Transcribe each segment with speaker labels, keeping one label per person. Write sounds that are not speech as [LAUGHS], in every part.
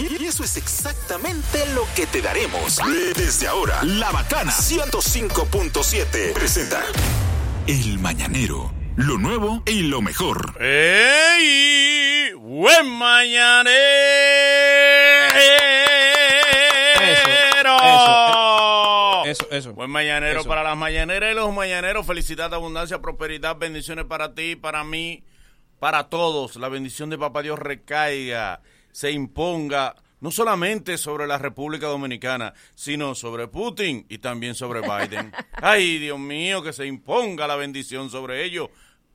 Speaker 1: Eso es exactamente lo que te daremos. Desde ahora, La Bacana 105.7 presenta El Mañanero. Lo nuevo y lo mejor.
Speaker 2: ¡Ey! ¡Buen mañanero!
Speaker 3: eso, eso, eso.
Speaker 2: Buen mañanero
Speaker 3: Eso.
Speaker 2: para las mañaneras y los mañaneros. Felicidad, abundancia, prosperidad, bendiciones para ti, para mí, para todos. La bendición de Papá Dios recaiga, se imponga, no solamente sobre la República Dominicana, sino sobre Putin y también sobre
Speaker 3: [LAUGHS]
Speaker 2: Biden. Ay, Dios mío, que se imponga la bendición sobre ellos.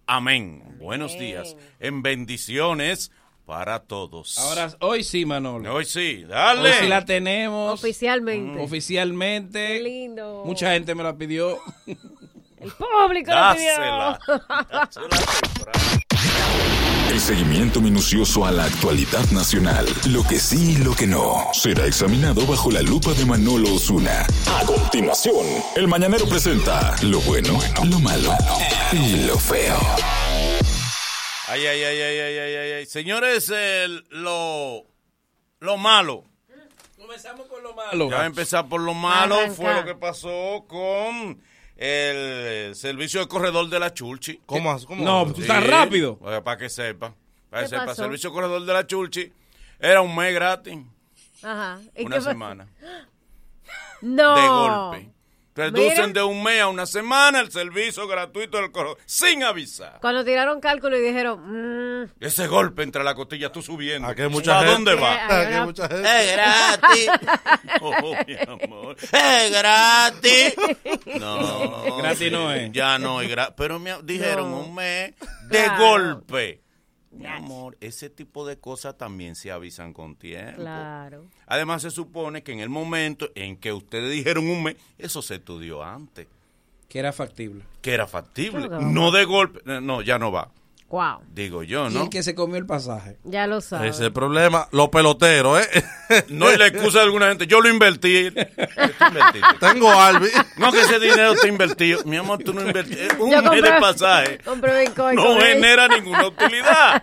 Speaker 2: Amén. Buenos días. En bendiciones para todos.
Speaker 3: Ahora, hoy sí, Manolo.
Speaker 2: Hoy sí,
Speaker 3: Hoy
Speaker 2: dale.
Speaker 3: sí la tenemos Mm,
Speaker 4: Oficialmente.
Speaker 3: oficialmente.
Speaker 4: Qué lindo.
Speaker 3: Mucha gente me la pidió.
Speaker 4: El público lo
Speaker 2: Dásela.
Speaker 4: pidió.
Speaker 2: Dásela temprano.
Speaker 1: El seguimiento minucioso a la actualidad nacional. Lo que sí y lo que no. Será examinado bajo la lupa de Manolo Osuna. A continuación, El Mañanero presenta lo bueno, lo malo y lo feo.
Speaker 2: Ay, ay, ay, ay, ay, ay, ay, ay. Señores, el- lo, lo malo.
Speaker 3: Comenzamos con lo malo.
Speaker 2: Ya va a empezar por lo malo.
Speaker 4: Arranca.
Speaker 2: Fue lo que pasó con el servicio de corredor de la Chulchi.
Speaker 5: ¿Cómo? as- cómo
Speaker 3: No,
Speaker 5: as-
Speaker 3: tú estás rápido.
Speaker 2: Para, que sepa. Para que
Speaker 4: ¿Qué
Speaker 2: sepa.
Speaker 4: pasó?
Speaker 2: Servicio de corredor de la Chulchi era un mes gratis,
Speaker 4: Ajá. ¿Y qué
Speaker 2: una
Speaker 4: pasó?
Speaker 2: semana,
Speaker 4: No.
Speaker 2: de golpe. Reducen
Speaker 4: Mira.
Speaker 2: de un mes a una semana el servicio gratuito del corredor, sin avisar.
Speaker 4: Cuando tiraron cálculo y dijeron, mm,
Speaker 2: Ese golpe entre la costilla, tú subiendo.
Speaker 5: Aquí hay mucha
Speaker 2: ¿A
Speaker 5: gente.
Speaker 2: dónde
Speaker 4: [LAUGHS]
Speaker 2: va?
Speaker 4: Eh,
Speaker 5: Aquí
Speaker 4: ahora-
Speaker 5: hay mucha gente.
Speaker 2: ¡Es gratis!
Speaker 4: [LAUGHS]
Speaker 2: ¡Oh, mi amor! ¡Es gratis! [LAUGHS] No.
Speaker 3: Gratis no es.
Speaker 2: Ya no es gratis. Pero me dijeron
Speaker 4: No.
Speaker 2: un mes de
Speaker 4: Claro.
Speaker 2: golpe. Mi amor, ese tipo de cosas también se avisan con tiempo.
Speaker 4: claro.
Speaker 2: Además, se supone que en el momento en que ustedes dijeron un mes, eso se estudió antes,
Speaker 3: Que era factible.
Speaker 2: que era factible.
Speaker 4: Claro.
Speaker 2: No de golpe. No, ya no va.
Speaker 4: Wow.
Speaker 2: Digo yo,
Speaker 3: Y
Speaker 2: ¿no?
Speaker 3: el que se comió el pasaje.
Speaker 4: Ya lo
Speaker 5: Ese
Speaker 4: sabes.
Speaker 5: es el problema. Los peloteros, ¿eh?
Speaker 2: No es la excusa de alguna gente. [LAUGHS] Yo lo invertí. Tú invertiste.
Speaker 5: Tengo Albi.
Speaker 2: No, que ese dinero está invertido. Mi amor, tú no invertiste. Un
Speaker 4: [LAUGHS] Yo
Speaker 2: mes de
Speaker 4: compré-
Speaker 2: pasaje
Speaker 4: compré Bitcoin,
Speaker 2: no
Speaker 4: compré- [LAUGHS]
Speaker 2: genera ninguna utilidad.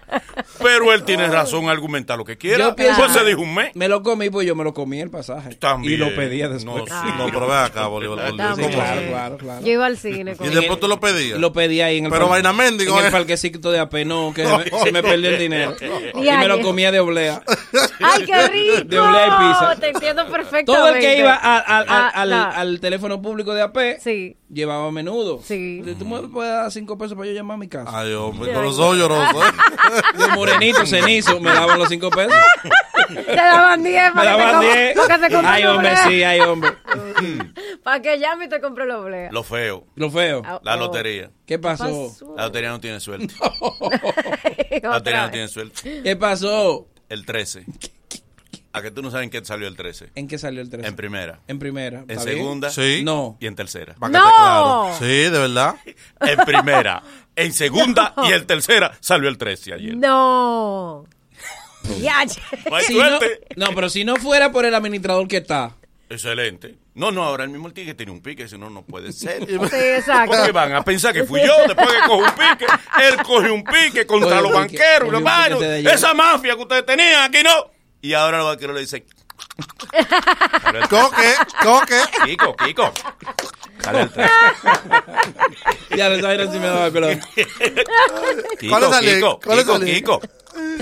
Speaker 2: Pero él tiene razón, argumenta lo que quiera.
Speaker 3: Yo pienso-
Speaker 2: Pues se dijo un mes.
Speaker 3: Me lo comí, pues yo me lo comí el pasaje.
Speaker 2: También.
Speaker 3: Y lo pedía después.
Speaker 2: No, sí,
Speaker 4: Ah.
Speaker 5: No, pero ven acá, Bolívar. por Dios,
Speaker 3: Sí,
Speaker 4: También.
Speaker 5: ¿cómo
Speaker 3: claro,
Speaker 5: así?
Speaker 3: claro, claro.
Speaker 4: Yo iba al
Speaker 2: [LAUGHS]
Speaker 4: cine con
Speaker 5: Y después tú lo pedías.
Speaker 3: Lo pedí ahí en el,
Speaker 5: Pero
Speaker 3: parque-
Speaker 5: vaina mendigo,
Speaker 3: en el
Speaker 5: eh.
Speaker 3: parquecito de AP, no, que
Speaker 5: [LAUGHS]
Speaker 3: se, me, se me perdió
Speaker 4: [LAUGHS]
Speaker 3: el dinero. y me lo
Speaker 4: Diario.
Speaker 3: comía de oblea.
Speaker 4: ¡Ay, qué rico!
Speaker 3: De olea y pizza.
Speaker 4: Te entiendo perfectamente.
Speaker 3: Todo el que iba a- a- a-
Speaker 4: Ah,
Speaker 3: al,
Speaker 4: no.
Speaker 3: al teléfono público de AP
Speaker 4: Sí.
Speaker 3: llevaba a menudo.
Speaker 4: Sí.
Speaker 3: Tú me puedes dar cinco pesos para yo llamar a mi casa.
Speaker 5: Ay, hombre, con los ojos llorosos, ¿eh?
Speaker 3: Y [LAUGHS] el morenito, cenizo, me daban los
Speaker 4: [LAUGHS]
Speaker 3: cinco pesos.
Speaker 4: Te daban 10
Speaker 3: Me
Speaker 4: para que te
Speaker 3: daban
Speaker 4: com-
Speaker 3: diez.
Speaker 4: para que te compre
Speaker 3: Ay,
Speaker 4: la
Speaker 3: hombre,
Speaker 4: oblea.
Speaker 3: sí, ay, hombre.
Speaker 4: [LAUGHS] Para que llame y te compre la oblea.
Speaker 2: [LAUGHS] Lo feo.
Speaker 3: Lo feo.
Speaker 4: Ah,
Speaker 2: La
Speaker 4: oh.
Speaker 2: lotería.
Speaker 3: ¿Qué pasó?
Speaker 4: Pasó.
Speaker 2: La lotería no tiene suerte. La
Speaker 4: Otra
Speaker 2: lotería no
Speaker 4: vez.
Speaker 2: tiene suerte.
Speaker 3: ¿Qué pasó?
Speaker 2: El 13. ¿A que tú no sabes en qué salió el 13?
Speaker 3: ¿En qué salió el 13?
Speaker 2: En primera.
Speaker 3: En primera.
Speaker 2: En
Speaker 3: ¿está bien?
Speaker 2: segunda.
Speaker 5: Sí.
Speaker 3: No.
Speaker 2: Y en tercera.
Speaker 5: Pa' que esté
Speaker 4: No.
Speaker 5: claro. Sí, de verdad.
Speaker 2: En primera. En
Speaker 3: [LAUGHS]
Speaker 2: segunda y en tercera salió el 13
Speaker 4: [LAUGHS]
Speaker 2: ayer.
Speaker 4: No. Ya,
Speaker 2: No hay
Speaker 3: Si no,
Speaker 2: suerte.
Speaker 3: no, pero si no fuera por el administrador que está.
Speaker 2: Excelente. No, no, ahora el mismo el tigre tiene un pique, si no, no puede ser.
Speaker 4: Sí, exacto.
Speaker 2: Porque van a pensar que fui yo después que cojo un pique. Él coge un pique contra
Speaker 3: Coge
Speaker 2: los
Speaker 3: un pique,
Speaker 2: banqueros. y
Speaker 3: coge
Speaker 2: los
Speaker 3: un pique
Speaker 2: varios.
Speaker 3: antes de ayer.
Speaker 2: Esa mafia que ustedes tenían aquí no. Y ahora los banqueros le dicen. Sale el
Speaker 5: Coque,
Speaker 2: [LAUGHS]
Speaker 5: coque.
Speaker 2: tres. Kiko, Kiko. Sale el tres.
Speaker 3: Ya lo sabes, si me daba el color.
Speaker 2: Kiko,
Speaker 5: ¿Cuál es el-
Speaker 2: Kiko,
Speaker 5: cuál es
Speaker 2: Kiko,
Speaker 5: el- Ah.
Speaker 2: Kiko.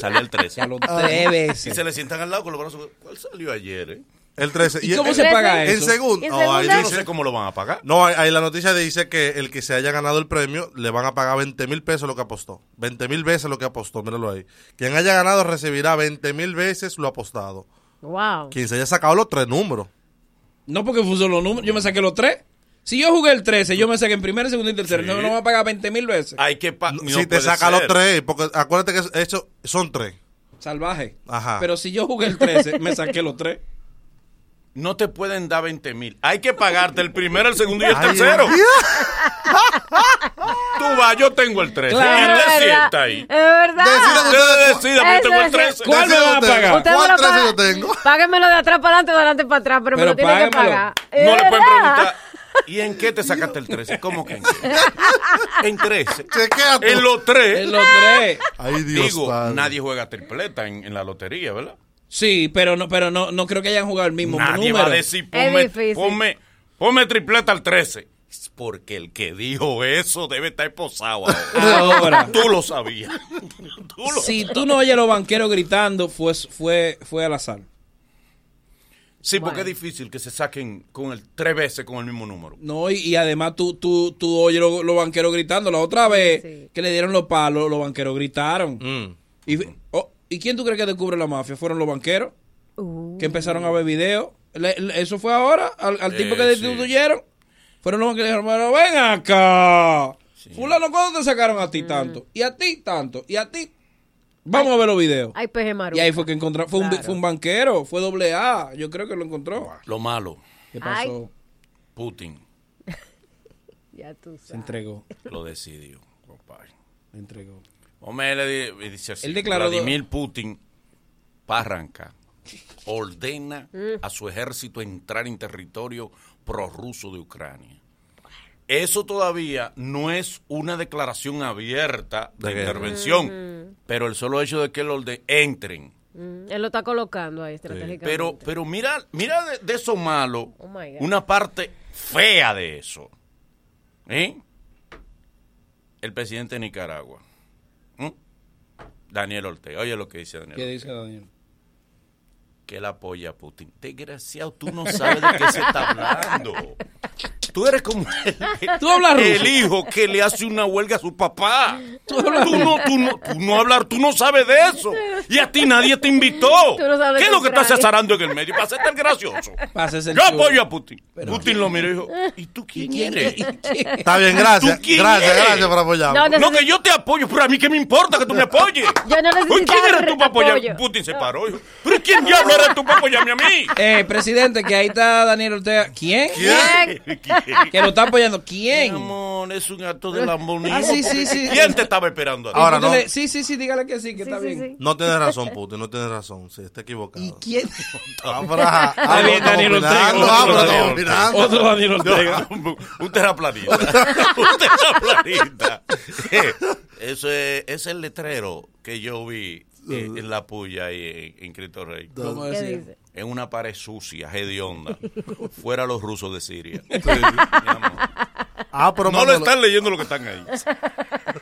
Speaker 2: Sale el 13.
Speaker 3: Ya lo tres
Speaker 2: Ah. Y
Speaker 3: veces.
Speaker 2: se le sientan al lado con los brazos. ¿Cuál salió ayer? Eh?
Speaker 5: El 13.
Speaker 3: ¿Y cómo
Speaker 5: en-
Speaker 3: se paga
Speaker 5: En
Speaker 3: eso?
Speaker 5: segundo.
Speaker 4: ¿En
Speaker 5: No, ahí
Speaker 4: segunda?
Speaker 2: Yo no sé
Speaker 5: dice-
Speaker 2: cómo lo van a pagar.
Speaker 5: no, ahí- ahí la noticia dice que el que se haya ganado el premio le van a pagar 20 mil pesos lo que apostó. 20 mil veces lo que apostó, míralo ahí. Quien haya ganado recibirá 20 mil veces lo apostado.
Speaker 4: Wow.
Speaker 5: Quien se haya sacado los tres números.
Speaker 3: No porque fue solo número, yo me saqué los tres. Si yo jugué el 13, yo me saqué en primera, segunda y tercera. No, no me va a pagar 20 mil veces.
Speaker 2: Hay que pagar.
Speaker 5: si te saca los tres, porque acuérdate que eso son tres.
Speaker 3: Salvaje.
Speaker 5: Ajá.
Speaker 3: Pero si yo jugué el 13, me saqué los tres.
Speaker 2: No te pueden dar 20 mil. Hay que pagarte el primero, el segundo y el
Speaker 5: Ay,
Speaker 2: tercero.
Speaker 5: Dios.
Speaker 2: Tú vas, yo tengo el 13.
Speaker 3: Claro,
Speaker 2: y
Speaker 4: es
Speaker 2: te
Speaker 4: verdad.
Speaker 2: sientas ahí.
Speaker 4: Es verdad.
Speaker 5: Decida-
Speaker 2: Ustedes decidan, pero yo tengo el
Speaker 4: Eso es-
Speaker 2: 13.
Speaker 3: ¿Cuál me va a
Speaker 5: Decídete,
Speaker 3: pagar?
Speaker 4: Usted me
Speaker 5: ¿Cuál
Speaker 4: lo
Speaker 5: tres
Speaker 4: paga.
Speaker 5: yo tengo?
Speaker 4: Páguemelo de atrás para adelante, de adelante para atrás, pero, me
Speaker 3: Pero
Speaker 4: lo tiene que
Speaker 3: páguemelo.
Speaker 4: pagar. Es
Speaker 2: No le pueden
Speaker 4: verdad.
Speaker 2: preguntar. ¿Y en qué te sacaste el 13? ¿Cómo que en qué? En
Speaker 5: [LAUGHS]
Speaker 2: 13.
Speaker 5: Chequea tú.
Speaker 2: En los 3.
Speaker 3: En los tres.
Speaker 5: Ay, Dios
Speaker 2: Digo,
Speaker 5: padre.
Speaker 2: nadie juega tripleta en, en la lotería, ¿verdad?
Speaker 3: Sí, pero no, pero no, no creo que hayan jugado el mismo
Speaker 2: Nadie
Speaker 3: número.
Speaker 2: va a decir, ponme,
Speaker 4: Es difícil.
Speaker 2: ponme, ponme tripleta al 13. Es Porque el que dijo eso debe estar esposado. ahora.
Speaker 3: Ahora,
Speaker 2: [LAUGHS] Tú lo sabías. Tú lo-
Speaker 3: si tú no oyes a los banqueros gritando, fue, fue, fue al azar.
Speaker 2: Sí, porque es difícil que se saquen con el tres veces con el mismo número.
Speaker 3: No, y, y además tú, tú, tú oyes lo- los banqueros gritando. La otra vez
Speaker 4: Sí.
Speaker 3: que le dieron los palos, los banqueros gritaron.
Speaker 5: Mm.
Speaker 3: Y, oh, ¿y quién tú crees que descubre la mafia? ¿Fueron los banqueros?
Speaker 4: Uh,
Speaker 6: Mm.
Speaker 3: que empezaron a ver videos. Le- le- Eso fue ahora, al, al tipo
Speaker 2: Eh,
Speaker 3: que
Speaker 2: sí.
Speaker 3: destituyeron. Fueron los que le dijeron, "Pero ven acá. Fulano, ¿cuándo te sacaron a ti tanto? Y a ti tanto. Y a ti. Vamos a ver los videos.
Speaker 4: [LAUGHS] Ay, peje maru.
Speaker 3: y ahí fue que encontraron. Fue, un,
Speaker 4: Claro.
Speaker 3: vi- fue un banquero, fue doble A. Yo creo que lo encontró.
Speaker 2: Lo malo,
Speaker 3: ¿Qué
Speaker 4: Ay.
Speaker 3: pasó?
Speaker 2: Putin
Speaker 4: Ya tú
Speaker 3: Se
Speaker 4: sabes.
Speaker 3: entregó.
Speaker 2: lo decidió. compadre.
Speaker 3: Se entregó.
Speaker 2: Hombre, le di- dice así.
Speaker 3: Él declaró-
Speaker 2: Vladimir Putin, Parranca, ordena a su ejército entrar en territorio prorruso de Ucrania. Eso todavía no es una declaración abierta de,
Speaker 5: De guerra.
Speaker 4: Mm,
Speaker 2: intervención, pero el solo hecho de que los de entren.
Speaker 4: Mm, él lo está colocando ahí estratégicamente.
Speaker 2: Pero, pero mira, mira de, de eso malo,
Speaker 4: Oh my God.
Speaker 2: una parte fea de eso. ¿Eh? El presidente de Nicaragua, ¿Mm? Daniel Ortega. Oye lo que dice Daniel
Speaker 3: ¿Qué
Speaker 2: Ortega,
Speaker 3: dice Daniel?
Speaker 2: Que él apoya a Putin. Desgraciado, tú no sabes de qué se
Speaker 4: [LAUGHS]
Speaker 2: está hablando. Tú eres como el,
Speaker 3: [LAUGHS] Tú hablas
Speaker 2: el
Speaker 3: ruso.
Speaker 2: hijo que le hace una huelga a su papá. Tú, no, tú, no, tú no hablar, tú no sabes de eso. Y a ti nadie te invitó.
Speaker 4: Tú no sabes
Speaker 2: ¿Qué es lo que
Speaker 4: entrar,
Speaker 2: estás
Speaker 4: ¿eh?
Speaker 2: azarando en el medio? Para ser
Speaker 4: [LAUGHS]
Speaker 2: tan gracioso.
Speaker 3: Pases el
Speaker 2: Yo
Speaker 3: chulo.
Speaker 2: apoyo a Putin. Putin lo miró y dijo, ¿y tú quién eres?
Speaker 5: Está bien, gracias.
Speaker 2: ¿Tú quién
Speaker 5: Gracias,
Speaker 2: eres?
Speaker 5: gracias por apoyarme.
Speaker 4: No,
Speaker 2: No, que yo te apoyo, pero a mí qué me importa que tú me apoyes.
Speaker 4: [LAUGHS] Yo no necesitaba
Speaker 2: Uy, ¿Quién eres tú para apoyar?
Speaker 4: apoyo.
Speaker 2: Putin se paró. dijo, ¿Pero quién diablo eres tú para apoyarme a mí?
Speaker 3: [LAUGHS] Eh, presidente, que ahí está Daniel Ortega. ¿Quién?
Speaker 4: Bien.
Speaker 3: [LAUGHS] Que lo está apoyando. ¿Quién?
Speaker 2: Amor, es un acto de lambonismo.
Speaker 3: Ah, sí, sí, sí.
Speaker 2: ¿Quién te estaba esperando a ti?
Speaker 5: Ahora no.
Speaker 3: Dígale- Sí, sí, sí, dígale que sí, que está
Speaker 4: sí,
Speaker 3: bien.
Speaker 4: sí.
Speaker 5: No tienes razón, Putin, no tienes razón. Sí, está equivocado.
Speaker 3: ¿Y quién?
Speaker 5: Ah, pero, ajá, ah,
Speaker 3: Está bien,
Speaker 5: estamos
Speaker 3: Daniel Ortega,
Speaker 5: opinando,
Speaker 3: otro
Speaker 5: ah, pero
Speaker 2: Daniel
Speaker 5: estamos
Speaker 2: Ortega.
Speaker 5: opinando.
Speaker 3: Daniel
Speaker 2: No, [LAUGHS] un terraplanista. [LAUGHS] un terraplanista. Eh, Eso es, es el letrero que yo vi eh, en la puya y en, en Cristo Rey.
Speaker 3: ¿Cómo
Speaker 4: ¿Qué
Speaker 3: decía?
Speaker 4: dice?
Speaker 2: En una pared sucia,
Speaker 4: [LAUGHS]
Speaker 2: hedionda. Fuera los rusos de Siria. Mi amor.
Speaker 5: Ah, pero
Speaker 2: No lo
Speaker 5: Manolo-
Speaker 2: están leyendo lo que están ahí.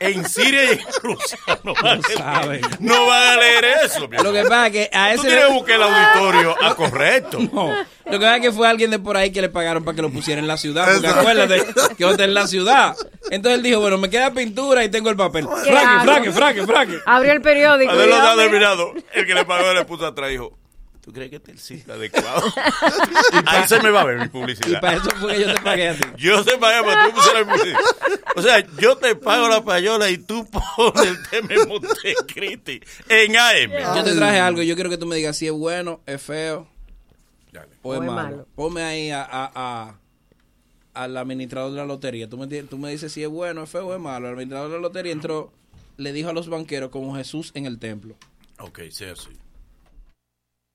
Speaker 2: En Siria y en Rusia no van, a,
Speaker 3: saben.
Speaker 2: leer, no van a leer eso. mi
Speaker 3: Lo que
Speaker 2: amor.
Speaker 3: pasa es que a
Speaker 2: Tú
Speaker 3: ese.
Speaker 2: tienes que buscar el auditorio a correcto.
Speaker 3: [LAUGHS] No, Lo que pasa es que fue alguien de por ahí que le pagaron para que lo pusiera en la ciudad. Porque
Speaker 5: Exacto.
Speaker 3: acuérdate que yo en la ciudad. Entonces él dijo: Bueno, me queda pintura y tengo el papel.
Speaker 4: hago?
Speaker 3: Fraque, fraque, fraque, fraque.
Speaker 4: Abrió el periódico.
Speaker 2: Adelo
Speaker 4: y,
Speaker 2: está
Speaker 4: ah, mira.
Speaker 2: terminado. El que le pagó
Speaker 3: [LAUGHS]
Speaker 2: le puso atrás dijo, ¿tú crees que este es el sitio adecuado? Ahí se me va a ver mi
Speaker 3: Y para
Speaker 2: publicidad.
Speaker 3: eso fue que yo te pagué a ti.
Speaker 2: [LAUGHS] Yo te pago para tú pusieras mi publicidad. O sea, yo te pago la payola y tú pones el tema en Montecristi en AM.
Speaker 3: Yo te traje algo y yo quiero que tú me digas si es bueno, es feo o es
Speaker 4: O es
Speaker 3: malo.
Speaker 4: malo.
Speaker 3: Ponme ahí a, a, a- al administrador de la lotería. Tú me, di- tú me dices si es bueno, es feo o es malo. El administrador de la lotería entró, le dijo a los banqueros como Jesús en el templo.
Speaker 2: Ok, sí, así.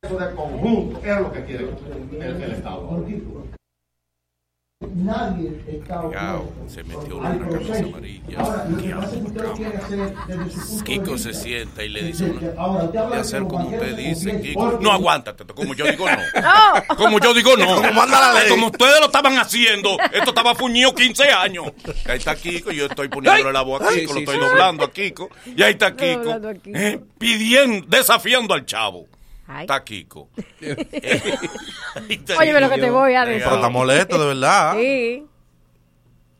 Speaker 7: Eso de conjunto es lo que quiere el, el Estado.
Speaker 8: Nadie está
Speaker 2: Cao,
Speaker 8: opuesto
Speaker 2: se metió una
Speaker 8: al
Speaker 2: camisa
Speaker 8: proceso.
Speaker 2: amarilla.
Speaker 8: Ahora, lo que
Speaker 2: Diablo,
Speaker 8: pasa es que usted lo quiere hacer desde su punto de
Speaker 2: Kiko
Speaker 8: vista.
Speaker 2: se sienta y le dice,
Speaker 8: Desde-
Speaker 2: no,
Speaker 8: ahora, usted habla
Speaker 2: de
Speaker 8: de
Speaker 2: hacer
Speaker 8: los
Speaker 2: como usted
Speaker 8: banqueros
Speaker 2: dice,
Speaker 8: completos,
Speaker 2: Kiko.
Speaker 8: porque-
Speaker 2: No, aguántate, como yo digo no. [LAUGHS] Como yo digo no.
Speaker 5: Como manda la ley.
Speaker 2: Como ustedes lo estaban haciendo, esto estaba fuñido 15 años. Y ahí está Kiko, yo estoy poniéndole la voz a
Speaker 3: Ay,
Speaker 2: Kiko,
Speaker 3: sí,
Speaker 2: lo estoy
Speaker 3: sí, sí.
Speaker 2: doblando a Kiko. Y ahí está
Speaker 4: Estoy
Speaker 2: Kiko,
Speaker 4: doblando a Kiko.
Speaker 2: eh, pidiendo, desafiando al chavo.
Speaker 4: Ay.
Speaker 2: Está
Speaker 4: [LAUGHS]
Speaker 2: Kiko. Eh,
Speaker 4: Oye, ve lo que te voy a decir. Eh,
Speaker 5: Pero está molesto, de verdad.
Speaker 4: Sí.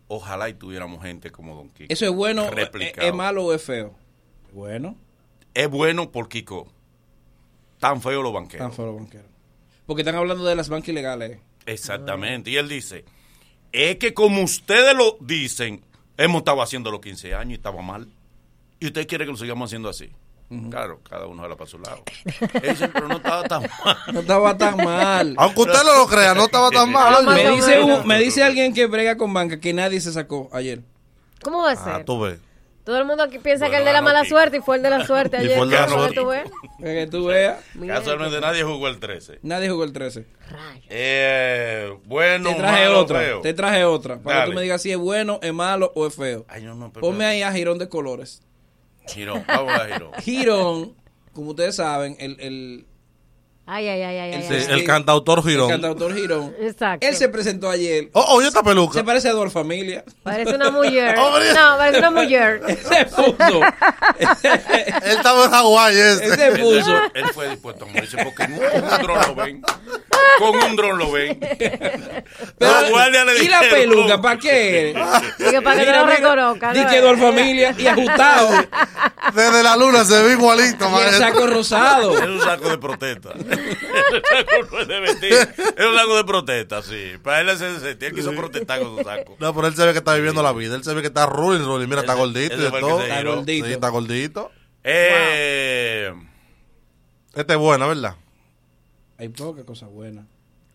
Speaker 2: Ojalá y tuviéramos gente como Don Kiko.
Speaker 3: ¿Eso es bueno, eh, es,
Speaker 2: Replicado.
Speaker 3: es malo o es feo? Bueno,
Speaker 2: Es bueno por Kiko. Tan feo los banqueros.
Speaker 3: tan feo los banqueros. Porque están hablando de las bancas ilegales.
Speaker 2: Exactamente. Y él dice, es que como ustedes lo dicen, hemos estado haciendo los 15 años y estaba mal. Y usted quiere que lo sigamos haciendo así. Claro, cada uno jala para su lado. Él dice, pero no estaba tan mal.
Speaker 3: [LAUGHS] No estaba tan mal.
Speaker 5: [LAUGHS] Aunque usted no lo crea, no
Speaker 2: [LAUGHS]
Speaker 5: estaba tan mal. oye.
Speaker 3: Me
Speaker 4: o
Speaker 3: dice,
Speaker 4: menos.
Speaker 3: un- me dice alguien que brega con banca que nadie se sacó ayer.
Speaker 4: ¿Cómo va a ser?
Speaker 5: Ah, tú ves.
Speaker 4: Todo el mundo aquí piensa
Speaker 2: Bueno,
Speaker 4: que el de la
Speaker 2: ganó
Speaker 4: mala
Speaker 2: Kiko.
Speaker 4: suerte y fue el de la suerte
Speaker 5: [LAUGHS] Y
Speaker 4: ayer.
Speaker 5: fue el de la
Speaker 4: ¿Cómo
Speaker 5: suerte.
Speaker 4: tú ves?
Speaker 3: Para que tú veas,
Speaker 4: Mira,
Speaker 2: Casualmente nadie jugó el 13.
Speaker 3: nadie jugó el 13.
Speaker 2: Eh, bueno,
Speaker 3: Te traje
Speaker 2: malo,
Speaker 3: otra,
Speaker 2: feo.
Speaker 3: te traje otra. Para
Speaker 2: Dale.
Speaker 3: que tú me digas si es bueno, es malo o es feo.
Speaker 2: Ay, no, no, pero-
Speaker 3: Ponme ahí a Girón de Colores. [LAUGHS]
Speaker 2: Girón, vamos a Girón.
Speaker 3: Girón, como ustedes saben, el, el,
Speaker 4: Ay, ay, ay, ay. ay,
Speaker 5: Sí,
Speaker 4: ay.
Speaker 5: el cantautor
Speaker 3: El
Speaker 5: Girón.
Speaker 3: cantautor Girón.
Speaker 4: Exacto.
Speaker 3: Él se presentó ayer.
Speaker 5: Oh, oye esta
Speaker 3: Se
Speaker 5: peluca.
Speaker 3: parece a Dor Familia.
Speaker 4: Parece una mujer.
Speaker 5: [LAUGHS] Hombre.
Speaker 4: No, parece una
Speaker 5: [LAUGHS]
Speaker 4: mujer. [LAUGHS]
Speaker 3: Se puso.
Speaker 5: Él estaba en Hawái este.
Speaker 3: "Oh, Se
Speaker 2: Él,
Speaker 3: puso.
Speaker 2: él fue dispuesto a morirse porque con un dron lo ven. Con un dron
Speaker 4: [LAUGHS]
Speaker 2: lo ven. Los guardias le
Speaker 3: y la
Speaker 2: dijeron,
Speaker 3: peluca, ¿para qué?
Speaker 4: Digo, para que no lo reconozca.
Speaker 3: Di
Speaker 4: ¿no?
Speaker 3: que Dor Familia y ajustado.
Speaker 5: Desde la luna [LAUGHS] se ve igualito,
Speaker 3: y el
Speaker 5: maestro.
Speaker 3: saco rosado.
Speaker 2: Es un saco de protesta. Es un saco [LAUGHS] no es de vestir. Es un saco de protesta, sí. Para él se sentía que hizo protestar con su saco.
Speaker 5: No, pero él se ve que está viviendo la vida. Él se ve que está ruling, ruling. Mira, está
Speaker 2: Ese-
Speaker 5: gordito
Speaker 2: ese
Speaker 5: y de
Speaker 2: fue el que
Speaker 5: todo.
Speaker 2: se
Speaker 5: Sí,
Speaker 3: Está
Speaker 2: giró.
Speaker 3: gordito.
Speaker 5: está gordito.
Speaker 2: Eh,
Speaker 5: Este es bueno, ¿verdad?
Speaker 3: Hay poca cosa buena.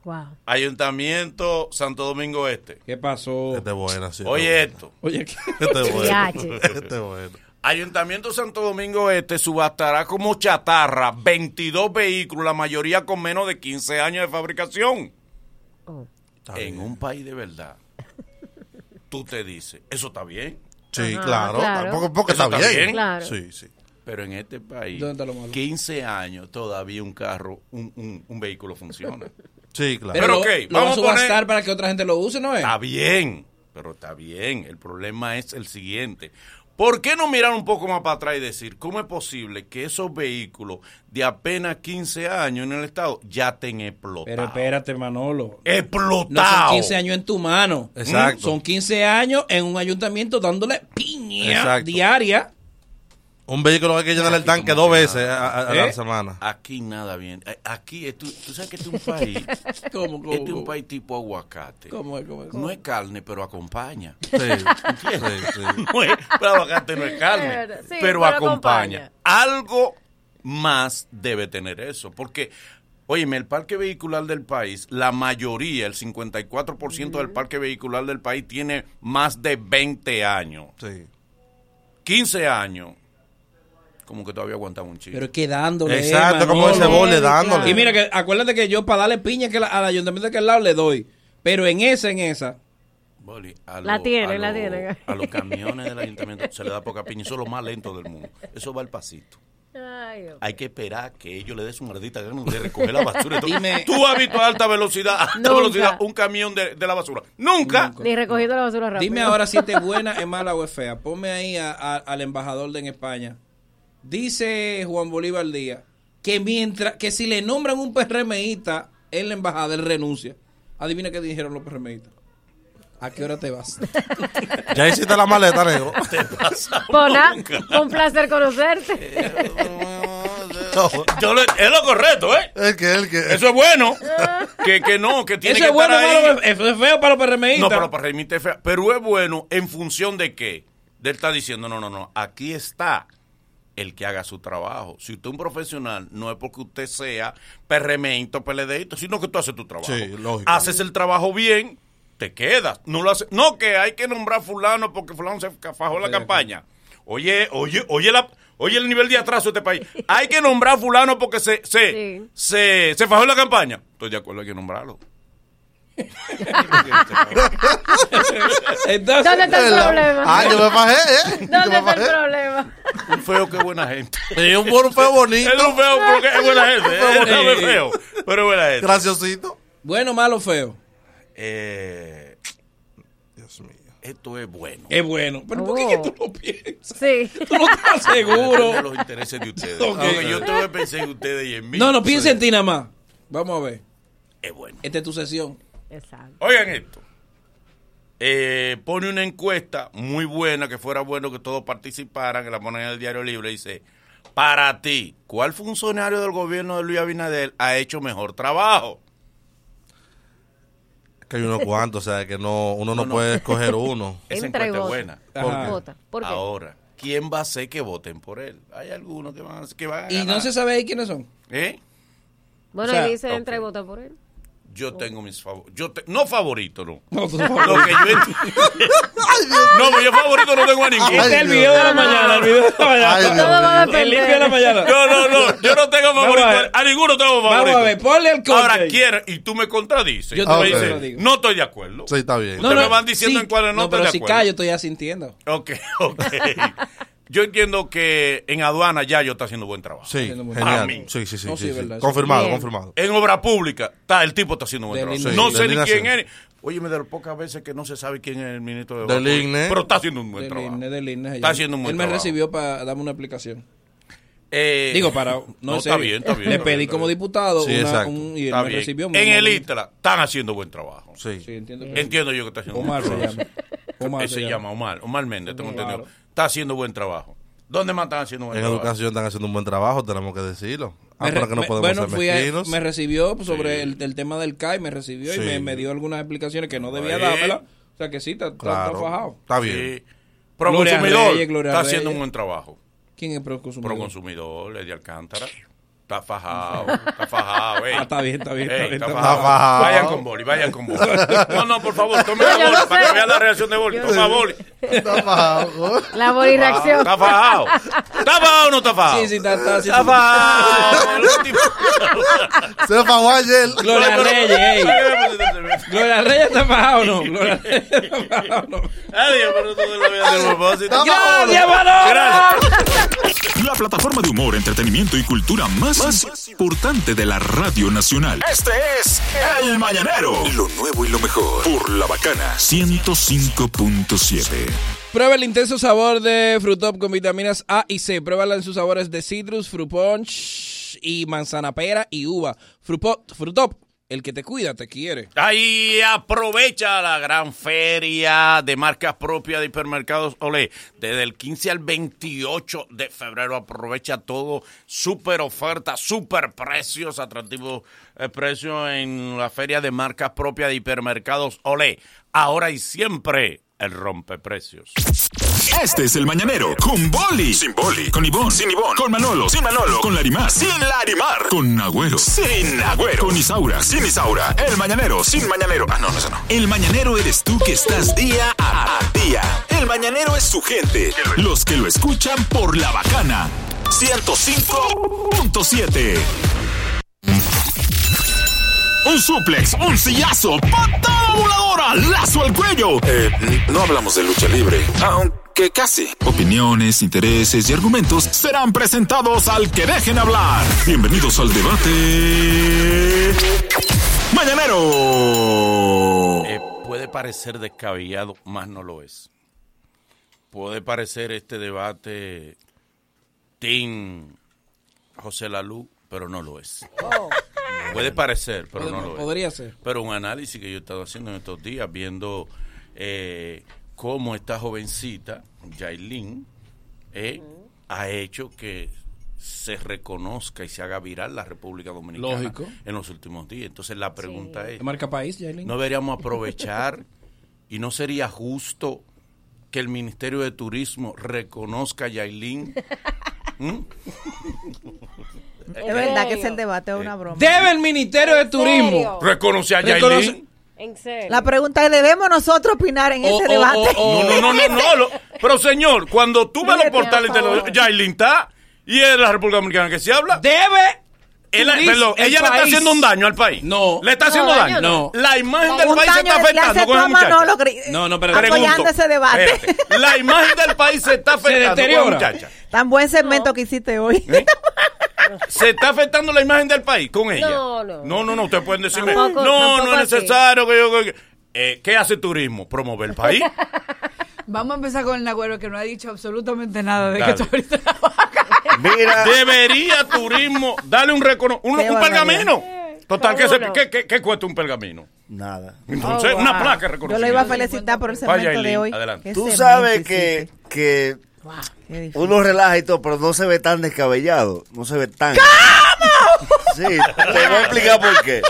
Speaker 4: Wow.
Speaker 2: Ayuntamiento Santo Domingo Este.
Speaker 3: ¿Qué pasó?
Speaker 5: Este es bueno, sí.
Speaker 2: Oye
Speaker 5: este.
Speaker 2: esto.
Speaker 3: Oye, ¿qué?
Speaker 2: [LAUGHS]
Speaker 5: es bueno. [LAUGHS] Este es bueno.
Speaker 4: Yache.
Speaker 5: [LAUGHS] Este es bueno.
Speaker 2: Ayuntamiento Santo Domingo Este subastará como chatarra 22 vehículos, la mayoría con menos de 15 años de fabricación.
Speaker 4: Oh.
Speaker 5: Está
Speaker 2: en
Speaker 5: bien.
Speaker 2: un país de verdad, tú te dices, eso está bien,
Speaker 5: Sí,
Speaker 4: Ajá,
Speaker 5: claro.
Speaker 4: claro.
Speaker 5: Tampoco porque
Speaker 2: Eso
Speaker 5: está,
Speaker 2: está
Speaker 5: bien.
Speaker 2: bien.
Speaker 4: Claro.
Speaker 5: Sí, sí.
Speaker 2: pero en este país,
Speaker 3: ¿Dónde está lo malo?
Speaker 2: 15 años todavía un carro, un, un- un vehículo funciona.
Speaker 5: Sí, claro.
Speaker 2: Pero
Speaker 3: lo-
Speaker 2: ok,
Speaker 3: lo
Speaker 2: vamos a
Speaker 3: a subastar
Speaker 2: poner-
Speaker 3: para que otra gente lo use, ¿no es?
Speaker 2: está bien, pero está bien. El problema es el siguiente. ¿Por qué no mirar un poco más para atrás y decir, cómo es posible que esos vehículos de apenas 15 años en el Estado ya estén
Speaker 3: Pero
Speaker 2: explotados?
Speaker 3: espérate, Manolo. No son
Speaker 2: ¡Explotados!
Speaker 3: 15 años en tu mano.
Speaker 5: Exacto.
Speaker 3: Son 15 años en un ayuntamiento dándole piña
Speaker 5: Exacto.
Speaker 3: diaria.
Speaker 5: Un vehículo hay que llenar el tanque dos veces a, a- a
Speaker 3: ¿Eh?
Speaker 5: la semana.
Speaker 2: Aquí nada bien. Eh, Aquí, esto- tú sabes que este es un país, este
Speaker 3: [LAUGHS] ¿Cómo, cómo,
Speaker 2: es un
Speaker 3: cómo?
Speaker 2: país tipo aguacate.
Speaker 3: ¿Cómo es, cómo es, cómo
Speaker 2: No
Speaker 3: es?
Speaker 2: es carne, pero acompaña. [LAUGHS]
Speaker 5: Sí, sí, sí.
Speaker 2: No es- pero aguacate no es
Speaker 4: Es
Speaker 2: carne,
Speaker 4: verdad. Sí,
Speaker 2: pero
Speaker 4: pero
Speaker 2: acompaña.
Speaker 4: acompaña.
Speaker 2: Algo más debe tener eso, porque, óyeme, el parque vehicular del país, la mayoría, el 54% del parque vehicular del país tiene más de 20 años,
Speaker 5: sí.
Speaker 2: 15 años. Como que todavía aguantamos un chico.
Speaker 3: Pero es que dándole.
Speaker 5: Exacto,
Speaker 3: eh,
Speaker 5: como
Speaker 3: Manolo.
Speaker 5: ese bole
Speaker 4: Sí,
Speaker 5: dándole.
Speaker 4: claro.
Speaker 3: Y mira, que acuérdate que yo para darle piña que la- al ayuntamiento de aquel lado le doy. Pero en esa, en esa.
Speaker 2: Boli, a
Speaker 4: La
Speaker 2: lo-
Speaker 4: tiene,
Speaker 2: a
Speaker 4: la
Speaker 2: lo-
Speaker 4: tiene.
Speaker 2: A los camiones del ayuntamiento se le da poca piña. Eso es lo más lento del mundo. Eso va al pasito.
Speaker 4: Ay, Dios.
Speaker 2: Hay que esperar a que ellos le den su maldita gana de recoger la basura.
Speaker 3: [LAUGHS]
Speaker 2: Entonces,
Speaker 3: Dime.
Speaker 2: Tú has visto a alta velocidad, a alta
Speaker 4: Nunca.
Speaker 2: velocidad, un camión de, de la basura. Nunca.
Speaker 4: Ni recogiendo la basura rápido.
Speaker 3: Dime ahora si
Speaker 4: [LAUGHS]
Speaker 3: esta es buena, es mala o es fea. Ponme ahí a- a- al embajador de en España. Dice Juan Bolívar Díaz que mientras que si le nombran un PRMista en la embajada, él renuncia. Adivina qué dijeron los PRMistas. ¿A qué hora
Speaker 2: [LAUGHS]
Speaker 3: te vas?
Speaker 5: Ya hiciste la maleta,
Speaker 3: [LAUGHS]
Speaker 5: negro.
Speaker 4: Bona, un placer conocerte.
Speaker 2: Yo le- es lo correcto, ¿eh?
Speaker 5: El que, el que.
Speaker 2: Eso es bueno. Que, que no, que tiene
Speaker 3: Eso
Speaker 2: que
Speaker 3: es bueno,
Speaker 2: estar ahí.
Speaker 3: malo, es es feo para los PRMistas.
Speaker 2: No, pero para remite fea. Pero es bueno en función de qué. De él está diciendo, no, no, no, aquí está el que haga su trabajo. Si usted es un profesional, no es porque usted sea perremeíto, peledeíto, sino que tú haces tu trabajo.
Speaker 5: Sí, lógico.
Speaker 2: Haces el trabajo bien, te quedas. No lo hace, no que hay que nombrar fulano porque fulano se ca- fajó la
Speaker 3: Estoy de
Speaker 2: campaña. Oye, oye, oye la oye el nivel de atraso de este país. Hay que nombrar fulano porque se se,
Speaker 4: Sí.
Speaker 2: se se fajó la campaña. Estoy de acuerdo, hay que nombrarlo.
Speaker 3: Entonces,
Speaker 4: ¿Dónde está el problema?
Speaker 5: Ah, yo me fajé, ¿eh?
Speaker 4: ¿Dónde
Speaker 5: Yo
Speaker 4: está
Speaker 5: me
Speaker 4: el
Speaker 5: fajé.
Speaker 4: problema?
Speaker 2: Un feo que buena gente.
Speaker 5: Sí, un buen fue bonito.
Speaker 2: Es un feo porque es buena gente. ¿eh?
Speaker 3: [LAUGHS]
Speaker 5: Fue
Speaker 2: Es
Speaker 5: bonito.
Speaker 2: un feo, pero es buena gente.
Speaker 5: Graciosito.
Speaker 3: bueno, malo, feo.
Speaker 2: Eh,
Speaker 5: Dios mío.
Speaker 2: esto es bueno.
Speaker 3: Es bueno. Pero ¿por qué
Speaker 4: Oh.
Speaker 3: tú lo piensas?
Speaker 4: Sí.
Speaker 3: [LAUGHS] Tú no estás
Speaker 2: Depende de
Speaker 3: seguro.
Speaker 2: los intereses de ustedes.
Speaker 3: Ok.
Speaker 2: Aunque yo te voy a pensar en ustedes y en mí.
Speaker 3: No, no, piensa en ti nada más. Vamos a ver.
Speaker 2: Es bueno.
Speaker 3: Esta es tu sesión.
Speaker 4: Exacto.
Speaker 2: Oigan esto. Eh, pone una encuesta muy buena, que fuera bueno que todos participaran, que la ponen en el Diario Libre, dice, para ti, ¿cuál funcionario del gobierno de Luis Abinader ha hecho mejor trabajo?
Speaker 5: Que hay unos cuantos, o sea, que no, uno no,
Speaker 2: No, no.
Speaker 5: puede
Speaker 3: [LAUGHS]
Speaker 5: escoger uno.
Speaker 2: [LAUGHS] Esa
Speaker 4: Entra y
Speaker 2: encuesta es
Speaker 4: vota.
Speaker 2: buena.
Speaker 3: Ajá.
Speaker 4: Vota. ¿Por qué?
Speaker 2: Ahora, ¿quién va a hacer que voten por él? Hay algunos que van a, que van a
Speaker 3: Y no
Speaker 2: ganar.
Speaker 3: se sabe ahí quiénes son.
Speaker 2: ¿Eh?
Speaker 4: Bueno,
Speaker 3: O sea,
Speaker 4: él dice
Speaker 2: ok.
Speaker 4: entra y vota por él.
Speaker 2: Yo tengo mis favoritos. Yo te- no favorito, no.
Speaker 3: No, tú
Speaker 2: Lo que yo ent-
Speaker 3: [LAUGHS]
Speaker 2: [LAUGHS] No, que yo favorito no tengo a ninguno.
Speaker 5: Ay,
Speaker 3: Este es el video de la mañana, el video de la
Speaker 5: Ay,
Speaker 3: mañana.
Speaker 5: Dios
Speaker 4: Todo va a
Speaker 5: mío.
Speaker 3: el limpio de la
Speaker 4: depender.
Speaker 3: mañana.
Speaker 2: No, no, no. Yo no tengo
Speaker 3: Vamos
Speaker 2: favorito.
Speaker 3: a
Speaker 2: A,
Speaker 3: ver.
Speaker 2: ninguno tengo favorito.
Speaker 3: Vamos a ver, ponle el corte.
Speaker 2: Ahora
Speaker 3: ahí.
Speaker 2: quieren, y tú me contradices.
Speaker 3: Yo
Speaker 2: Tú me
Speaker 5: te
Speaker 2: dices,
Speaker 3: contradigo.
Speaker 2: no estoy de acuerdo.
Speaker 5: Ah, Sí, está bien.
Speaker 2: No, ustedes me van diciendo en cuál no
Speaker 3: No,
Speaker 2: estoy
Speaker 3: pero
Speaker 2: de
Speaker 3: si
Speaker 2: acuerdo.
Speaker 3: callo, estoy asintiendo.
Speaker 2: Ok, ok. [LAUGHS] yo entiendo que en aduana ya yo está haciendo buen trabajo.
Speaker 5: Sí,
Speaker 3: Haciendo muy
Speaker 5: genial.
Speaker 2: bien.
Speaker 5: Sí, sí, sí.
Speaker 3: No,
Speaker 5: sí,
Speaker 3: sí,
Speaker 5: sí.
Speaker 3: verdad, sí.
Speaker 5: Confirmado,
Speaker 4: Bien.
Speaker 5: confirmado.
Speaker 2: En obra pública, está, el tipo está haciendo buen
Speaker 3: Del
Speaker 2: trabajo.
Speaker 3: INE.
Speaker 2: no
Speaker 5: Sí,
Speaker 2: sé
Speaker 5: del
Speaker 2: ni
Speaker 5: INE
Speaker 2: quién
Speaker 5: hace.
Speaker 2: es. Oye, me de las pocas veces que no se sabe quién es el ministro de
Speaker 5: Del
Speaker 2: Obra Pública,
Speaker 5: INE.
Speaker 2: Pero está haciendo un buen
Speaker 3: Del
Speaker 2: trabajo.
Speaker 3: INE, del INE, se
Speaker 2: Está
Speaker 3: llama.
Speaker 2: haciendo un buen
Speaker 3: Él me
Speaker 2: trabajo.
Speaker 3: recibió para darme una explicación.
Speaker 2: Eh,
Speaker 3: Digo, para. No,
Speaker 2: no,
Speaker 3: en
Speaker 2: está
Speaker 3: serio.
Speaker 2: bien, está bien,
Speaker 3: Le
Speaker 2: está
Speaker 3: pedí
Speaker 2: bien, está
Speaker 3: como
Speaker 2: bien.
Speaker 3: diputado
Speaker 5: Sí,
Speaker 3: una-
Speaker 5: exacto.
Speaker 3: un, y él
Speaker 2: está
Speaker 3: me
Speaker 2: bien.
Speaker 3: recibió. muy
Speaker 2: En el
Speaker 3: amable.
Speaker 2: ITRA están haciendo buen trabajo.
Speaker 5: Sí.
Speaker 3: Sí, entiendo. que-
Speaker 2: Entiendo yo que está haciendo
Speaker 3: Omar
Speaker 2: buen
Speaker 3: se
Speaker 2: trabajo.
Speaker 3: llama. Omar
Speaker 2: Él se llama Omar, Omar Méndez, tengo
Speaker 3: Claro.
Speaker 2: entendido. Está haciendo buen trabajo. ¿Dónde más están haciendo buen
Speaker 5: En
Speaker 2: trabajo?
Speaker 5: educación están haciendo un buen trabajo, tenemos que decirlo. Ah,
Speaker 3: Me re-
Speaker 5: pero que no
Speaker 3: me-
Speaker 5: podemos
Speaker 3: bueno,
Speaker 5: ser
Speaker 3: fui a-
Speaker 5: mezquinos.
Speaker 3: me recibió sobre el, el tema del CAI, me recibió
Speaker 5: Sí.
Speaker 3: y me, me dio algunas explicaciones que no debía
Speaker 2: Ahí.
Speaker 3: dármela. O sea que sí, está, está- está
Speaker 5: Claro.
Speaker 3: fajado.
Speaker 5: Está
Speaker 2: Sí.
Speaker 5: bien.
Speaker 2: Proconsumidor
Speaker 3: Reyes, Gloria
Speaker 2: está
Speaker 3: Reyes.
Speaker 2: haciendo un buen trabajo.
Speaker 3: ¿Quién es proconsumidor?
Speaker 2: Proconsumidor, Eddie Alcántara. Está
Speaker 3: [LAUGHS]
Speaker 2: fajado, está fajado, ey.
Speaker 3: Ah, está bien, está bien, está
Speaker 2: Ey,
Speaker 3: bien,
Speaker 2: está
Speaker 3: está
Speaker 2: fajado.
Speaker 5: fajado.
Speaker 2: Vayan con boli, vayan con boli.
Speaker 3: [LAUGHS]
Speaker 2: No, no, por favor, tome
Speaker 4: Yo
Speaker 2: la boli
Speaker 4: no
Speaker 2: para que
Speaker 4: sé.
Speaker 2: vean la reacción de boli. Toma boli.
Speaker 5: Está bajo.
Speaker 4: La boli reacción.
Speaker 2: Está fajado. ¿Está fajado o no está fajado?
Speaker 3: Sí, sí, está, está, sí,
Speaker 2: Está
Speaker 3: sí.
Speaker 2: fajado.
Speaker 3: [LAUGHS]
Speaker 2: El tipo-
Speaker 5: Se fajó ayer.
Speaker 3: Gloria Reyes, ey. Gloria Reyes está fajado o no. Gloria Reyes está fajado o no.
Speaker 2: Adiós, pero tú no lo voy a hacer a propósito.
Speaker 3: ¡Gracias, Manolo!
Speaker 2: Gracias.
Speaker 1: La plataforma de humor, entretenimiento y cultura más, más importante de la Radio Nacional. Este es El Mañanero. Lo nuevo y lo mejor. Por la bacana. 105.7.
Speaker 3: Prueba el intenso sabor de Frutop con vitaminas A y C. Pruébala en sus sabores de citrus, fruit punch y manzana pera y uva. Frutop, Frutop, el que te cuida, te quiere.
Speaker 2: Ahí aprovecha la gran feria de marcas propias de hipermercados Olé. Desde el 15 al 28 de febrero aprovecha todo. Super ofertas, super precios, atractivos eh, precios en la feria de marcas propias de hipermercados Olé. Ahora y siempre el rompeprecios.
Speaker 1: Este es El Mañanero. Con Boli. Sin Boli. Con Ivón. Sin Ivón. Con Manolo. Sin Manolo. Con Larimar. Sin Larimar. Con Agüero. Sin Agüero. Con Isaura. Sin Isaura. El Mañanero. Sin Mañanero. Ah, no, no, eso no. El Mañanero eres tú que estás día a día. El Mañanero es su gente. Los que lo escuchan por la bacana. 105.7. Un suplex, un sillazo, patada voladora, lazo al cuello. Eh, no hablamos de lucha libre, aunque casi. Opiniones, intereses y argumentos serán presentados al que dejen hablar. Bienvenidos al debate. Mañanero.
Speaker 2: Eh, puede parecer descabellado, más no lo es. Puede parecer este debate Team José Lalú, pero no lo es. Puede parecer, pero no lo es.
Speaker 3: Podría ser.
Speaker 2: Pero un análisis que yo he estado haciendo en estos días, viendo eh, cómo esta jovencita, Yailin, eh, ha hecho que se reconozca y se haga viral la República Dominicana
Speaker 3: Lógico.
Speaker 2: en los últimos días. Entonces la pregunta es,
Speaker 3: Marca país, Yailin.
Speaker 2: no deberíamos aprovechar y no sería justo que el Ministerio de Turismo reconozca a
Speaker 3: [LAUGHS]
Speaker 2: Yailin. ¿Mm?
Speaker 9: Es verdad que es el debate, es una broma.
Speaker 3: Debe el Ministerio Eh, de
Speaker 4: ¿En
Speaker 3: Turismo.
Speaker 4: serio?
Speaker 2: ¿Reconoce a
Speaker 3: Reconoce-
Speaker 2: Yailin?
Speaker 4: En serio.
Speaker 9: La pregunta es, ¿debemos nosotros opinar en
Speaker 3: O-
Speaker 9: ese
Speaker 3: o-
Speaker 9: debate?
Speaker 3: o- o-
Speaker 2: No, no, no, no, no. lo- pero señor, cuando tú ves los
Speaker 4: Mírete,
Speaker 2: portales
Speaker 4: por favor.
Speaker 2: internacionales, Yailin está y es de la República Dominicana que se habla.
Speaker 3: Debe.
Speaker 2: Él-
Speaker 3: turis-
Speaker 2: perdón,
Speaker 3: el
Speaker 2: ella le está
Speaker 3: país.
Speaker 2: haciendo un daño al país.
Speaker 3: No.
Speaker 2: Le está haciendo
Speaker 4: No,
Speaker 2: daño.
Speaker 4: daño
Speaker 3: no.
Speaker 2: La imagen del
Speaker 9: Un
Speaker 2: país se
Speaker 9: daño
Speaker 2: está
Speaker 9: le hace
Speaker 2: afectando
Speaker 9: tú
Speaker 2: con
Speaker 9: a
Speaker 2: el muchacho.
Speaker 9: Manolo Gris-
Speaker 3: No, no, pero-
Speaker 2: Eh, Pregunto.
Speaker 9: apoyando ese debate.
Speaker 2: Espérate. La imagen del país se está afectando con el
Speaker 3: deteriora.
Speaker 2: muchacho.
Speaker 9: [LAUGHS] Tan buen segmento que hiciste hoy.
Speaker 3: Eh,
Speaker 2: ¿Se está afectando la imagen del país con ella?
Speaker 4: No, no.
Speaker 2: No, no, no, ustedes pueden decirme,
Speaker 4: Tampoco-
Speaker 2: no,
Speaker 4: tampoco
Speaker 2: no es
Speaker 4: así.
Speaker 2: necesario que yo... que- eh, ¿Qué hace turismo? ¿Promover el
Speaker 4: [LAUGHS]
Speaker 7: [LAUGHS]
Speaker 2: país?
Speaker 10: Vamos a empezar con el Nagüero, que no ha dicho absolutamente nada de
Speaker 2: Dale.
Speaker 10: que tú
Speaker 11: [LAUGHS]
Speaker 10: ahorita trabajas.
Speaker 11: Mira,
Speaker 2: Debería turismo darle un recono un,
Speaker 9: Qué
Speaker 2: un
Speaker 9: barbaridad.
Speaker 2: pergamino. Total, ¿qué, se-
Speaker 4: Seguro.
Speaker 2: qué- qué- qué cuesta un pergamino?
Speaker 11: nada.
Speaker 2: Entonces,
Speaker 4: Oh, wow.
Speaker 2: una
Speaker 3: ah,
Speaker 2: placa
Speaker 9: Yo le iba a
Speaker 2: reconocida.
Speaker 9: felicitar por el
Speaker 2: Vaya,
Speaker 9: segmento de
Speaker 2: Eileen,
Speaker 9: hoy.
Speaker 2: adelante.
Speaker 9: Qué
Speaker 11: Tú
Speaker 9: segmento
Speaker 11: sabes que,
Speaker 9: hiciste.
Speaker 11: que
Speaker 9: Qué difícil.
Speaker 11: uno relaja y todo, pero no se ve tan descabellado. No se ve tan. Sí, te voy a explicar por qué.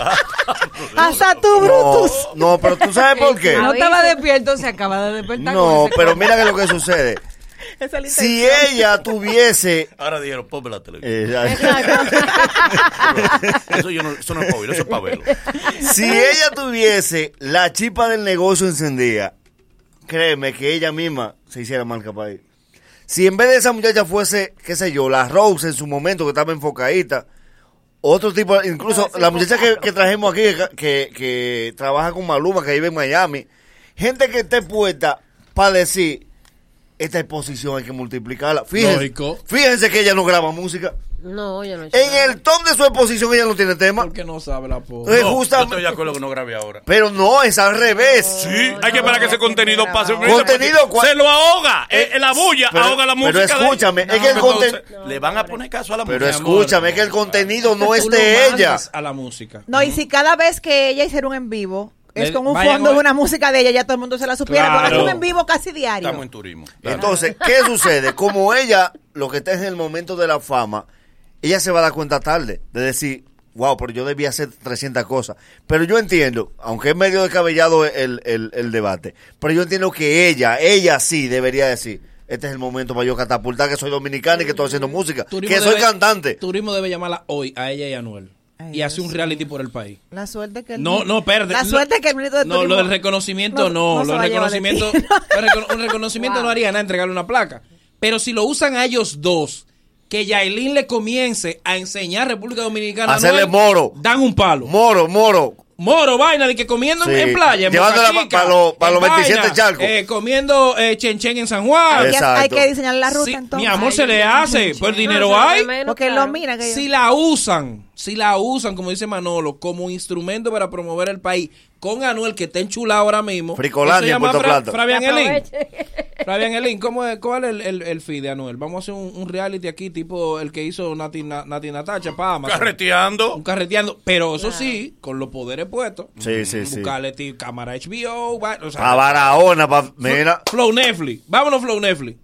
Speaker 9: Hasta tú,
Speaker 11: No,
Speaker 9: Brutus.
Speaker 11: no, pero tú sabes por qué.
Speaker 10: No estaba despierto, se acaba de despertar.
Speaker 11: No,
Speaker 10: con ese-
Speaker 11: pero mira que lo
Speaker 9: [LAUGHS]
Speaker 11: que sucede.
Speaker 9: Esa es la
Speaker 11: Si
Speaker 9: intención.
Speaker 11: ella tuviese.
Speaker 2: Ahora dijeron, ponme la televisión.
Speaker 11: eh, ya-
Speaker 2: Eso, yo no, eso no es pabilo, eso es pabelo.
Speaker 11: si ella tuviese la chispa del negocio encendida, créeme que ella misma se hiciera marca país. Si en vez de esa muchacha fuese, qué sé yo, la Rose en su momento que estaba enfocadita, otro tipo, incluso la muchacha que, que trajimos aquí, que, que- que trabaja con Maluma, que vive en Miami, gente que esté puesta para decir, esta exposición hay que multiplicarla. Fíjense,
Speaker 3: Lógico.
Speaker 11: fíjense que ella no graba música.
Speaker 4: No, yo no he hecho
Speaker 11: En
Speaker 4: nada.
Speaker 11: el top de su exposición ella no tiene tema.
Speaker 3: Porque no sabe la pobre.
Speaker 11: Eh,
Speaker 2: No, Yo
Speaker 11: justamente-
Speaker 2: estoy de acuerdo que no grabé ahora.
Speaker 11: pero no, es al revés.
Speaker 2: Sí, hay que esperar que ese contenido pase.
Speaker 11: Contenido, ¿cuál?
Speaker 2: Se lo ahoga. Eh, la bulla
Speaker 11: pero-
Speaker 2: ahoga la
Speaker 11: pero
Speaker 2: música. de-
Speaker 11: escúchame, es que el
Speaker 2: Entonces,
Speaker 11: conten-
Speaker 2: Le van a poner caso a la
Speaker 11: Pero
Speaker 2: música.
Speaker 11: escúchame, es que el contenido no es
Speaker 3: Tú lo
Speaker 11: de ella.
Speaker 3: mandas A la música.
Speaker 9: No, y si cada vez que ella hiciera un en vivo es
Speaker 3: Le-
Speaker 9: con un
Speaker 3: vayan
Speaker 9: fondo
Speaker 3: a-
Speaker 9: de una música de ella, ya todo el mundo se la supiera.
Speaker 3: Claro.
Speaker 9: Porque es un en vivo casi diario.
Speaker 2: Estamos en turismo.
Speaker 11: Entonces,
Speaker 3: [LAUGHS]
Speaker 11: ¿qué sucede? Como ella, lo que está en el momento de la fama, ella se va a dar cuenta tarde de decir, wow, pero yo debía hacer 300 cosas. Pero yo entiendo, aunque es medio descabellado el, el- el debate, pero yo entiendo que ella, ella sí debería decir, este es el momento para yo catapultar que soy dominicana y que estoy haciendo música,
Speaker 3: Turismo
Speaker 11: que soy
Speaker 3: debe-
Speaker 11: cantante.
Speaker 3: Turismo debe llamarla hoy a ella y a Anuel.
Speaker 9: Ay,
Speaker 3: Y hace un
Speaker 9: Dios
Speaker 3: reality por el país.
Speaker 9: La suerte que el-
Speaker 3: No, no, espérate.
Speaker 9: La
Speaker 3: No,
Speaker 9: suerte que el ministro de
Speaker 3: No,
Speaker 9: Turismo-
Speaker 3: lo del reconocimiento
Speaker 9: no,
Speaker 3: no.
Speaker 9: no se
Speaker 3: lo del
Speaker 9: va a llevar de
Speaker 3: reconocimiento,
Speaker 9: ti.
Speaker 3: [LAUGHS] lo recono- un reconocimiento
Speaker 4: Wow.
Speaker 3: no haría nada entregarle una placa. Pero si lo usan a ellos dos, que Yailin le comience a enseñar República Dominicana. a
Speaker 11: Hacerle
Speaker 3: Noel,
Speaker 11: moro.
Speaker 3: Dan un palo.
Speaker 11: Moro, moro.
Speaker 3: Moro, vaina, de que comiendo en-
Speaker 11: Sí.
Speaker 3: en playa. en
Speaker 11: Llevándola
Speaker 3: Boca
Speaker 11: pa-
Speaker 3: Chica,
Speaker 11: pa' lo- pa'
Speaker 3: en
Speaker 11: los 27
Speaker 3: vaina,
Speaker 11: charcos.
Speaker 3: eh, comiendo eh, chenchen en San Juan.
Speaker 9: Hay que, hay
Speaker 11: Exacto.
Speaker 9: que diseñar la ruta
Speaker 3: Sí,
Speaker 9: entonces.
Speaker 3: mi amor,
Speaker 4: Ay,
Speaker 3: se le
Speaker 4: Dios,
Speaker 3: hace.
Speaker 4: chenchen.
Speaker 3: Por
Speaker 4: No,
Speaker 3: dinero
Speaker 4: se lo
Speaker 3: hay.
Speaker 4: menos. Bueno,
Speaker 9: Porque
Speaker 4: claro.
Speaker 9: lo mira que
Speaker 3: Si la usan, si la usan, como dice Manolo, como instrumento para promover el país, con Anuel que está enchulado ahora mismo.
Speaker 11: Fricolandia
Speaker 3: Eso
Speaker 11: en
Speaker 3: se llama
Speaker 11: Puerto
Speaker 3: Fra-
Speaker 11: Plata.
Speaker 3: Fabián Elín.
Speaker 4: Aproveche.
Speaker 3: [LAUGHS] Fabián Elín, ¿cómo es, ¿cuál es el, el, el feed de Anuel? Vamos a hacer un, un reality aquí, tipo el que hizo Nati, Na- Nati Natacha, para Amazon. Un
Speaker 2: Carreteando.
Speaker 3: carreteando, pero eso sí, con los poderes puestos.
Speaker 11: Sí, sí, sí.
Speaker 3: Buscarle ti- cámara HBO, va- o sea,
Speaker 11: Pa' Barahona, pa- mira.
Speaker 3: Flow Netflix. Vámonos, Flow Netflix.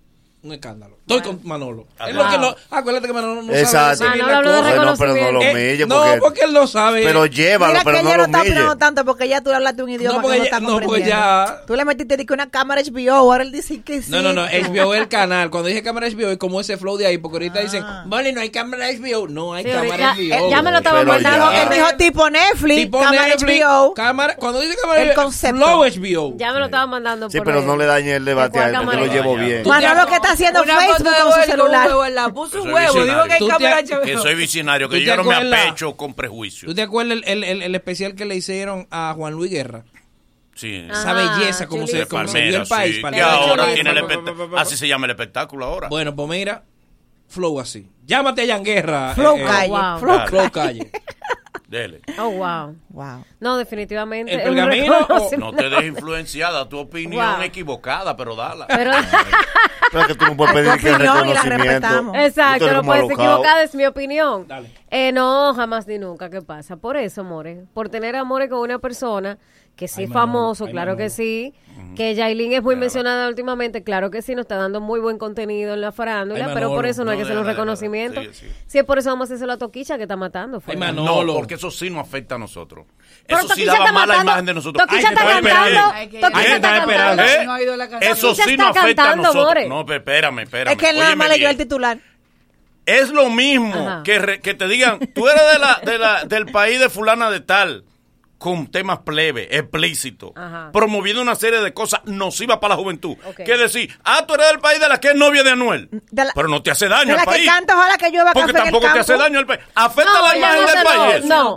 Speaker 3: Un escándalo. Estoy con Manolo. Es lo
Speaker 4: Wow.
Speaker 3: que no- acuérdate que Manolo no
Speaker 11: Exacto.
Speaker 3: sabe. recibir
Speaker 4: Manolo
Speaker 3: la
Speaker 4: habló de
Speaker 3: cosa.
Speaker 11: Bueno, pero no lo
Speaker 4: reconocimiento.
Speaker 11: humille
Speaker 3: Eh, no,
Speaker 11: porque...
Speaker 3: porque él no sabe.
Speaker 11: Pero llévalo,
Speaker 9: Mira
Speaker 11: pero
Speaker 9: que
Speaker 11: no
Speaker 9: ella
Speaker 11: lo
Speaker 9: no está
Speaker 11: humille.
Speaker 9: aprendiendo tanto porque ya tú le hablaste un idioma que
Speaker 3: porque
Speaker 9: no
Speaker 3: ella-
Speaker 9: está
Speaker 3: no, porque
Speaker 9: comprendiendo.
Speaker 3: ya-
Speaker 9: Tú le metiste que una cámara HBO, ahora él dice que sí.
Speaker 3: No, no, no, HBO es el canal. Cuando dije cámara HBO es como ese flow de ahí, porque ahorita dicen, vale, no hay cámara HBO. No hay
Speaker 4: Ah. Sí,
Speaker 3: cámara
Speaker 4: ahorita,
Speaker 3: HBO.
Speaker 4: eh, ya me lo estaban
Speaker 11: Pero
Speaker 4: mandando.
Speaker 11: ya.
Speaker 9: Él dijo tipo Netflix,
Speaker 3: Tipo
Speaker 9: cámara
Speaker 3: Netflix,
Speaker 9: HBO.
Speaker 3: cámara- cuando dice cámara
Speaker 9: El
Speaker 3: HBO,
Speaker 9: concepto.
Speaker 3: flow HBO.
Speaker 4: [LAUGHS] Ya me lo estaban mandando.
Speaker 11: Sí,
Speaker 4: por
Speaker 11: pero
Speaker 4: ahí.
Speaker 11: no le dañe el debate
Speaker 4: ¿En cuál
Speaker 11: a él, porque
Speaker 4: cámara?
Speaker 11: lo llevo bien.
Speaker 9: Tú- Manolo, ¿qué está haciendo
Speaker 10: Una
Speaker 9: Facebook
Speaker 10: foto de
Speaker 9: con su
Speaker 10: Google,
Speaker 9: celular?
Speaker 10: un huevo en la- Puso un
Speaker 2: Soy
Speaker 10: huevo,
Speaker 2: visionario.
Speaker 10: digo que hay
Speaker 3: Tú te-
Speaker 10: cámara
Speaker 2: Que soy visionario,
Speaker 3: ¿Tú
Speaker 2: que
Speaker 3: te
Speaker 2: yo no me
Speaker 3: acuerdas?
Speaker 2: apecho con prejuicio.
Speaker 3: ¿Tú te acuerdas el, el- el- el especial que le hicieron a Juan Luis Guerra?
Speaker 2: Sí.
Speaker 3: Esa belleza, como se,
Speaker 2: De
Speaker 3: como se vio
Speaker 2: Palmera,
Speaker 3: el país.
Speaker 2: sí, que
Speaker 3: Palmera.
Speaker 2: ahora
Speaker 3: Palmera.
Speaker 2: tiene el
Speaker 3: Pa, pa, pa, pa,
Speaker 2: espectáculo.
Speaker 3: pa.
Speaker 2: Así se llama el espectáculo ahora.
Speaker 3: Bueno, pues mira, flow así. Llámate a Jan Guerra.
Speaker 9: Flow
Speaker 3: eh, eh,
Speaker 9: calle,
Speaker 4: wow.
Speaker 9: flow
Speaker 2: Claro.
Speaker 3: Flow
Speaker 9: calle.
Speaker 3: Calle.
Speaker 2: Dele.
Speaker 4: Oh, wow.
Speaker 9: Wow.
Speaker 4: No, definitivamente.
Speaker 3: ¿El
Speaker 4: es un
Speaker 3: pergamino o-
Speaker 2: No
Speaker 3: [LAUGHS]
Speaker 4: reconocimiento.
Speaker 2: te dejes influenciada, tu opinión
Speaker 4: Wow.
Speaker 2: equivocada, pero dala.
Speaker 4: Pero,
Speaker 11: [LAUGHS] Pero es que tú no puedes pedir que el
Speaker 9: opinión y la
Speaker 11: reconocimiento.
Speaker 9: respetamos.
Speaker 11: Tú
Speaker 4: exacto,
Speaker 11: eres
Speaker 4: no
Speaker 11: como
Speaker 4: puedes ser
Speaker 11: alocado.
Speaker 4: equivocada, es mi opinión.
Speaker 3: Dale.
Speaker 4: Eh, no, jamás ni nunca, ¿qué pasa? Por eso, More, por tener amores con una persona que sí
Speaker 3: Ay,
Speaker 4: es
Speaker 3: Manolo,
Speaker 4: famoso,
Speaker 3: ay,
Speaker 4: claro que
Speaker 3: Manolo.
Speaker 4: sí, que Yailin es muy mencionada últimamente, claro que sí, nos está dando muy buen contenido en la farándula,
Speaker 3: Ay,
Speaker 4: pero por
Speaker 3: Manolo,
Speaker 4: eso no, hay que
Speaker 2: no,
Speaker 4: hacer un
Speaker 2: déjala, déjala.
Speaker 4: reconocimiento.
Speaker 2: Sí, sí.
Speaker 4: Si es por eso vamos a hacerse la toquicha que está matando. fuera.
Speaker 3: Manolo.
Speaker 2: No,
Speaker 3: Manolo.
Speaker 2: porque eso sí nos afecta a nosotros.
Speaker 4: Pero
Speaker 2: eso sí
Speaker 4: Toquicha
Speaker 2: daba
Speaker 4: está
Speaker 2: mala
Speaker 4: matando-
Speaker 2: imagen de nosotros.
Speaker 4: Toquicha
Speaker 2: Ay,
Speaker 4: está
Speaker 2: que no, espérate.
Speaker 4: cantando.
Speaker 10: Ay, que
Speaker 4: Toquicha está
Speaker 10: yo-
Speaker 3: Ay, que está
Speaker 4: cantando.
Speaker 10: esperando.
Speaker 2: ¿Eh?
Speaker 10: No ha oído la canción.
Speaker 2: Eso
Speaker 4: Toquicha
Speaker 2: sí
Speaker 4: está
Speaker 2: nos afecta a
Speaker 4: cantando,
Speaker 2: nosotros.
Speaker 4: More.
Speaker 2: No, pero espérame, espérame.
Speaker 9: Es que él nada
Speaker 2: Óyeme
Speaker 9: más leyó
Speaker 2: bien.
Speaker 9: el titular.
Speaker 2: Es lo mismo
Speaker 4: Ajá.
Speaker 2: que, re- que te digan, tú eres de la, de la- del país de fulana de tal, con temas plebe, explícito,
Speaker 4: Ajá.
Speaker 2: promoviendo una serie de cosas nocivas para la juventud.
Speaker 4: Ok.
Speaker 2: Que decir, ah, tú eres del país de la que es novia de Anuel.
Speaker 9: De la-
Speaker 2: Pero no te hace daño
Speaker 9: de
Speaker 2: al
Speaker 9: la que
Speaker 2: país.
Speaker 9: canta, ojalá que llueva
Speaker 2: Porque
Speaker 9: café en el
Speaker 2: tampoco te hace
Speaker 9: campo.
Speaker 2: daño al país. Afecta
Speaker 4: No,
Speaker 2: la
Speaker 4: ella
Speaker 2: imagen
Speaker 4: no
Speaker 2: del
Speaker 4: se
Speaker 2: país.
Speaker 4: lo-
Speaker 2: eso.
Speaker 4: No,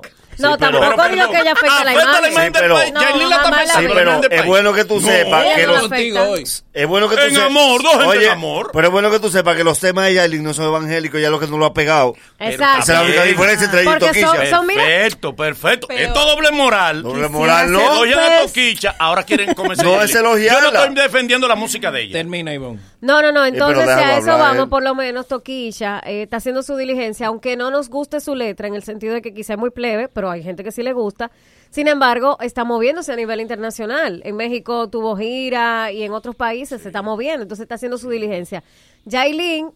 Speaker 4: no,
Speaker 11: Sí, pero-
Speaker 4: tampoco
Speaker 2: pero-
Speaker 4: digo que ella afecta la
Speaker 2: Afecta la imagen
Speaker 4: imagen.
Speaker 2: del
Speaker 11: pero-
Speaker 2: país.
Speaker 4: No,
Speaker 2: Yailin la está
Speaker 4: jamás la
Speaker 2: afectando
Speaker 11: Sí,
Speaker 2: la
Speaker 4: pero
Speaker 2: imagen
Speaker 11: pero
Speaker 2: del
Speaker 11: es
Speaker 2: país.
Speaker 11: bueno que tú
Speaker 2: No,
Speaker 11: sepas
Speaker 4: ella
Speaker 11: que
Speaker 4: no
Speaker 11: los...
Speaker 4: afecta.
Speaker 3: contigo hoy.
Speaker 11: Es bueno que tú
Speaker 2: En
Speaker 11: se-
Speaker 2: amor, dos gente
Speaker 11: Oye,
Speaker 2: en amor.
Speaker 11: Pero es bueno que tú sepas que los temas de Yailin no son evangélicos, ya lo que no lo ha pegado.
Speaker 4: Exacto.
Speaker 11: Esa es la única diferencia entre ella y
Speaker 4: Porque son-
Speaker 11: Toquilla.
Speaker 4: son- mira-
Speaker 2: Perfecto, perfecto.
Speaker 10: Pero-
Speaker 2: Esto doble moral.
Speaker 11: Doble moral,
Speaker 2: Que
Speaker 11: no.
Speaker 2: elogian a
Speaker 9: pues.
Speaker 2: Toquicha, ahora
Speaker 11: [LAUGHS]
Speaker 2: quieren comerse.
Speaker 11: No,
Speaker 2: de
Speaker 11: es
Speaker 2: ella. Yo
Speaker 11: elogiarla.
Speaker 2: no estoy defendiendo la música de ella.
Speaker 3: Termina, Ivonne.
Speaker 4: No, no, no,
Speaker 11: Eh, pero
Speaker 4: entonces si
Speaker 11: déjalo
Speaker 4: a eso
Speaker 11: hablar,
Speaker 4: vamos,
Speaker 11: él.
Speaker 4: por lo menos Toquilla eh, está haciendo su diligencia, aunque no nos guste su letra, en el sentido de que quizá es muy plebe, pero hay gente que sí le gusta. Sin embargo, está moviéndose a nivel internacional. En México tuvo gira y en otros países se está moviendo, entonces está haciendo su diligencia. Yailin,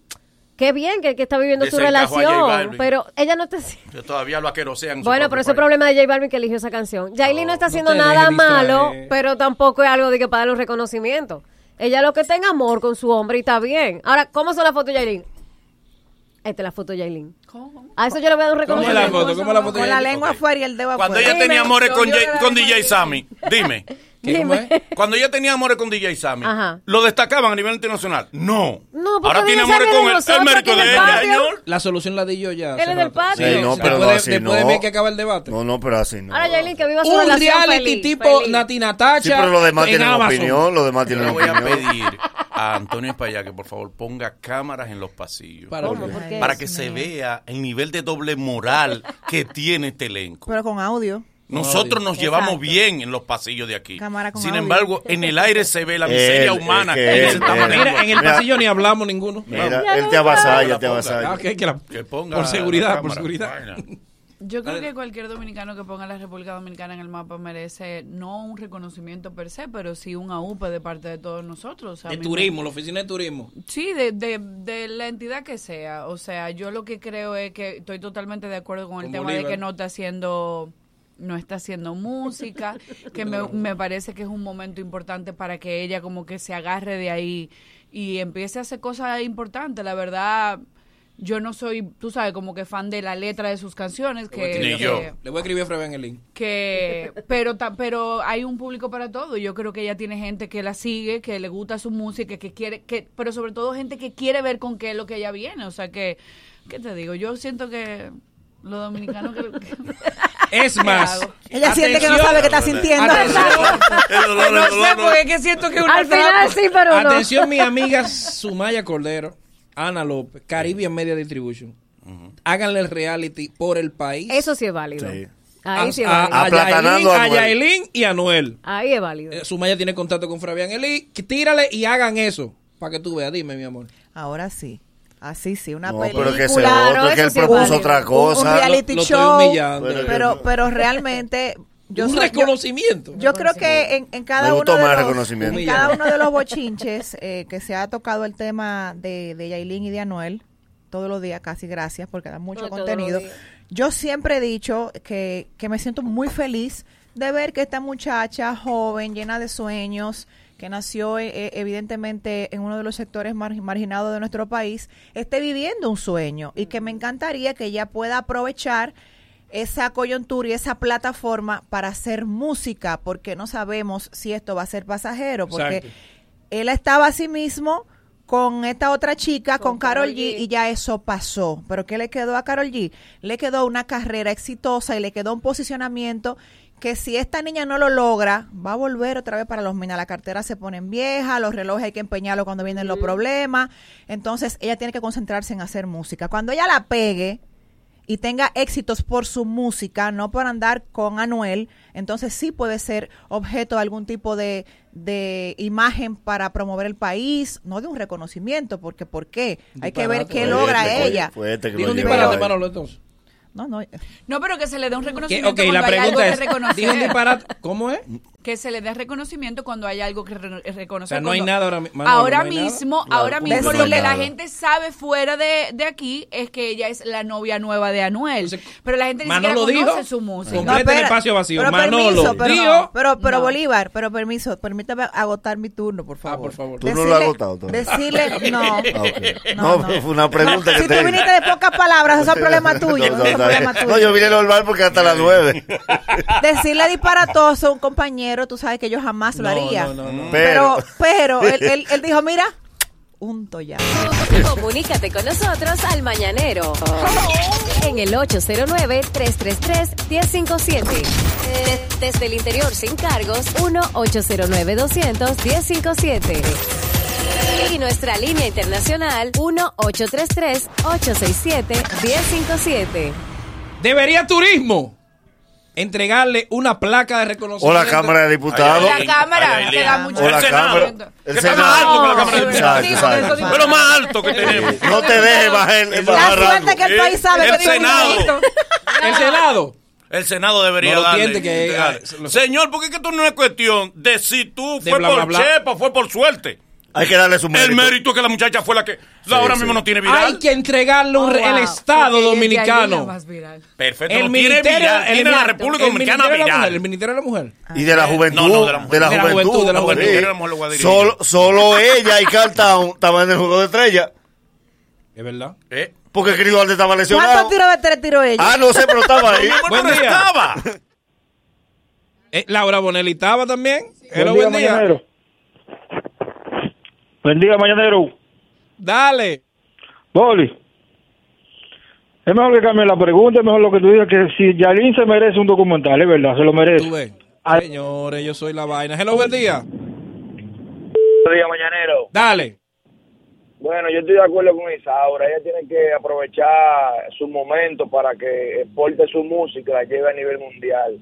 Speaker 4: qué bien que, que está viviendo su
Speaker 2: Desencajó a J
Speaker 4: relación,
Speaker 2: Balvin.
Speaker 4: pero ella no está haciendo...
Speaker 2: Yo todavía lo aquerosean. en su
Speaker 4: Bueno,
Speaker 2: propio
Speaker 4: pero ese es
Speaker 2: país.
Speaker 4: problema de J Balvin que eligió esa canción. Yailin no, está
Speaker 3: no
Speaker 4: haciendo
Speaker 3: te
Speaker 4: nada
Speaker 3: dejes distraer.
Speaker 4: malo, pero tampoco es algo de que para darle un reconocimiento. Ella lo que tenga amor con su hombre y está bien. Ahora, ¿cómo son las fotos de Yailin? Esta es la foto de Yailin.
Speaker 10: ¿Cómo?
Speaker 4: A eso yo le voy a dar un
Speaker 3: ¿Cómo es la
Speaker 4: reconocimiento.
Speaker 3: foto? ¿Cómo es la foto?
Speaker 9: Con la
Speaker 3: Yailin?
Speaker 9: lengua
Speaker 2: Ok.
Speaker 9: afuera y el dedo
Speaker 4: pues.
Speaker 2: Cuando
Speaker 9: afuera.
Speaker 2: ella tenía amores con,
Speaker 10: Yo
Speaker 2: J-
Speaker 10: lloraba
Speaker 2: con
Speaker 10: con
Speaker 2: DJ
Speaker 10: ella.
Speaker 2: Sammy, dime.
Speaker 3: ¿Qué, cómo
Speaker 4: Dime.
Speaker 3: es?
Speaker 2: Cuando ella tenía amores con DJ Sammy,
Speaker 4: Ajá.
Speaker 2: ¿lo destacaban a nivel internacional? No.
Speaker 4: No, porque
Speaker 2: Ahora
Speaker 4: DJ
Speaker 2: tiene
Speaker 4: Sammy es
Speaker 2: amores
Speaker 4: de
Speaker 2: con él.
Speaker 4: nosotros,
Speaker 2: El mérito
Speaker 4: aquí en
Speaker 2: de
Speaker 4: el
Speaker 2: él,
Speaker 4: patio.
Speaker 2: señor.
Speaker 3: La solución la di yo ya.
Speaker 4: Él es
Speaker 3: hace
Speaker 4: del
Speaker 3: rato.
Speaker 4: patio.
Speaker 11: Sí, no, pero
Speaker 3: después de-
Speaker 11: así
Speaker 3: después
Speaker 6: Oh.
Speaker 3: de
Speaker 11: no.
Speaker 3: ver que acaba el debate.
Speaker 11: No, no, pero así no.
Speaker 4: Ahora Yailin que viva su
Speaker 3: un
Speaker 4: relación
Speaker 3: reality
Speaker 4: feliz,
Speaker 3: tipo
Speaker 4: feliz.
Speaker 3: Nati Natacha
Speaker 11: Sí, pero los demás
Speaker 3: en
Speaker 11: tienen
Speaker 3: Amazon.
Speaker 11: opinión, los demás
Speaker 2: Yo
Speaker 11: tienen
Speaker 2: le voy a
Speaker 11: opinión.
Speaker 2: pedir a Antonio Espallá que por favor ponga cámaras en los pasillos.
Speaker 3: ¿Para
Speaker 8: ¿Cómo? qué? ¿Por qué?
Speaker 2: Para
Speaker 8: Dios
Speaker 2: que se vea el nivel de doble moral que tiene este elenco.
Speaker 9: Pero con audio.
Speaker 2: Nosotros nos llevamos
Speaker 9: Exacto.
Speaker 2: bien en los pasillos de aquí.
Speaker 9: Cámara con
Speaker 2: Sin
Speaker 9: audio.
Speaker 2: embargo, en el aire se ve la miseria
Speaker 11: Él,
Speaker 2: humana
Speaker 11: es
Speaker 2: que,
Speaker 11: que
Speaker 2: se
Speaker 11: él,
Speaker 2: está
Speaker 11: él.
Speaker 2: manejando.
Speaker 3: Mira, en el pasillo ni hablamos ninguno.
Speaker 11: Mira, él te avasalla, te avasalla.
Speaker 3: Ah, ok, que la-
Speaker 2: Que ponga
Speaker 3: por
Speaker 2: la
Speaker 3: seguridad, por
Speaker 2: cámara.
Speaker 3: seguridad.
Speaker 2: Vaina.
Speaker 7: Yo creo que cualquier dominicano que ponga a la República Dominicana en el mapa merece no un reconocimiento per se, pero sí un AUPE de parte de todos nosotros. O sea,
Speaker 3: De
Speaker 7: a mí
Speaker 3: turismo, la oficina de turismo.
Speaker 7: Sí, de, de, de la entidad que sea. O sea, yo lo que creo es que estoy totalmente de acuerdo con el
Speaker 3: Con
Speaker 7: tema de
Speaker 3: Bolívar.
Speaker 7: que no está haciendo no está haciendo música, que me, me parece que es un momento importante para que ella como que se agarre de ahí y empiece a hacer cosas importantes. La verdad, yo no soy, tú sabes, como que fan de la letra de sus canciones,
Speaker 3: Le voy a
Speaker 7: que, este,
Speaker 3: escribir
Speaker 2: Ni
Speaker 3: a
Speaker 7: que-
Speaker 2: yo.
Speaker 3: Fre- Le voy a escribir a Frebe en el link.
Speaker 7: que pero ta- pero hay un público para todo yo creo que ella tiene gente que la sigue que le gusta su música que quiere que pero sobre todo gente que quiere ver con qué es lo que ella viene o sea que qué te digo yo siento que los dominicanos que,
Speaker 3: Es más,
Speaker 7: hago?
Speaker 9: [LAUGHS] Ella siente que no sabe qué está sintiendo.
Speaker 7: [LAUGHS]
Speaker 3: Atención.
Speaker 2: El dolor, el
Speaker 7: no
Speaker 2: dolor,
Speaker 7: sé
Speaker 2: no.
Speaker 7: porque es que siento que es una
Speaker 8: Al final
Speaker 7: trampa.
Speaker 8: sí, pero no.
Speaker 3: Atención, mi amiga Sumaya Cordero, Ana López, Caribbean Media Distribution. Háganle el reality por el país.
Speaker 8: Eso sí es válido.
Speaker 11: Sí.
Speaker 8: Ahí
Speaker 3: a,
Speaker 8: sí es
Speaker 3: a-
Speaker 8: válido.
Speaker 3: a
Speaker 11: Aplatanando
Speaker 3: Yailin-
Speaker 11: a
Speaker 3: a
Speaker 11: Anuel.
Speaker 3: Yailin y Anuel.
Speaker 8: Ahí es válido.
Speaker 3: Eh, Sumaya tiene contacto con Fabián Eli. Que Tírale y hagan eso. Para que tú veas, dime, mi amor.
Speaker 9: Ahora sí. Así sí, una
Speaker 11: No,
Speaker 9: película.
Speaker 11: pero que se
Speaker 8: Claro,
Speaker 11: otro, que
Speaker 8: eso
Speaker 11: él
Speaker 8: sí es
Speaker 11: propuso
Speaker 8: válido.
Speaker 11: otra
Speaker 9: Un
Speaker 11: cosa.
Speaker 9: reality
Speaker 3: Lo- lo estoy
Speaker 9: show.
Speaker 3: humillando.
Speaker 9: pero, pero, realmente. Yo
Speaker 3: [LAUGHS] un
Speaker 9: soy- yo-
Speaker 3: reconocimiento.
Speaker 9: Yo creo que en, en cada
Speaker 11: Me gustó
Speaker 9: uno de
Speaker 11: más el
Speaker 9: los,
Speaker 11: reconocimiento.
Speaker 9: en cada uno de los bochinches eh, que se ha tocado el tema de, de Yailin y de Anuel todos los días casi gracias porque da mucho
Speaker 8: No, todos los
Speaker 9: contenido.
Speaker 8: días.
Speaker 9: Yo siempre he dicho que, que me siento muy feliz de ver que esta muchacha joven, llena de sueños, que nació eh, evidentemente en uno de los sectores mar- marginados de nuestro país, esté viviendo un sueño y que me encantaría que ella pueda aprovechar esa coyuntura y esa plataforma para hacer música, porque no sabemos si esto va a ser pasajero, porque
Speaker 3: Exacto.
Speaker 9: él estaba a sí mismo con esta otra chica, con,
Speaker 8: Con
Speaker 9: Carol
Speaker 8: Karol
Speaker 9: G,
Speaker 8: G.
Speaker 9: y ya eso pasó. ¿Pero qué le quedó a Carol G? Le quedó una carrera exitosa y le quedó un posicionamiento que si esta niña no lo logra, va a volver otra vez para los minas. La cartera se ponen vieja, los relojes hay que empeñarlos cuando vienen los problemas. Entonces ella tiene que concentrarse en hacer música. Cuando ella la pegue, y tenga éxitos por su música, no por andar con Anuel, entonces sí puede ser objeto de algún tipo de, de imagen para promover el país, no de un reconocimiento, porque ¿por qué? Hay que ver
Speaker 3: Disparate.
Speaker 9: qué logra
Speaker 11: Fuerte, fue-
Speaker 9: ella.
Speaker 11: fue este que
Speaker 3: Dile
Speaker 11: lo
Speaker 3: un
Speaker 11: llevó
Speaker 3: disparate,
Speaker 11: ahí.
Speaker 3: Manolo, entonces.
Speaker 9: No, eh. no.
Speaker 7: no pero que se le dé un
Speaker 3: Que-
Speaker 7: reconocimiento
Speaker 3: ok, la
Speaker 7: cuando hay algo
Speaker 3: pregunta
Speaker 7: que
Speaker 3: es,
Speaker 7: reconocer.
Speaker 3: dije un disparate, ¿cómo es?
Speaker 7: que se le dé reconocimiento cuando hay algo que re- reconocer.
Speaker 3: O sea, no hay
Speaker 7: Cuando-
Speaker 3: nada ahora mi- Manolo,
Speaker 7: ahora
Speaker 3: no hay nada.
Speaker 7: mismo,
Speaker 11: Claro,
Speaker 7: ahora
Speaker 11: como
Speaker 7: mismo
Speaker 11: que
Speaker 7: lo
Speaker 11: no
Speaker 7: que
Speaker 11: hay
Speaker 7: la
Speaker 11: nada.
Speaker 7: gente sabe fuera de, de aquí es que ella es la novia nueva de Anuel.
Speaker 3: Entonces,
Speaker 7: pero la gente ni
Speaker 3: Manolo
Speaker 7: siquiera conoce
Speaker 3: dijo,
Speaker 7: su música.
Speaker 3: Completa el
Speaker 9: espera,
Speaker 3: espacio vacío.
Speaker 9: pero
Speaker 3: Manolo,
Speaker 9: permiso, pero,
Speaker 3: Río.
Speaker 9: pero, pero
Speaker 7: No.
Speaker 9: Bolívar, pero permiso, permítame agotar mi turno, por favor.
Speaker 3: Ah, por favor.
Speaker 11: ¿Tú no lo has agotado todavía?
Speaker 9: Decirle, no.
Speaker 11: [LAUGHS] Ah, ok.
Speaker 9: [LAUGHS] No,
Speaker 11: No,
Speaker 9: no.
Speaker 11: pero fue una pregunta que
Speaker 9: si tú
Speaker 11: te- [LAUGHS]
Speaker 9: viniste de pocas palabras, eso es problema tuyo.
Speaker 11: No,
Speaker 9: eso
Speaker 11: no,
Speaker 9: es
Speaker 11: está
Speaker 9: problema
Speaker 11: bien.
Speaker 9: tuyo.
Speaker 11: No, yo vine normal porque hasta las
Speaker 9: [LAUGHS]
Speaker 11: nueve.
Speaker 9: Decirle disparatoso a un compañero, tú sabes que yo jamás lo haría.
Speaker 3: No, no, no.
Speaker 9: Pero,
Speaker 11: Pero-
Speaker 9: pero,
Speaker 11: [LAUGHS]
Speaker 9: él, él- él dijo, mira, un ya.
Speaker 4: Comunícate con nosotros al Mañanero. En el 809-333-1057. De- Desde el interior sin cargos, 1-809-200-1057. Y nuestra línea internacional, 1-833-867-1057.
Speaker 3: Debería turismo entregarle una placa de reconocimiento.
Speaker 11: O la Cámara de Diputados.
Speaker 7: La cámara,
Speaker 2: Ay, ay,
Speaker 7: que
Speaker 2: ay.
Speaker 7: da mucho
Speaker 11: O la
Speaker 2: Senado.
Speaker 11: Cámara.
Speaker 2: Que está más alto que la Cámara de
Speaker 11: Exacto,
Speaker 7: Diputados.
Speaker 11: exacto.
Speaker 7: Sí,
Speaker 2: Fue lo más alto que tenemos.
Speaker 11: No te dejes bajar.
Speaker 9: La
Speaker 11: bajar
Speaker 9: suerte
Speaker 11: rango.
Speaker 9: que el país sabe
Speaker 2: El
Speaker 9: que vive en un
Speaker 2: Senado.
Speaker 9: momento.
Speaker 3: El Senado.
Speaker 2: El Senado debería
Speaker 3: No lo
Speaker 2: darle.
Speaker 3: tiende que-
Speaker 2: darle.
Speaker 3: ah, lo-
Speaker 2: Señor, porque es que esto no es cuestión de si tú
Speaker 3: De
Speaker 2: fue
Speaker 3: bla,
Speaker 2: por
Speaker 3: bla, bla.
Speaker 2: chepa, fue por suerte.
Speaker 11: Hay que darle su mérito.
Speaker 2: El mérito es que la muchacha fue la que ahora mismo no tiene viral.
Speaker 3: Hay que entregarle un
Speaker 7: Oh,
Speaker 3: re-
Speaker 7: wow.
Speaker 3: el
Speaker 7: Porque
Speaker 3: Estado
Speaker 7: ella es Yailin la
Speaker 3: dominicano.
Speaker 7: más viral.
Speaker 2: Perfecto,
Speaker 3: El
Speaker 2: no tiene
Speaker 3: ministerio,
Speaker 2: viral,
Speaker 3: el,
Speaker 2: tiene la
Speaker 3: Exacto.
Speaker 2: República
Speaker 3: El
Speaker 2: Dominicana
Speaker 3: Ministerio de la
Speaker 2: viral.
Speaker 3: Mujer, el Ministerio de la Mujer.
Speaker 11: Y
Speaker 12: Ah,
Speaker 11: de la juventud.
Speaker 2: No, no, de la mujer.
Speaker 11: de la juventud.
Speaker 3: de la
Speaker 2: juventud.
Speaker 11: Sí.
Speaker 2: Éramos los guadiritos.
Speaker 11: Solo, solo ella y Carltown estaban en el juego de estrella.
Speaker 3: Es verdad.
Speaker 2: Eh,
Speaker 11: Porque Cridualde estaba lesionado.
Speaker 9: ¿Cuántos tiros de tres tiró ella?
Speaker 11: Ah, no sé, pero estaba
Speaker 9: [LAUGHS]
Speaker 11: ahí.
Speaker 2: mi amor,
Speaker 3: Buen
Speaker 2: ¿dónde
Speaker 3: día.
Speaker 2: estaba?
Speaker 3: Eh, Laura Bonelli estaba también. Hello,
Speaker 12: buen
Speaker 3: buen
Speaker 12: día,
Speaker 3: día.
Speaker 12: mañanero. Buen día, mañanero.
Speaker 3: Dale.
Speaker 12: Boli. Es mejor que cambie la pregunta, es mejor lo que tú digas, que si Yalin se merece un documental, es verdad, se lo
Speaker 3: Tú
Speaker 12: merece.
Speaker 3: ves.
Speaker 12: Ay.
Speaker 3: Señores, yo soy la vaina. Hello, buen día.
Speaker 12: Buenos días, mañanero.
Speaker 3: Dale.
Speaker 12: Bueno, yo estoy de acuerdo con Isaura. Ella tiene que aprovechar su momento para que exporte su música, la lleve a nivel mundial.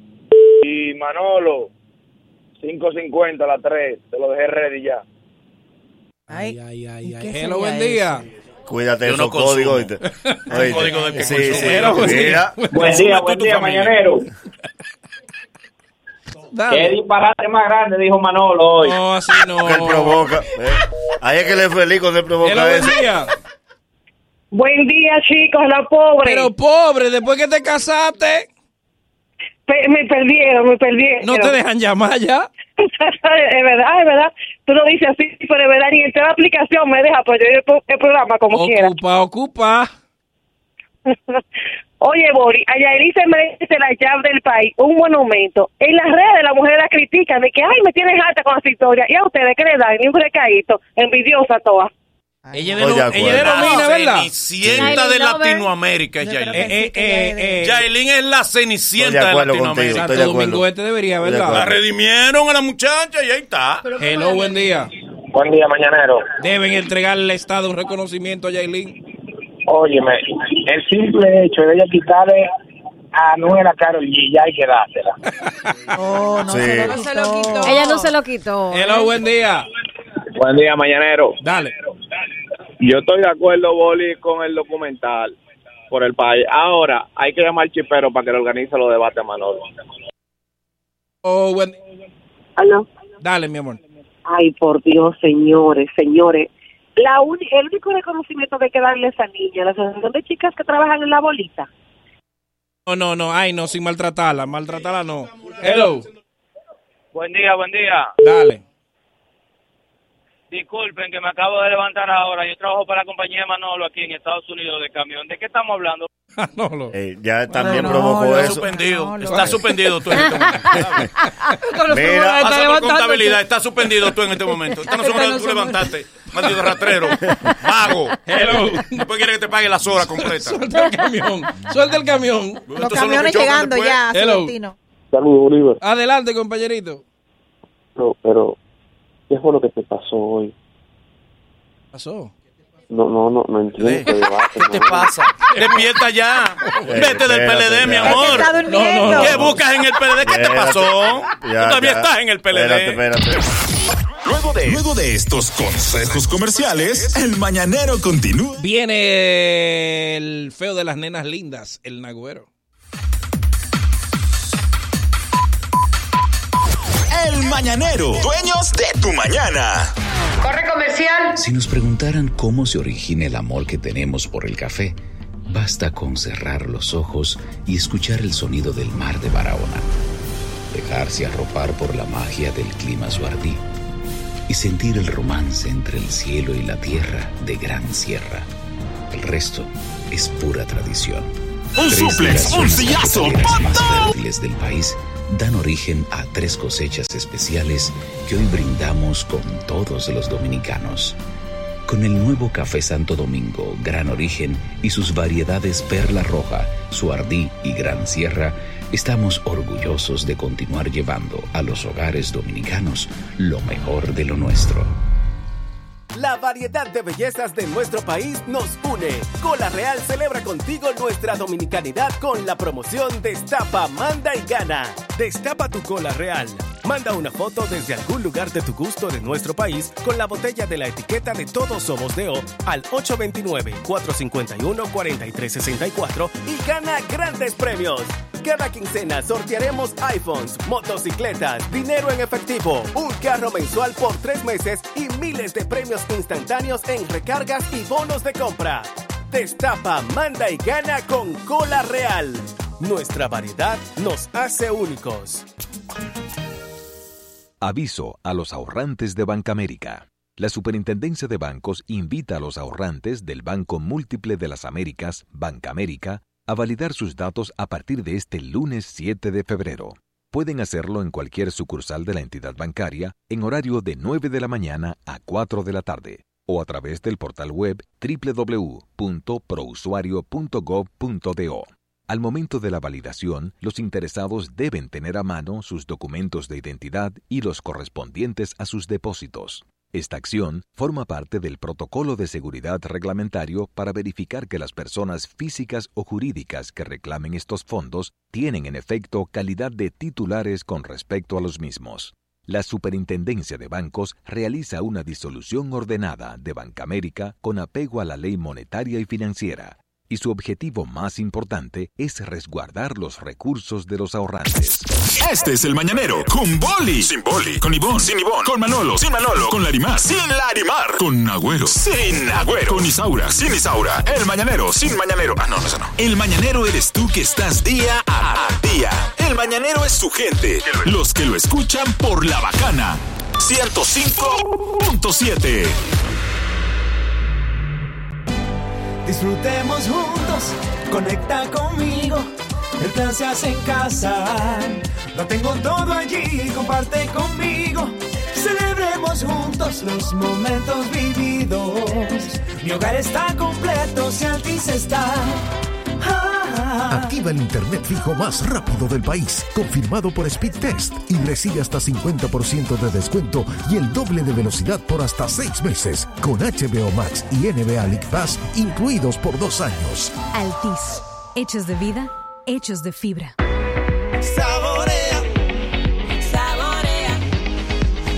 Speaker 12: Y Manolo, 5.50 la 3, te lo dejé ready ya.
Speaker 3: Ay, ay, ay. ay.
Speaker 12: qué
Speaker 3: Hello,
Speaker 12: sería
Speaker 3: buen día.
Speaker 11: Cuídate de
Speaker 12: Yo no
Speaker 11: esos códigos.
Speaker 12: consumo.
Speaker 11: ¿oíste?
Speaker 12: [LAUGHS] Un
Speaker 11: Oíste.
Speaker 12: código del que
Speaker 11: Sí,
Speaker 12: consume.
Speaker 11: sí.
Speaker 12: Pero
Speaker 11: [LAUGHS]
Speaker 12: buen
Speaker 11: Mira.
Speaker 12: día. Buen día, buen día, mañanero.
Speaker 3: Dale.
Speaker 12: Qué disparate más grande, dijo Manolo hoy.
Speaker 3: No, así no.
Speaker 11: Que él provoca. eh. Ahí es que le es feliz cuando él
Speaker 3: Hello,
Speaker 11: provoca
Speaker 3: buen
Speaker 11: eso.
Speaker 3: día.
Speaker 13: Buen día, chicos, la pobre.
Speaker 3: Pero pobre, después que te casaste.
Speaker 13: Pe- me perdieron, me perdieron.
Speaker 3: No te dejan llamar ya.
Speaker 13: [LAUGHS] es verdad, es verdad. Tú lo dices así, pero es verdad, ni entera la aplicación me deja, pero yo el, pro- el programa como quiera.
Speaker 3: Ocupa, ocupa.
Speaker 13: [LAUGHS] Oye, Bori, a Yaeli se merece la llave del país, un monumento. En las redes la mujer la critican de que, ay, me tienes alta con esa historia. Y a ustedes, ¿qué le dan? Ni un recaíto. Envidiosa toda.
Speaker 3: Ella
Speaker 2: de
Speaker 3: ella de Romina, ¿verdad?
Speaker 2: Cenicienta
Speaker 3: Sí.
Speaker 2: de
Speaker 3: Yailin Lover.
Speaker 2: Latinoamérica, Yailin. eh, Yailin es la cenicienta
Speaker 11: Estoy de
Speaker 2: de,
Speaker 11: acuerdo
Speaker 2: Latinoamérica.
Speaker 11: contigo, estoy de acuerdo.
Speaker 3: Domingo este debería,
Speaker 11: Estoy de
Speaker 3: ¿verdad?
Speaker 2: La redimieron a la
Speaker 3: [LAUGHS]
Speaker 2: muchacha y ahí está.
Speaker 3: Hello, buen día.
Speaker 12: Buen día, mañanero.
Speaker 3: Deben entregarle al Estado un reconocimiento a Yailin.
Speaker 12: Óyeme, el simple hecho de ella quitarle a Anuel a Carol G, ya hay que dársela.
Speaker 9: no
Speaker 12: Sí.
Speaker 9: se lo
Speaker 12: No
Speaker 9: quitó.
Speaker 4: Ella no se lo quitó.
Speaker 3: Hello, buen día.
Speaker 12: Buen día, mañanero.
Speaker 3: Dale.
Speaker 12: Yo estoy de acuerdo, Boli, con el documental por el país. Ahora, hay que llamar al chipero para que le organice los debates a Manolo.
Speaker 3: Oh, buen
Speaker 13: Aló.
Speaker 3: Dale, mi amor.
Speaker 13: Ay, por Dios, señores, señores. La uni- el único reconocimiento que hay que darle a esa niña, la asociación de chicas que trabajan en la bolita.
Speaker 3: No, no, no. Ay, no, sin maltratarla. Maltratarla no. Hello.
Speaker 14: Buen día, buen día.
Speaker 3: Dale. [LAUGHS]
Speaker 14: Disculpen que me acabo de levantar ahora. Yo trabajo para la compañía de Manolo aquí en Estados Unidos de camión. ¿De qué estamos hablando?
Speaker 11: Eh, ya también
Speaker 2: Manolo.
Speaker 11: provocó
Speaker 2: Está
Speaker 11: eso.
Speaker 2: suspendido. Está suspendido tú en este momento.
Speaker 11: Mira.
Speaker 2: Pasa por
Speaker 11: levantándote.
Speaker 2: contabilidad. Está suspendido tú en este momento. Esta no se que tú levantaste. Maldito rastrero. Mago. Hello. Después quiere que te pague las horas completas.
Speaker 3: Suelta el camión. Suelta el camión.
Speaker 9: Los camiones llegando ya a su
Speaker 3: Hello.
Speaker 9: destino.
Speaker 15: Saludos, Bolívar.
Speaker 3: Adelante, compañerito.
Speaker 15: No, pero, ¿qué fue lo que te pasó hoy?
Speaker 3: Pasó.
Speaker 15: No, no, no, no entiendo. este debate,
Speaker 2: ¿Qué
Speaker 15: no.
Speaker 11: [LAUGHS]
Speaker 2: pasa? Despierta ya.
Speaker 11: Eh,
Speaker 2: Vete del PLD, mi amor.
Speaker 9: está durmiendo.
Speaker 2: No, no. ¿Qué buscas en el PLD? ¿Qué te
Speaker 11: Espérate.
Speaker 2: pasó?
Speaker 11: Ya,
Speaker 2: Tú todavía
Speaker 11: ya.
Speaker 2: estás en el
Speaker 11: Espérate,
Speaker 2: PLD.
Speaker 11: espérate.
Speaker 1: Luego de, luego de estos consejos comerciales, el mañanero continúa.
Speaker 3: Viene el feo de las nenas lindas, el nagüero.
Speaker 1: El mañanero, dueños de tu mañana.
Speaker 16: Corre comercial.
Speaker 17: Si nos preguntaran cómo se origina el amor que tenemos por el café, basta con cerrar los ojos y escuchar el sonido del mar de Barahona, dejarse arropar por la magia del clima suardí y sentir el romance entre el cielo y la tierra de Gran Sierra. El resto es pura tradición.
Speaker 1: Un
Speaker 17: Tres
Speaker 1: suplex,
Speaker 17: de las
Speaker 1: un
Speaker 17: zonas
Speaker 1: sillazo,
Speaker 17: cafetaleras más
Speaker 1: ¡patón!
Speaker 17: fértiles del país dan origen a tres cosechas especiales que hoy brindamos con todos los dominicanos. Con el nuevo café Santo Domingo, Gran Origen y sus variedades Perla Roja, Suardí y Gran Sierra, estamos orgullosos de continuar llevando a los hogares dominicanos lo mejor de lo nuestro.
Speaker 18: La variedad de bellezas de nuestro país nos une. Cola Real celebra contigo nuestra dominicanidad con la promoción Destapa, Manda y Gana. Destapa tu Cola Real. Manda una foto desde algún lugar de tu gusto de nuestro país con la botella de la etiqueta de Todos Somos de O al 829-451-4364 y gana grandes premios. Cada quincena sortearemos iPhones, motocicletas, dinero en efectivo, un carro mensual por tres meses y miles de premios instantáneos en recargas y bonos de compra. Destapa, manda y gana con Cola Real. Nuestra variedad nos hace únicos.
Speaker 19: Aviso a los ahorrantes de Bancamérica. La Superintendencia de Bancos invita a los ahorrantes del Banco Múltiple de las Américas, Bancamérica, a validar sus datos a partir de este lunes 7 de febrero. Pueden hacerlo en cualquier sucursal de la entidad bancaria en horario de 9 de la mañana a 4 de la tarde o a través del portal web www.prousuario.gov.do. Al momento de la validación, los interesados deben tener a mano sus documentos de identidad y los correspondientes a sus depósitos. Esta acción forma parte del protocolo de seguridad reglamentario para verificar que las personas físicas o jurídicas que reclamen estos fondos tienen en efecto calidad de titulares con respecto a los mismos. La Superintendencia de Bancos realiza una disolución ordenada de Bancamérica con apego a la ley monetaria y financiera, y su objetivo más importante es resguardar los recursos de los ahorrantes.
Speaker 1: Este es el mañanero. Con Boli. Sin Boli. Con Ivón. Sin Ivón. Con Manolo. Sin Manolo. Con Larimar. Sin Larimar. Con Agüero. Sin Agüero. Con Isaura. Sin Isaura. El mañanero. Sin mañanero. Ah, no, no, eso no. El mañanero eres tú que estás día a día. El mañanero es su gente. Los que lo escuchan por la bacana. 105.7.
Speaker 6: Disfrutemos juntos, conecta conmigo. El plan se hace en casa. Lo tengo todo allí, comparte conmigo. Celebremos juntos los momentos vividos. Mi hogar está completo si Altis está. Ah,
Speaker 20: Activa el internet fijo más rápido del país, confirmado por Speedtest, y recibe hasta 50% de descuento y el doble de velocidad por hasta 6 meses, con HBO Max y NBA League Pass incluidos por dos años.
Speaker 21: Altis. Hechos de vida, hechos de fibra.
Speaker 6: Saborea, saborea,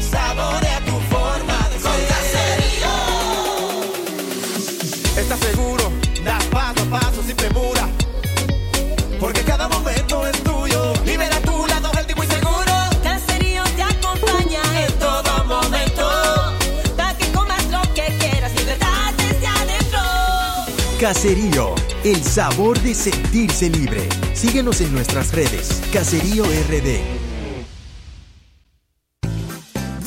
Speaker 6: saborea tu forma de ser. Estás seguro, das paso a paso sin premura. Porque cada momento es tuyo. Libera tu lado último y seguro.
Speaker 16: Caserío te acompaña en todo momento. Da que comas lo que quieras, libertad desde adentro.
Speaker 6: Caserío, el sabor de sentirse libre. Síguenos en nuestras redes. Caserío RD.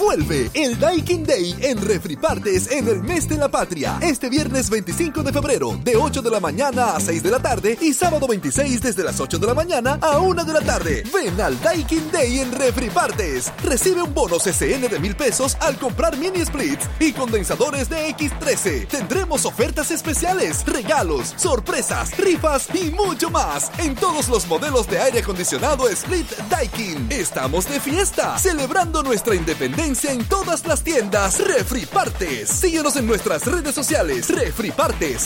Speaker 22: Vuelve el Daikin Day en Refripartes en el mes de la patria. Este viernes 25 de febrero, de 8 de la mañana a 6 de la tarde y sábado 26 desde las 8 de la mañana a 1 de la tarde. Ven al Daikin Day en Refripartes. Recibe un bono CCN de mil pesos al comprar mini splits y condensadores de X13. Tendremos ofertas especiales, regalos, sorpresas, rifas y mucho más en todos los modelos de aire acondicionado Split Daikin. Estamos de fiesta, celebrando nuestra independencia en todas las tiendas Refri Partes. Síguenos en nuestras redes sociales Refri Partes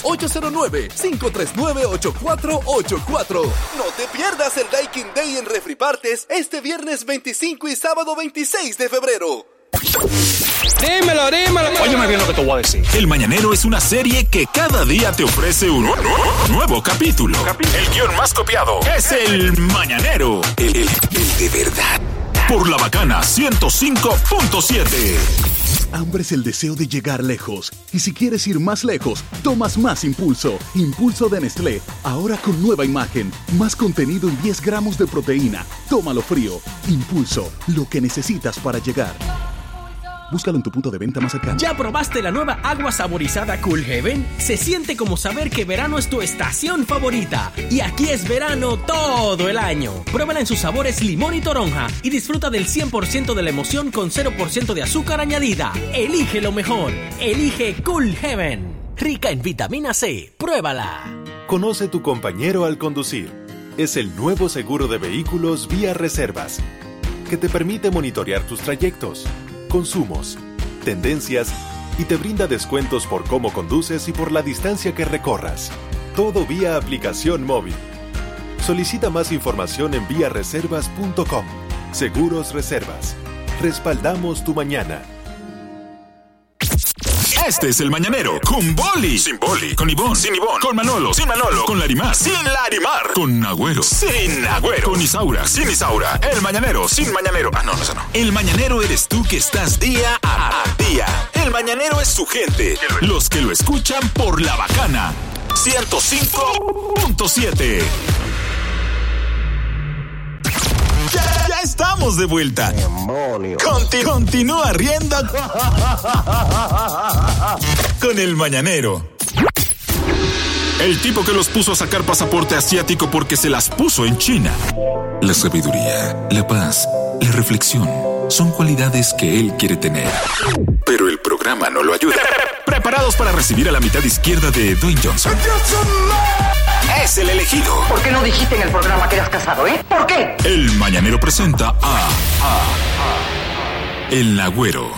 Speaker 22: 809-539-8484. No te pierdas el Daikin Day en Refri Partes este viernes 25 y sábado 26 de febrero.
Speaker 1: Dímelo, dímelo. Óyeme bien lo que te voy a decir. El Mañanero es una serie que cada día te ofrece un nu- nu- nuevo capítulo. El guión más copiado es El Mañanero. El, el- el de verdad. Por la bacana 105.7.
Speaker 23: Hambre es el deseo de llegar lejos. Y si quieres ir más lejos, tomas más impulso. Impulso de Nestlé. Ahora con nueva imagen. Más contenido y 10 gramos de proteína. Tómalo frío. Impulso. Lo que necesitas para llegar. Búscalo en tu punto de venta más cercano.
Speaker 24: ¿Ya probaste la nueva agua saborizada Cool Heaven? Se siente como saber que verano es tu estación favorita. Y aquí es verano todo el año. Pruébala en sus sabores limón y toronja y disfruta del 100% de la emoción con 0% de azúcar añadida. Elige lo mejor. Elige Cool Heaven. Rica en vitamina C. Pruébala.
Speaker 25: Conoce tu compañero al conducir. Es el nuevo seguro de vehículos vía reservas, que te permite monitorear tus trayectos, consumos, tendencias y te brinda descuentos por cómo conduces y por la distancia que recorras. Todo vía aplicación móvil. Solicita más información en viareservas.com. Seguros Reservas. Respaldamos tu mañana.
Speaker 1: Este es el mañanero con Boli. Sin Boli. Con Ivón. Sin Ivón. Con Manolo. Sin Manolo. Con Larimar. Sin Larimar. Con Agüero. Sin Agüero. Con Isaura. Sin Isaura. El mañanero. Sin mañanero. Ah, no, no, eso no. El mañanero eres tú que estás día a día. El mañanero es su gente. Los que lo escuchan por la bacana. 105.7. Ya, ya estamos de vuelta. Conti- continúa riendo con el mañanero. El tipo que los puso a sacar pasaporte asiático porque se las puso en China.
Speaker 17: La sabiduría, la paz, la reflexión son cualidades que él quiere tener.
Speaker 1: Pero el programa no lo ayuda. Preparados para recibir a la mitad izquierda de Dwayne Johnson. Es el elegido.
Speaker 26: ¿Por qué no dijiste en el programa que eras casado, eh? ¿Por qué?
Speaker 1: El mañanero presenta a El Agüero,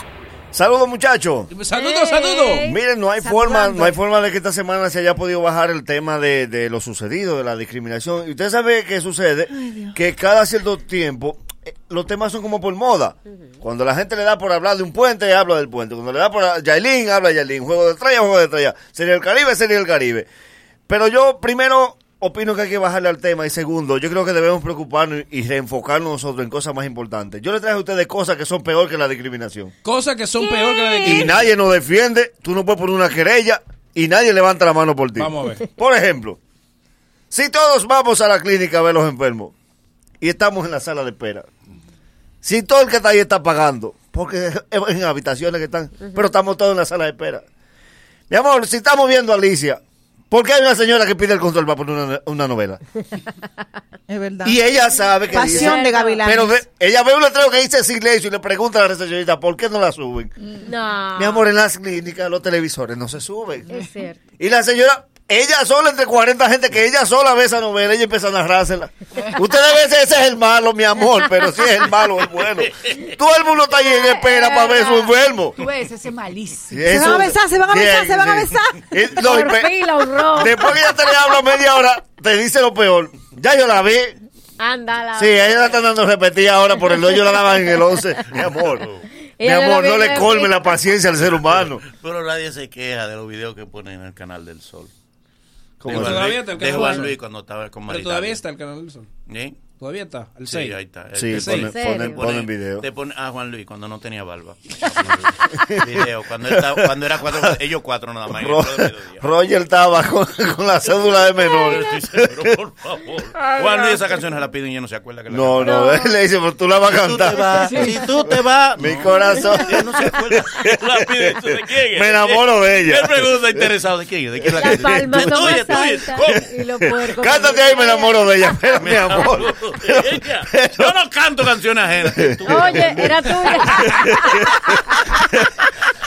Speaker 11: Saludos, muchachos.
Speaker 3: Saludos, saludos.
Speaker 11: Miren, no hay forma, no hay forma de que esta semana se haya podido bajar el tema de, de lo sucedido, de la discriminación. Y usted sabe que sucede que cada cierto tiempo eh, los temas son como por moda. Cuando la gente le da por hablar de un puente, habla del puente. Cuando le da por Yailin, habla de Yailin. Juego de estrella, juego de estrella. Sería el Caribe, sería el Caribe. Pero yo primero opino que hay que bajarle al tema y segundo, yo creo que debemos preocuparnos y reenfocarnos nosotros en cosas más importantes. Yo le traje a ustedes cosas que son peor que la discriminación.
Speaker 3: Cosas que son peor que la de
Speaker 11: Y nadie nos defiende, tú no puedes poner una querella y nadie levanta la mano por ti.
Speaker 3: Vamos a ver.
Speaker 11: Por ejemplo, si todos vamos a la clínica a ver los enfermos y estamos en la sala de espera, si todo el que está ahí está pagando, porque [LAUGHS] es en habitaciones que están, pero estamos todos en la sala de espera. Mi amor, si estamos viendo a Alicia, ¿por qué hay una señora que pide el control para poner una, una novela?
Speaker 9: Es verdad.
Speaker 11: Y ella sabe que
Speaker 9: Pasión
Speaker 11: dice-
Speaker 9: de gavilanes.
Speaker 11: Pero ve- ella ve un letrero que dice silencio y le pregunta a la recepcionista, ¿por qué no la suben?
Speaker 4: No.
Speaker 11: Mi amor, en las clínicas los televisores no se suben.
Speaker 4: Ah. Es cierto.
Speaker 11: Y la señora, ella sola, entre 40 gente, que ella sola ve esa novela, ella empieza a narrársela. Usted a veces ese es el malo, mi amor, pero si es el malo, el bueno. Todo el mundo está ahí en espera para ver su enfermo.
Speaker 4: Tú ves, ese es malísimo.
Speaker 11: Sí, eso- Bien, sí. Y- no, y
Speaker 4: Por
Speaker 11: pe-
Speaker 4: fin la honró.
Speaker 11: Después que ya te le habla media hora, te dice lo peor. Ya yo la vi.
Speaker 4: Anda, la
Speaker 11: Sí, eh. a ella la están dando repetida ahora por el hoyo, yo la daban en el 11. Mi amor, mi
Speaker 4: Ella no la
Speaker 11: amor,
Speaker 4: ve,
Speaker 11: no
Speaker 4: no
Speaker 11: le
Speaker 4: la
Speaker 11: colme
Speaker 4: ve.
Speaker 11: la paciencia al ser humano.
Speaker 2: Pero nadie se queja de los videos que ponen en el canal del Sol.
Speaker 3: ¿Cómo
Speaker 2: de
Speaker 3: es?
Speaker 2: Juan,
Speaker 3: Todavía
Speaker 2: Luis,
Speaker 3: está el
Speaker 2: de
Speaker 3: Canal
Speaker 2: Juan
Speaker 3: del Sol.
Speaker 2: Luis cuando estaba con
Speaker 3: Pero
Speaker 2: Maritalia.
Speaker 3: todavía está el canal del sol.
Speaker 2: ¿Eh?
Speaker 3: Todavía está. El
Speaker 2: Sí,
Speaker 3: 6.
Speaker 2: ahí está.
Speaker 11: Sí,
Speaker 2: El
Speaker 11: ponen-
Speaker 2: seis.
Speaker 11: ponen-
Speaker 2: Te
Speaker 11: ponen video.
Speaker 2: Te ponen a Juan Luis cuando no tenía barba. [LAUGHS] video. Cuando, él estaba- cuando era cuatro, ellos cuatro nada más.
Speaker 11: Ro- Roger estaba con, con la cédula de menor.
Speaker 2: Pero por favor. Juan Luis, esa canción se la piden y ella no se acuerda que la
Speaker 11: No, no, él le dice, pero tú la vas a cantar.
Speaker 2: Si tú te
Speaker 11: [LAUGHS]
Speaker 2: vas.
Speaker 11: Mi corazón.
Speaker 2: [LAUGHS] La pide, ¿eso ¿de quién es?
Speaker 11: Me enamoro de ella.
Speaker 2: Él pregunta interesado, ¿de quién es? ¿De quién la
Speaker 4: Las palmas no
Speaker 2: Tuya,
Speaker 4: más
Speaker 2: tuya.
Speaker 4: altas y los puercos.
Speaker 11: [LAUGHS] Cántate ahí, me enamoro de ella. [LAUGHS] Pero, [LAUGHS] mi amor.
Speaker 2: Yo no canto canciones ajenas.
Speaker 4: Oye, era tuya.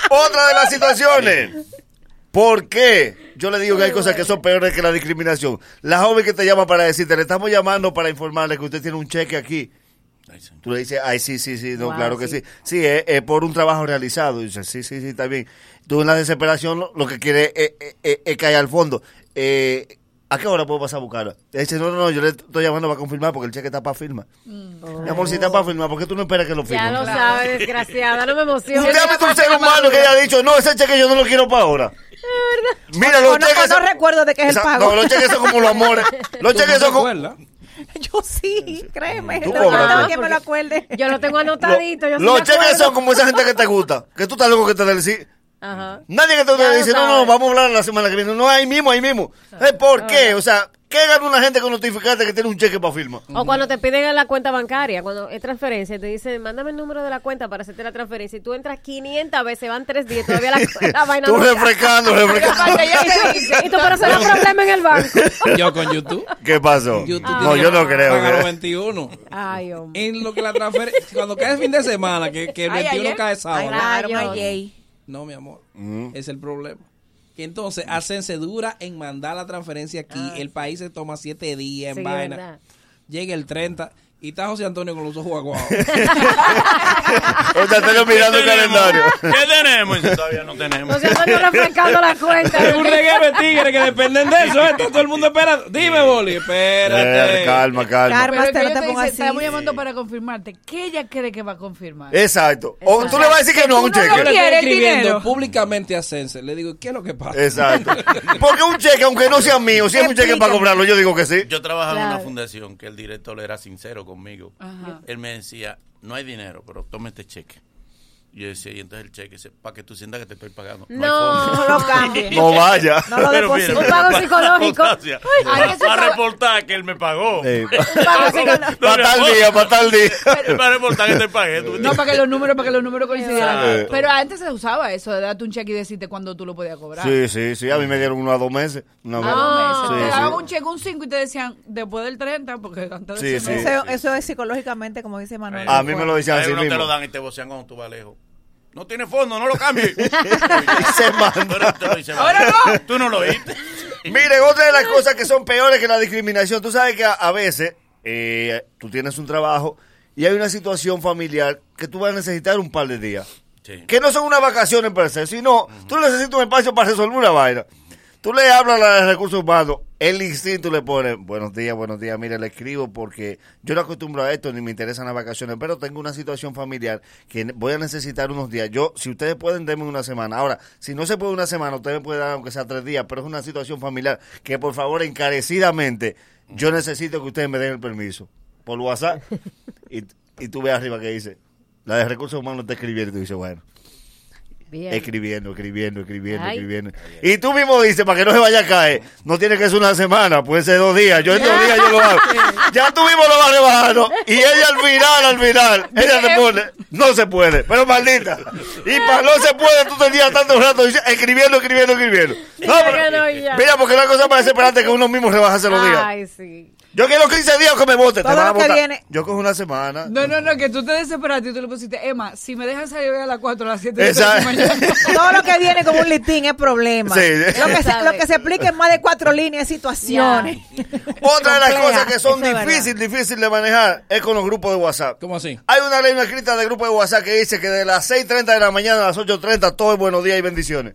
Speaker 11: Otra de las situaciones. ¿Por qué? Yo le digo que hay cosas que son peores que la discriminación. La joven que te llama para decirte, le estamos llamando para informarle que usted tiene un cheque aquí. Tú le dices, ay, sí, sí, sí, no,
Speaker 5: Wow,
Speaker 11: claro que
Speaker 5: sí.
Speaker 11: sí. Sí, es, es por un trabajo realizado. Y dice, sí, sí, sí, está bien. Tú en la desesperación lo, lo que quieres es, es- es- es caer al fondo. Eh, ¿A qué hora puedo pasar a buscarla? Le dice, no, no, no, yo le estoy llamando para confirmar porque el cheque está para firma. Mi amor, si está para firmar, ¿por qué tú no esperas que lo firme?
Speaker 4: Ya lo sabes, desgraciada, no me emociones.
Speaker 11: Usted ha visto un ser humano que haya dicho, no, ese cheque yo no lo quiero para ahora. Mira, los
Speaker 9: O no,
Speaker 11: cheques
Speaker 9: o no
Speaker 11: son-
Speaker 9: recuerdo de qué es el
Speaker 11: Esa-
Speaker 9: pago.
Speaker 11: No, los cheques son como
Speaker 9: [LAUGHS]
Speaker 11: los amores. Los cheques son como...
Speaker 9: Yo sí, créeme.
Speaker 11: Tú
Speaker 9: No, no,
Speaker 11: cobras.
Speaker 9: no, que me lo acuerde.
Speaker 4: [LAUGHS] Yo lo tengo anotadito. yo sí
Speaker 11: Los
Speaker 4: me
Speaker 11: cheques
Speaker 4: acuerdo.
Speaker 11: son como esa gente que te gusta. Que tú estás loco que te decís.
Speaker 4: Ajá.
Speaker 11: Nadie que te
Speaker 4: Ya lo
Speaker 11: dice, no, no,
Speaker 4: sabes.
Speaker 11: vamos a hablar la semana que viene. No, ahí mismo, ahí mismo.
Speaker 9: Ah,
Speaker 11: Eh, ¿Por qué? O sea, ¿qué gana una gente con notificarte que tiene un cheque para firma?
Speaker 4: O cuando te piden la cuenta bancaria, cuando es transferencia, te dicen, mándame el número de la cuenta para hacerte la transferencia. Y tú entras 500 veces, van 3 días, todavía
Speaker 11: [LAUGHS]
Speaker 4: la, la vaina
Speaker 11: Tú
Speaker 4: no está. [LAUGHS]
Speaker 11: refrescando, refrescando.
Speaker 4: Y tú, pero
Speaker 11: [LAUGHS]
Speaker 4: será un problema en el [LAUGHS] banco.
Speaker 3: [LAUGHS] Yo con YouTube.
Speaker 9: [LAUGHS]
Speaker 11: ¿Qué pasó?
Speaker 3: YouTube
Speaker 11: No,
Speaker 3: tiene
Speaker 11: yo no creo.
Speaker 3: pagar los
Speaker 11: que-
Speaker 3: 21.
Speaker 4: Ay, hombre.
Speaker 3: En lo que la transferencia. Cuando cae el fin de semana, que, que el
Speaker 4: Ay,
Speaker 3: 21
Speaker 4: ayer.
Speaker 3: cae sábado.
Speaker 4: Ay, claro, Rayos. ayer.
Speaker 3: No, mi amor.
Speaker 2: Mm.
Speaker 3: Es el problema. Que entonces hacen cedura en mandar la transferencia aquí. el país se toma 7 días en
Speaker 4: Ah, Sí,
Speaker 3: vaina.
Speaker 4: verdad.
Speaker 3: Llega el 30 y está José Antonio con los ojos
Speaker 2: [LAUGHS]
Speaker 3: aguados.
Speaker 11: Ahorita estoy mirando el calendario.
Speaker 2: ¿Qué tenemos? Y dice, Todavía no tenemos.
Speaker 4: José Antonio refrescando la cuenta.
Speaker 3: Es un reguero de tigres que dependen de eso. ¿eh? Está todo el mundo esperando. Dime, Boli, espérate.
Speaker 11: [LAUGHS] Eh, calma, calma.
Speaker 4: Pero es que
Speaker 9: este, no
Speaker 4: yo
Speaker 9: te
Speaker 4: te
Speaker 9: pongas
Speaker 4: dice,
Speaker 9: así.
Speaker 4: Estamos llamando para confirmarte. ¿Qué ella cree que va a confirmar?
Speaker 11: Exacto. O tú le vas a decir que no a un
Speaker 4: Tú no lo
Speaker 11: cheque.
Speaker 3: Yo le estoy
Speaker 4: ¿Quiere el
Speaker 3: escribiendo
Speaker 4: dinero?
Speaker 3: públicamente a Sense. Le digo, ¿qué es lo que pasa?
Speaker 11: Exacto.
Speaker 3: [LAUGHS]
Speaker 11: Porque un cheque, aunque no sea mío, si es un cheque para cobrarlo, yo digo que sí.
Speaker 2: Yo trabajaba en una
Speaker 11: Claro.
Speaker 2: fundación que el director era sincero conmigo.
Speaker 4: Ajá.
Speaker 2: Él me decía, no hay dinero, pero toma este cheque. Y yo decía, y entonces el cheque dice, para que tú sientas que te estoy pagando. hay
Speaker 4: No,
Speaker 2: forma".
Speaker 4: no lo cambies.
Speaker 2: [LAUGHS]
Speaker 11: No vaya. No lo
Speaker 2: Pero
Speaker 11: deposites.
Speaker 2: mira,
Speaker 11: Un pago
Speaker 2: para- [LAUGHS]
Speaker 11: psicológico.
Speaker 2: para constancia,
Speaker 11: Ay,
Speaker 2: para-
Speaker 11: ay, eso
Speaker 2: Para
Speaker 11: está-
Speaker 2: reportar que él me pagó.
Speaker 11: Para tal día, para tal día.
Speaker 2: [LAUGHS] Para reportar que te pagué. tú-
Speaker 4: No, para que los números, para que los números coincidan.
Speaker 11: Exacto.
Speaker 4: Pero antes se usaba eso, de darte un cheque y decirte cuándo tú lo podías cobrar.
Speaker 11: Sí, sí, sí. A mí me dieron uno a dos meses. Una vez.
Speaker 4: Ah,
Speaker 11: Sí,
Speaker 4: te
Speaker 11: sí.
Speaker 4: daban un cheque, un 5 y te decían después del 30, porque antes
Speaker 11: Sí,
Speaker 4: de
Speaker 11: sí.
Speaker 9: Eso, eso es psicológicamente, como dice Manuel.
Speaker 11: A mí me lo decían
Speaker 2: Ahí
Speaker 11: así
Speaker 2: uno te
Speaker 11: mismo.
Speaker 2: lo dan y te vocean cuando tú vas lejos. No tiene fondo, no lo cambies.
Speaker 11: [LAUGHS] Y se manda.
Speaker 2: Ahora no. Tú no lo viste.
Speaker 11: Miren, otra de las cosas que son peores que la discriminación. Tú sabes que a, a veces eh, tú tienes un trabajo y hay una situación familiar que tú vas a necesitar un par de días. que no son unas vacaciones para se, sino tú necesitas un espacio para resolver una vaina. Tú le hablas a la de recursos humanos, el instinto le pone, buenos días, buenos días, mire, le escribo porque yo no acostumbro a esto, ni me interesan las vacaciones, pero tengo una situación familiar que ne- voy a necesitar unos días. Yo, si ustedes pueden, denme una semana. Ahora, si no se puede una semana, ustedes me pueden dar aunque sea tres días, pero es una situación familiar que, por favor, encarecidamente, yo necesito que ustedes me den el permiso por WhatsApp y, y tú ves arriba que dice, la de recursos humanos está escribiendo y tú dices, bueno.
Speaker 4: Bien.
Speaker 11: Escribiendo, escribiendo, escribiendo,
Speaker 4: Ay.
Speaker 11: escribiendo. Y tú mismo dices, para que no se vaya a caer, no tiene que ser una semana, puede ser dos días. Yo en dos días yo
Speaker 6: [LAUGHS]
Speaker 11: lo hago. Ya tú mismo lo vas rebajando. Y ella al final, al final, ella te pone, no se puede, pero maldita. Y para no se puede, tú tenías tanto rato dice, escribiendo, escribiendo, escribiendo. No,
Speaker 4: Ya
Speaker 11: pero-
Speaker 4: ganó ya.
Speaker 11: mira, porque una cosa más desesperante es que uno mismo rebajase los días.
Speaker 4: Ay, sí.
Speaker 11: Yo quiero 15 días que me vote, te
Speaker 5: Todo
Speaker 11: van a
Speaker 5: lo que
Speaker 11: votar.
Speaker 5: viene-
Speaker 11: Yo cojo una semana.
Speaker 5: No, no, no, que tú te desesperaste y tú le pusiste, Emma, si me dejan salir hoy a las 4, a las 7 de
Speaker 11: Esa- [LAUGHS]
Speaker 5: la mañana.
Speaker 9: [LAUGHS] Todo lo que viene como un listín es problema.
Speaker 11: Sí.
Speaker 9: Lo, que se, lo que se explica en más de cuatro líneas es situaciones.
Speaker 11: Otra de las
Speaker 9: Compleja.
Speaker 11: cosas que son
Speaker 9: Eso es verdad.
Speaker 11: difíciles, difíciles de manejar es con los grupos de WhatsApp.
Speaker 3: ¿Cómo así?
Speaker 11: Hay una ley no escrita de grupo de WhatsApp que dice que de las 6.30 de la mañana a las 8.30 todo es buenos días y bendiciones.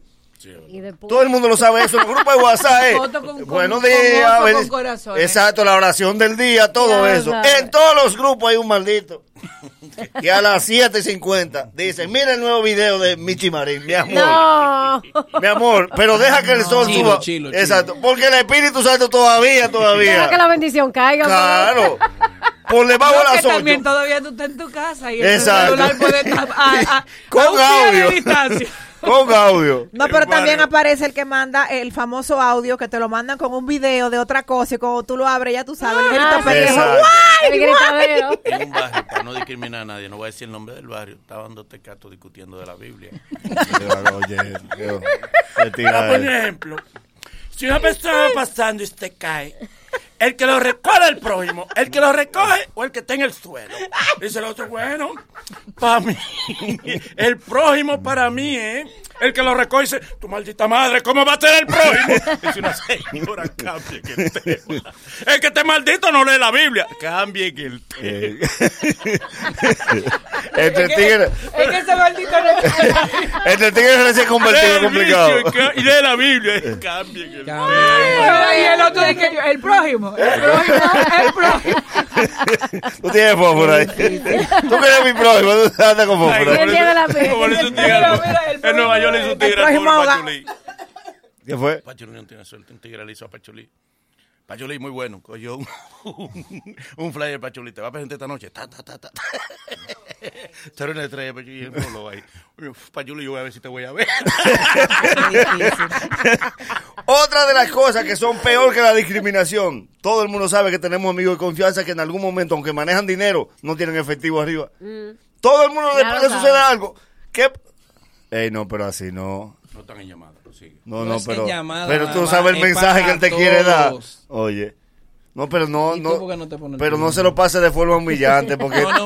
Speaker 4: Y después-
Speaker 11: Todo el mundo lo sabe eso. En el grupo de WhatsApp es
Speaker 4: Foto Pues, con- con-
Speaker 11: buenos
Speaker 4: con
Speaker 11: días.
Speaker 4: oso,
Speaker 11: ben-
Speaker 4: con corazones.
Speaker 11: Exacto, la oración del día, todo
Speaker 4: Ya lo
Speaker 11: eso.
Speaker 4: sabe.
Speaker 11: En todos los grupos hay un maldito. Y a las 7.50 dicen, mira el nuevo video de Michi Marín, mi amor.
Speaker 4: No.
Speaker 11: Mi amor, pero deja que el sol
Speaker 3: Chilo,
Speaker 11: suba.
Speaker 3: chilo, chilo.
Speaker 11: Exacto, porque el Espíritu Santo todavía,
Speaker 4: Deja que
Speaker 11: todavía.
Speaker 4: la bendición caiga. por
Speaker 11: Claro. Pues Por debajo
Speaker 5: No,
Speaker 11: de
Speaker 5: que
Speaker 11: las
Speaker 5: también
Speaker 11: ocho.
Speaker 5: todavía tú estás en tu casa y
Speaker 11: Exacto.
Speaker 5: el celular puede estar a, a-
Speaker 11: [LAUGHS] Con
Speaker 5: a un pie de
Speaker 11: audio.
Speaker 5: distancia.
Speaker 11: [LAUGHS] Con audio.
Speaker 9: No, pero también aparece el que manda el famoso audio que te lo mandan con un video de otra cosa y cuando tú lo abres ya tú sabes. el grito
Speaker 4: Ah, sí.
Speaker 9: pendejo.
Speaker 4: Exacto.
Speaker 9: ¡Guay,
Speaker 4: El gritadero.
Speaker 9: guay!
Speaker 4: En
Speaker 2: un barrio, para no discriminar a nadie, no voy a decir el nombre del barrio, estaban dos tecatos discutiendo de la Biblia.
Speaker 11: Retira
Speaker 2: Por
Speaker 11: él.
Speaker 2: ejemplo, si una persona va pasando y se cae, el que lo recoge el prójimo, el que lo recoge o el que está en el suelo. Dice el
Speaker 11: [LAUGHS]
Speaker 2: otro, bueno, para mí, el prójimo para mí, ¿eh? El que lo recoge dice, tu maldita madre, ¿cómo va a ser el prójimo? Dice una señora, cambie que el tema. El que esté maldito no lee la Biblia. Cambie que el tema.
Speaker 3: [LAUGHS]
Speaker 11: Entre tigres,
Speaker 5: Es que ese maldito no
Speaker 11: entre tigres recién
Speaker 2: Lee
Speaker 11: convertido
Speaker 2: el
Speaker 11: complicado.
Speaker 2: vicio y ca- Y lee la Biblia. Cambie que el
Speaker 5: Ay, Y el otro dice que yo, el
Speaker 11: [LAUGHS]
Speaker 5: prójimo, el prójimo, el prójimo.
Speaker 11: Tú tienes fósforo ahí. Tú que eres mi prójimo, tú andas con fósforo.
Speaker 4: el día de la Biblia.
Speaker 2: Como le hizo un tigre al- En Nueva York le hizo un tigre al
Speaker 9: prójimo
Speaker 2: pobre
Speaker 9: ahogado.
Speaker 2: Pachulí.
Speaker 11: ¿Qué fue?
Speaker 2: Pachulí no tiene suerte. Un tigre le hizo a Pachulí. Pachulí muy bueno. Cogió un, un, [LAUGHS] un flyer de Pachulí. Te va a presentar esta noche. Ta, ta, ta, ta. [LAUGHS] Tú eres una estrella, Pachulí. un polo ahí. Uf, Pachulí, yo voy a ver si te voy
Speaker 11: [LAUGHS]
Speaker 2: a ver.
Speaker 11: Otra de las cosas que son peor que la discriminación. Todo el mundo sabe que tenemos amigos de confianza que en algún momento, aunque manejan dinero, no tienen efectivo arriba.
Speaker 4: Mm.
Speaker 11: Todo el mundo
Speaker 4: Ya
Speaker 11: después
Speaker 4: lo
Speaker 11: de suceder
Speaker 4: sabe.
Speaker 11: algo. ¿Qué? Ey, no, pero así no.
Speaker 2: No están en llamada. Sigue.
Speaker 11: No,
Speaker 3: No
Speaker 11: no,
Speaker 3: es
Speaker 11: pero.
Speaker 3: en llamada,
Speaker 11: pero tú
Speaker 3: va,
Speaker 11: sabes el
Speaker 3: es
Speaker 11: mensaje
Speaker 3: para
Speaker 11: que él te quiere dar.
Speaker 3: todos.
Speaker 11: Oye. No, pero no,
Speaker 3: ¿Y tú por
Speaker 11: no.
Speaker 3: qué no te pones el
Speaker 11: pero no
Speaker 3: teléfono?
Speaker 11: se lo pase de forma humillante. Porque,
Speaker 3: [LAUGHS] No, no,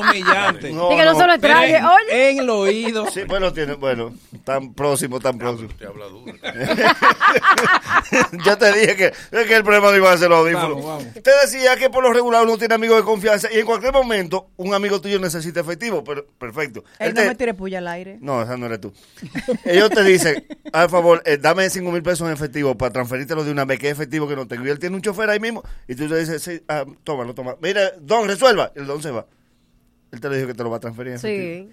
Speaker 11: [LAUGHS]
Speaker 3: humillante.
Speaker 11: No,
Speaker 4: Diga, no
Speaker 11: no.
Speaker 4: se lo extrañe.
Speaker 3: Mira,
Speaker 4: Oye.
Speaker 3: En el oído.
Speaker 11: Sí, bueno, tiene, bueno, tan próximo, tan próximo.
Speaker 2: Te habla duro.
Speaker 11: [LAUGHS] Yo te dije que, es que el problema no iba a ser los audífonos.
Speaker 3: Vamos, vamos.
Speaker 11: Te decía que por lo regular uno tiene amigos de confianza y en cualquier momento un amigo tuyo necesita efectivo, pero perfecto.
Speaker 9: Él
Speaker 11: Él
Speaker 9: no
Speaker 11: te-
Speaker 9: me tire puya al aire.
Speaker 11: No, esa no eres tú. Ellos te dicen, al favor, eh, dame 5 mil pesos en efectivo para transferírtelo de una vez, que es efectivo que no tengo. Y él tiene un chofer ahí mismo y tú le dices, sí, ah, tómalo, toma. Mira, don, resuelva. El don se va. Él te lo dijo que te lo va a transferir. en efectivo.
Speaker 4: Sí.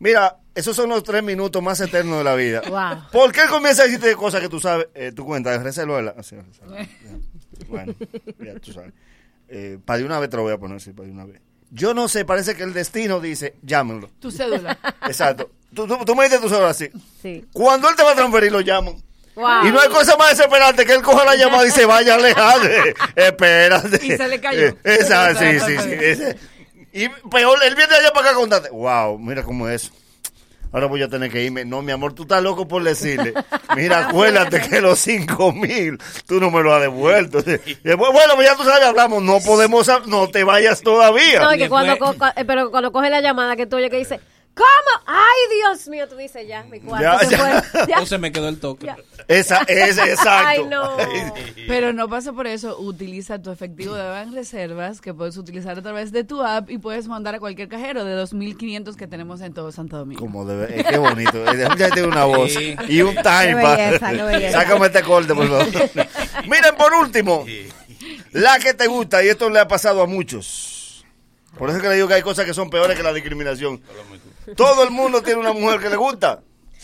Speaker 11: Mira, esos son los tres minutos más eternos de la vida.
Speaker 4: Wow.
Speaker 11: ¿Por qué él comienza a decirte cosas que tú sabes? Eh, tu cuenta, resérvala. Ah, sí, resérvala. Ya. [LAUGHS] Bueno, ya tú sabes. Eh, para de una vez te lo voy a poner, sí, para de una vez. Yo no sé, parece que el destino dice, llámenlo.
Speaker 5: Tu cédula.
Speaker 11: [LAUGHS] Exacto. Tú, tú, tú me dices tú solo así.
Speaker 4: Sí.
Speaker 11: Cuando él te va a transferir, lo llaman.
Speaker 4: Wow.
Speaker 11: Y no hay cosa más desesperante que él coja la llamada y se vaya alejado.
Speaker 5: [LAUGHS]
Speaker 11: Eh, Espérate.
Speaker 5: Y se le cayó.
Speaker 11: Eh, Esa, sí, sí, sí. ese. Y peor, él viene allá para acá contarte. Wow, mira cómo es. Ahora voy a tener que irme. No, mi amor, tú estás loco por decirle.
Speaker 5: [LAUGHS]
Speaker 11: Mira, acuérdate que los cinco mil tú no me lo has devuelto. Y después, bueno, pues ya tú sabes, hablamos. No podemos, hab- no te vayas todavía.
Speaker 5: pues.
Speaker 4: No, y que cuando, co- co- eh, pero cuando coge la llamada que tú oyes que dice, ¿cómo? Ay, Ay, Dios mío, tú dices ya, mi cuarto
Speaker 11: Ya,
Speaker 4: se
Speaker 11: ya. [LAUGHS]
Speaker 4: fue. Ya.
Speaker 3: Entonces me quedó el toque.
Speaker 4: Ya.
Speaker 11: Esa,
Speaker 4: [LAUGHS]
Speaker 11: es, exacto.
Speaker 4: Ay,
Speaker 11: [LAUGHS]
Speaker 4: no.
Speaker 7: [LAUGHS] Pero no pasa por eso, utiliza tu efectivo de Banreservas que puedes utilizar a través de tu app y puedes mandar a cualquier cajero de 2.500 que tenemos en todo Santo Domingo.
Speaker 11: Como debe, eh, qué bonito. Esa muchacha tiene una voz
Speaker 7: Sí.
Speaker 11: y un time.
Speaker 7: Qué
Speaker 11: pa-
Speaker 7: belleza, qué
Speaker 27: [LAUGHS]
Speaker 7: belleza.
Speaker 11: [LAUGHS] Sácame este corte, por favor. Miren, por último, la que te gusta, y esto le ha pasado a muchos. Por eso es que le digo que hay cosas que son peores que la discriminación. Todo el mundo tiene una mujer que le gusta.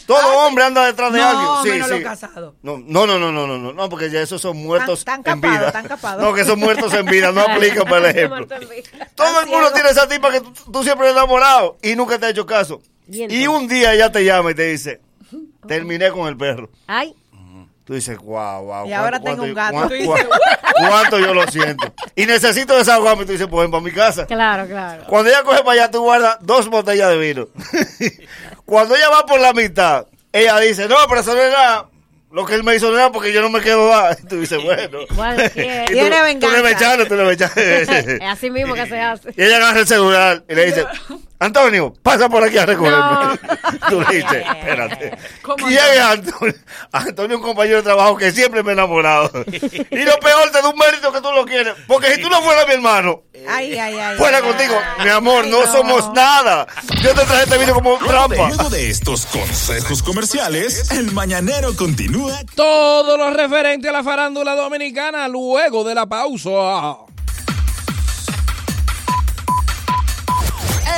Speaker 11: Todo hombre anda detrás de
Speaker 7: No,
Speaker 11: alguien. Sí,
Speaker 7: menos
Speaker 11: sí.
Speaker 7: los casados.
Speaker 11: No, no, no, no, no, no, no, no, porque ya esos son muertos
Speaker 9: Tan- tan
Speaker 11: en
Speaker 9: capado,
Speaker 11: vida.
Speaker 9: tan capado.
Speaker 11: [LAUGHS] No, que son muertos en vida, no aplica para el ejemplo. Todo el mundo tiene esa tipa que tú, tú siempre eres enamorado y nunca te ha hecho caso.
Speaker 4: ¿Y
Speaker 11: Y,
Speaker 4: entonces?
Speaker 11: un día ella te llama y te dice, terminé con el perro.
Speaker 4: Ay,
Speaker 11: Tú dices, guau, guau.
Speaker 4: Y ahora
Speaker 11: Ah, cuánto-
Speaker 4: tengo un gato.
Speaker 11: cuánto-
Speaker 4: Tú dices, [LAUGHS]
Speaker 11: cuánto- cuánto yo lo siento. Y necesito desahogarme. Tú dices, pues ven para mi casa.
Speaker 4: claro, claro.
Speaker 11: Cuando ella coge para allá, tú guardas dos botellas de vino. Cuando ella va por la mitad, ella dice, no, pero eso no era lo que él me hizo no era porque yo no me quedo más. [LAUGHS] Y tú dices, bueno.
Speaker 4: Cualquier-
Speaker 11: [LAUGHS] Y tú-
Speaker 4: Tiene
Speaker 11: Tú le
Speaker 4: venganza.
Speaker 11: me echaste, tú le me echaste.
Speaker 4: Es [LAUGHS] así mismo que se hace.
Speaker 11: [LAUGHS] Y ella agarra el celular y
Speaker 4: [LAUGHS]
Speaker 11: le dice, Antonio, pasa por aquí a recogerme. [LAUGHS] Tú
Speaker 4: [LAUGHS]
Speaker 11: le dices, espérate. ¿Quién es Antonio? Antonio es un compañero de trabajo que siempre me
Speaker 4: [LAUGHS]
Speaker 11: he enamorado. Y lo peor, te da un mérito que tú lo quieres. Porque si tú no fueras mi hermano,
Speaker 9: Ay, ay, ay.
Speaker 11: Eh, fuera contigo. Mi amor, no somos nada. Yo te traje este video como un trampa.
Speaker 1: Luego de estos consejos comerciales, el mañanero continúa.
Speaker 3: Todo lo referente a la farándula dominicana luego de la pausa.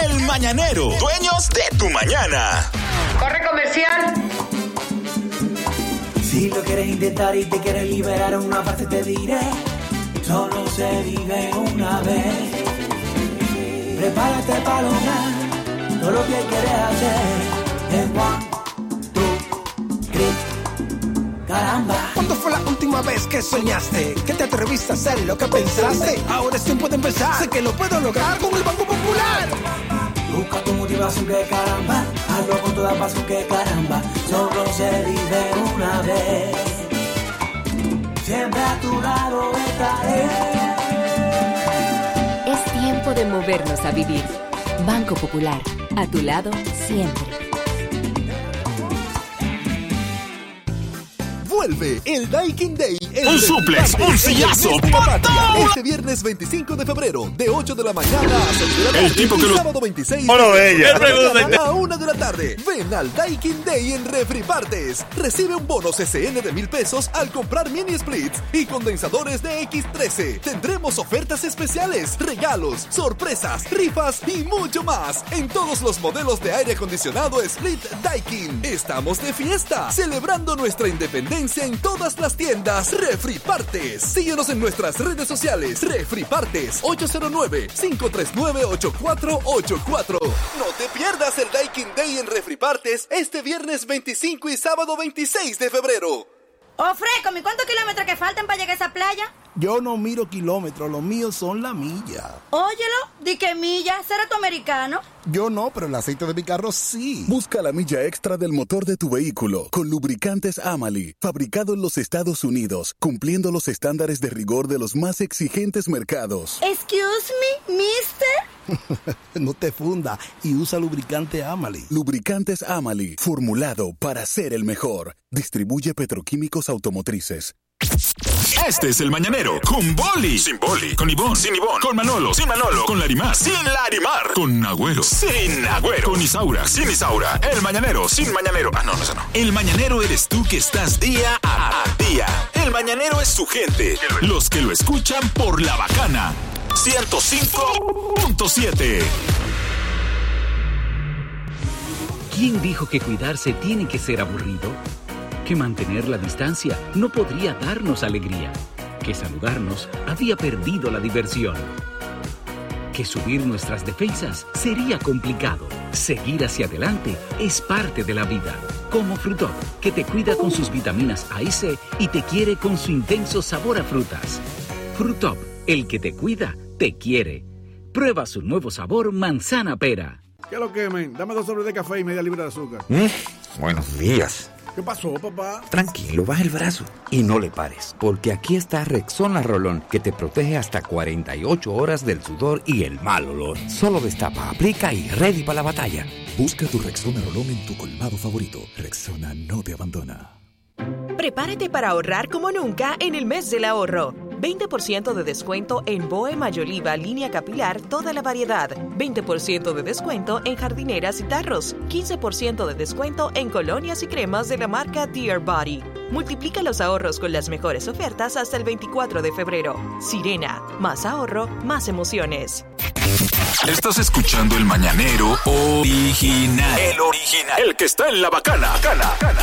Speaker 1: El mañanero, dueños de tu mañana.
Speaker 26: Corre comercial.
Speaker 6: Si lo quieres intentar y te quieres liberar una parte te diré, solo se vive una vez. Prepárate para lograr todo lo que quieres hacer. En one, two, three. Caramba. ¿Cuándo fue la última vez que soñaste? Que te atreviste a hacer lo que pensaste. Ahora es tiempo de empezar. Sé que lo puedo lograr con el Banco Popular. Busca tu motivación que caramba, hazlo con toda pasión que caramba, solo se vive una vez. Siempre a tu lado estaré.
Speaker 8: Es tiempo de movernos a vivir. Banco Popular, a tu lado siempre.
Speaker 22: Vuelve el Daikin Day. en
Speaker 1: Un
Speaker 22: Refill
Speaker 1: suplex,
Speaker 22: Party,
Speaker 1: un
Speaker 22: en
Speaker 1: sillazo,
Speaker 22: el Refill Party,
Speaker 1: ¡patón!
Speaker 22: Este viernes 25 de febrero, de 8 de la mañana a 6 de la tarde.
Speaker 1: El tipo que
Speaker 22: y
Speaker 1: lo-
Speaker 22: sábado 26
Speaker 11: Bueno, ella.
Speaker 22: de la mañana
Speaker 11: Pregunta.
Speaker 22: a 1 de la tarde. Ven al Daikin Day en Refri Partes. Recibe un bono CCN de mil pesos al comprar mini splits y condensadores de X13. Tendremos ofertas especiales, regalos, sorpresas, rifas y mucho más en todos los modelos de aire acondicionado Split Daikin. Estamos de fiesta, celebrando nuestra independencia en todas las tiendas Refri Partes. Síguenos en nuestras redes sociales Refri Partes 809-539-8484. No te pierdas el Daikin Day en Refri Partes este viernes 25 y sábado 26 de febrero.
Speaker 26: Oh, fresco, ¿mi cuántos kilómetros que faltan para llegar a esa playa?
Speaker 10: Yo no miro kilómetros, los míos son la milla.
Speaker 26: Óyelo, di que milla, será tu americano.
Speaker 10: Yo no, pero el aceite de mi carro sí.
Speaker 23: Busca la milla extra del motor de tu vehículo con lubricantes Amali, fabricado en los Estados Unidos, cumpliendo los estándares de rigor de los más exigentes mercados.
Speaker 26: Excuse me, mister.
Speaker 23: No te funda y usa lubricante Amali. Lubricantes Amali, formulado para ser el mejor. Distribuye petroquímicos automotrices.
Speaker 1: Este es el mañanero con Boli, sin Boli, con Ivón, sin Ivón, con Manolo, sin Manolo, con Larimar, sin Larimar, con Agüero, sin Agüero, con Isaura, sin Isaura, el mañanero, sin mañanero. Ah, no, no, eso no. El mañanero eres tú que estás día a día. El mañanero es su gente, los que lo escuchan por la bacana. 105.7
Speaker 28: ¿Quién dijo que cuidarse tiene que ser aburrido? Que mantener la distancia no podría darnos alegría. Que saludarnos había perdido la diversión. Que subir nuestras defensas sería complicado. Seguir hacia adelante es parte de la vida. Como Frutop, que te cuida con sus vitaminas A y C y te quiere con su intenso sabor a frutas. Frutop, el que te cuida, te quiere. Prueba su nuevo sabor manzana pera. ¿Qué lo quemen? Dame dos sobres de café y media libra de azúcar.
Speaker 27: Mm, Buenos días.
Speaker 29: ¿Qué pasó, papá?
Speaker 24: Tranquilo, baja el brazo y no le pares, porque aquí está Rexona Rolón, que te protege hasta 48 horas del sudor y el mal olor. Solo destapa, aplica y ready para la batalla.
Speaker 19: Busca tu Rexona Rolón en tu colmado favorito. Rexona no te abandona.
Speaker 30: Prepárate para ahorrar como nunca en el mes del ahorro. 20% de descuento en Boe Mayoliva línea capilar toda la variedad. 20% de descuento en jardineras y tarros. 15% de descuento en colonias y cremas de la marca Dear Body. Multiplica los ahorros con las mejores ofertas hasta el 24 de febrero. Sirena, más ahorro, más emociones.
Speaker 1: Estás escuchando el mañanero original. El original. El que está en la bacana. Cana, cana.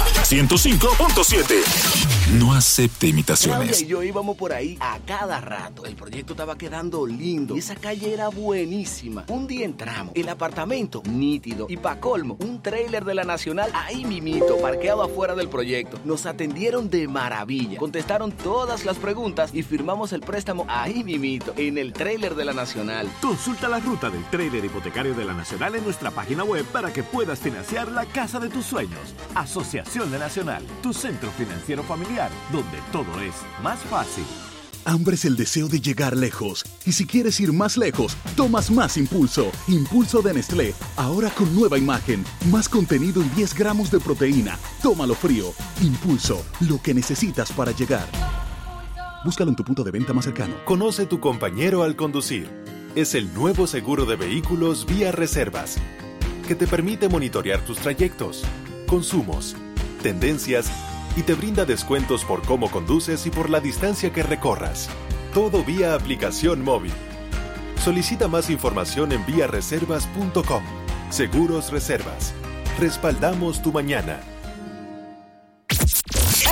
Speaker 1: 105.7. No acepte
Speaker 18: Claudia
Speaker 1: imitaciones.
Speaker 18: y yo íbamos por ahí a cada rato. El proyecto estaba quedando lindo. Y esa calle era buenísima. Un día entramos. El apartamento, nítido. Y pa' colmo, un trailer de la Nacional ahí mimito, parqueado afuera del proyecto. Nos atendieron de maravilla. Contestaron todas las preguntas y firmamos el préstamo ahí mimito, en el trailer de la Nacional.
Speaker 31: Consulta la ruta del trader hipotecario de la Nacional en nuestra página web para que puedas financiar la casa de tus sueños. Asociación de Nacional, tu centro financiero familiar, donde todo es más fácil.
Speaker 23: Hambre es el deseo de llegar lejos. Y si quieres ir más lejos, tomas más impulso. Impulso de Nestlé. Ahora con nueva imagen. Más contenido y 10 gramos de proteína. Tómalo frío. Impulso. Lo que necesitas para llegar.
Speaker 25: Búscalo en tu punto de venta más cercano. Conoce tu compañero al conducir. Es el nuevo seguro de vehículos vía reservas, que te permite monitorear tus trayectos, consumos, tendencias y te brinda descuentos por cómo conduces y por la distancia que recorras. Todo vía aplicación móvil. Solicita más información en viareservas.com. Seguros Reservas. Respaldamos tu mañana.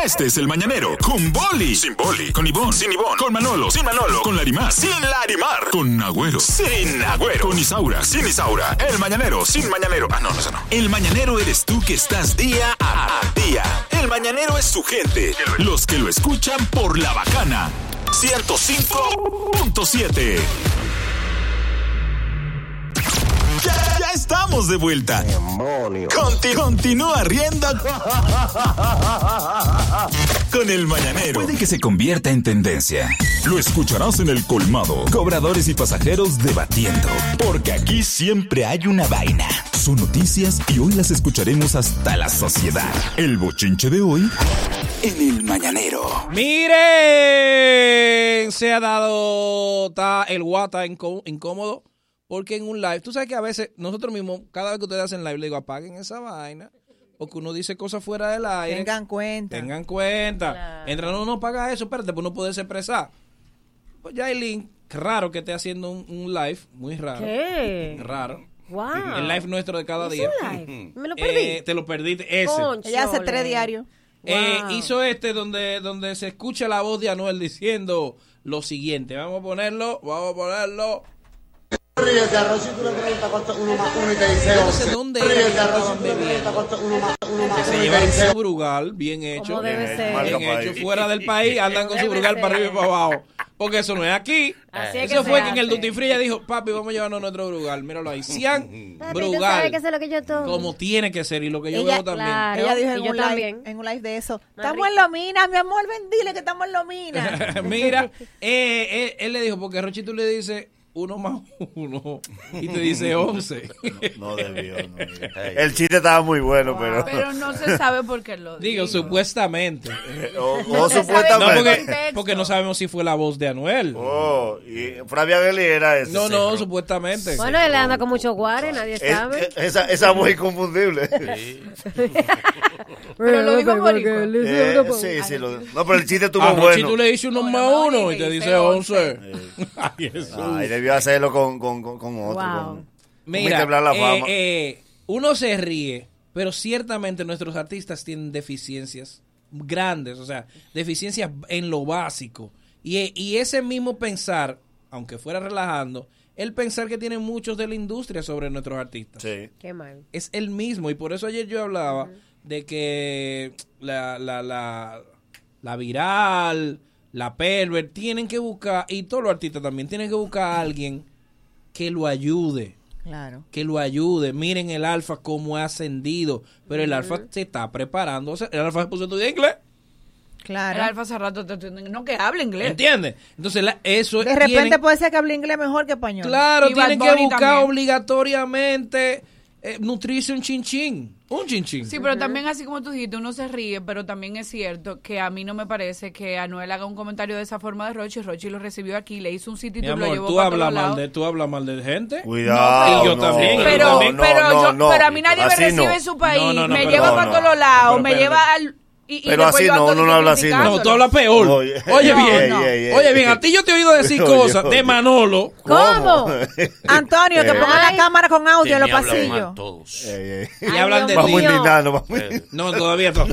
Speaker 1: Este es el mañanero. Con Boli. Sin Boli. Con Ivón. Sin Ivón. Con Manolo. Sin Manolo. Con Larimar. Sin Larimar. Con Agüero. Sin Agüero. Con Isaura. Sin Isaura. El mañanero. Sin mañanero. Ah, no, no, eso no. El mañanero eres tú que estás día a día. El mañanero es su gente. Los que lo escuchan por la bacana. 105.7. Ya, ya estamos de vuelta. Conti- continúa riendo con el mañanero.
Speaker 19: Puede que se convierta en tendencia.
Speaker 1: Lo escucharás en el colmado.
Speaker 19: Cobradores y pasajeros debatiendo. Porque aquí siempre hay una vaina. Son noticias y hoy las escucharemos hasta la sociedad.
Speaker 1: El bochinche de hoy.
Speaker 19: En el mañanero.
Speaker 3: Miren, se ha dado está el guata incó- incómodo porque en un live, tú sabes que a veces nosotros mismos, cada vez que ustedes hacen live, le digo apaguen esa vaina porque uno dice cosas fuera del aire.
Speaker 9: Tengan cuenta.
Speaker 3: Tengan cuenta. Entra, no, no paga eso, espérate, pues no puedes expresar. Pues Yailin, raro que esté haciendo un, un live, muy raro.
Speaker 4: ¿Qué?
Speaker 3: Raro.
Speaker 4: Wow.
Speaker 3: El live nuestro de cada
Speaker 4: ¿Es
Speaker 3: día.
Speaker 4: un live? Me lo
Speaker 3: Eh,
Speaker 4: perdí.
Speaker 3: te lo perdiste, ese.
Speaker 9: Ella hace tres diarios.
Speaker 3: Eh,
Speaker 9: Wow.
Speaker 3: hizo este donde, donde se escucha la voz de Anuel diciendo lo siguiente. Vamos a ponerlo, vamos a ponerlo.
Speaker 6: Ríete, arroz y una granita cuesta uno más uno y te dice once.
Speaker 3: ¿Dónde era que
Speaker 6: Ríete, arroz
Speaker 3: estaban
Speaker 6: y una granita
Speaker 3: bebiendo?
Speaker 6: cuesta uno más uno
Speaker 3: Que
Speaker 6: más
Speaker 3: se
Speaker 6: uno y
Speaker 3: llevan
Speaker 6: te dice
Speaker 3: su brugal, bien hecho.
Speaker 6: debe
Speaker 3: bien
Speaker 6: ser. Marca
Speaker 3: bien hecho.
Speaker 6: país.
Speaker 3: Fuera
Speaker 4: [LAUGHS]
Speaker 3: del país andan con su
Speaker 6: Debe
Speaker 3: brugal
Speaker 6: ser.
Speaker 3: para arriba y para abajo. Porque eso no es aquí.
Speaker 4: Así es
Speaker 3: eso
Speaker 4: que
Speaker 3: fue
Speaker 4: se
Speaker 3: que en el
Speaker 4: hace.
Speaker 3: Duty Free ella dijo, papi, vamos a llevarnos nuestro brugal. Míralo ahí. Cian
Speaker 4: Papi, tú sabes
Speaker 3: brugal.
Speaker 4: que eso es lo que yo tomo.
Speaker 3: Como tiene que ser y lo que yo
Speaker 9: Ella-
Speaker 3: veo también.
Speaker 4: claro.
Speaker 9: Ella dijo
Speaker 4: y
Speaker 9: en
Speaker 4: yo
Speaker 9: un, live,
Speaker 4: también.
Speaker 9: en un live de eso. Estamos en Lomina, mi amor, bendile que estamos en
Speaker 11: [LAUGHS]
Speaker 9: Lomina.
Speaker 3: [LAUGHS] Mira, eh, eh, él le dijo, porque Rochi tú le dices uno más uno y
Speaker 11: [LAUGHS]
Speaker 3: te dice once.
Speaker 11: No debió, no El chiste estaba muy bueno, pero...
Speaker 7: Pero no se
Speaker 11: [LAUGHS]
Speaker 7: sabe por qué lo
Speaker 3: Digo, supuestamente.
Speaker 11: O- o Se supuestamente. sabe
Speaker 3: No,
Speaker 11: el
Speaker 3: porque,
Speaker 11: contexto.
Speaker 3: porque no sabemos si fue la voz de Anuel.
Speaker 11: Oh, y Flavia Belli era ese.
Speaker 3: No, no, supuestamente.
Speaker 4: Bueno, él anda con mucho guare, nadie
Speaker 11: Es-
Speaker 4: sabe.
Speaker 11: Eh, esa, esa voz inconfundible.
Speaker 4: [LAUGHS] Pero lo digo
Speaker 7: porque
Speaker 4: él es
Speaker 11: Eh,
Speaker 4: una voz.
Speaker 11: sí, sí, lo- no, pero el chiste estuvo
Speaker 3: A Rochi
Speaker 11: bueno.
Speaker 3: tú le dices uno más uno y te dice once. [LAUGHS] Ay, Jesús.
Speaker 11: Ay, debió hacerlo con, con, con, con otro.
Speaker 3: Wow.
Speaker 11: con-
Speaker 3: Mira,
Speaker 11: Comete hablar la
Speaker 3: eh,
Speaker 11: este fama.
Speaker 3: eh, uno se ríe, pero ciertamente nuestros artistas tienen deficiencias grandes, o sea, deficiencias en lo básico. Y, eh, y ese mismo pensar, aunque fuera relajando, el pensar que tienen muchos de la industria sobre nuestros artistas.
Speaker 4: Qué mal.
Speaker 3: Es el mismo, y por eso ayer yo hablaba de que la, la, la, la viral, la pervert, tienen que buscar, y todos los artistas también, tienen que buscar a alguien que lo ayude.
Speaker 9: Claro.
Speaker 3: que lo ayude. Miren el Alfa cómo ha ascendido. Pero el
Speaker 7: Ujú.
Speaker 3: Alfa se está preparando. O sea, el Alfa se puso a estudiar inglés.
Speaker 9: Claro.
Speaker 7: El alfa hace rato te- te- no que hable inglés.
Speaker 3: ¿Entiendes? Entonces, la- eso
Speaker 9: De repente
Speaker 3: tienen-
Speaker 9: puede ser que hable inglés mejor que español.
Speaker 3: Claro, tienen que buscar obligatoriamente eh, nutrirse un chinchín. Un chinchín.
Speaker 7: Sí, pero también así como tú dijiste, uno se ríe, pero también es cierto que a mí no me parece que Anuel haga un comentario de esa forma de Rochi. Rochi lo recibió aquí, le hizo un sitio
Speaker 3: Mi
Speaker 7: y lo
Speaker 3: amor,
Speaker 7: llevó
Speaker 3: tú
Speaker 7: para todos
Speaker 3: hablas mal
Speaker 7: lados.
Speaker 3: de, tú hablas mal de gente.
Speaker 11: Cuidado,
Speaker 3: Y yo
Speaker 11: no,
Speaker 3: también.
Speaker 11: Pero-
Speaker 3: yo
Speaker 7: pero,
Speaker 3: también.
Speaker 7: pero yo,
Speaker 11: no,
Speaker 7: pero a mí nadie me
Speaker 11: así
Speaker 7: recibe
Speaker 11: no.
Speaker 7: en su país,
Speaker 11: No, no, no,
Speaker 7: me
Speaker 11: pero-
Speaker 7: lleva
Speaker 11: no,
Speaker 7: para
Speaker 11: no.
Speaker 7: todos los lados,
Speaker 11: Pero
Speaker 7: me
Speaker 11: espérate.
Speaker 7: lleva al... Y, y
Speaker 11: Pero
Speaker 7: después
Speaker 11: así
Speaker 7: yo ando
Speaker 11: no, uno no habla así. No,
Speaker 3: No, tú hablas peor. Oye,
Speaker 11: ey,
Speaker 3: bien,
Speaker 11: ey, ey.
Speaker 3: oye bien, a ti yo te he oído decir
Speaker 11: Oye,
Speaker 3: cosas de Manolo.
Speaker 9: ¿Cómo? Antonio,
Speaker 11: Eh.
Speaker 9: que ponga la cámara con audio en los
Speaker 2: me hablan
Speaker 9: pasillos.
Speaker 2: mal todos.
Speaker 3: Y hablan de ti. Eh,
Speaker 11: Vamos a indignarnos, vamos a
Speaker 3: No, todavía no.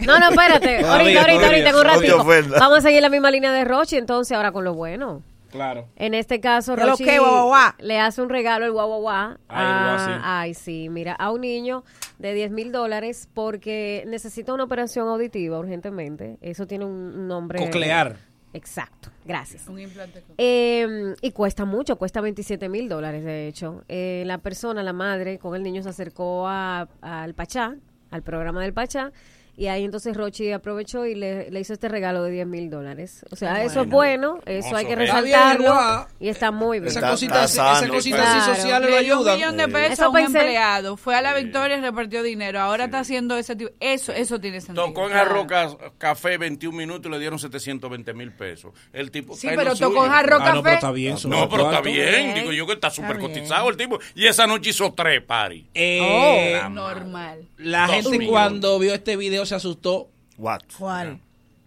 Speaker 4: No, no,
Speaker 11: [LAUGHS]
Speaker 4: espérate.
Speaker 11: Todavía,
Speaker 4: ahorita, ahorita,
Speaker 11: todavía.
Speaker 4: ahorita, en un
Speaker 11: No te
Speaker 4: ratito.
Speaker 11: ofendas.
Speaker 4: Vamos a seguir la misma línea de Rochi, entonces, ahora con lo bueno.
Speaker 3: Claro.
Speaker 4: En este caso,
Speaker 9: ¿Qué lo
Speaker 4: Rochi
Speaker 9: que, guaguaguá?
Speaker 4: le hace un regalo, el guaguaguá,
Speaker 9: Ay, el
Speaker 4: a-
Speaker 9: guau, sí.
Speaker 4: Ah, ay, sí, mira, a un niño de 10 mil dólares porque necesita una operación auditiva urgentemente. Eso tiene un nombre.
Speaker 3: Coclear.
Speaker 4: Exacto, gracias.
Speaker 7: Un implante
Speaker 4: Eh, y cuesta mucho, cuesta 27 mil dólares, de hecho. Eh, la persona, la madre, con el niño se acercó a- al Pachá, al programa del Pachá, y ahí entonces Rochi aprovechó y le, le hizo este regalo de 10 mil dólares. O sea,
Speaker 3: Qué
Speaker 4: eso es
Speaker 3: bueno.
Speaker 4: bueno, eso hay que
Speaker 3: Hermoso, ¿eh?
Speaker 4: resaltarlo.
Speaker 3: Está bien, guau.
Speaker 4: y está muy bien.
Speaker 3: Esa Está- cosita está así- esa sano, cosita así claro. social le
Speaker 7: Le dio
Speaker 3: ayuda.
Speaker 7: Un millón de
Speaker 3: Sí.
Speaker 7: pesos
Speaker 4: Eso
Speaker 7: a un
Speaker 4: pensé.
Speaker 7: empleado, fue a la victoria y repartió dinero, ahora está haciendo ese tipo... Eso, eso tiene sentido.
Speaker 2: Tocó en
Speaker 7: Claro.
Speaker 2: Jarro Ca- Café 21 minutos y le dieron 720 mil pesos. El tipo
Speaker 7: Sí,
Speaker 2: está en
Speaker 7: pero
Speaker 2: lo suyo.
Speaker 7: tocó en Jarro Ah, no, Café. pero está
Speaker 3: bien, son
Speaker 2: No, pero está
Speaker 3: cuartos.
Speaker 2: bien.
Speaker 3: Ok,
Speaker 2: Digo yo que está súper cotizado el tipo. Y esa noche hizo tres paris.
Speaker 3: Eh,
Speaker 7: Oh.
Speaker 2: La ma-
Speaker 7: normal.
Speaker 3: La
Speaker 2: Dos
Speaker 3: gente
Speaker 2: millones.
Speaker 3: cuando vio este video se asustó. Ah.
Speaker 11: What?
Speaker 9: ¿Cuál?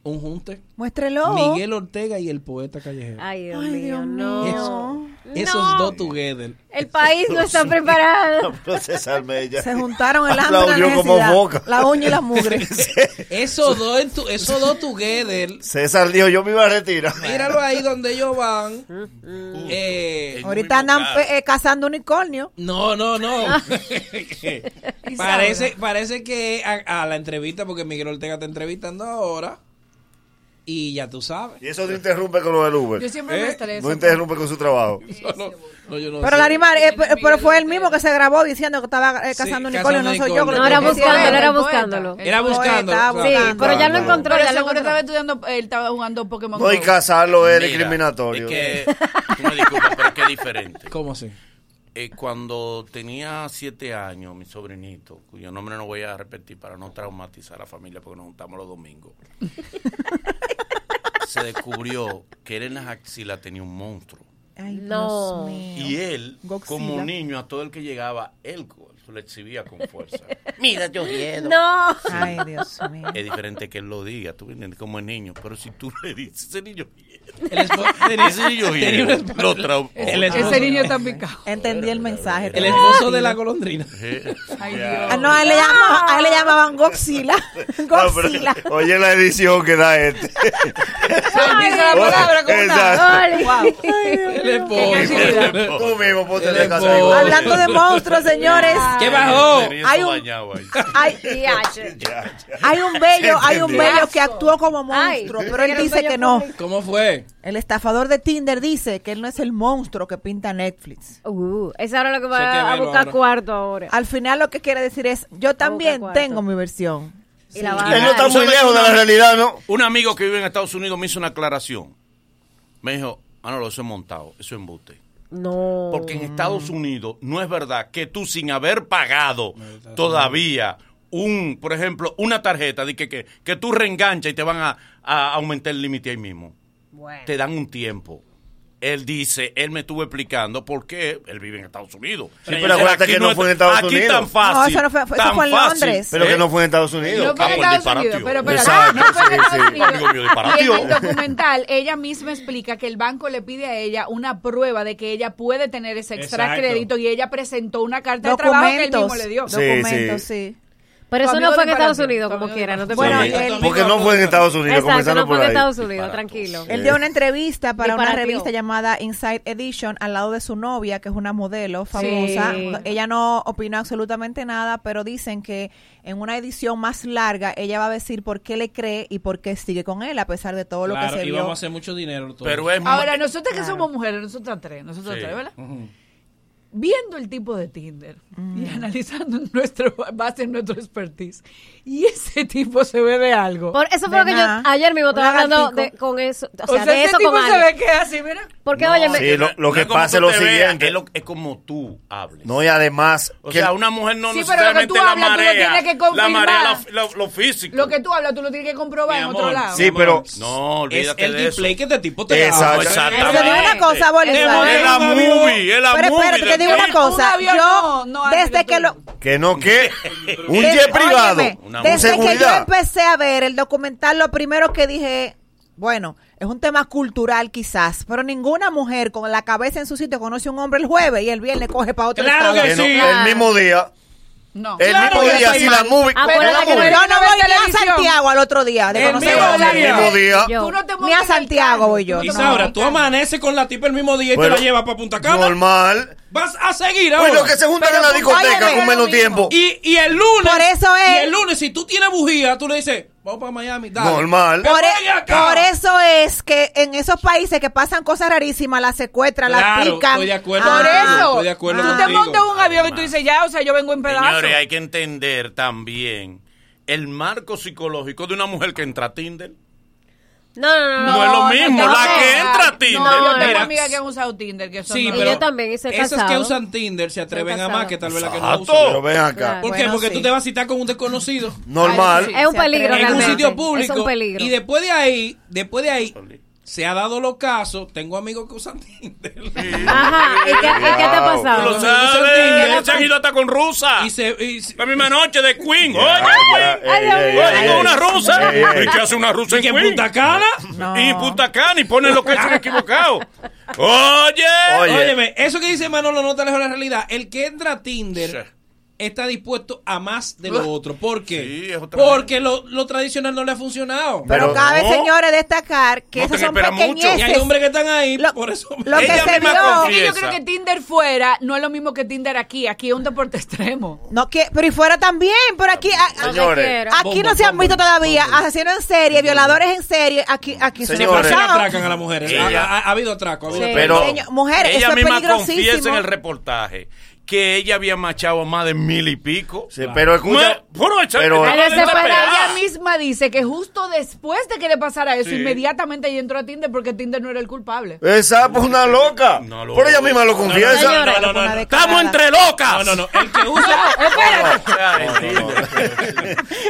Speaker 3: Un junte.
Speaker 9: Muéstrelo.
Speaker 3: Miguel Ortega y el poeta callejero.
Speaker 4: Ay, Dios mío, no.
Speaker 3: Eso-
Speaker 4: No.
Speaker 3: Esos dos together.
Speaker 4: El país no está preparado.
Speaker 11: Procesar Mella.
Speaker 9: Se juntaron el hambre y la
Speaker 11: Aplaudió como
Speaker 9: necesidad.
Speaker 11: boca.
Speaker 9: La uña y la
Speaker 11: [LAUGHS]
Speaker 9: mugre.
Speaker 3: Esos dos, en tu- esos dos together.
Speaker 11: [LAUGHS] César dijo, yo me iba a retirar. [LAUGHS]
Speaker 3: Míralo ahí donde ellos van. Eh,
Speaker 9: Ahorita andan Ah. eh, cazando unicornio.
Speaker 3: No,
Speaker 9: [LAUGHS]
Speaker 3: no, no. [LAUGHS] parece, parece que a, a la entrevista, porque Miguel Ortega está entrevistando ahora. Y ya tú sabes.
Speaker 11: Y eso no interrumpe con lo del Uber.
Speaker 7: Yo siempre
Speaker 3: Eh,
Speaker 7: me estreso.
Speaker 11: No interrumpe con su trabajo.
Speaker 3: No, yo no
Speaker 9: Pero el animal, eh, pe- pero fue el mismo que se grabó diciendo que estaba eh,
Speaker 11: Sí,
Speaker 9: cazando
Speaker 11: cazando
Speaker 9: unicornio, no soy yo.
Speaker 11: unicornio.
Speaker 9: creo
Speaker 4: No,
Speaker 9: que
Speaker 4: era
Speaker 9: lo hicieron.
Speaker 4: buscándolo, era buscándolo.
Speaker 3: Era buscando.
Speaker 9: estaba
Speaker 4: Sí,
Speaker 9: buscando.
Speaker 4: pero ya lo encontró, ya
Speaker 7: Pero
Speaker 4: lo
Speaker 7: seguro
Speaker 4: encontró.
Speaker 7: estaba estudiando, él estaba jugando Pokémon
Speaker 11: No, y
Speaker 7: Go.
Speaker 11: casarlo es
Speaker 2: Mira,
Speaker 11: discriminatorio. [LAUGHS]
Speaker 2: Es que, tú me disculpas, pero es que es diferente.
Speaker 3: [LAUGHS] ¿Cómo así?
Speaker 2: Eh, cuando tenía siete años, mi sobrinito, cuyo nombre no voy a repetir para no traumatizar a la familia porque nos juntamos los domingos, se descubrió que él en las axilas tenía un monstruo.
Speaker 9: Ay,
Speaker 4: No.
Speaker 9: Dios mío.
Speaker 2: Y él,
Speaker 9: Godzilla.
Speaker 2: como niño, a todo el que llegaba, él lo exhibía con fuerza. Mira, yo miedo.
Speaker 4: No.
Speaker 2: Sí.
Speaker 9: Ay,
Speaker 4: [LAUGHS]
Speaker 9: Dios mío.
Speaker 2: Es diferente que él lo diga, tú me entiendes, como el niño. Pero si tú le dices, ese niño
Speaker 3: El esposo-
Speaker 9: [LAUGHS]
Speaker 3: tenía-
Speaker 2: Ese niño
Speaker 3: tenía
Speaker 2: hielo,
Speaker 3: un esposo-
Speaker 2: lo traumó.
Speaker 3: el esposo-
Speaker 7: Ese niño está picado.
Speaker 9: Entendí el mensaje.
Speaker 3: El esposo de la golondrina.
Speaker 9: Ah, no, a él, le llama- a él le llamaban Godzilla.
Speaker 11: No, pero-
Speaker 9: Godzilla.
Speaker 11: oye la edición que da este.
Speaker 7: Dice la palabra como
Speaker 11: Exacto.
Speaker 7: una. Wow.
Speaker 3: El esposo.
Speaker 11: Tú mismo ponte
Speaker 3: El
Speaker 11: de casa.
Speaker 3: esposo.
Speaker 9: Hablando de monstruos, señores.
Speaker 3: ¿Qué bajó?
Speaker 9: Hay un, hay, hay un bello, hay un bello que actuó como monstruo, pero él dice que no.
Speaker 3: ¿Cómo fue?
Speaker 9: El estafador de Tinder dice que él no es el monstruo que pinta Netflix.
Speaker 4: Uh, es ahora lo que
Speaker 3: Sé que
Speaker 4: va a
Speaker 3: velo
Speaker 4: buscar
Speaker 3: ahora.
Speaker 4: cuarto ahora.
Speaker 9: Al final lo que quiere decir es, yo también
Speaker 4: cuarto.
Speaker 9: tengo mi versión.
Speaker 4: Y la va a
Speaker 11: Él no
Speaker 4: dar.
Speaker 11: está muy lejos de la realidad, ¿no?
Speaker 2: Un amigo que vive en Estados Unidos me hizo una aclaración. Me dijo, ah, no, eso es montado, eso es embuste.
Speaker 4: No.
Speaker 2: Porque en
Speaker 11: Mm.
Speaker 2: Estados Unidos no es verdad que tú sin haber pagado todavía un, por ejemplo, una tarjeta de que, que, que tú reenganchas y te van a, a aumentar el límite ahí mismo. Te dan un tiempo. Él dice, él me estuvo explicando por qué él vive en Estados Unidos.
Speaker 11: Sí, pero acuérdate
Speaker 2: Aquí
Speaker 11: que no
Speaker 2: es-
Speaker 11: fue en Estados
Speaker 2: aquí
Speaker 11: Unidos.
Speaker 2: tan fácil.
Speaker 9: No, eso no fue- fue- eso
Speaker 2: tan
Speaker 9: fue en
Speaker 2: fácil,
Speaker 9: Londres.
Speaker 11: Pero que no fue en Estados Unidos.
Speaker 7: No fue en
Speaker 2: Ah, por
Speaker 7: Estados
Speaker 2: disparatio.
Speaker 7: Unidos, pero espérate,
Speaker 11: Exacto,
Speaker 7: no fue en
Speaker 11: sí,
Speaker 7: Estados
Speaker 11: sí.
Speaker 7: Unidos.
Speaker 2: Amigo mío,
Speaker 7: Y en
Speaker 2: disparatio.
Speaker 7: el documental, ella misma explica que el banco le pide a ella una prueba de que ella puede tener ese extra
Speaker 4: Exacto.
Speaker 7: crédito y ella presentó una carta de trabajo que él mismo
Speaker 9: Documentos.
Speaker 7: le dio.
Speaker 11: Sí, Documentos, sí.
Speaker 4: Pero
Speaker 7: Tu
Speaker 4: eso
Speaker 7: amigo
Speaker 4: no fue en
Speaker 7: de
Speaker 4: Estados
Speaker 7: Paraguay.
Speaker 4: Unidos, como quiera, no te
Speaker 11: Bueno,
Speaker 4: preocupes.
Speaker 11: él- Porque no fue en Estados Unidos,
Speaker 4: Exacto,
Speaker 11: comenzando
Speaker 4: no fue
Speaker 11: por
Speaker 4: en
Speaker 11: ahí.
Speaker 4: Estados Unidos, tranquilo.
Speaker 9: Él dio una entrevista para una
Speaker 4: Disparatió.
Speaker 9: revista llamada Inside Edition al lado de su novia, que es una modelo famosa.
Speaker 4: Sí.
Speaker 9: Ella no opinó absolutamente nada, pero dicen que en una edición más larga ella va a decir por qué le cree y por qué sigue con él, a pesar de todo lo que
Speaker 3: Claro,
Speaker 9: se
Speaker 3: y
Speaker 9: vio.
Speaker 3: vamos a hacer mucho dinero. todos.
Speaker 2: Pero es
Speaker 7: Ahora, nosotros que somos mujeres, nosotros tres, nosotros tres, ¿verdad?
Speaker 3: Ujú.
Speaker 7: viendo el tipo de Tinder
Speaker 4: Mm.
Speaker 7: y analizando [LAUGHS] nuestro base en nuestro expertise y ese tipo se ve de algo.
Speaker 4: Por eso fue lo que yo ayer mismo estaba hablando de- con eso. O
Speaker 7: O
Speaker 4: sea,
Speaker 7: sea,
Speaker 4: de
Speaker 7: ese
Speaker 4: eso
Speaker 7: tipo
Speaker 4: con
Speaker 7: se
Speaker 4: alguien.
Speaker 7: ve que así, mira.
Speaker 4: Porque,
Speaker 7: No,
Speaker 4: oye, me-
Speaker 11: sí, lo, lo
Speaker 2: No
Speaker 11: que
Speaker 2: es como
Speaker 11: pasa
Speaker 2: tú
Speaker 11: es lo
Speaker 2: te veas,
Speaker 11: siguiente.
Speaker 2: es, lo- es como tú hables.
Speaker 11: No, y además.
Speaker 2: O
Speaker 11: que-
Speaker 2: sea, una mujer no
Speaker 7: Sí, pero lo que tú
Speaker 2: necesariamente la
Speaker 7: hablas, tú lo
Speaker 2: marea.
Speaker 7: tienes que
Speaker 2: la
Speaker 7: confirmar.
Speaker 2: marea la- lo, lo físico.
Speaker 7: Lo que tú hablas, tú lo tienes que comprobar en otro lado.
Speaker 11: Sí, pero.
Speaker 2: No, olvídate
Speaker 3: el
Speaker 2: de eso.
Speaker 3: display que este tipo te da.
Speaker 11: Exacto.
Speaker 2: Exactamente.
Speaker 9: Pero dime una cosa, Bolívar.
Speaker 2: Es la movie, es la
Speaker 9: Pero
Speaker 2: movie
Speaker 9: espérate,
Speaker 2: de
Speaker 9: que digo una
Speaker 2: aquí.
Speaker 9: cosa.
Speaker 7: avión
Speaker 9: Yo, desde que lo...
Speaker 11: Que no, que. Un
Speaker 9: Desde-
Speaker 11: jet privado.
Speaker 9: Óyeme,
Speaker 11: Una con
Speaker 9: desde que yo
Speaker 11: seguridad.
Speaker 9: empecé a ver el documental, lo primero que dije, bueno, es un tema cultural quizás, pero ninguna mujer con la cabeza en su sitio conoce a un hombre el jueves y el viernes coge para otro
Speaker 11: Claro
Speaker 9: estado.
Speaker 11: que sí. El mismo día.
Speaker 7: No.
Speaker 11: El
Speaker 9: Claro
Speaker 11: mismo
Speaker 9: que
Speaker 11: día,
Speaker 9: estoy
Speaker 11: si
Speaker 9: mal. Ah,
Speaker 11: la movie.
Speaker 9: Acuérdate
Speaker 11: la
Speaker 9: que
Speaker 11: movie.
Speaker 9: yo no voy ni a
Speaker 7: televisión.
Speaker 9: Santiago al otro día de
Speaker 7: El
Speaker 9: conocer
Speaker 7: mismo
Speaker 9: a
Speaker 7: día.
Speaker 9: alguien.
Speaker 7: El mismo día.
Speaker 9: Yo.
Speaker 7: Tú no te
Speaker 9: Ni a Santiago voy yo.
Speaker 3: Y ahora tú amaneces con la tipa el mismo día y
Speaker 11: Bueno,
Speaker 3: te la llevas para Punta Cana.
Speaker 11: Normal.
Speaker 3: Vas a seguir ahora.
Speaker 11: Bueno, Pues que se juntan en la discoteca con menos tiempo.
Speaker 3: Y, y el lunes.
Speaker 9: Por eso es-
Speaker 3: Y el lunes, si tú tienes bujía, tú le dices, vamos para Miami. Dale.
Speaker 11: Normal.
Speaker 3: Que
Speaker 9: Por, e-
Speaker 3: vaya acá.
Speaker 9: por eso es que en esos países que pasan cosas rarísimas, las secuestran, las
Speaker 3: Claro,
Speaker 9: pican.
Speaker 3: estoy de acuerdo
Speaker 9: Por
Speaker 3: contigo,
Speaker 9: eso.
Speaker 3: estoy de acuerdo
Speaker 7: Tú te
Speaker 3: contigo.
Speaker 7: montas en un avión y tú dices, ya, o sea, yo vengo en pedazos.
Speaker 2: Señores, hay que entender también el marco psicológico de una mujer que entra a Tinder.
Speaker 4: No, no, no.
Speaker 2: No es lo mismo,
Speaker 4: no,
Speaker 2: la
Speaker 4: no.
Speaker 2: que entra a Tinder.
Speaker 7: No, yo tengo
Speaker 3: Mira.
Speaker 7: amigas que han usado Tinder, que son
Speaker 3: Sí,
Speaker 7: no-
Speaker 3: pero
Speaker 4: yo también, y soy
Speaker 3: esas que
Speaker 4: casado.
Speaker 3: usan Tinder se atreven a
Speaker 4: casado.
Speaker 3: más que tal vez las que no
Speaker 11: Exacto.
Speaker 3: usan.
Speaker 11: Pero ven acá.
Speaker 3: ¿Por qué?
Speaker 9: Bueno,
Speaker 3: Porque
Speaker 9: sí.
Speaker 3: tú te vas a citar con un desconocido.
Speaker 11: [LAUGHS] Normal.
Speaker 4: Es un peligro
Speaker 3: en un
Speaker 4: realmente.
Speaker 3: sitio público.
Speaker 4: Es un peligro.
Speaker 3: Y después de ahí, después de ahí, se ha dado los casos. Tengo amigos que usan Tinder.
Speaker 4: Ajá, ¿y qué, y Ah, qué te ha
Speaker 11: Wow.
Speaker 2: Tú lo
Speaker 4: pasado?
Speaker 2: sabes, ese giro está con rusa.
Speaker 3: Y se, y se-
Speaker 2: La
Speaker 11: Pues
Speaker 2: misma noche de Queen.
Speaker 11: Ya,
Speaker 2: Oye,
Speaker 11: ya,
Speaker 2: Queen.
Speaker 11: ey, ey, ey,
Speaker 2: Oye,
Speaker 11: ey.
Speaker 2: una rusa.
Speaker 11: Ey, ey.
Speaker 2: ¿Y qué hace una rusa en
Speaker 3: que en
Speaker 2: Queen?
Speaker 3: Punta Cana.
Speaker 2: Y Punta Cana y pone lo que se han equivocado. Oye.
Speaker 11: Oye.
Speaker 3: Óyeme, eso que dice Manolo no está lejos de la realidad. El que entra a Tinder
Speaker 2: Sí.
Speaker 3: está dispuesto a
Speaker 9: [LAUGHS]
Speaker 3: más de lo otro. ¿Por qué?
Speaker 2: Sí, es otra
Speaker 3: Porque lo, lo tradicional no le ha funcionado.
Speaker 9: Pero,
Speaker 11: Pero
Speaker 9: cabe,
Speaker 2: no.
Speaker 9: señores, destacar que
Speaker 2: No,
Speaker 9: esas
Speaker 2: te
Speaker 9: son
Speaker 2: espera mucho.
Speaker 3: y hay
Speaker 9: pequeñeces.
Speaker 3: hombres que están ahí.
Speaker 9: Lo-
Speaker 3: por eso.
Speaker 9: lo que
Speaker 2: Ella
Speaker 9: se vio-
Speaker 2: misma
Speaker 7: Es que
Speaker 2: confiesa.
Speaker 7: yo creo que Tinder fuera no es lo mismo que Tinder aquí. Aquí es un deporte extremo.
Speaker 9: No, que, pero y fuera también, pero aquí, a- a-
Speaker 11: Señores.
Speaker 9: aquí no se han visto todavía asesinos en serie, violadores en serie, aquí, aquí se
Speaker 11: Señores.
Speaker 3: Eh, Se
Speaker 9: pasaron.
Speaker 3: atracan a las mujeres.
Speaker 2: Sí,
Speaker 3: Ha,
Speaker 2: ya.
Speaker 3: ha- ha habido atraco. Ha habido
Speaker 4: Sí.
Speaker 3: atraco.
Speaker 11: Pero-
Speaker 9: Señor- mujeres,
Speaker 2: ella
Speaker 9: eso es
Speaker 2: misma confiesa en
Speaker 9: peligrosísimo.
Speaker 2: el reportaje que ella había machado a más de mil y pico.
Speaker 11: Sí, pero escucha.
Speaker 2: Me- Bueno, echate-
Speaker 11: pero-
Speaker 2: no
Speaker 11: Pero
Speaker 2: le
Speaker 7: Pero
Speaker 2: des
Speaker 7: ella
Speaker 2: la pegada.
Speaker 7: misma dice que justo después de que le pasara eso,
Speaker 2: Sí.
Speaker 7: inmediatamente ella entró a Tinder porque Tinder no era el culpable.
Speaker 11: Esa pues una loca.
Speaker 2: No lo-
Speaker 11: Pero ella misma lo
Speaker 2: No, no,
Speaker 11: confiesa.
Speaker 4: Señores,
Speaker 3: No, no, no, no.
Speaker 2: Estamos entre locas.
Speaker 3: No, no, no. El
Speaker 9: [LAUGHS]
Speaker 3: que usa,
Speaker 2: Ay,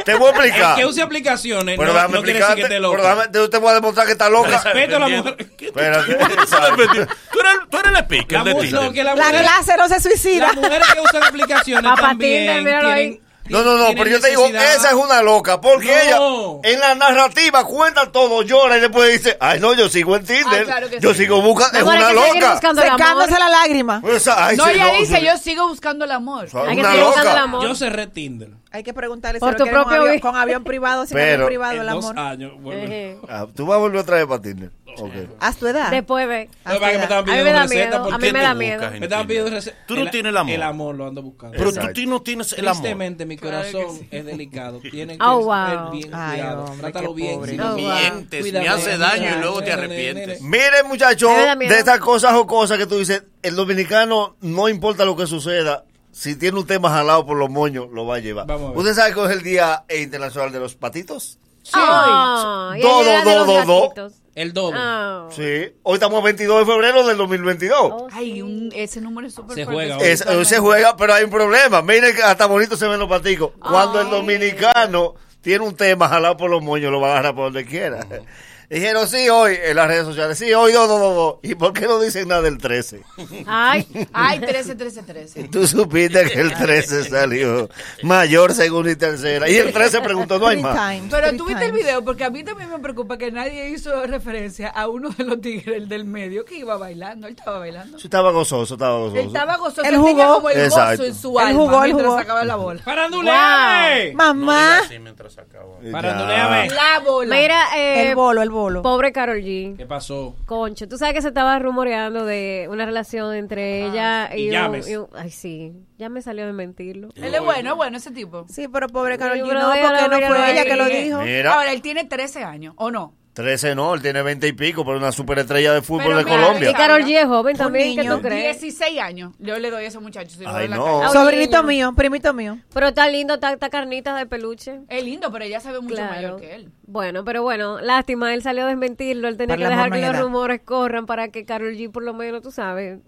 Speaker 11: Te
Speaker 3: [LAUGHS]
Speaker 11: voy a
Speaker 3: el
Speaker 11: explicar.
Speaker 3: que use aplicaciones
Speaker 11: Pero
Speaker 3: no,
Speaker 11: déjame
Speaker 3: no quiere decir que
Speaker 11: explicarte.
Speaker 3: esté loco.
Speaker 11: Pero déjame, te, te voy a demostrar que está loca.
Speaker 3: Respeto a la mujer.
Speaker 11: Espérate.
Speaker 2: Tú eres, tú eres el speaker
Speaker 3: La
Speaker 2: de
Speaker 3: mu- lo que
Speaker 2: Tinder.
Speaker 3: la
Speaker 9: La
Speaker 3: mujer-
Speaker 9: clase no se suicida.
Speaker 3: Las mujeres que usan aplicaciones
Speaker 4: Papá
Speaker 3: también
Speaker 4: Tinder, míralo ahí.
Speaker 3: tienen-
Speaker 11: No, no, no,
Speaker 3: tienen
Speaker 11: pero yo te digo,
Speaker 3: necesidad.
Speaker 11: esa es una loca, porque
Speaker 3: No.
Speaker 11: ella en la narrativa cuenta todo, llora y después dice, ay no, yo sigo en Tinder,
Speaker 7: Ah, claro que
Speaker 11: yo
Speaker 7: sí.
Speaker 11: sigo buscando, es
Speaker 4: Amor, hay
Speaker 11: una
Speaker 4: que seguir
Speaker 11: loca.
Speaker 4: buscando el amor.
Speaker 9: Secándose la lágrima.
Speaker 11: Esa- ay,
Speaker 7: no,
Speaker 11: sí,
Speaker 7: ella
Speaker 11: no,
Speaker 7: dice,
Speaker 11: sí.
Speaker 7: yo sigo buscando el amor.
Speaker 11: Una
Speaker 4: Hay que seguir buscando
Speaker 11: loca.
Speaker 4: el amor.
Speaker 3: Yo cerré Tinder.
Speaker 9: Hay que preguntarle si
Speaker 4: Por
Speaker 9: lo
Speaker 4: tu
Speaker 9: quiere con
Speaker 4: propio
Speaker 9: avión,
Speaker 4: bien.
Speaker 9: con avión privado, sin
Speaker 11: Pero-
Speaker 9: avión privado,
Speaker 3: en
Speaker 9: el
Speaker 3: dos
Speaker 9: amor.
Speaker 3: años. bueno.
Speaker 7: Eh,
Speaker 4: Ejé.
Speaker 11: Ah, Tú vas a volver otra vez para Tinder. Ok.
Speaker 9: A su edad.
Speaker 4: Después ve.
Speaker 9: A su
Speaker 3: No, para que me
Speaker 9: edad.
Speaker 3: estaban
Speaker 4: A mí
Speaker 3: pidiendo
Speaker 4: me da
Speaker 3: receta
Speaker 4: miedo.
Speaker 3: porque
Speaker 4: A mí me da
Speaker 2: tú
Speaker 4: miedo.
Speaker 2: buscas?
Speaker 3: me estaban pidiendo receta.
Speaker 2: Tú no tienes el amor.
Speaker 3: El amor lo ando buscando.
Speaker 2: Pero tú
Speaker 11: Exacto.
Speaker 2: ti- no tienes el amor.
Speaker 3: Tristemente, mi corazón
Speaker 2: [LAUGHS]
Speaker 3: es delicado. Tiene que
Speaker 4: Oh,
Speaker 3: ser
Speaker 4: wow.
Speaker 3: bien
Speaker 9: Ay,
Speaker 3: cuidado.
Speaker 9: hombre,
Speaker 3: Trátalo
Speaker 9: qué
Speaker 3: bien.
Speaker 9: pobre.
Speaker 3: si
Speaker 4: Oh,
Speaker 3: no-
Speaker 4: wow.
Speaker 2: Mientes,
Speaker 3: Cuídame,
Speaker 2: me hace daño y
Speaker 3: cuídame,
Speaker 2: luego te
Speaker 3: nene,
Speaker 2: arrepientes.
Speaker 3: nene.
Speaker 11: Mire, muchachos,
Speaker 4: Me da miedo.
Speaker 11: de esas cosas o cosas que tú dices, el dominicano no importa lo que suceda, si tiene un tema jalado por los moños, lo va a llevar.
Speaker 3: Vamos a ver.
Speaker 11: ¿Usted sabe que hoy es el Día Internacional de los Patitos?
Speaker 4: Ah, y
Speaker 11: Do,
Speaker 4: ahí era
Speaker 11: do,
Speaker 4: de
Speaker 11: do,
Speaker 4: los
Speaker 11: do, do.
Speaker 4: gatitos.
Speaker 3: El dodo.
Speaker 4: Ah.
Speaker 11: Sí. Hoy estamos a 22 de febrero del 2022.
Speaker 4: Oh,
Speaker 7: Ay, un- ese número es súper
Speaker 3: Se
Speaker 7: fuerte.
Speaker 3: juega
Speaker 11: Es- hoy se juega, pero hay un problema. Miren que hasta bonito se ven los paticos. Cuando el dominicano tiene un tema jalado por los moños, lo va a agarrar por donde quiera. [LAUGHS] Dijeron, sí, hoy, en las redes sociales, sí, hoy, no, no, no, no. ¿Y por qué no dicen nada del
Speaker 3: [LAUGHS]
Speaker 11: 13?
Speaker 4: Ay,
Speaker 7: Ay, 13, 13, 13.
Speaker 11: Tú supiste que el 13 salió mayor, segunda y tercera. Y el 13 preguntó, no hay
Speaker 9: Three
Speaker 11: más.
Speaker 9: times,
Speaker 7: Pero
Speaker 9: three
Speaker 7: tú viste el
Speaker 9: times.
Speaker 7: video porque a mí también me preocupa que nadie hizo referencia a uno de los tigres, el del medio, que iba bailando. Él estaba bailando.
Speaker 11: Sí, estaba gozoso, estaba gozoso.
Speaker 7: Él estaba gozoso.
Speaker 9: Él
Speaker 7: Él tenía
Speaker 9: jugó.
Speaker 7: como el gozo
Speaker 11: Exacto.
Speaker 7: en su
Speaker 9: Él
Speaker 7: alma
Speaker 9: jugó, él
Speaker 7: mientras
Speaker 9: jugó.
Speaker 7: sacaba la bola.
Speaker 4: [LAUGHS]
Speaker 3: ¡Faranduleame!
Speaker 9: Mamá.
Speaker 2: Sí, mientras acabo.
Speaker 11: Ya.
Speaker 3: Faranduleame.
Speaker 7: La bola.
Speaker 4: mira, eh,
Speaker 9: El bolo, el bolo.
Speaker 4: pobre Carol G.
Speaker 3: ¿Qué pasó?
Speaker 4: Concho, tú sabes que se estaba rumoreando de una relación entre ella y,
Speaker 3: y
Speaker 4: un,
Speaker 3: James.
Speaker 4: y un- Ay, sí, ya me salió de mentirlo.
Speaker 7: Él es bueno, es bueno ese tipo.
Speaker 9: Sí, pero pobre Carol G,
Speaker 4: Pero
Speaker 9: no,
Speaker 4: déjalo,
Speaker 9: porque no
Speaker 4: míralo
Speaker 9: fue
Speaker 4: ahí.
Speaker 9: ella que lo dijo.
Speaker 11: Mira.
Speaker 7: Ahora, él tiene 13 años, ¿o no?
Speaker 11: 13 no, él tiene 20 y pico, pero una superestrella de fútbol
Speaker 7: Pero
Speaker 11: de
Speaker 7: mira,
Speaker 11: Colombia.
Speaker 4: Y Carol G es joven también, ¿qué tú
Speaker 7: niño.
Speaker 4: crees?
Speaker 7: 16 años. Yo le doy a esos muchachos. si lo
Speaker 11: Ay,
Speaker 7: veo en la
Speaker 11: no.
Speaker 7: calle.
Speaker 9: Sobrinito mío, primito mío.
Speaker 4: Pero está lindo, está, está carnita de peluche.
Speaker 7: Es lindo, pero ella se ve mucho mayor que él.
Speaker 4: Bueno, pero bueno, lástima, él salió a desmentirlo. Él tenía
Speaker 11: Por
Speaker 4: que
Speaker 11: la
Speaker 4: dejar
Speaker 11: misma
Speaker 4: que los
Speaker 11: edad.
Speaker 4: rumores corran para que Carol G, por lo menos, tú sabes,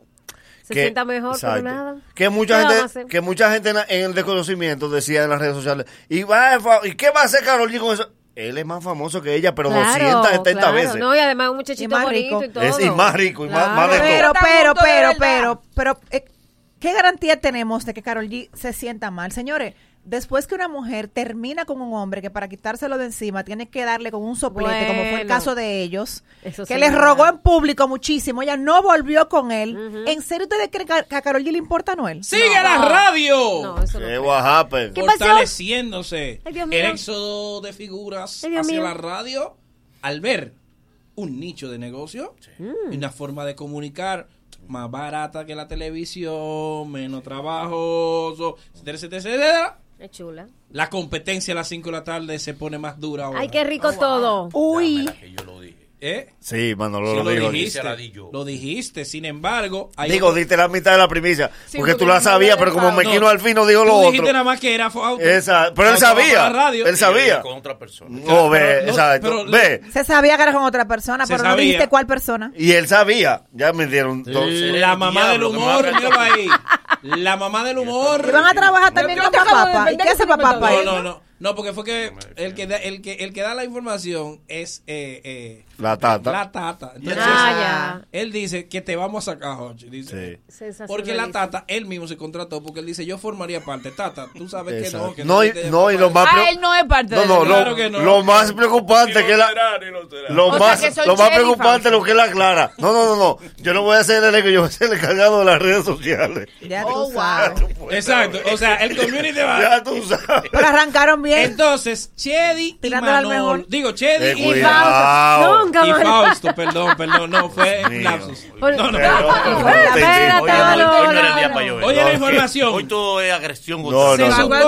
Speaker 4: se
Speaker 11: Que-
Speaker 4: sienta mejor,
Speaker 11: exacto.
Speaker 4: pero nada. ¿eh?
Speaker 11: Que
Speaker 4: ¿Qué
Speaker 11: mucha
Speaker 4: vamos a
Speaker 11: gente,
Speaker 4: hacer?
Speaker 11: que mucha gente na- en el desconocimiento decía en las redes sociales, ¿y, va a fa- ¿y qué va a hacer Carol G con eso? Él es más famoso que ella, pero 270
Speaker 4: claro.
Speaker 11: veces.
Speaker 4: No, y además un muchachito
Speaker 9: Y más
Speaker 4: bonito
Speaker 9: rico.
Speaker 4: y todo.
Speaker 11: Es- y más rico, y más- más, de todo.
Speaker 9: Pero, pero,
Speaker 4: juntos de
Speaker 9: pero,
Speaker 4: verdad.
Speaker 9: pero, pero, eh, ¿qué garantía tenemos de que Carol G se sienta mal? Señores, después que una mujer termina con un hombre que para quitárselo de encima tiene que darle con un soplete, como fue el
Speaker 4: Bueno.
Speaker 9: caso de ellos,
Speaker 4: Eso
Speaker 9: que
Speaker 4: sí
Speaker 9: les
Speaker 4: es
Speaker 9: rogó
Speaker 4: verdad.
Speaker 9: en público muchísimo, ella no volvió con él. ¿En serio ustedes creen que a- que a Carol G le importa a Noel?
Speaker 3: ¡Sigue la radio!
Speaker 11: ¿Qué what happened?
Speaker 3: Fortaleciéndose
Speaker 9: Ay, Dios mío.
Speaker 3: el éxodo de figuras
Speaker 9: Ay, Dios
Speaker 3: hacia
Speaker 9: mío.
Speaker 3: la radio al ver un nicho de negocio
Speaker 11: Mm.
Speaker 3: y una forma de comunicar más barata que la televisión, menos trabajoso, etcétera, etcétera, etcétera.
Speaker 4: Es chula.
Speaker 3: La competencia a las 5 de la tarde se pone más dura ahora.
Speaker 4: Ay, qué rico todo.
Speaker 9: Uy.
Speaker 3: ¿Eh?
Speaker 11: Sí, Manolo
Speaker 3: Sí,
Speaker 11: lo, dijo.
Speaker 3: dijiste, lo dijiste, sin embargo... hay
Speaker 11: Digo,
Speaker 3: otro-
Speaker 11: diste la mitad de la primicia,
Speaker 3: Sí,
Speaker 11: porque tú
Speaker 3: porque
Speaker 11: la
Speaker 3: no
Speaker 11: sabías,
Speaker 3: me
Speaker 11: pero como
Speaker 3: no.
Speaker 11: Mequino al fin no dijo lo
Speaker 3: Tú dijiste
Speaker 11: otro.
Speaker 3: nada más que era fauto.
Speaker 11: Esa- pero él
Speaker 3: Fauto para
Speaker 11: sabía,
Speaker 3: la radio.
Speaker 11: él sabía.
Speaker 2: Con otra persona.
Speaker 11: No, ve, exacto, ve.
Speaker 9: Se sabía que era con otra persona,
Speaker 11: Se
Speaker 9: pero no
Speaker 11: sabía.
Speaker 9: dijiste cuál persona.
Speaker 11: Y él sabía, ya me dieron todo.
Speaker 3: La mamá del
Speaker 11: Diablo, que me va a
Speaker 3: humor,
Speaker 11: retar.
Speaker 3: míralo ahí. La mamá del humor.
Speaker 9: Y van a trabajar también con papá. ¿Y qué hace papá para
Speaker 3: No,
Speaker 9: él?
Speaker 3: no, no. No, porque fue que el que da, el que, el que da la información es eh, eh,
Speaker 11: La tata.
Speaker 3: la tata. Entonces,
Speaker 4: Ah,
Speaker 3: él dice que te vamos a sacar, Jorge. Dice,
Speaker 4: Sensacionalista.
Speaker 3: Porque la tata, él mismo se contrató porque él dice, yo formaría parte. Tata, tú sabes
Speaker 11: Exacto.
Speaker 3: que no. Que
Speaker 11: No, y,
Speaker 3: te-
Speaker 11: no, y lo más
Speaker 7: Ah,
Speaker 11: preo-
Speaker 7: él no es parte
Speaker 11: no,
Speaker 7: de
Speaker 11: no,
Speaker 7: la-
Speaker 11: lo,
Speaker 7: Claro que no.
Speaker 11: lo más preocupante que la lo
Speaker 7: O sea,
Speaker 11: más
Speaker 7: que soy
Speaker 11: lo más
Speaker 7: Jenny
Speaker 11: preocupante es lo que él aclara. No, no, no, no. Yo no voy a ser el elenco, yo voy a ser el encargado de las redes sociales.
Speaker 9: Ya
Speaker 3: Oh,
Speaker 9: tú sabes.
Speaker 3: Exacto. O sea, el community va.
Speaker 11: Ya tú sabes.
Speaker 9: Pero arrancaron bien.
Speaker 3: Entonces, Chedi y
Speaker 9: Tirándole al
Speaker 3: Manolo.
Speaker 9: mejor.
Speaker 3: Digo, Chedi
Speaker 11: Eh,
Speaker 3: y
Speaker 11: cuidado.
Speaker 3: Fausto.
Speaker 11: Nunca
Speaker 3: Y
Speaker 11: más.
Speaker 3: Fausto, perdón, perdón. No, fue un lapsus.
Speaker 4: Por-
Speaker 3: No, no.
Speaker 4: Pero-
Speaker 2: Espérate,
Speaker 3: Oye,
Speaker 2: hoy no-
Speaker 3: no,
Speaker 2: hoy no era el
Speaker 3: no,
Speaker 2: día
Speaker 3: no.
Speaker 2: para llover.
Speaker 3: Oye, la
Speaker 2: No,
Speaker 3: información.
Speaker 2: que Hoy todo es agresión.
Speaker 11: No,
Speaker 2: Gonzalo.
Speaker 3: Se supone,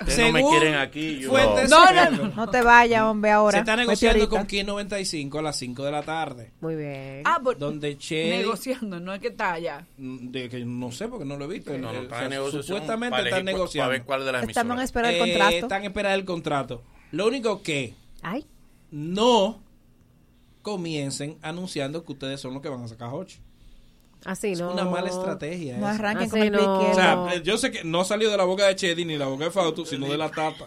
Speaker 2: Ustedes no me
Speaker 3: según
Speaker 2: quieren aquí. yo-
Speaker 3: fuentes-
Speaker 2: No.
Speaker 3: No, no,
Speaker 9: No te vayas, hombre, [LAUGHS] ahora.
Speaker 3: Se está
Speaker 9: Vete
Speaker 3: negociando
Speaker 9: ahorita.
Speaker 3: con Kiss 95 a las 5 de la tarde.
Speaker 4: Muy bien.
Speaker 7: Ah, por-
Speaker 3: Donde Chedi.
Speaker 7: negociando, no es que está allá.
Speaker 3: de que no sé porque no lo he visto.
Speaker 2: No, no,
Speaker 3: Eh,
Speaker 2: está
Speaker 3: o sea,
Speaker 2: en negociación
Speaker 3: supuestamente
Speaker 2: para
Speaker 3: están
Speaker 2: elegir cu-
Speaker 3: negociando.
Speaker 2: para ver cuál de las Están emisoras. en
Speaker 9: espera del contrato.
Speaker 3: Están en espera del contrato. Lo único que
Speaker 4: Ay.
Speaker 3: no comiencen anunciando que ustedes son los que van a sacar Hochi.
Speaker 4: Así no.
Speaker 3: Una mala estrategia.
Speaker 9: No
Speaker 3: esa.
Speaker 9: arranquen
Speaker 4: Ah,
Speaker 9: con
Speaker 4: sí,
Speaker 9: el pie
Speaker 4: no.
Speaker 3: O
Speaker 9: izquierdo.
Speaker 3: sea, eh, yo sé que no salió de la boca de Chedi ni la boca de Fausto, sino de la tapa.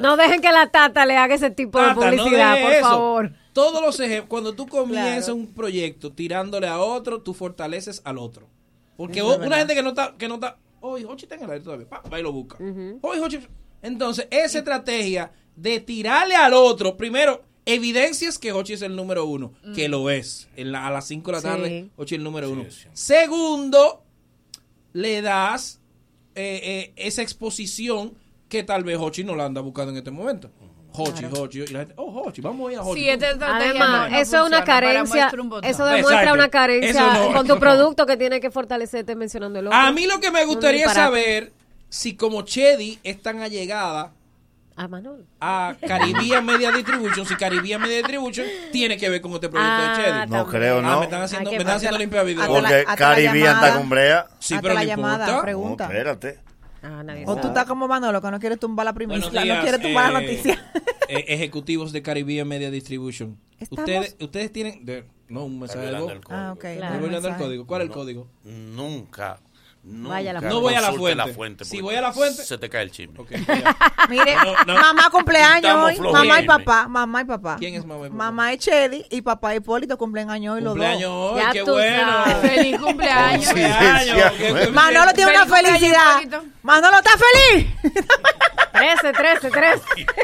Speaker 4: No dejen que la tata le haga ese tipo de publicidad, por favor.
Speaker 3: Todos los ejemplos, cuando tú comienzas un proyecto tirándole a otro, tú fortaleces al otro. Porque
Speaker 9: Eso
Speaker 3: o-
Speaker 9: es
Speaker 3: una
Speaker 9: verdad.
Speaker 3: gente que no está, que no está, hoy Hochi está en el aire todavía, pa, va y lo busca. Hoy Hochi. Entonces, esa estrategia de tirarle al otro, primero, evidencias que Hochi es el número uno, que lo es. En la- a las 5 de la
Speaker 4: Mm. Sí.
Speaker 3: tarde, Hochi es el número uno. Segundo, le das eh, eh, esa exposición que tal vez Hochi no la anda buscando en este momento. Hochi, Hochi, y la gente, oh, Hochi, vamos a ir a Hochi.
Speaker 7: Sí,
Speaker 4: este
Speaker 7: esta estrategia
Speaker 4: Además,
Speaker 7: no-
Speaker 4: eso
Speaker 7: no
Speaker 4: es una
Speaker 7: funciona. Para
Speaker 4: carencia.
Speaker 7: muestra un botón.
Speaker 4: Eso demuestra
Speaker 3: Exacto.
Speaker 4: una carencia
Speaker 3: Eso no.
Speaker 4: con tu producto que tiene que fortalecerte mencionando el otro.
Speaker 3: A mí lo que me
Speaker 4: Un
Speaker 3: gustaría
Speaker 4: disparate.
Speaker 3: saber si como Chedi es tan allegada
Speaker 4: A Manolo.
Speaker 3: a Caribbean Media Distribution, si Caribbean Media Distribution tiene que ver con este proyecto
Speaker 4: Ah,
Speaker 3: de Chedi.
Speaker 11: No creo,
Speaker 3: Ah,
Speaker 11: ¿no?
Speaker 3: me están haciendo,
Speaker 4: Ay, qué
Speaker 3: me están haciendo limpia video.
Speaker 11: Porque
Speaker 9: hasta la
Speaker 11: Caribbean
Speaker 9: llamada.
Speaker 11: está con Brea.
Speaker 3: Sí,
Speaker 9: Hasta
Speaker 3: pero
Speaker 9: Ah, la
Speaker 3: no
Speaker 9: llamada,
Speaker 3: importa.
Speaker 9: pregunta.
Speaker 11: No, espérate.
Speaker 4: Ah, nadie
Speaker 9: O tú
Speaker 4: sabe.
Speaker 9: estás como Manolo, que no quieres tumbar la primicia,
Speaker 3: Buenos días,
Speaker 9: no quieres tumbar la
Speaker 3: eh, [LAUGHS]
Speaker 9: noticia. [LAUGHS]
Speaker 3: eh, ejecutivos de Caribbean Media Distribution.
Speaker 9: Estamos-
Speaker 3: Ustedes, ustedes tienen... de- no, un mensaje de
Speaker 2: violando
Speaker 3: voz.
Speaker 2: el código.
Speaker 9: Ah, ok.
Speaker 3: Estoy
Speaker 9: dale el
Speaker 3: violando el
Speaker 9: mensaje.
Speaker 3: código. ¿Cuál es el
Speaker 2: No.
Speaker 3: código?
Speaker 2: Nunca. nunca
Speaker 4: Vaya a la
Speaker 3: fuente. No voy a la
Speaker 2: consulte
Speaker 3: fuente. Si
Speaker 2: porque
Speaker 3: voy a la fuente-
Speaker 2: Se te cae el chisme.
Speaker 9: Mire,
Speaker 3: No, no.
Speaker 9: mamá cumpleaños
Speaker 2: Estamos
Speaker 9: hoy,
Speaker 2: flojos.
Speaker 9: mamá y
Speaker 2: Dime.
Speaker 9: papá, mamá y papá.
Speaker 3: ¿Quién es mamá y papá?
Speaker 9: Mamá y Chedi y papá Hipólito cumplen año hoy los
Speaker 3: Cumpleaños
Speaker 9: dos.
Speaker 3: hoy,
Speaker 4: Ya
Speaker 3: qué
Speaker 4: tú
Speaker 3: bueno.
Speaker 4: sabes.
Speaker 9: [LAUGHS]
Speaker 7: Feliz cumpleaños.
Speaker 3: Cumpleaños, [LAUGHS] qué- qué-
Speaker 9: Manolo tiene una
Speaker 7: Feliz cumpleaños,
Speaker 9: felicidad.
Speaker 7: Hipólito.
Speaker 9: Manolo está feliz.
Speaker 4: 13, 13, 13.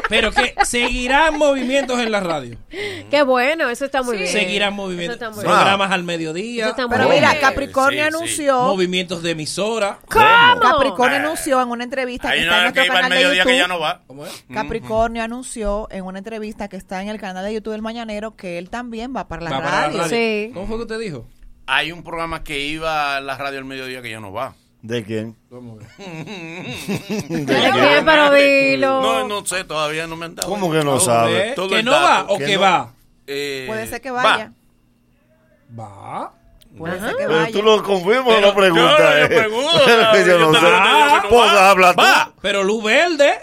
Speaker 3: Pero que
Speaker 9: [LAUGHS]
Speaker 3: seguirán movimientos en la radio.
Speaker 4: Qué bueno, eso está muy bien.
Speaker 3: Seguirán
Speaker 4: Eso
Speaker 3: movimientos.
Speaker 4: está muy bien.
Speaker 3: Programas al
Speaker 4: Eso
Speaker 3: mediodía.
Speaker 4: está muy
Speaker 9: Pero
Speaker 4: bien.
Speaker 9: mira, Capricornio
Speaker 2: Sí, sí.
Speaker 9: anunció,
Speaker 3: Movimientos de emisora.
Speaker 4: ¿Cómo?
Speaker 9: Capricornio anunció en una entrevista que
Speaker 2: Hay
Speaker 9: está en
Speaker 2: una
Speaker 9: nuestro
Speaker 2: que iba al
Speaker 9: canal de
Speaker 2: mediodía
Speaker 9: YouTube.
Speaker 2: que ya no va.
Speaker 3: ¿Cómo es?
Speaker 9: Capricornio anunció en una entrevista que está en el canal de YouTube del Mañanero que él también va para la
Speaker 3: Va
Speaker 9: radio.
Speaker 3: para la radio.
Speaker 4: Sí.
Speaker 3: ¿Cómo fue que usted dijo?
Speaker 2: Hay un programa que iba a la radio al mediodía que ya no va.
Speaker 11: ¿De quién?
Speaker 6: [LAUGHS]
Speaker 4: Pero bien, pero dilo.
Speaker 2: No, no sé, todavía no me han dado.
Speaker 11: ¿Cómo que no
Speaker 3: ¿Cómo
Speaker 11: sabe?
Speaker 3: es?
Speaker 2: Todo
Speaker 3: ¿Que
Speaker 2: el
Speaker 3: no
Speaker 2: dato.
Speaker 3: va o que,
Speaker 11: Que no.
Speaker 3: va?
Speaker 2: eh,
Speaker 9: Puede ser que vaya.
Speaker 3: Va.
Speaker 9: Puede
Speaker 2: Ajá.
Speaker 9: ser que
Speaker 6: Pero
Speaker 9: vaya.
Speaker 6: tú lo confirmas o
Speaker 2: Pero
Speaker 6: no preguntas.
Speaker 2: yo no
Speaker 6: eh.
Speaker 2: pregunto,
Speaker 6: Pero [LAUGHS] yo
Speaker 2: yo
Speaker 6: no sé.
Speaker 2: también digo que no
Speaker 6: Pues
Speaker 2: va.
Speaker 6: habla tú.
Speaker 3: Pero luz verde.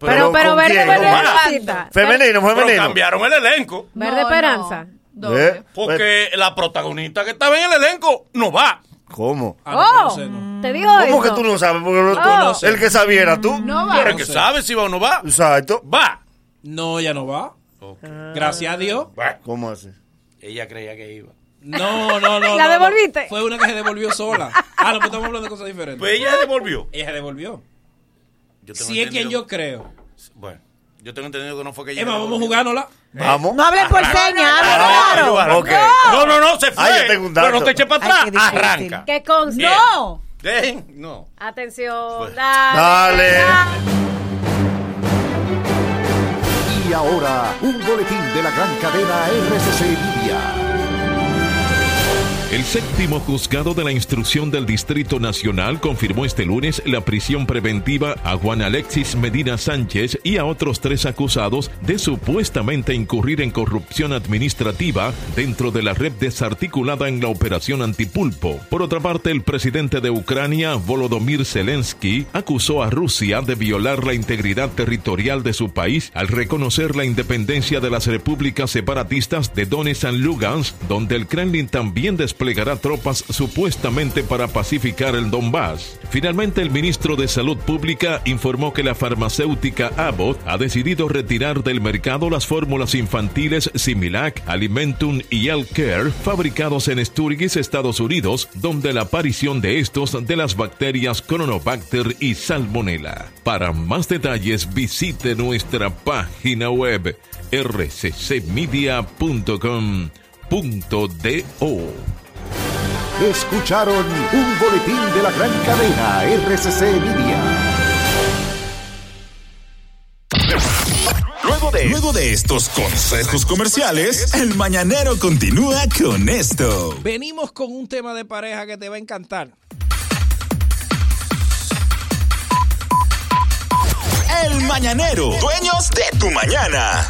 Speaker 4: Pero, pero
Speaker 6: ¿con
Speaker 4: verde,
Speaker 6: quién?
Speaker 4: verde,
Speaker 6: ¿Con quién?
Speaker 4: Esperancita.
Speaker 6: Femenino,
Speaker 2: Pero
Speaker 6: femenino.
Speaker 2: cambiaron el elenco.
Speaker 4: Verde Esperanza.
Speaker 6: ¿Eh?
Speaker 2: Porque la protagonista que estaba en el elenco no va.
Speaker 6: ¿Cómo?
Speaker 3: Ah,
Speaker 4: ¡Oh! Te digo
Speaker 6: ¿Cómo que
Speaker 4: eso.
Speaker 6: tú no sabes? Porque lo-
Speaker 4: Ah. No
Speaker 6: tú-
Speaker 4: sé.
Speaker 6: el que sabiera tú.
Speaker 4: No va.
Speaker 2: Pero el que sabe si va o no va.
Speaker 6: Exacto.
Speaker 2: Va.
Speaker 3: No, ya no va. Gracias a Dios.
Speaker 6: ¿Cómo hace?
Speaker 2: Ella creía que iba.
Speaker 3: No, no, no.
Speaker 4: [LAUGHS] ¿La
Speaker 3: no, no.
Speaker 4: devolviste?
Speaker 3: Fue una que se
Speaker 4: [LAUGHS]
Speaker 3: devolvió sola. Ah, no, pues estamos hablando de cosas diferentes.
Speaker 2: Pues ella devolvió.
Speaker 3: Ella devolvió.
Speaker 2: Yo tengo
Speaker 3: Si es quien
Speaker 2: entendido-
Speaker 3: yo creo.
Speaker 2: Bueno, yo tengo entendido que no fue que ella.
Speaker 3: Emma, vamos a
Speaker 2: devolvió.
Speaker 3: jugárnosla.
Speaker 6: Vamos. Ah,
Speaker 9: No hablen por
Speaker 2: Arranca.
Speaker 9: señas, hablen
Speaker 2: Arranca,
Speaker 9: claro.
Speaker 2: Yuvarra.
Speaker 6: Ok.
Speaker 2: No, no, no, se fue.
Speaker 6: Ah, yo tengo un dato.
Speaker 2: Pero no te eches para
Speaker 4: Ay,
Speaker 2: atrás.
Speaker 4: qué difícil.
Speaker 2: Arranca.
Speaker 4: Que con
Speaker 2: Bien.
Speaker 4: no.
Speaker 2: Ven, No.
Speaker 4: Atención.
Speaker 2: Bueno.
Speaker 4: Dale.
Speaker 32: Dale. Y ahora, un boletín de la gran cadena RCC Libia.
Speaker 5: El séptimo juzgado de la instrucción del Distrito Nacional confirmó este lunes la prisión preventiva a Juan Alexis Medina Sánchez y a otros tres acusados de supuestamente incurrir en corrupción administrativa dentro de la red desarticulada en la operación Antipulpo. Por otra parte, el presidente de Ucrania, Volodymyr Zelensky, acusó a Rusia de violar la integridad territorial de su país al reconocer la independencia de las repúblicas separatistas de Donetsk y Lugansk, donde el Kremlin también desplegará tropas supuestamente para pacificar el Donbass. Finalmente, el ministro de Salud Pública informó que la farmacéutica Abbott ha decidido retirar del mercado las fórmulas infantiles Similac, Alimentum y Health Care fabricados en Sturgis, Estados Unidos, donde la aparición de estos de las bacterias Cronobacter y Salmonella. Para más detalles, visite nuestra página web rccmedia.com.do.
Speaker 32: Escucharon un boletín de la gran cadena RCC Libia.
Speaker 1: Luego de, estos consejos comerciales, el mañanero continúa con esto.
Speaker 3: Venimos con un tema de pareja que te va a encantar.
Speaker 1: El mañanero, dueños de tu mañana.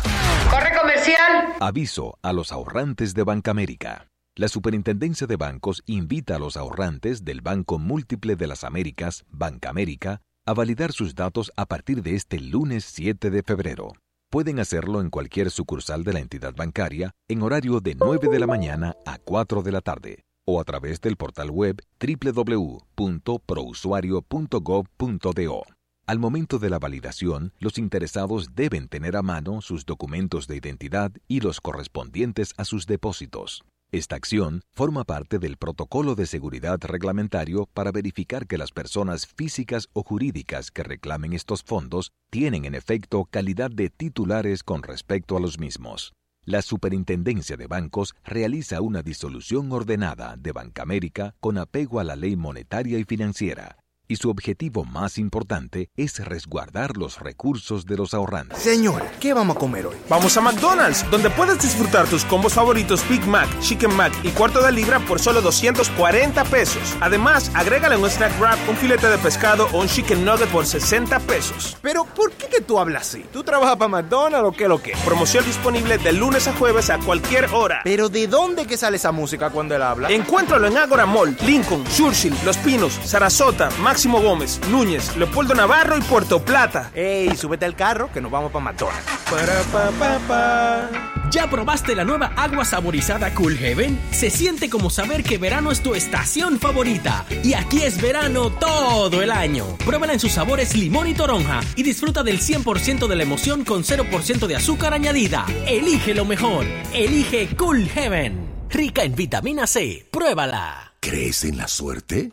Speaker 33: Corre comercial.
Speaker 19: Aviso a los ahorrantes de Bancamérica. La Superintendencia de Bancos invita a los ahorrantes del Banco Múltiple de las Américas, Bancamérica, a validar sus datos a partir de este lunes 7 de febrero. Pueden hacerlo en cualquier sucursal de la entidad bancaria en horario de 9 de la mañana a 4 de la tarde o a través del portal web www.prousuario.gov.do. Al momento de la validación, los interesados deben tener a mano sus documentos de identidad y los correspondientes a sus depósitos. Esta acción forma parte del protocolo de seguridad reglamentario para verificar que las personas físicas o jurídicas que reclamen estos fondos tienen en efecto calidad de titulares con respecto a los mismos. La Superintendencia de Bancos realiza una disolución ordenada de Bancamérica con apego a la ley monetaria y financiera, y su objetivo más importante es resguardar los recursos de los ahorrantes.
Speaker 34: Señor, ¿qué vamos a comer hoy?
Speaker 18: Vamos a McDonald's, donde puedes disfrutar tus combos favoritos Big Mac, Chicken Mac y cuarto de libra por solo 240 pesos. Además, agrégale un snack wrap, un filete de pescado o un chicken nugget por 60 pesos. Pero, ¿por qué que tú hablas así? ¿Tú trabajas para McDonald's o qué lo que? Promoción disponible de lunes a jueves a cualquier hora.
Speaker 34: Pero ¿de dónde que sale esa música cuando él habla?
Speaker 18: Encuéntralo en Agora Mall, Lincoln, Churchill, Los Pinos, Sarasota, Máximo Gómez, Núñez, Leopoldo Navarro y Puerto Plata.
Speaker 34: Ey, súbete al carro que nos vamos para McDonald's.
Speaker 16: ¿Ya probaste la nueva agua saborizada Cool Heaven? Se siente como saber que verano es tu estación favorita. Y aquí es verano todo el año. Pruébala en sus sabores limón y toronja y disfruta del 100% de la emoción con 0% de azúcar añadida. Elige lo mejor. Elige Cool Heaven. Rica en vitamina C. Pruébala.
Speaker 20: ¿Crees en la suerte?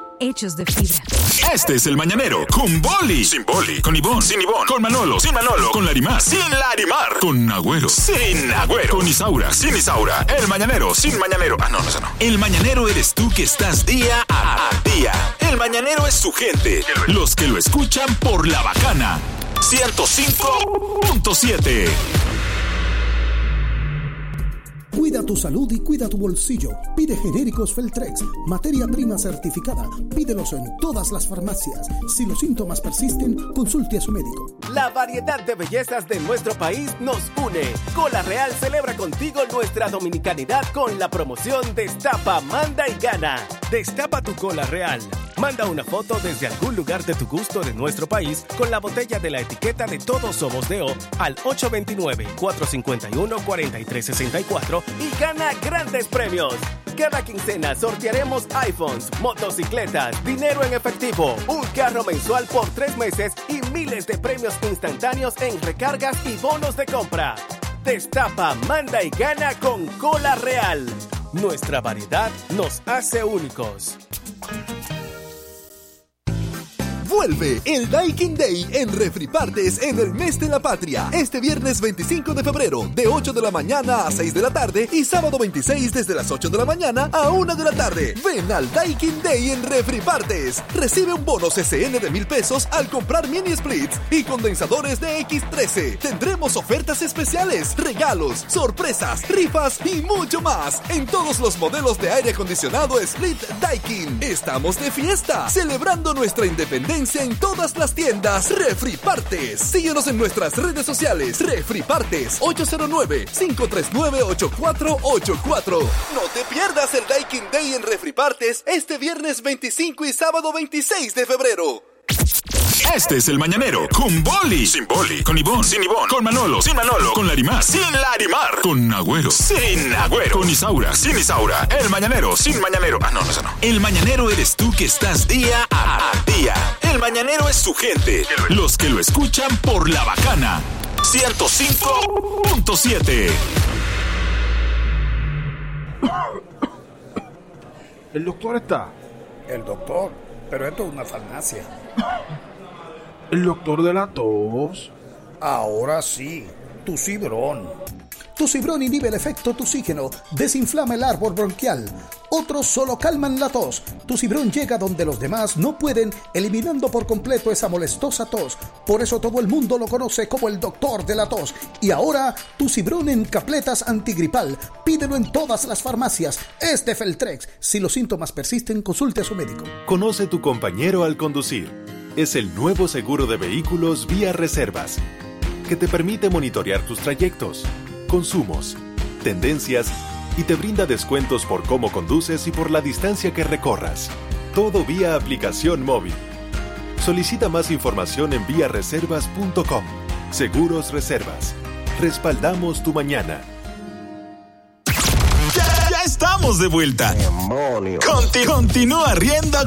Speaker 8: hechos de fibra.
Speaker 1: Este es el mañanero con Boli. Sin Boli. Con Ivón. Sin Ivón. Con Manolo. Sin Manolo. Con Larimar. Sin Larimar. Con Agüero. Sin Agüero. Con Isaura. Sin Isaura. El mañanero. Sin mañanero. Ah, no, no, eso no. El mañanero eres tú que estás día a día. El mañanero es su gente. Los que lo escuchan por la bacana. 105.7.
Speaker 34: Cuida tu salud y cuida tu bolsillo. Pide genéricos Feltrex, materia prima certificada. Pídelos en todas las farmacias. Si los síntomas persisten, consulte a su médico.
Speaker 18: La variedad de bellezas de nuestro país nos une. Cola Real celebra contigo nuestra dominicanidad con la promoción Destapa, Manda y Gana. Destapa tu cola real. Manda una foto desde algún lugar de tu gusto de nuestro país con la botella de la etiqueta de Todos Somos DO al 829-451-4364 y gana grandes premios. Cada quincena sortearemos iPhones, motocicletas, dinero en efectivo, un carro mensual por tres meses y miles de premios instantáneos en recargas y bonos de compra. Destapa, manda y gana con Cola Real. Nuestra variedad nos hace únicos.
Speaker 22: Vuelve el Daikin Day en Refripartes en el mes de la patria. Este viernes 25 de febrero, de 8 de la mañana a 6 de la tarde y sábado 26 desde las 8 de la mañana a 1 de la tarde. Ven al Daikin Day en Refripartes. Recibe un bono CCN de mil pesos al comprar mini splits y condensadores de X13. Tendremos ofertas especiales, regalos, sorpresas, rifas y mucho más en todos los modelos de aire acondicionado Split Daikin. Estamos de fiesta, celebrando nuestra independencia en todas las tiendas Refri Partes. Síguenos en nuestras redes sociales Refri Partes 809-539-8484. No te pierdas el Daikin Day en Refri Partes este viernes 25 y sábado 26 de febrero.
Speaker 1: Este es el mañanero con Boli. Sin Boli. Con Ivón. Sin Ivón. Con Manolo. Sin Manolo. Con Larimar. Sin Larimar. Con Agüero. Sin Agüero. Con Isaura. Sin Isaura. El mañanero. Sin mañanero. Ah, no, no, eso no. El mañanero eres tú que estás día a día. El mañanero es su gente. Los que lo escuchan por la bacana. 105.7.
Speaker 12: ¿El doctor está? El doctor, pero esto es una farmacia. El doctor de la tos. Ahora sí, tu cibrón.
Speaker 34: Tu cibrón inhibe el efecto toxígeno, desinflama el árbol bronquial. Otros solo calman la tos. Tu cibrón llega donde los demás no pueden, eliminando por completo esa molestosa tos. Por eso todo el mundo lo conoce como el doctor de la tos. Y ahora, tu cibrón en capletas antigripal. Pídelo en todas las farmacias. Es de Feltrex. Si los síntomas persisten, consulte a su médico.
Speaker 25: Conoce tu compañero al conducir. Es el nuevo seguro de vehículos vía reservas, que te permite monitorear tus trayectos, consumos, tendencias y te brinda descuentos por cómo conduces y por la distancia que recorras. Todo vía aplicación móvil. Solicita más información en viareservas.com. Seguros Reservas. Respaldamos tu mañana.
Speaker 1: Ya, ya estamos de vuelta. Conti- continúa riendo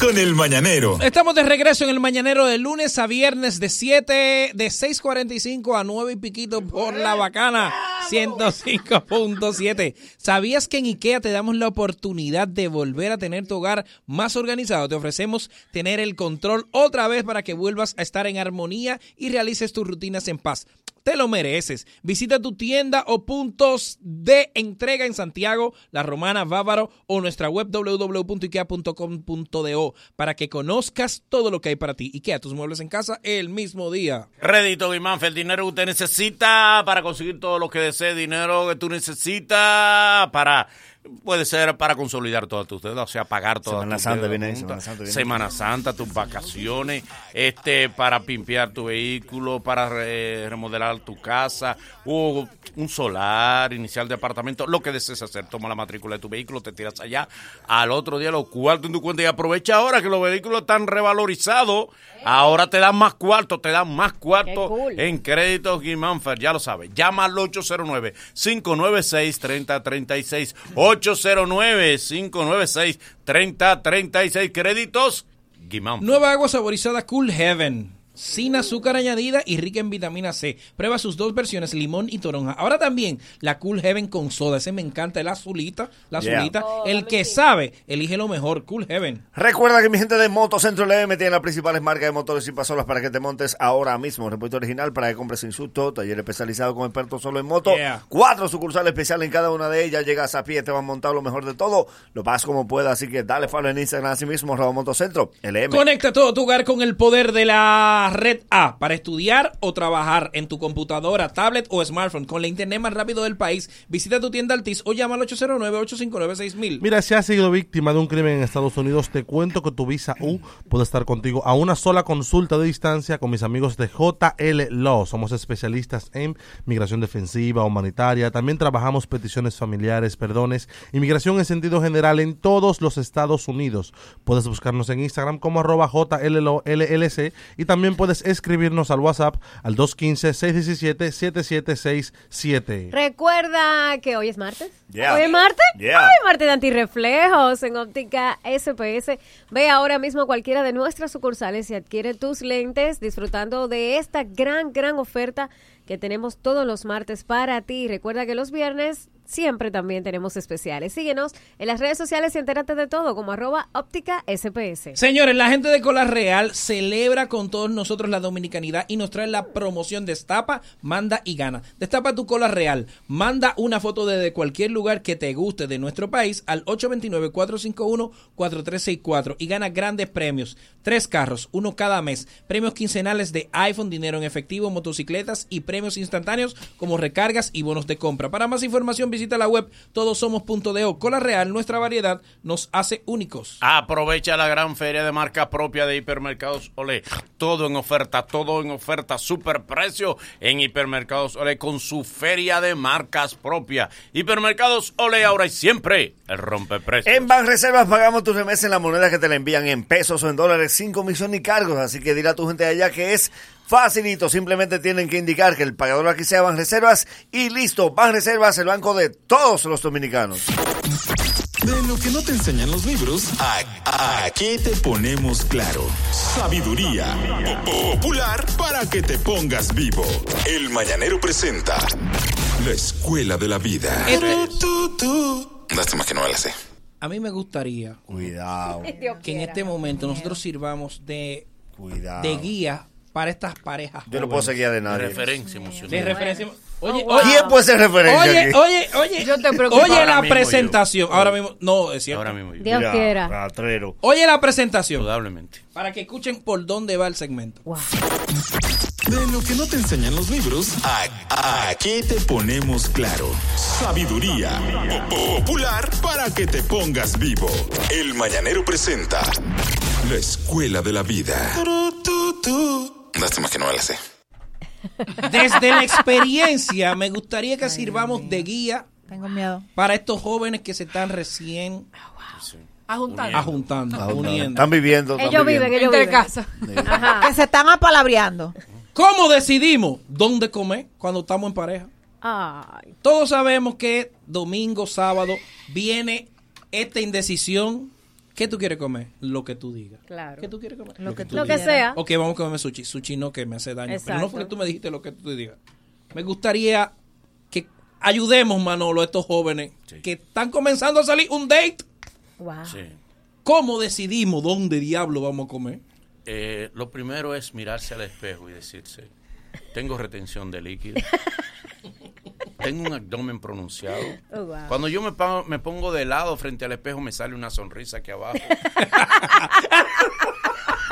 Speaker 1: con el mañanero.
Speaker 3: Estamos de regreso en el mañanero de lunes a viernes de 7, de 6.45 a 9 y piquito por la bacana 105.7. ¿Sabías que en IKEA te damos la oportunidad de volver a tener tu hogar más organizado? Te ofrecemos tener el control otra vez para que vuelvas a estar en armonía y realices tus rutinas en paz. Te lo mereces. Visita tu tienda o puntos de entrega en Santiago, La Romana, Bávaro o nuestra web www.ikea.com.do para que conozcas todo lo que hay para ti. Ikea, tus muebles en casa el mismo día.
Speaker 2: Rédito Guimánfer, el dinero que usted necesita para conseguir todo lo que desee, dinero que tú necesitas para, puede ser para consolidar todas tus deudas, o sea, pagar todas
Speaker 11: Semana
Speaker 2: tus
Speaker 11: Santa
Speaker 2: deudas
Speaker 11: viene ahí,
Speaker 2: juntas.
Speaker 11: Semana Santa viene ahí.
Speaker 2: Semana Santa, tus vacaciones, este, para pimpear tu vehículo, para re- remodelar tu casa, o un solar, inicial de apartamento, lo que desees hacer. Toma la matrícula de tu vehículo, te tiras allá, al otro día los cuartos en tu cuenta y aprovecha ahora que los vehículos están revalorizados. Ahora te dan más cuartos, te dan más cuartos en créditos Guimánfer, ya lo sabes. Llama al 809-596-3036. 809-596-3036. Créditos Guimánfer.
Speaker 3: Nueva agua saborizada Cool Heaven. sin azúcar añadida y rica en vitamina C. Prueba sus dos versiones, limón y toronja. Ahora también la Cool Heaven con soda. Ese me encanta, el azulita, la
Speaker 11: Yeah.
Speaker 3: azulita. el que sabe, elige lo mejor, Cool Heaven.
Speaker 11: Recuerda que mi gente de Motocentro LM tiene las principales marcas de motores y pasolas para que te montes ahora mismo. Repuesto original para que compres sin susto. Taller especializado con expertos solo en moto.
Speaker 13: Yeah.
Speaker 11: Cuatro sucursales especiales en cada una de ellas. Llegas a pie, te van montado lo mejor de todo. Lo vas como puedas. Así que dale follow en Instagram así mismo, arroba Motocentro LM.
Speaker 3: Conecta todo tu hogar con el poder de la red A para estudiar o trabajar en tu computadora, tablet o smartphone con la internet más rápido del país. Visita tu tienda Altis o llama al 809-859-6000.
Speaker 18: Mira, si has sido víctima de un crimen en Estados Unidos, te cuento que tu visa U puede estar contigo a una sola consulta de distancia con mis amigos de JL Law. Somos especialistas en migración defensiva, humanitaria. También trabajamos peticiones familiares, perdones, inmigración en sentido general en todos los Estados Unidos. Puedes buscarnos en Instagram como arroba JLLC y también puedes escribirnos al WhatsApp al 215-617-7767.
Speaker 4: Recuerda que hoy es martes.
Speaker 18: Yeah.
Speaker 4: Hoy es martes.
Speaker 18: Yeah.
Speaker 4: Hoy es martes de antirreflejos en óptica SPS. Ve ahora mismo a cualquiera de nuestras sucursales y adquiere tus lentes disfrutando de esta gran, gran oferta que tenemos todos los martes para ti. Recuerda que los viernes siempre también tenemos especiales. Síguenos en las redes sociales y entérate de todo como arroba óptica SPS.
Speaker 3: Señores, la gente de Cola Real celebra con todos nosotros la dominicanidad y nos trae la promoción Destapa, Manda y Gana. Destapa tu Cola Real. Manda una foto desde cualquier lugar que te guste de nuestro país al 829-451-4364 y gana grandes premios. Tres carros, uno cada mes. Premios quincenales de iPhone, dinero en efectivo, motocicletas y premios instantáneos como recargas y bonos de compra. Para más información visita la web todosomos.do. Cola Real, nuestra variedad nos hace únicos.
Speaker 2: Aprovecha la gran feria de marca propia de Hipermercados Olé. Todo en oferta, todo en oferta, super precio en Hipermercados Olé con su feria de marcas propia. Hipermercados Olé ahora y siempre el rompeprecio.
Speaker 11: En Banreservas pagamos tus remesas en la moneda que te la envían en pesos o en dólares sin comisión ni cargos. Así que dile a tu gente de allá que es facilito. Simplemente tienen que indicar que el pagador aquí sea Banreservas y listo. Banreservas, el banco de todos los dominicanos.
Speaker 1: De lo que no te enseñan los libros, a- aquí te ponemos claro. Sabiduría po- popular para que te pongas vivo. El Mañanero presenta La Escuela de la Vida. Lástima que no me la sé.
Speaker 3: A mí me gustaría
Speaker 11: cuidado
Speaker 3: que en este momento nosotros sirvamos de,
Speaker 11: Cuidado.
Speaker 3: de guía para estas parejas.
Speaker 11: Yo no puedo ser guía de nadie.
Speaker 2: Referencia emocional.
Speaker 3: De referencia. Oye,
Speaker 11: wow.
Speaker 3: oye,
Speaker 11: ¿Quién puede ser referencia
Speaker 3: Oye,
Speaker 11: aquí?
Speaker 3: oye, oye.
Speaker 7: Ah. Yo te preocupo.
Speaker 3: Oye
Speaker 7: Ahora
Speaker 3: la
Speaker 7: mismo yo.
Speaker 3: presentación. Ahora mismo. No, es cierto.
Speaker 2: Ahora mismo yo.
Speaker 7: Dios quiera.
Speaker 3: Oye la presentación.
Speaker 2: Probablemente.
Speaker 3: Para que escuchen por dónde va el segmento.
Speaker 1: De lo que no te enseñan los libros, a- aquí te ponemos claro. Sabiduría po- popular para que te pongas vivo. El Mañanero presenta La Escuela de la Vida. Lástima que no me la sé.
Speaker 3: [LAUGHS] Desde la experiencia, me gustaría que sirvamos de guía
Speaker 9: Tengo miedo.
Speaker 3: para estos jóvenes que se están recién
Speaker 7: Ajuntando.
Speaker 3: ajuntando,
Speaker 11: Ajuntando.
Speaker 3: uniendo.
Speaker 11: Están viviendo, están Ellos viven,
Speaker 7: viviendo. ellos
Speaker 9: Que se están apalabreando.
Speaker 3: ¿Cómo decidimos dónde comer cuando estamos en pareja?
Speaker 4: Ay.
Speaker 3: Todos sabemos que domingo, sábado, viene esta indecisión. ¿Qué tú quieres comer? Lo que tú digas.
Speaker 4: Claro.
Speaker 3: ¿Qué tú quieres comer?
Speaker 4: Lo que,
Speaker 3: tú digas.
Speaker 4: sea.
Speaker 3: Ok, vamos a comer sushi. Sushi no que me hace daño. Pero
Speaker 4: Exacto.
Speaker 3: no fue que tú me dijiste lo que tú digas. Me gustaría que ayudemos, Manolo, a estos jóvenes que están comenzando a salir un date.
Speaker 4: Wow.
Speaker 2: Sí.
Speaker 3: ¿Cómo decidimos dónde diablo vamos a comer?
Speaker 2: Eh, lo primero es mirarse al espejo y decirse, tengo retención de líquido,
Speaker 7: [LAUGHS]
Speaker 2: tengo un abdomen pronunciado.
Speaker 4: Oh, wow.
Speaker 2: Cuando yo me, pa- me pongo de lado frente al espejo me sale una sonrisa
Speaker 7: [LAUGHS]
Speaker 2: aquí abajo. Sí, porque me sale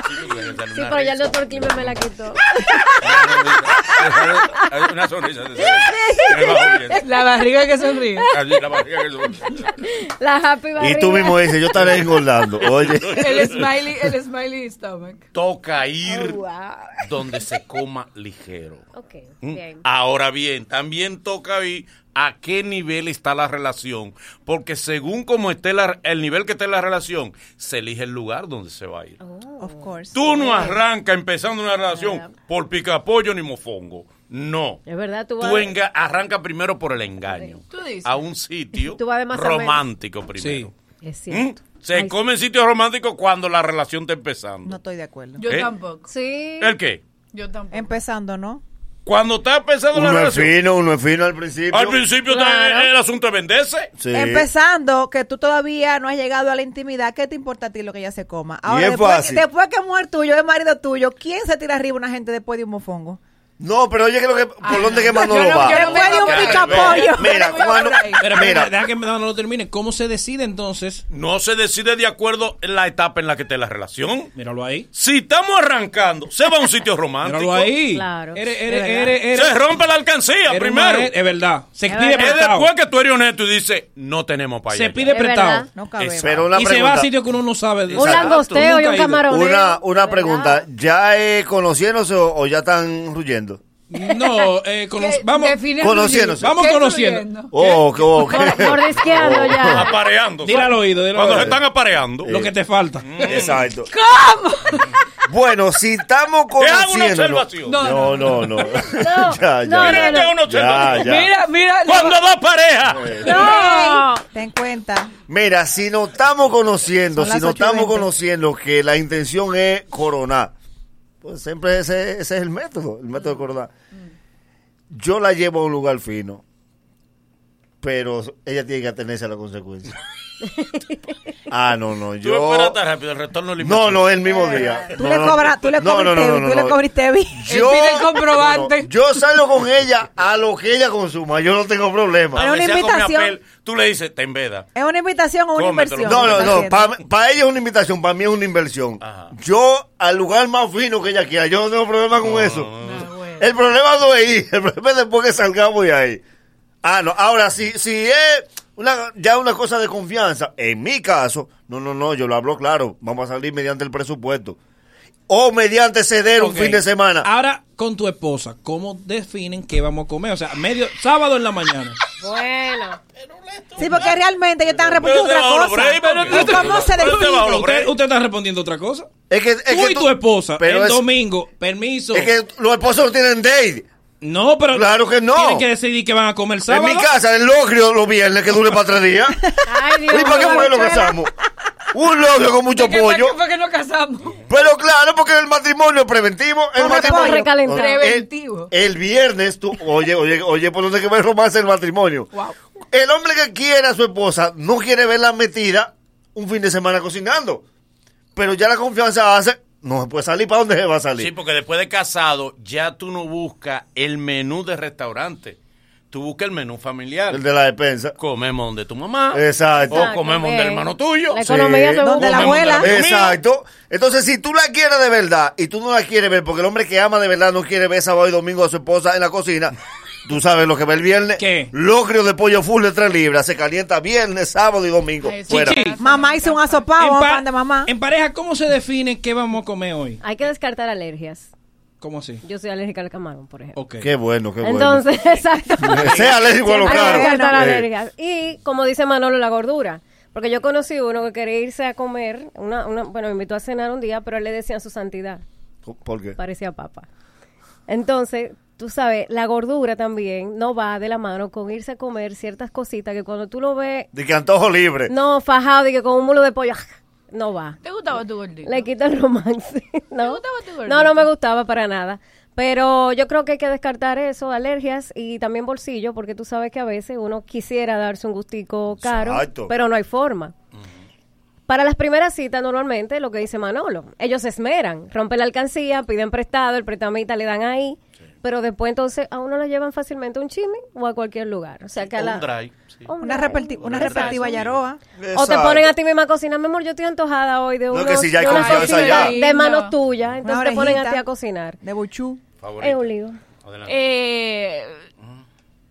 Speaker 4: Sí,
Speaker 2: una
Speaker 7: pues
Speaker 4: pero ya el
Speaker 2: risa.
Speaker 4: doctor Clima me la quitó.
Speaker 2: Hay [LAUGHS] una sonrisa. te sale. Me bajo bien.
Speaker 7: La barriga que sonríe.
Speaker 2: Así, la barriga que sonríe.
Speaker 4: La happy
Speaker 11: Y tú
Speaker 4: barriga.
Speaker 11: mismo dices, yo [LAUGHS] estaré
Speaker 7: [LAUGHS]
Speaker 11: engordando. Oye.
Speaker 7: El smiley, el smiley stomach.
Speaker 2: Toca ir
Speaker 7: Oh, wow.
Speaker 2: donde se coma ligero.
Speaker 4: Ok,
Speaker 2: Mm.
Speaker 4: bien.
Speaker 2: Ahora bien, también toca ver a qué nivel está la relación, porque según como esté la- el nivel que esté la relación, se elige el lugar donde se va a ir.
Speaker 4: Oh,
Speaker 9: Of course.
Speaker 2: Tú no arrancas empezando una relación por picapollo ni mofongo. No.
Speaker 4: [LAUGHS] Es verdad, tú vas.
Speaker 2: Tú enga- arranca primero por el engaño.
Speaker 4: Tú dices.
Speaker 2: A un sitio
Speaker 4: Tú vas de más a menos.
Speaker 2: romántico primero.
Speaker 4: Es
Speaker 2: Mm.
Speaker 4: cierto.
Speaker 2: Se
Speaker 4: Ay,
Speaker 2: come en sitios románticos cuando la relación está empezando.
Speaker 9: No estoy de acuerdo.
Speaker 2: Yo ¿Eh?
Speaker 4: Sí.
Speaker 2: ¿El qué?
Speaker 7: Yo tampoco.
Speaker 9: Empezando, ¿no?
Speaker 2: Cuando estás pensando en la
Speaker 11: Uno es
Speaker 2: relación.
Speaker 11: fino, uno es fino al principio.
Speaker 2: Al principio eh, está- el, asunto es venderse.
Speaker 11: Sí.
Speaker 9: Empezando que tú todavía no has llegado a la intimidad, ¿qué te importa a ti lo que ella se coma? Ahora,
Speaker 11: es
Speaker 9: después,
Speaker 11: fácil.
Speaker 9: después que muere tuyo, es marido tuyo, ¿quién se tira arriba una gente después de un mofongo? Ah.
Speaker 11: No, pero oye, creo que por dónde que
Speaker 9: [LAUGHS]
Speaker 11: Manolo
Speaker 9: yo no-
Speaker 11: va.
Speaker 9: yo no Después de un
Speaker 11: Ay,
Speaker 9: picapollo.
Speaker 11: Mira, cuando,
Speaker 3: Pero
Speaker 11: mira,
Speaker 3: mira, deja que no lo termine. ¿Cómo se decide entonces?
Speaker 2: No se decide de acuerdo en la etapa en la que esté la relación.
Speaker 3: Míralo ahí.
Speaker 2: Si estamos arrancando, se va a un sitio romántico.
Speaker 3: Míralo ahí.
Speaker 4: Claro.
Speaker 3: Eres- eres- eres- eres-
Speaker 2: se rompe la alcancía
Speaker 3: Eres una-
Speaker 2: primero.
Speaker 3: Es verdad. Se
Speaker 2: Es
Speaker 3: pide prestado.
Speaker 2: después que tú eres honesto y dices, no tenemos para
Speaker 3: Se pide prestado.
Speaker 11: Pero una
Speaker 3: y se
Speaker 11: pregunta.
Speaker 3: va a sitios que uno no sabe. de-
Speaker 11: Un
Speaker 3: Exacto.
Speaker 11: langosteo
Speaker 3: Nunca
Speaker 4: y un
Speaker 3: ha ido.
Speaker 11: una, una pregunta. ¿Ya eh, conociéndose o, o ya están huyendo?
Speaker 9: [LAUGHS]
Speaker 3: No, eh, cono- vamos
Speaker 11: Conociéndose.
Speaker 3: Vamos
Speaker 11: ¿Qué
Speaker 3: conociendo.
Speaker 11: Oh, qué oh, qué-
Speaker 4: Mordisqueado ya.
Speaker 11: Oh,
Speaker 2: Apareando.
Speaker 3: Ah. Dile al oído. dile al
Speaker 2: Cuando se
Speaker 3: oído.
Speaker 2: están apareando. Mm.
Speaker 3: Lo que te falta. [LAUGHS]
Speaker 11: Exacto. Bueno, si estamos
Speaker 3: Te hago una
Speaker 11: conociéndonos.
Speaker 3: observación.
Speaker 11: No, no, no.
Speaker 4: No,
Speaker 11: [LAUGHS]
Speaker 4: no,
Speaker 11: Ya, ya.
Speaker 4: no, no.
Speaker 11: Ya,
Speaker 4: Mira,
Speaker 11: ya.
Speaker 4: mira, mira, no. Cuando
Speaker 2: dos parejas.
Speaker 4: No.
Speaker 9: Ten cuenta.
Speaker 11: Mira, si nos estamos conociendo,
Speaker 9: Son
Speaker 11: si
Speaker 9: las
Speaker 11: nos estamos
Speaker 9: 8:20.
Speaker 11: conociendo que la intención es coronar, pues siempre ese, ese es el método, el método de coronar. Yo la llevo a un lugar fino, pero ella tiene que atenerse a la consecuencia. ah, no, no,
Speaker 2: Tú
Speaker 11: yo...
Speaker 2: espérate rápido, el retorno limpio.
Speaker 11: No, no, el mismo día.
Speaker 9: Eh, Tú
Speaker 11: No,
Speaker 9: le
Speaker 11: no,
Speaker 9: cobras, tú le
Speaker 11: no,
Speaker 9: cobriste,
Speaker 11: no, no, no,
Speaker 9: tú le
Speaker 11: no.
Speaker 9: cobriste bien.
Speaker 11: [LAUGHS] Yo, [LAUGHS] no, no, yo salgo con ella a lo que ella consuma, yo no tengo problema.
Speaker 9: Pero una
Speaker 2: Aunque sea con mi
Speaker 9: invitación.
Speaker 2: apel, Tú le dices, te enveda.
Speaker 9: Es una invitación o una
Speaker 2: Cómetelo.
Speaker 9: inversión.
Speaker 11: No,
Speaker 9: lo que
Speaker 11: no,
Speaker 9: está
Speaker 11: no.
Speaker 9: haciendo.
Speaker 11: Para ella es una invitación, para mí es una inversión. Yo al lugar más fino que ella quiera, yo no tengo problema con eso. El problema no es ir, el problema es después que salgamos de ahí. Ah, no. Ahora, si, si es una, ya una cosa de confianza, en mi caso, no, no, no, yo lo hablo claro. Vamos a salir mediante el presupuesto. O mediante ceder un
Speaker 3: Ok.
Speaker 11: fin de semana.
Speaker 3: Ahora, con tu esposa, ¿cómo definen qué vamos a comer? O sea, medio sábado en la mañana.
Speaker 4: Bueno.
Speaker 9: Sí, porque realmente ellos están respondiendo otra
Speaker 3: Pero te va a
Speaker 9: cosa.
Speaker 3: los break, pero
Speaker 9: ¿Y
Speaker 3: te-
Speaker 9: cómo se
Speaker 3: pero te va a
Speaker 9: define?
Speaker 3: los break. Usted, usted está respondiendo otra cosa.
Speaker 11: Es que,
Speaker 3: tú y tu esposa,
Speaker 11: pero
Speaker 3: el
Speaker 11: es-
Speaker 3: domingo, permiso.
Speaker 11: Es que los esposos no tienen date.
Speaker 3: No, pero.
Speaker 11: Claro que no.
Speaker 3: Tienen que decidir que van a comer
Speaker 11: En
Speaker 3: sábado.
Speaker 11: mi casa, el logrio los viernes que dure para
Speaker 4: [LAUGHS]
Speaker 11: tres días.
Speaker 4: Ay,
Speaker 11: ¿Y para qué fue lo que estamos? Un logro con mucho pollo.
Speaker 7: Porque nos casamos.
Speaker 11: Pero claro, porque el matrimonio es preventivo. El
Speaker 7: Corre,
Speaker 11: matrimonio.
Speaker 7: corre, calentado.
Speaker 11: El- eh,
Speaker 7: Preventivo.
Speaker 11: El, viernes tú, oye, oye, oye, por dónde que va el romance el matrimonio.
Speaker 7: Wow.
Speaker 11: El hombre que quiere a su esposa no quiere verla metida un fin de semana cocinando. Pero ya la confianza hace, no se puede salir, ¿para dónde se va a salir?
Speaker 2: Sí, porque después de casado, ya tú no buscas el menú de restaurante. Tú buscas el menú familiar.
Speaker 11: El de la despensa.
Speaker 2: Comemos donde tu mamá.
Speaker 11: Exacto.
Speaker 2: O comemos donde el hermano tuyo.
Speaker 11: Sí.
Speaker 2: Comemos donde amigo.
Speaker 11: Exacto. Entonces, si tú la quieres de verdad y tú no la quieres ver, porque el hombre que ama de verdad no quiere ver sábado y domingo a su esposa en la cocina, tú sabes lo que ve el viernes. ¿Qué? Locrio de pollo full de 3 libras. Se calienta viernes, sábado y domingo. Fuera.
Speaker 9: Mamá hizo un asopado,
Speaker 3: En,
Speaker 9: un
Speaker 3: pa-
Speaker 9: pan de mamá.
Speaker 3: en pareja, ¿cómo se define qué vamos a comer hoy?
Speaker 4: Hay que descartar alergias.
Speaker 3: ¿Cómo así?
Speaker 4: Yo soy alérgica al camarón, por ejemplo.
Speaker 11: Qué bueno, qué bueno.
Speaker 4: Entonces,
Speaker 7: [LAUGHS]
Speaker 4: exacto.
Speaker 11: [LAUGHS] Sea alérgico a lo
Speaker 4: Siempre hay
Speaker 11: caro.
Speaker 4: que descartar
Speaker 11: Eh.
Speaker 4: alergias. Y como dice Manolo, la gordura. Porque yo conocí uno que quería irse a comer, una, una- bueno, me invitó a cenar un día, pero él le decían su santidad.
Speaker 11: ¿Por qué?
Speaker 4: Parecía papa. Entonces, tú sabes, la gordura también no va de la mano con irse a comer ciertas cositas que cuando tú lo ves,
Speaker 11: De que antojo libre.
Speaker 4: no, fajado, de que con un mulo de pollo, [LAUGHS] no va.
Speaker 7: ¿Te gustaba tu gordito?
Speaker 4: Le quita el romance. [LAUGHS] ¿no?
Speaker 7: gordito?
Speaker 4: no, no me gustaba para nada. Pero yo creo que hay que descartar eso, alergias y también bolsillo, porque tú sabes que a veces uno quisiera darse un gustico caro,
Speaker 5: Exacto.
Speaker 4: pero no hay forma. Para las primeras citas, normalmente, lo que dice Manolo, ellos se esmeran, rompen la alcancía, piden prestado, el prestamita le dan ahí, pero después entonces a uno lo llevan fácilmente a un chisme o a cualquier lugar. O sea que a la-
Speaker 2: Un drive. sí.
Speaker 4: un
Speaker 9: Una,
Speaker 4: drive.
Speaker 9: reparti- una
Speaker 4: Exacto.
Speaker 9: repartida yaroa.
Speaker 4: O te ponen a ti misma a cocinar, mi amor, yo estoy antojada hoy de,
Speaker 11: No,
Speaker 4: unos,
Speaker 11: que si ya hay
Speaker 4: de una
Speaker 11: confianza
Speaker 4: cocina
Speaker 11: ya.
Speaker 4: de manos tuyas,
Speaker 9: Una
Speaker 4: entonces te ponen a
Speaker 9: orejita.
Speaker 4: ti a cocinar.
Speaker 9: De buchú.
Speaker 4: Es un lío.
Speaker 7: Eh,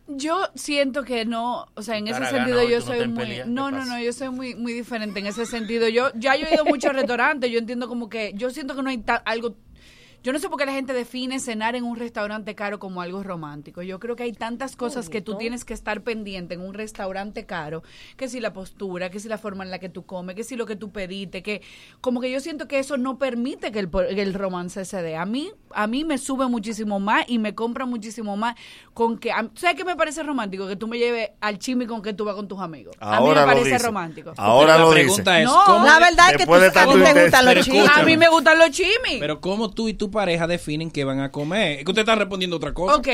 Speaker 7: yo siento que no, o sea, en ese
Speaker 4: Cara,
Speaker 7: sentido
Speaker 4: gana,
Speaker 7: yo
Speaker 4: hoy tú no
Speaker 7: soy
Speaker 4: te
Speaker 7: muy,
Speaker 4: peleas, ¿qué
Speaker 7: no, no,
Speaker 4: pasa?
Speaker 7: no, yo soy muy, muy diferente en ese sentido. Yo, ya yo he
Speaker 4: [LAUGHS]
Speaker 7: ido mucho a restaurantes, yo entiendo como que, yo siento que no hay ta- algo, yo no sé por qué la gente define cenar en un restaurante caro como algo romántico. Yo creo que hay tantas cosas que tú tienes que estar pendiente en un restaurante caro, que si la postura, que si la forma en la que tú comes, que si lo que tú pediste, que como que yo siento que eso no permite que el, por- que el romance se dé. A mí, a mí me sube muchísimo más y me compra muchísimo más con que... a- ¿Sabes qué me parece romántico? Que tú me lleves al chimi con que tú vas con tus amigos.
Speaker 11: Ahora
Speaker 7: a
Speaker 11: lo
Speaker 7: mí me parece
Speaker 11: dice.
Speaker 7: romántico.
Speaker 11: Ahora
Speaker 3: Pero
Speaker 11: lo
Speaker 3: la
Speaker 11: dice.
Speaker 3: pregunta es, ¿cómo-
Speaker 9: La verdad es que tú-
Speaker 11: Después de
Speaker 9: a ti
Speaker 11: tanto
Speaker 9: te
Speaker 11: intento.
Speaker 9: gustan los
Speaker 3: Pero
Speaker 9: chismes.
Speaker 7: A mí me gustan los chimis.
Speaker 3: Pero ¿cómo tú y tú pareja definen qué van a comer. Es que usted está respondiendo otra cosa.
Speaker 7: Ok,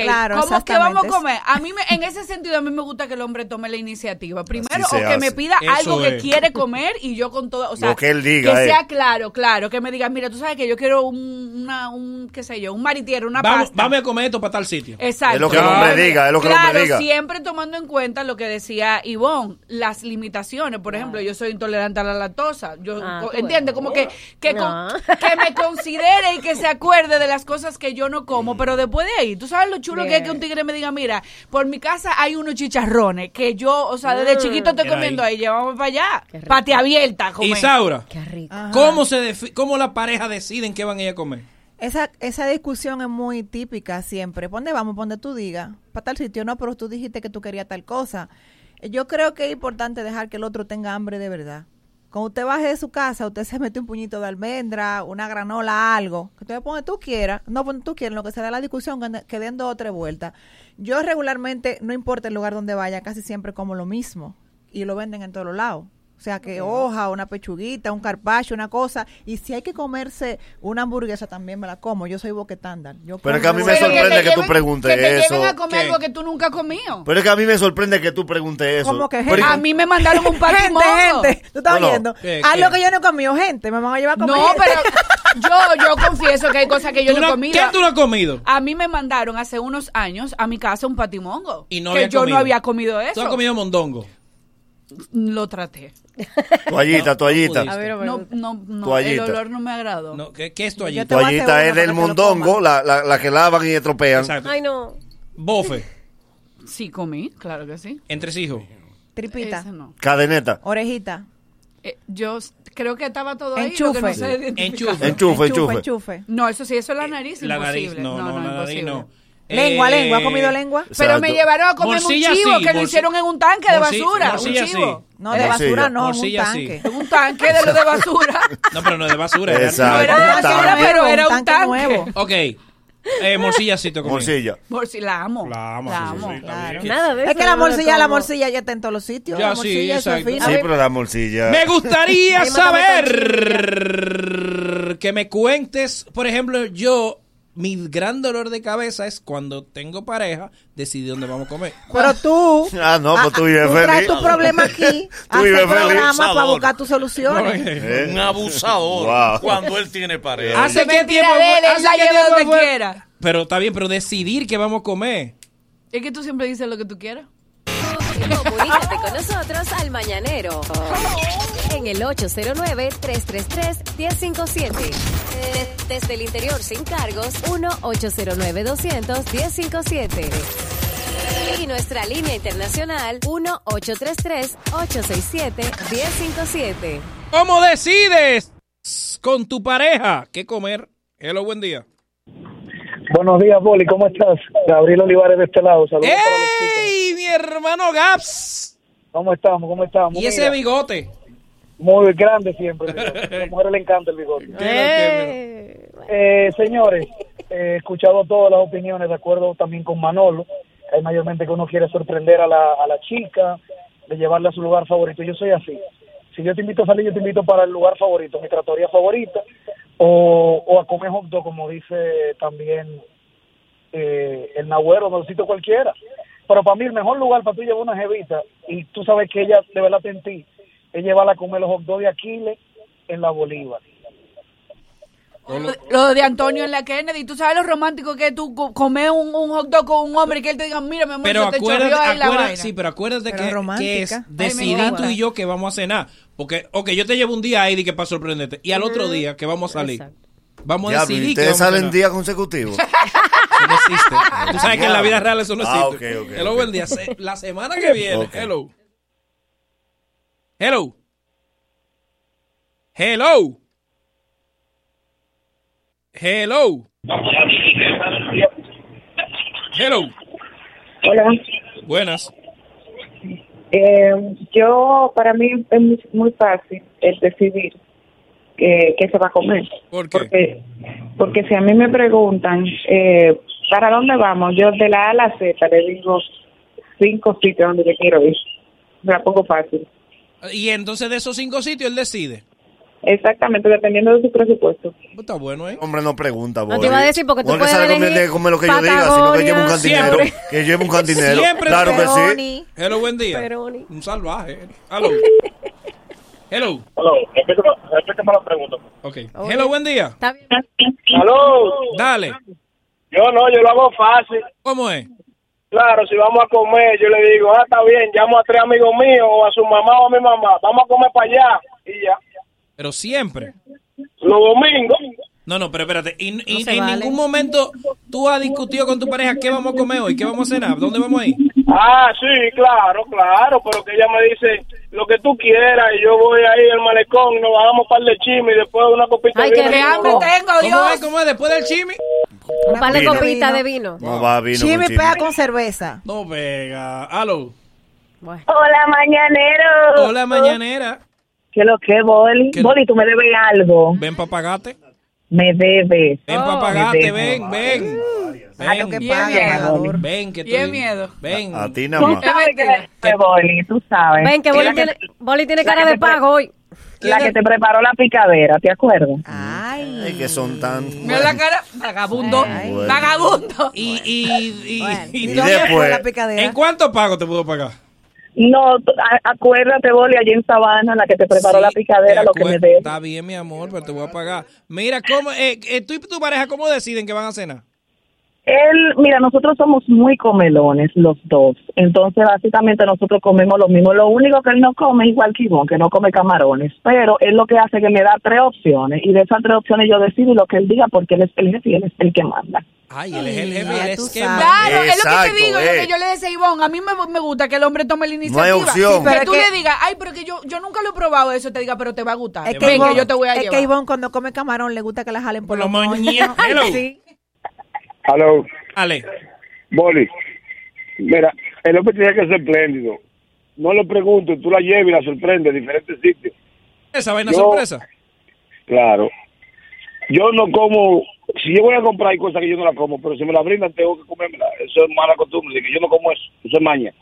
Speaker 7: ¿cómo que vamos a comer? A mí, me- en ese sentido, a mí me gusta que el hombre tome la iniciativa. Primero,
Speaker 11: se
Speaker 7: o que
Speaker 11: hace.
Speaker 7: me pida
Speaker 11: Eso
Speaker 7: algo que
Speaker 11: es.
Speaker 7: quiere comer y yo con todo, o sea,
Speaker 11: Lo que él diga,
Speaker 7: que
Speaker 11: eh.
Speaker 7: sea claro, claro, que me diga, mira, tú sabes que yo quiero un, una, un qué sé yo, un maritiero, una
Speaker 3: Vamos,
Speaker 7: pasta.
Speaker 3: vamos a comer esto para tal sitio.
Speaker 7: Exacto. claro, siempre tomando en cuenta lo que decía Ivonne, las limitaciones. Por ejemplo, yo soy intolerante a la lactosa. Yo
Speaker 35: Ah,
Speaker 7: co-
Speaker 35: tú
Speaker 7: entiende como que que,
Speaker 35: No.
Speaker 7: con- que me considere y que se acuerde de las cosas que yo no como, pero después de ahí, tú sabes lo chulo que es que un tigre me diga, mira, por mi casa hay unos chicharrones que yo, o sea, desde
Speaker 3: Mm.
Speaker 7: chiquito estoy
Speaker 3: Mira
Speaker 7: comiendo ahí, llevamos para allá, pate abierta. comer.
Speaker 3: Isaura,
Speaker 35: Ajá.
Speaker 3: ¿cómo, se defi- ¿cómo la pareja deciden qué van a ir a comer?
Speaker 9: Esa, esa discusión es muy típica siempre. ¿Ponde vamos? ¿Ponde tú digas? Para tal sitio, no, pero tú dijiste que tú querías tal cosa. Yo creo que es importante dejar que el otro tenga hambre de verdad. Cuando usted baje de su casa, usted se mete un puñito de almendra, una granola, algo. Que usted ponga tú quieras. No, ponte tú quieras, lo que se da la discusión, que ande- que den dos o tres vueltas. Yo regularmente, no importa el lugar donde vaya, casi siempre como lo mismo. Y lo venden en todos los lados. O sea, que hoja, una pechuguita, un carpacho, una cosa. Y si hay que comerse una hamburguesa, también me la como. Yo soy boquetándar. Yo
Speaker 11: Pero es que a
Speaker 9: como
Speaker 11: mí
Speaker 9: una
Speaker 11: me
Speaker 9: hamburguesa.
Speaker 11: sorprende que, tú
Speaker 7: lleven-
Speaker 11: preguntes
Speaker 7: que te
Speaker 11: eso.
Speaker 7: lleven a comer algo que tú nunca has comido.
Speaker 11: Pero es que a mí me sorprende que tú preguntes eso.
Speaker 9: Como que
Speaker 11: Pero-
Speaker 7: A mí me mandaron un par de
Speaker 9: Gente,
Speaker 7: mozos.
Speaker 9: gente, tú estás
Speaker 11: No, no.
Speaker 9: oyendo.
Speaker 3: Eh,
Speaker 11: ¿Qué,
Speaker 9: Haz
Speaker 11: qué?
Speaker 9: Ah, lo que yo no he comido, gente. Me van a llevar a comer.
Speaker 7: No,
Speaker 9: [LAUGHS]
Speaker 7: pero yo, yo confieso que hay cosas que yo
Speaker 3: ¿Tú
Speaker 7: no he
Speaker 3: no-
Speaker 7: comido.
Speaker 3: ¿Qué tú no has comido?
Speaker 7: A mí me mandaron hace unos años a mi casa un patimongo.
Speaker 3: Y no
Speaker 7: que
Speaker 3: había
Speaker 7: yo
Speaker 3: comido.
Speaker 7: no había comido
Speaker 3: ¿Tú
Speaker 7: eso.
Speaker 3: has comido mondongo?
Speaker 7: Lo traté.
Speaker 11: Toallita, toallita.
Speaker 7: A ver, no, no, no,
Speaker 11: Toallita.
Speaker 7: el olor no me agradó.
Speaker 3: ¿Qué, qué es
Speaker 11: Toallita,
Speaker 3: toallita?
Speaker 11: es del mondongo, la, la, la que lavan y estropean.
Speaker 35: Ay, no.
Speaker 3: Bofe,
Speaker 7: Sí, comí, claro que sí.
Speaker 3: entresijo.
Speaker 9: Tripita.
Speaker 7: Ese no.
Speaker 11: Cadeneta.
Speaker 9: Orejita.
Speaker 7: Eh, yo s- creo que estaba todo
Speaker 9: Enchufe.
Speaker 7: ahí. Lo que no sé
Speaker 9: Sí.
Speaker 7: identificar.
Speaker 9: Enchufe. Enchufe, enchufe. Enchufe.
Speaker 7: No, eso sí, eso es la nariz.
Speaker 3: La nariz,
Speaker 7: imposible.
Speaker 3: no, no, la nariz
Speaker 7: imposible.
Speaker 3: no. Eh,
Speaker 9: Lengua, lengua, ¿ha comido lengua?
Speaker 7: Eh, Pero me llevaron a comer
Speaker 3: Morcilla
Speaker 7: un chivo
Speaker 3: sí,
Speaker 7: que lo
Speaker 3: morci-
Speaker 7: hicieron en un tanque de
Speaker 3: morci-
Speaker 7: basura.
Speaker 3: morcilla
Speaker 7: un chivo.
Speaker 3: sí.
Speaker 9: No, de basura no, en un
Speaker 3: Morcilla sí.
Speaker 9: tanque.
Speaker 7: Un tanque de lo
Speaker 9: [LAUGHS]
Speaker 7: de basura.
Speaker 3: No, pero no de basura.
Speaker 11: Exacto.
Speaker 3: Era
Speaker 11: No era basura,
Speaker 3: basura,
Speaker 9: Nuevo,
Speaker 7: pero era un tanque.
Speaker 9: nuevo.
Speaker 3: Ok. Eh, morcilla sí te comí.
Speaker 11: Morcilla.
Speaker 7: Por si la amo. La amo. La amo.
Speaker 9: Nada
Speaker 35: de
Speaker 9: es
Speaker 35: eso
Speaker 9: que la
Speaker 35: yo no le
Speaker 9: morcilla, la
Speaker 35: como.
Speaker 9: morcilla ya está en todos los sitios.
Speaker 3: Ya,
Speaker 9: la
Speaker 3: sí,
Speaker 9: morcilla eso es
Speaker 3: exacto.
Speaker 9: fino.
Speaker 11: Sí, pero la morcilla.
Speaker 3: Me gustaría
Speaker 9: Sí,
Speaker 3: saber que me cuentes, por ejemplo, yo, mi gran dolor de cabeza es cuando tengo pareja, decidir dónde vamos a comer.
Speaker 9: Pero tú.
Speaker 11: [LAUGHS] Ah, no, pues tú vives
Speaker 9: tú
Speaker 6: ah,
Speaker 11: feliz.
Speaker 9: traes tu problema aquí.
Speaker 11: Tú
Speaker 9: Haces
Speaker 11: vives feliz.
Speaker 9: programas para
Speaker 11: Abusador.
Speaker 9: buscar tus
Speaker 3: [LAUGHS]
Speaker 9: soluciones.
Speaker 11: ¿Eh?
Speaker 2: Un abusador
Speaker 11: Wow.
Speaker 2: cuando él tiene pareja.
Speaker 3: ¿Hace qué
Speaker 7: Mentira
Speaker 3: tiempo?
Speaker 7: de él, él
Speaker 3: hace
Speaker 7: la
Speaker 3: qué
Speaker 7: lleva
Speaker 3: tiempo
Speaker 7: donde
Speaker 3: fue?
Speaker 7: quiera.
Speaker 3: Pero está bien, pero decidir que vamos a comer.
Speaker 7: Es que tú siempre dices lo que tú quieras.
Speaker 4: Comunícate con nosotros al Mañanero. En el 809-333-1057. De- Desde el interior sin cargos, 1-809-200-1057. Y nuestra línea internacional, 1-833-867-1057.
Speaker 3: ¿Cómo decides con tu pareja qué comer? Hello, buen día.
Speaker 15: [LAUGHS] Buenos días, Boli, ¿cómo estás? Gabriel Olivares de este lado, saludos.
Speaker 3: ¿Eh?
Speaker 15: para los
Speaker 3: [LAUGHS] ¡Ey, mi hermano Gaps!
Speaker 15: ¿Cómo estamos? ¿Cómo estamos?
Speaker 3: ¿Y ese
Speaker 15: Mira,
Speaker 3: bigote?
Speaker 15: Muy grande siempre. el bigote. A las mujeres le encanta el bigote. Eh, señores, eh, he escuchado todas las opiniones, de acuerdo también con Manolo. que Hay mayormente que uno quiere sorprender a la, a la chica, de llevarla a su lugar favorito. Yo soy así. Si yo te invito a salir, yo te invito para el lugar favorito, mi trattoria favorita, o, o a comer hot dog, como dice también eh, el Nahuero, no sitio cualquiera. Pero para mí el mejor lugar para tú llevar una jevita, y tú sabes que ella de verdad te en ti, es llevarla a comer los hot dogs de Aquiles en la Bolívar.
Speaker 7: Lo de Antonio en la Kennedy. ¿Tú sabes lo romántico que es tú co- comer un, un hot dog con un hombre y que él te diga, mira, mi amor,
Speaker 3: Pero
Speaker 7: se te
Speaker 3: acuérdate,
Speaker 7: chorreó ahí la
Speaker 3: acuérdate-
Speaker 7: vaina?
Speaker 3: sí, pero acuérdate
Speaker 7: Pero
Speaker 3: que,
Speaker 7: romántica.
Speaker 3: que es
Speaker 7: Ay, me
Speaker 3: decidir
Speaker 7: encanta.
Speaker 3: tú y yo que vamos a cenar. Porque, ok, yo te llevo un día ahí de que para sorprenderte. Y al otro día que vamos a salir. Vamos a
Speaker 11: Diablo, ¿y
Speaker 3: decidir que
Speaker 11: ustedes
Speaker 3: vamos a
Speaker 11: salen
Speaker 3: cenar.
Speaker 11: días consecutivos.
Speaker 3: Eso no existe. Tú sabes que en la vida real eso no
Speaker 11: Ah,
Speaker 3: existe.
Speaker 11: ok, ok,
Speaker 3: hello,
Speaker 11: ok.
Speaker 3: buen día. Se- La semana que viene.
Speaker 11: Ok.
Speaker 3: Hello. Hello. Hello. Hello. Hello.
Speaker 13: Hola.
Speaker 3: Buenas.
Speaker 13: Eh, yo, para mí es muy, muy fácil el decidir qué, qué se va a comer.
Speaker 3: ¿Por
Speaker 13: qué? Porque, porque si a mí me preguntan, eh, ¿para dónde vamos? Yo de la A a la Z le digo cinco sitios donde yo quiero ir. Me la pongo fácil.
Speaker 3: Y entonces de esos cinco sitios él decide.
Speaker 13: Exactamente, dependiendo de su presupuesto.
Speaker 3: Está bueno, ¿eh?
Speaker 11: Hombre, no pregunta,
Speaker 4: No te iba a decir porque tú
Speaker 11: No es que
Speaker 4: puedes
Speaker 11: salga
Speaker 4: elegir
Speaker 11: de comer lo que yo diga, sino que lleve
Speaker 4: Patagonia,
Speaker 11: un cantinero.
Speaker 4: siempre.
Speaker 11: Que lleve un cantinero.
Speaker 3: Siempre
Speaker 11: claro que sí.
Speaker 3: Peroni. Hello, buen día. Un salvaje.
Speaker 6: [LAUGHS]
Speaker 3: Hello. Hello.
Speaker 6: Hello, respétame la pregunta.
Speaker 3: Ok. Hello, buen día.
Speaker 6: Hello.
Speaker 3: Dale.
Speaker 6: Yo no, yo lo hago fácil.
Speaker 3: ¿Cómo es?
Speaker 6: Claro, si vamos a comer, yo le digo, ah, está bien, llamo a tres amigos míos o a su mamá o a mi mamá, vamos a comer para allá y ya.
Speaker 3: Pero siempre.
Speaker 6: Los domingos.
Speaker 3: No, no, pero espérate. Y, y-
Speaker 6: No se
Speaker 3: en
Speaker 6: vale.
Speaker 3: ningún momento tú has discutido con tu pareja qué vamos a comer hoy, qué vamos a cenar, dónde vamos a ir.
Speaker 6: Ah, sí, claro, claro, pero que ella me dice lo que tú quieras y yo voy ahí al malecón y nos bajamos para el chisme y después una copita de vino.
Speaker 3: ¿Cómo es, cómo es? Después del chimi.
Speaker 4: Un par de
Speaker 11: Vino.
Speaker 4: copitas de vino.
Speaker 11: No va vino con
Speaker 9: Jimmy
Speaker 11: chimi.
Speaker 9: pega con cerveza.
Speaker 3: No pega. Aló.
Speaker 13: Hola, mañanero.
Speaker 3: Hola, mañanera.
Speaker 13: ¿Qué lo que, Boli? Boli, tú me debes algo.
Speaker 3: Ven para pagarte.
Speaker 13: Me debes.
Speaker 3: Ven
Speaker 13: Me
Speaker 3: para
Speaker 6: Oh.
Speaker 3: pagarte.
Speaker 13: debes.
Speaker 3: Ven, ven. Ven,
Speaker 13: que pague,
Speaker 3: Ven,
Speaker 13: pagador.
Speaker 3: Ven, que
Speaker 7: Y es
Speaker 3: te
Speaker 7: miedo.
Speaker 3: Ven.
Speaker 11: A ti
Speaker 13: Tú sabes que me debes, Boli, tú sabes.
Speaker 4: Eh, Ven, que Boli
Speaker 13: La
Speaker 4: tiene, Boli tiene
Speaker 13: la
Speaker 4: cara
Speaker 13: que
Speaker 4: de
Speaker 13: te pre-
Speaker 4: pago hoy.
Speaker 13: La que te preparó la picadera, ¿te acuerdas?
Speaker 11: Ay, que son tan.
Speaker 7: Mira la cara, vagabundo,
Speaker 11: Bueno.
Speaker 7: vagabundo.
Speaker 3: Y, y,
Speaker 11: Y después- la
Speaker 9: picadera.
Speaker 3: ¿En cuánto pago te puedo pagar?
Speaker 13: No, tú- a- acuérdate, Boli, allí en Sabana, la que te preparó
Speaker 3: Sí,
Speaker 13: la picadera,
Speaker 3: te
Speaker 13: lo que me
Speaker 3: acuer-
Speaker 13: debes.
Speaker 3: Está bien, mi amor, pero te voy a pagar. Mira, ¿cómo, eh, eh, tú y tu pareja, ¿cómo deciden que van a cenar?
Speaker 13: Él, mira, nosotros somos muy comelones los dos. Entonces, básicamente, nosotros comemos lo mismo. Lo único que él no come es igual que Ivonne, que no come camarones. Pero él lo que hace es que me da tres opciones. Y de esas tres opciones yo decido lo que él diga porque él es el jefe y él es el que manda.
Speaker 3: Ay, él es el jefe, él es que
Speaker 7: Claro, es lo que
Speaker 13: Exacto,
Speaker 7: te digo,
Speaker 13: eh.
Speaker 7: lo que yo le decía a Ivonne, a mí me, me gusta que el hombre tome la iniciativa.
Speaker 9: opción. Sí,
Speaker 7: que
Speaker 9: pero
Speaker 7: tú
Speaker 9: que-
Speaker 7: le digas, ay, pero que yo, yo nunca lo he probado eso, te diga, pero te va a gustar.
Speaker 9: Es
Speaker 7: Es
Speaker 9: que,
Speaker 7: que,
Speaker 9: Ivonne,
Speaker 7: yo te voy a
Speaker 9: es
Speaker 7: llevar.
Speaker 9: que Ivonne cuando come camarón le gusta que la jalen por los [LAUGHS]
Speaker 3: moños.
Speaker 9: Hello.
Speaker 12: Aló.
Speaker 3: Ale.
Speaker 12: Boli. Mira, el hombre tiene que ser pléndido. No le preguntes, tú la llevas y la sorprendes en diferentes sitios.
Speaker 3: Esa vaina
Speaker 12: Yo-
Speaker 3: sorpresa.
Speaker 12: Claro. Yo no como, si yo voy a comprar hay cosas que yo no la como, pero si me la brindan tengo que comérmela. Eso es mala costumbre, así que yo no como eso, eso es maña.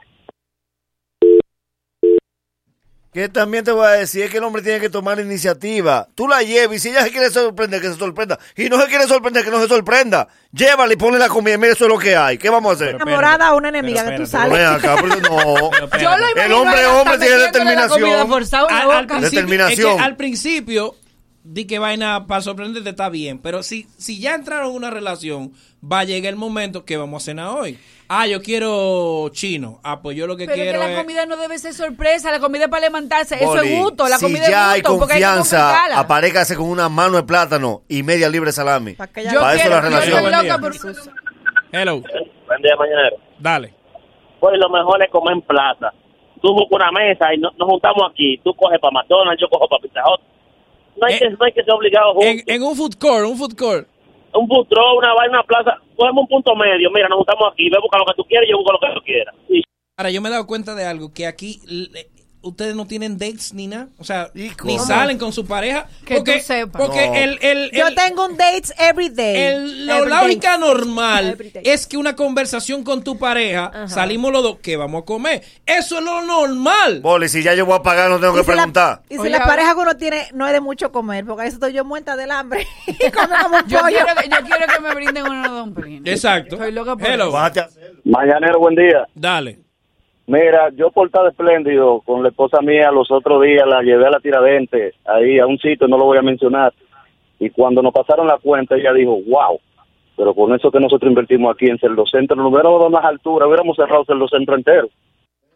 Speaker 11: Que también te voy a decir es que el hombre tiene que tomar iniciativa. Tú la llevas y si ella se quiere sorprender, que se sorprenda. Y no se quiere sorprender, que no se sorprenda. Llévala y ponle la comida. Mira, eso es lo que hay. ¿Qué vamos a hacer?
Speaker 9: Enamorada o una enemiga que tú
Speaker 11: Pero
Speaker 9: sales.
Speaker 11: ven acá, pero no.
Speaker 9: Yo lo
Speaker 11: el
Speaker 9: imagino
Speaker 11: hombre,
Speaker 9: hasta
Speaker 11: hombre,
Speaker 9: metiéndole
Speaker 11: tiene
Speaker 9: la comida
Speaker 11: determinación.
Speaker 9: forzada en la
Speaker 3: Al, al
Speaker 9: boca.
Speaker 3: principio,
Speaker 11: Determinación.
Speaker 3: es que al principio, di que vaina para sorprenderte está bien, pero si, si ya entraron en una relación, va a llegar el momento que vamos a cenar hoy. Ah, yo quiero chino. Ah, pues yo lo que
Speaker 7: Pero
Speaker 3: quiero
Speaker 7: que la
Speaker 3: es...
Speaker 7: comida no debe ser sorpresa, la comida es para levantarse, eso
Speaker 11: Boli,
Speaker 7: es gusto, la
Speaker 11: si
Speaker 7: comida
Speaker 11: ya
Speaker 7: es
Speaker 11: hay
Speaker 7: gusto, porque hay que
Speaker 11: confianza,
Speaker 7: comprarla.
Speaker 11: aparécase con una mano de plátano y media libre de salami.
Speaker 7: Yo
Speaker 11: Para eso
Speaker 7: quiero-
Speaker 11: la
Speaker 7: yo
Speaker 11: relación.
Speaker 7: estoy loca por-
Speaker 3: Hello.
Speaker 6: Buen día, mañanero.
Speaker 3: Dale.
Speaker 6: Pues lo mejor es comer en plaza. Tú buscas una mesa y no- nos juntamos aquí. Tú coges para McDonald's, yo cojo para Pizza Hut. No hay, que, no hay que ser obligado
Speaker 3: Eh, en, en un food court, un food court.
Speaker 6: Un butro, una vaina, una plaza. Cogemos un punto medio. Mira, nos juntamos aquí. Ve, busca lo que tú quieras y yo busco lo que tú quieras. Y
Speaker 3: Ahora, yo me he dado cuenta de algo, que aquí l- ustedes no tienen dates ni nada. O sea, ni
Speaker 9: cómo?
Speaker 3: salen con su pareja.
Speaker 9: Que
Speaker 3: porque,
Speaker 9: tú sepas.
Speaker 3: Porque
Speaker 9: No.
Speaker 3: el... el,
Speaker 9: Yo
Speaker 3: el-
Speaker 9: tengo un dates every day.
Speaker 3: el- lo- la única normal es que una conversación con tu pareja, salimos los dos, que vamos a comer? Eso es lo normal.
Speaker 11: Boli, si ya yo voy a pagar, no tengo que preguntar.
Speaker 9: Y si la pareja que uno tiene no es de mucho comer, porque a veces estoy yo muerta del hambre. [LAUGHS] y come como un
Speaker 7: [LAUGHS] Yo
Speaker 9: pollo.
Speaker 7: quiero, que- yo quiero que me brinden uno de Don Pelín.
Speaker 3: Exacto. Eh,
Speaker 7: Estoy loca por
Speaker 12: Hello.
Speaker 7: eso.
Speaker 12: Bájate Mañanero, buen día.
Speaker 3: Dale.
Speaker 12: Mira, yo por estar espléndido con la esposa mía los otros días la llevé a la Tiradentes, ahí a un sitio, no lo voy a mencionar. Y cuando nos pasaron la cuenta, ella dijo, wow, pero con eso que nosotros invertimos aquí en Cerdo Centro, no hubiéramos dado más altura, hubiéramos cerrado Cerdo Centro entero.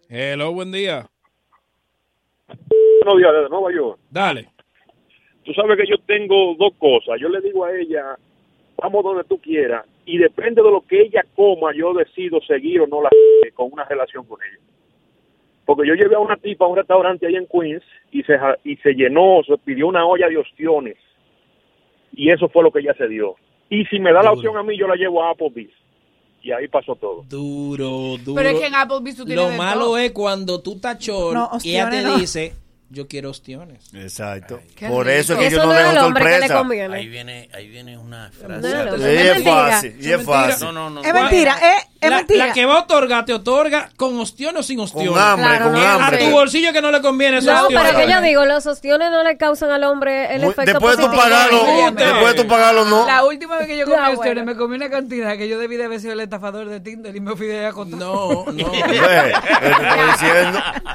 Speaker 3: Hello, buen día.
Speaker 12: Buenos días, desde Nueva York.
Speaker 3: Dale.
Speaker 12: Tú sabes que yo tengo dos cosas. Yo le digo a ella, vamos donde tú quieras, y depende de lo que ella coma, yo decido seguir o no la con una relación con ella. Porque yo llevé a una tipa a un restaurante ahí en Queens y se, ja- y se llenó, se pidió una olla de ostiones. Y eso fue lo que ella se dio. Y si me da la opción a mí, yo la llevo a Applebee's. Y ahí pasó todo.
Speaker 3: Duro, duro.
Speaker 7: Pero es que en Applebee's tú tienes
Speaker 3: Lo
Speaker 7: de
Speaker 3: malo
Speaker 7: todo.
Speaker 3: es cuando tú estás chor
Speaker 7: No,
Speaker 3: y ella
Speaker 7: opciones
Speaker 3: te
Speaker 7: no.
Speaker 3: dice, yo quiero ostiones.
Speaker 4: Exacto.
Speaker 3: Qué
Speaker 4: Por
Speaker 3: rico.
Speaker 4: eso es que
Speaker 3: Eso
Speaker 4: yo no
Speaker 3: no
Speaker 4: dejo
Speaker 3: era el hombre que le
Speaker 4: sorpresa.
Speaker 3: conviene.
Speaker 36: Ahí viene, ahí viene una
Speaker 4: No
Speaker 36: frase.
Speaker 4: era el hombre. Y No es es mentira. fácil, y es
Speaker 36: No mentira.
Speaker 4: fácil.
Speaker 36: No, no, no.
Speaker 4: Es mentira, eh.
Speaker 3: Bueno,
Speaker 4: es- es
Speaker 3: la,
Speaker 4: mentira.
Speaker 3: La que va a otorgar, te otorga con ostión o sin ostión.
Speaker 4: hambre, Claro, con no, hambre.
Speaker 3: A tu bolsillo que no le conviene esos
Speaker 37: No,
Speaker 3: ostiones.
Speaker 37: para que yo digo, los ostiones no le causan al hombre el
Speaker 4: Muy-
Speaker 37: efecto
Speaker 4: después tú
Speaker 37: positivo.
Speaker 4: pagarlo,
Speaker 37: Óyeme.
Speaker 4: después tú pagarlo, no.
Speaker 38: La última vez que yo comí
Speaker 37: Ah, bueno.
Speaker 38: ostiones me comí una cantidad que yo debí de haber sido el estafador de Tinder y me fui de ahí a contar.
Speaker 3: No, no.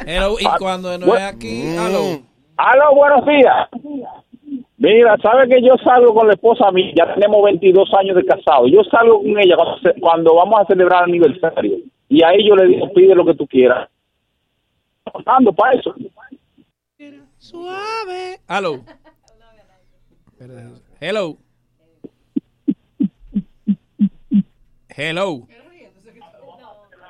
Speaker 3: Pero, y cuando no es aquí, aló.
Speaker 39: Aló, buenos días. Mira, sabe que yo salgo con la esposa mía, ya tenemos 22 años de casado. Yo salgo con ella cuando, se- cuando vamos a celebrar aniversario. Y ahí yo le digo, pide lo que tú quieras. Ando para eso.
Speaker 3: Suave. Aló. Hello. Hello.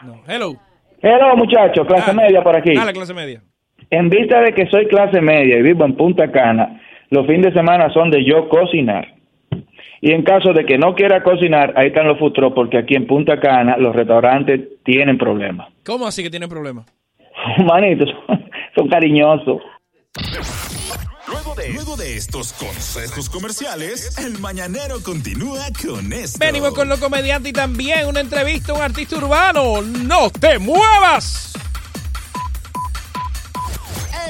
Speaker 3: No, hello.
Speaker 12: Hello, muchachos, clase media por aquí.
Speaker 3: Dale, Ah. clase media.
Speaker 12: En vista de que soy clase media y vivo en Punta Cana, los fines de semana son de yo cocinar. Y en caso de que no quiera cocinar, ahí están los futuros, porque aquí en Punta Cana los restaurantes tienen problemas.
Speaker 3: ¿Cómo así que tienen problemas?
Speaker 12: Manitos, son cariñosos.
Speaker 1: Luego de, luego de estos consejos comerciales, el mañanero continúa con esto.
Speaker 3: Venimos con los comediantes y también una entrevista a un artista urbano. ¡No te muevas!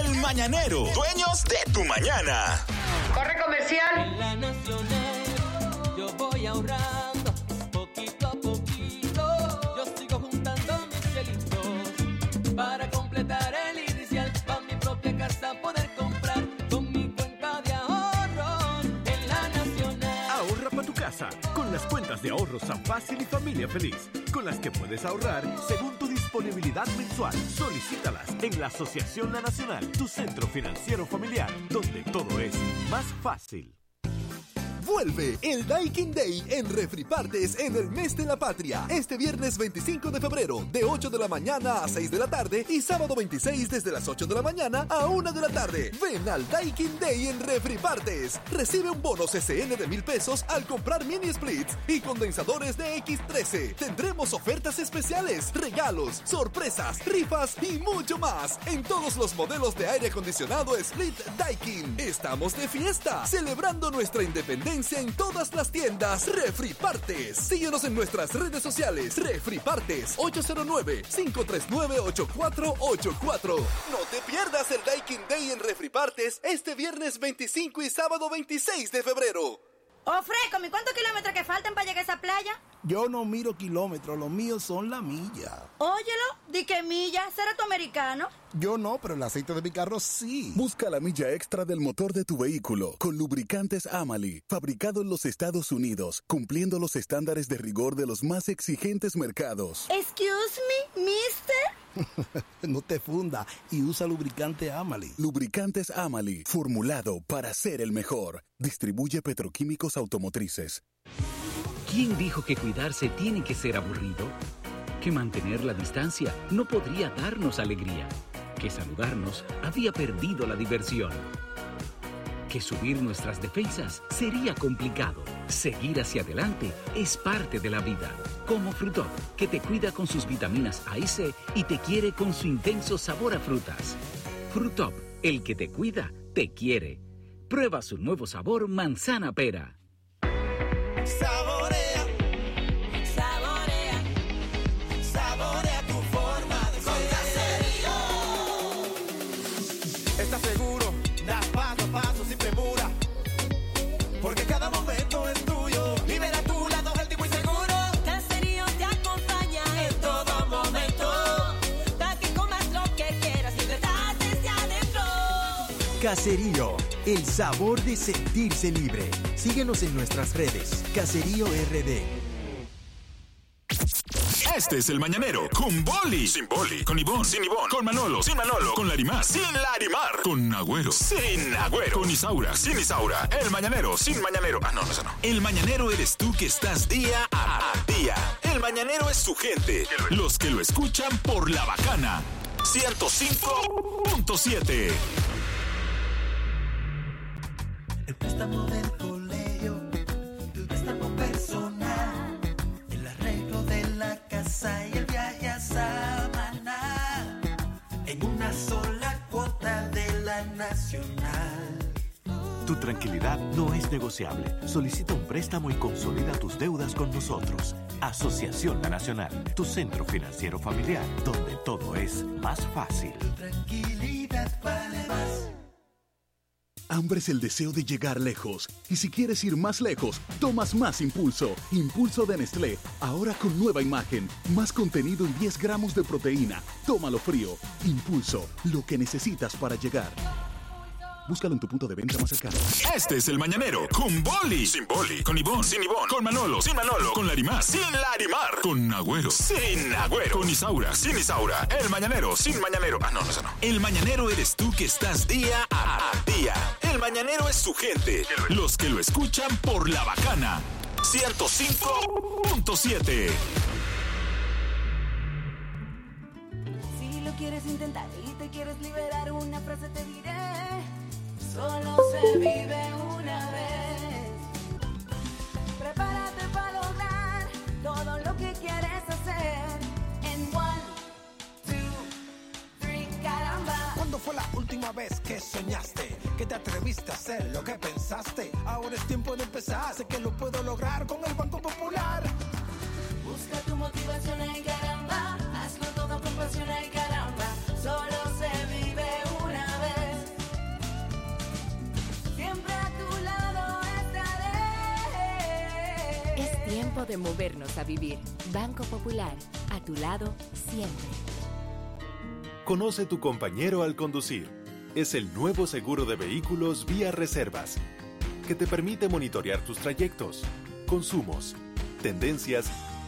Speaker 1: El mañanero, dueños de tu mañana.
Speaker 7: Corre comercial.
Speaker 6: Yo voy ahorrando poquito a poquito. Yo sigo juntando mis chelitos para completar el inicial. Pa' mi propia casa poder comprar con mi cuenta de ahorro en la nacional.
Speaker 18: Ahorra para tu casa con las cuentas de ahorro San Fácil y Familia Feliz, con las que puedes ahorrar según tu disponibilidad mensual. Solicítalas en la Asociación La Nacional, tu centro financiero familiar, donde todo es más fácil.
Speaker 22: Vuelve el Daikin Day en Refri Partes en el mes de la patria. Este viernes 25 de febrero, de 8 de la mañana a 6 de la tarde y sábado 26 desde las 8 de la mañana a 1 de la tarde. Ven al Daikin Day en Refri Partes. Recibe un bono CCN de mil pesos al comprar mini splits y condensadores de X13. Tendremos ofertas especiales, regalos, sorpresas, rifas y mucho más en todos los modelos de aire acondicionado Split Daikin. Estamos de fiesta, celebrando nuestra independencia en todas las tiendas Refri Partes. Síguenos en nuestras redes sociales Refri Partes 809-539-8484. No te pierdas el Daikin Day en Refri Partes este viernes 25 y sábado 26 de febrero.
Speaker 7: Oh, fresco, ¿mi cuántos kilómetros que faltan para llegar a esa playa?
Speaker 40: Yo no miro kilómetros, los míos son la milla.
Speaker 7: Óyelo, di que milla, será tu americano.
Speaker 40: Yo no, pero el aceite de mi carro sí.
Speaker 23: Busca la milla extra del motor de tu vehículo con lubricantes Amali, fabricado en los Estados Unidos, cumpliendo los estándares de rigor de los más exigentes mercados.
Speaker 7: Excuse me, mister.
Speaker 40: No te funda y usa lubricante Amali.
Speaker 23: Lubricantes Amali, formulado para ser el mejor. Distribuye petroquímicos automotrices.
Speaker 24: ¿Quién dijo que cuidarse tiene que ser aburrido? Que mantener la distancia no podría darnos alegría. Que saludarnos había perdido la diversión. Que subir nuestras defensas sería complicado. Seguir hacia adelante es parte de la vida. Como Frutop, que te cuida con sus vitaminas A y C y te quiere con su intenso sabor a frutas. Frutop, el que te cuida, te quiere. Prueba su nuevo sabor manzana pera.
Speaker 6: Saborea, saborea, saborea tu forma de ser. Estás seguro, das paso a paso sin premura. Porque cada momento es tuyo. Vive a tu lado, último y seguro. Caserío te acompaña en todo momento. Para que comas lo que quieras, libertad desde adentro.
Speaker 26: Caserío, el sabor de sentirse libre. Síguenos en nuestras redes. Caserío RD.
Speaker 1: Este es el mañanero con Boli, sin Boli, con Ivón, sin Ivón, con Manolo, sin Manolo, con Larimar, sin Larimar, con Agüero, sin Agüero, con Isaura, sin Isaura, el mañanero, sin mañanero. Ah, no, no, eso no. El mañanero eres tú que estás día a a día. El mañanero es su gente, los que lo escuchan por la bacana. 105.7.
Speaker 6: préstamo del colegio, el préstamo personal, el arreglo de la casa y el viaje a Samaná. En una sola cuota de la
Speaker 25: Tu tranquilidad no es negociable. Solicita un préstamo y consolida tus deudas con nosotros. Asociación La Nacional, tu centro financiero familiar, donde todo es más fácil.
Speaker 22: Tranquilidad vale más.
Speaker 23: Hambre es el deseo de llegar lejos. Y si quieres ir más lejos, tomas más impulso. Impulso de Nestlé. Ahora con nueva imagen. Más contenido y 10 gramos de proteína. Tómalo frío. Impulso. Lo que necesitas para llegar. Búscalo en tu punto de venta más cercano.
Speaker 1: Este es el mañanero con Boli. Sin Boli. Con Ivón. Sin Ivón. Con Manolo. Sin Manolo. Con Larimar. Sin Larimar. Con Agüero. Sin Agüero. Con Isaura. Sin Isaura. El mañanero. Sin mañanero. Ah, no, no, eso no. El mañanero eres tú que estás día a día. El mañanero es su gente. Los que lo escuchan por la bacana. 105.7.
Speaker 21: Si lo quieres intentar y te quieres liberar, una frase te diré. Solo se vive una vez. Prepárate para lograr todo lo que quieres hacer. En one, two, three, caramba.
Speaker 6: ¿Cuándo fue la última vez que soñaste? Que te atreviste a hacer lo que pensaste. Ahora es tiempo de empezar, sé que lo puedo lograr con el Banco Popular.
Speaker 21: Busca tu motivación en caramba. Hazlo todo con pasión en caramba. Solo se vive una vez. Siempre a tu lado estaré.
Speaker 30: Es tiempo de movernos a vivir. Banco Popular, a tu lado siempre.
Speaker 25: Conoce tu compañero al conducir. Es el nuevo seguro de vehículos vía reservas, que te permite monitorear tus trayectos, consumos, tendencias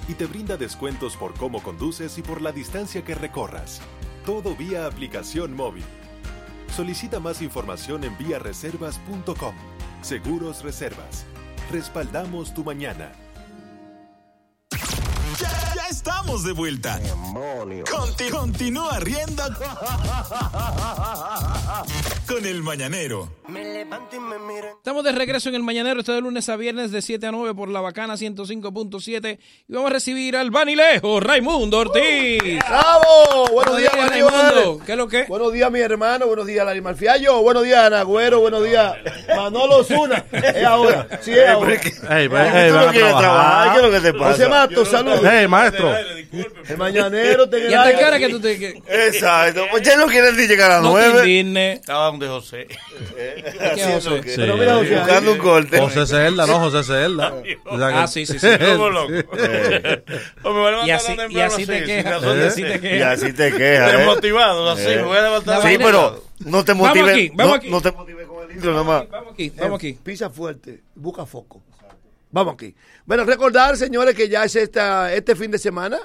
Speaker 25: y te brinda descuentos por cómo conduces y por la distancia que recorras. Todo vía aplicación móvil. Solicita más información en viareservas.com. Seguros Reservas. Respaldamos tu mañana.
Speaker 1: Ya, ya estamos de vuelta. Conti- continúa riendo con el mañanero.
Speaker 6: Me levanto y me miren.
Speaker 3: Estamos de regreso en el Mañanero, este de lunes a viernes de 7 a 9 por La Bacana 105.7 y vamos a recibir al Banilejo, Raimundo Ortiz.
Speaker 27: ¡Bravo! Buenos días,
Speaker 3: Raimundo.
Speaker 27: Maribel.
Speaker 3: ¿Qué es lo que?
Speaker 27: Buenos días, mi hermano. Buenos días, Larry Marfiallo. Buenos días, Ana Agüero. Buenos días, Manolo Zuna. Es ahora. Sí,
Speaker 11: Eh,
Speaker 27: es ahora.
Speaker 41: Ey, pues,
Speaker 27: ¿Por qué
Speaker 41: ey,
Speaker 27: tú
Speaker 41: van
Speaker 27: no
Speaker 41: a
Speaker 27: quieres trabajar?
Speaker 41: trabajar.
Speaker 27: ¿Qué es lo que te pasa? José Mato, saludos.
Speaker 41: Ey, maestro.
Speaker 27: El mañanero
Speaker 11: [LAUGHS]
Speaker 27: te
Speaker 41: ¿Y hasta qué hora
Speaker 3: que tú te.?
Speaker 27: Exacto. Pues ya no quieres ni llegar a las
Speaker 2: No te
Speaker 27: nueve.
Speaker 2: [LAUGHS] Estaba donde José.
Speaker 27: [LAUGHS] haciendo
Speaker 2: José?
Speaker 27: que-
Speaker 41: Sí.
Speaker 27: Pero mira, José,
Speaker 41: Buscando
Speaker 27: ahí-
Speaker 41: un corte. José Celda, no, José
Speaker 2: [LAUGHS]
Speaker 41: Celda. O sea que-
Speaker 3: Ah,
Speaker 41: [LAUGHS]
Speaker 3: sí, sí, sí.
Speaker 2: Como loco. [LAUGHS] O me voy a levantar
Speaker 3: Y así-
Speaker 2: temprano,
Speaker 3: y así te
Speaker 2: sin
Speaker 3: quejas,
Speaker 2: razón de-
Speaker 27: ¿Eh? Y así te quejas.
Speaker 2: Pero
Speaker 27: ¿eh?
Speaker 2: motivado, así,
Speaker 27: Eh.
Speaker 2: me voy a levantar.
Speaker 27: Sí, pero no te motives.
Speaker 2: Vamos aquí, vamos
Speaker 27: no,
Speaker 2: aquí.
Speaker 27: no te motives con el intro, nada más.
Speaker 3: Vamos aquí,
Speaker 27: vamos aquí. Eh, Pisa fuerte, busca foco. Vamos aquí. Bueno, recordar, señores, que ya es esta, este fin de semana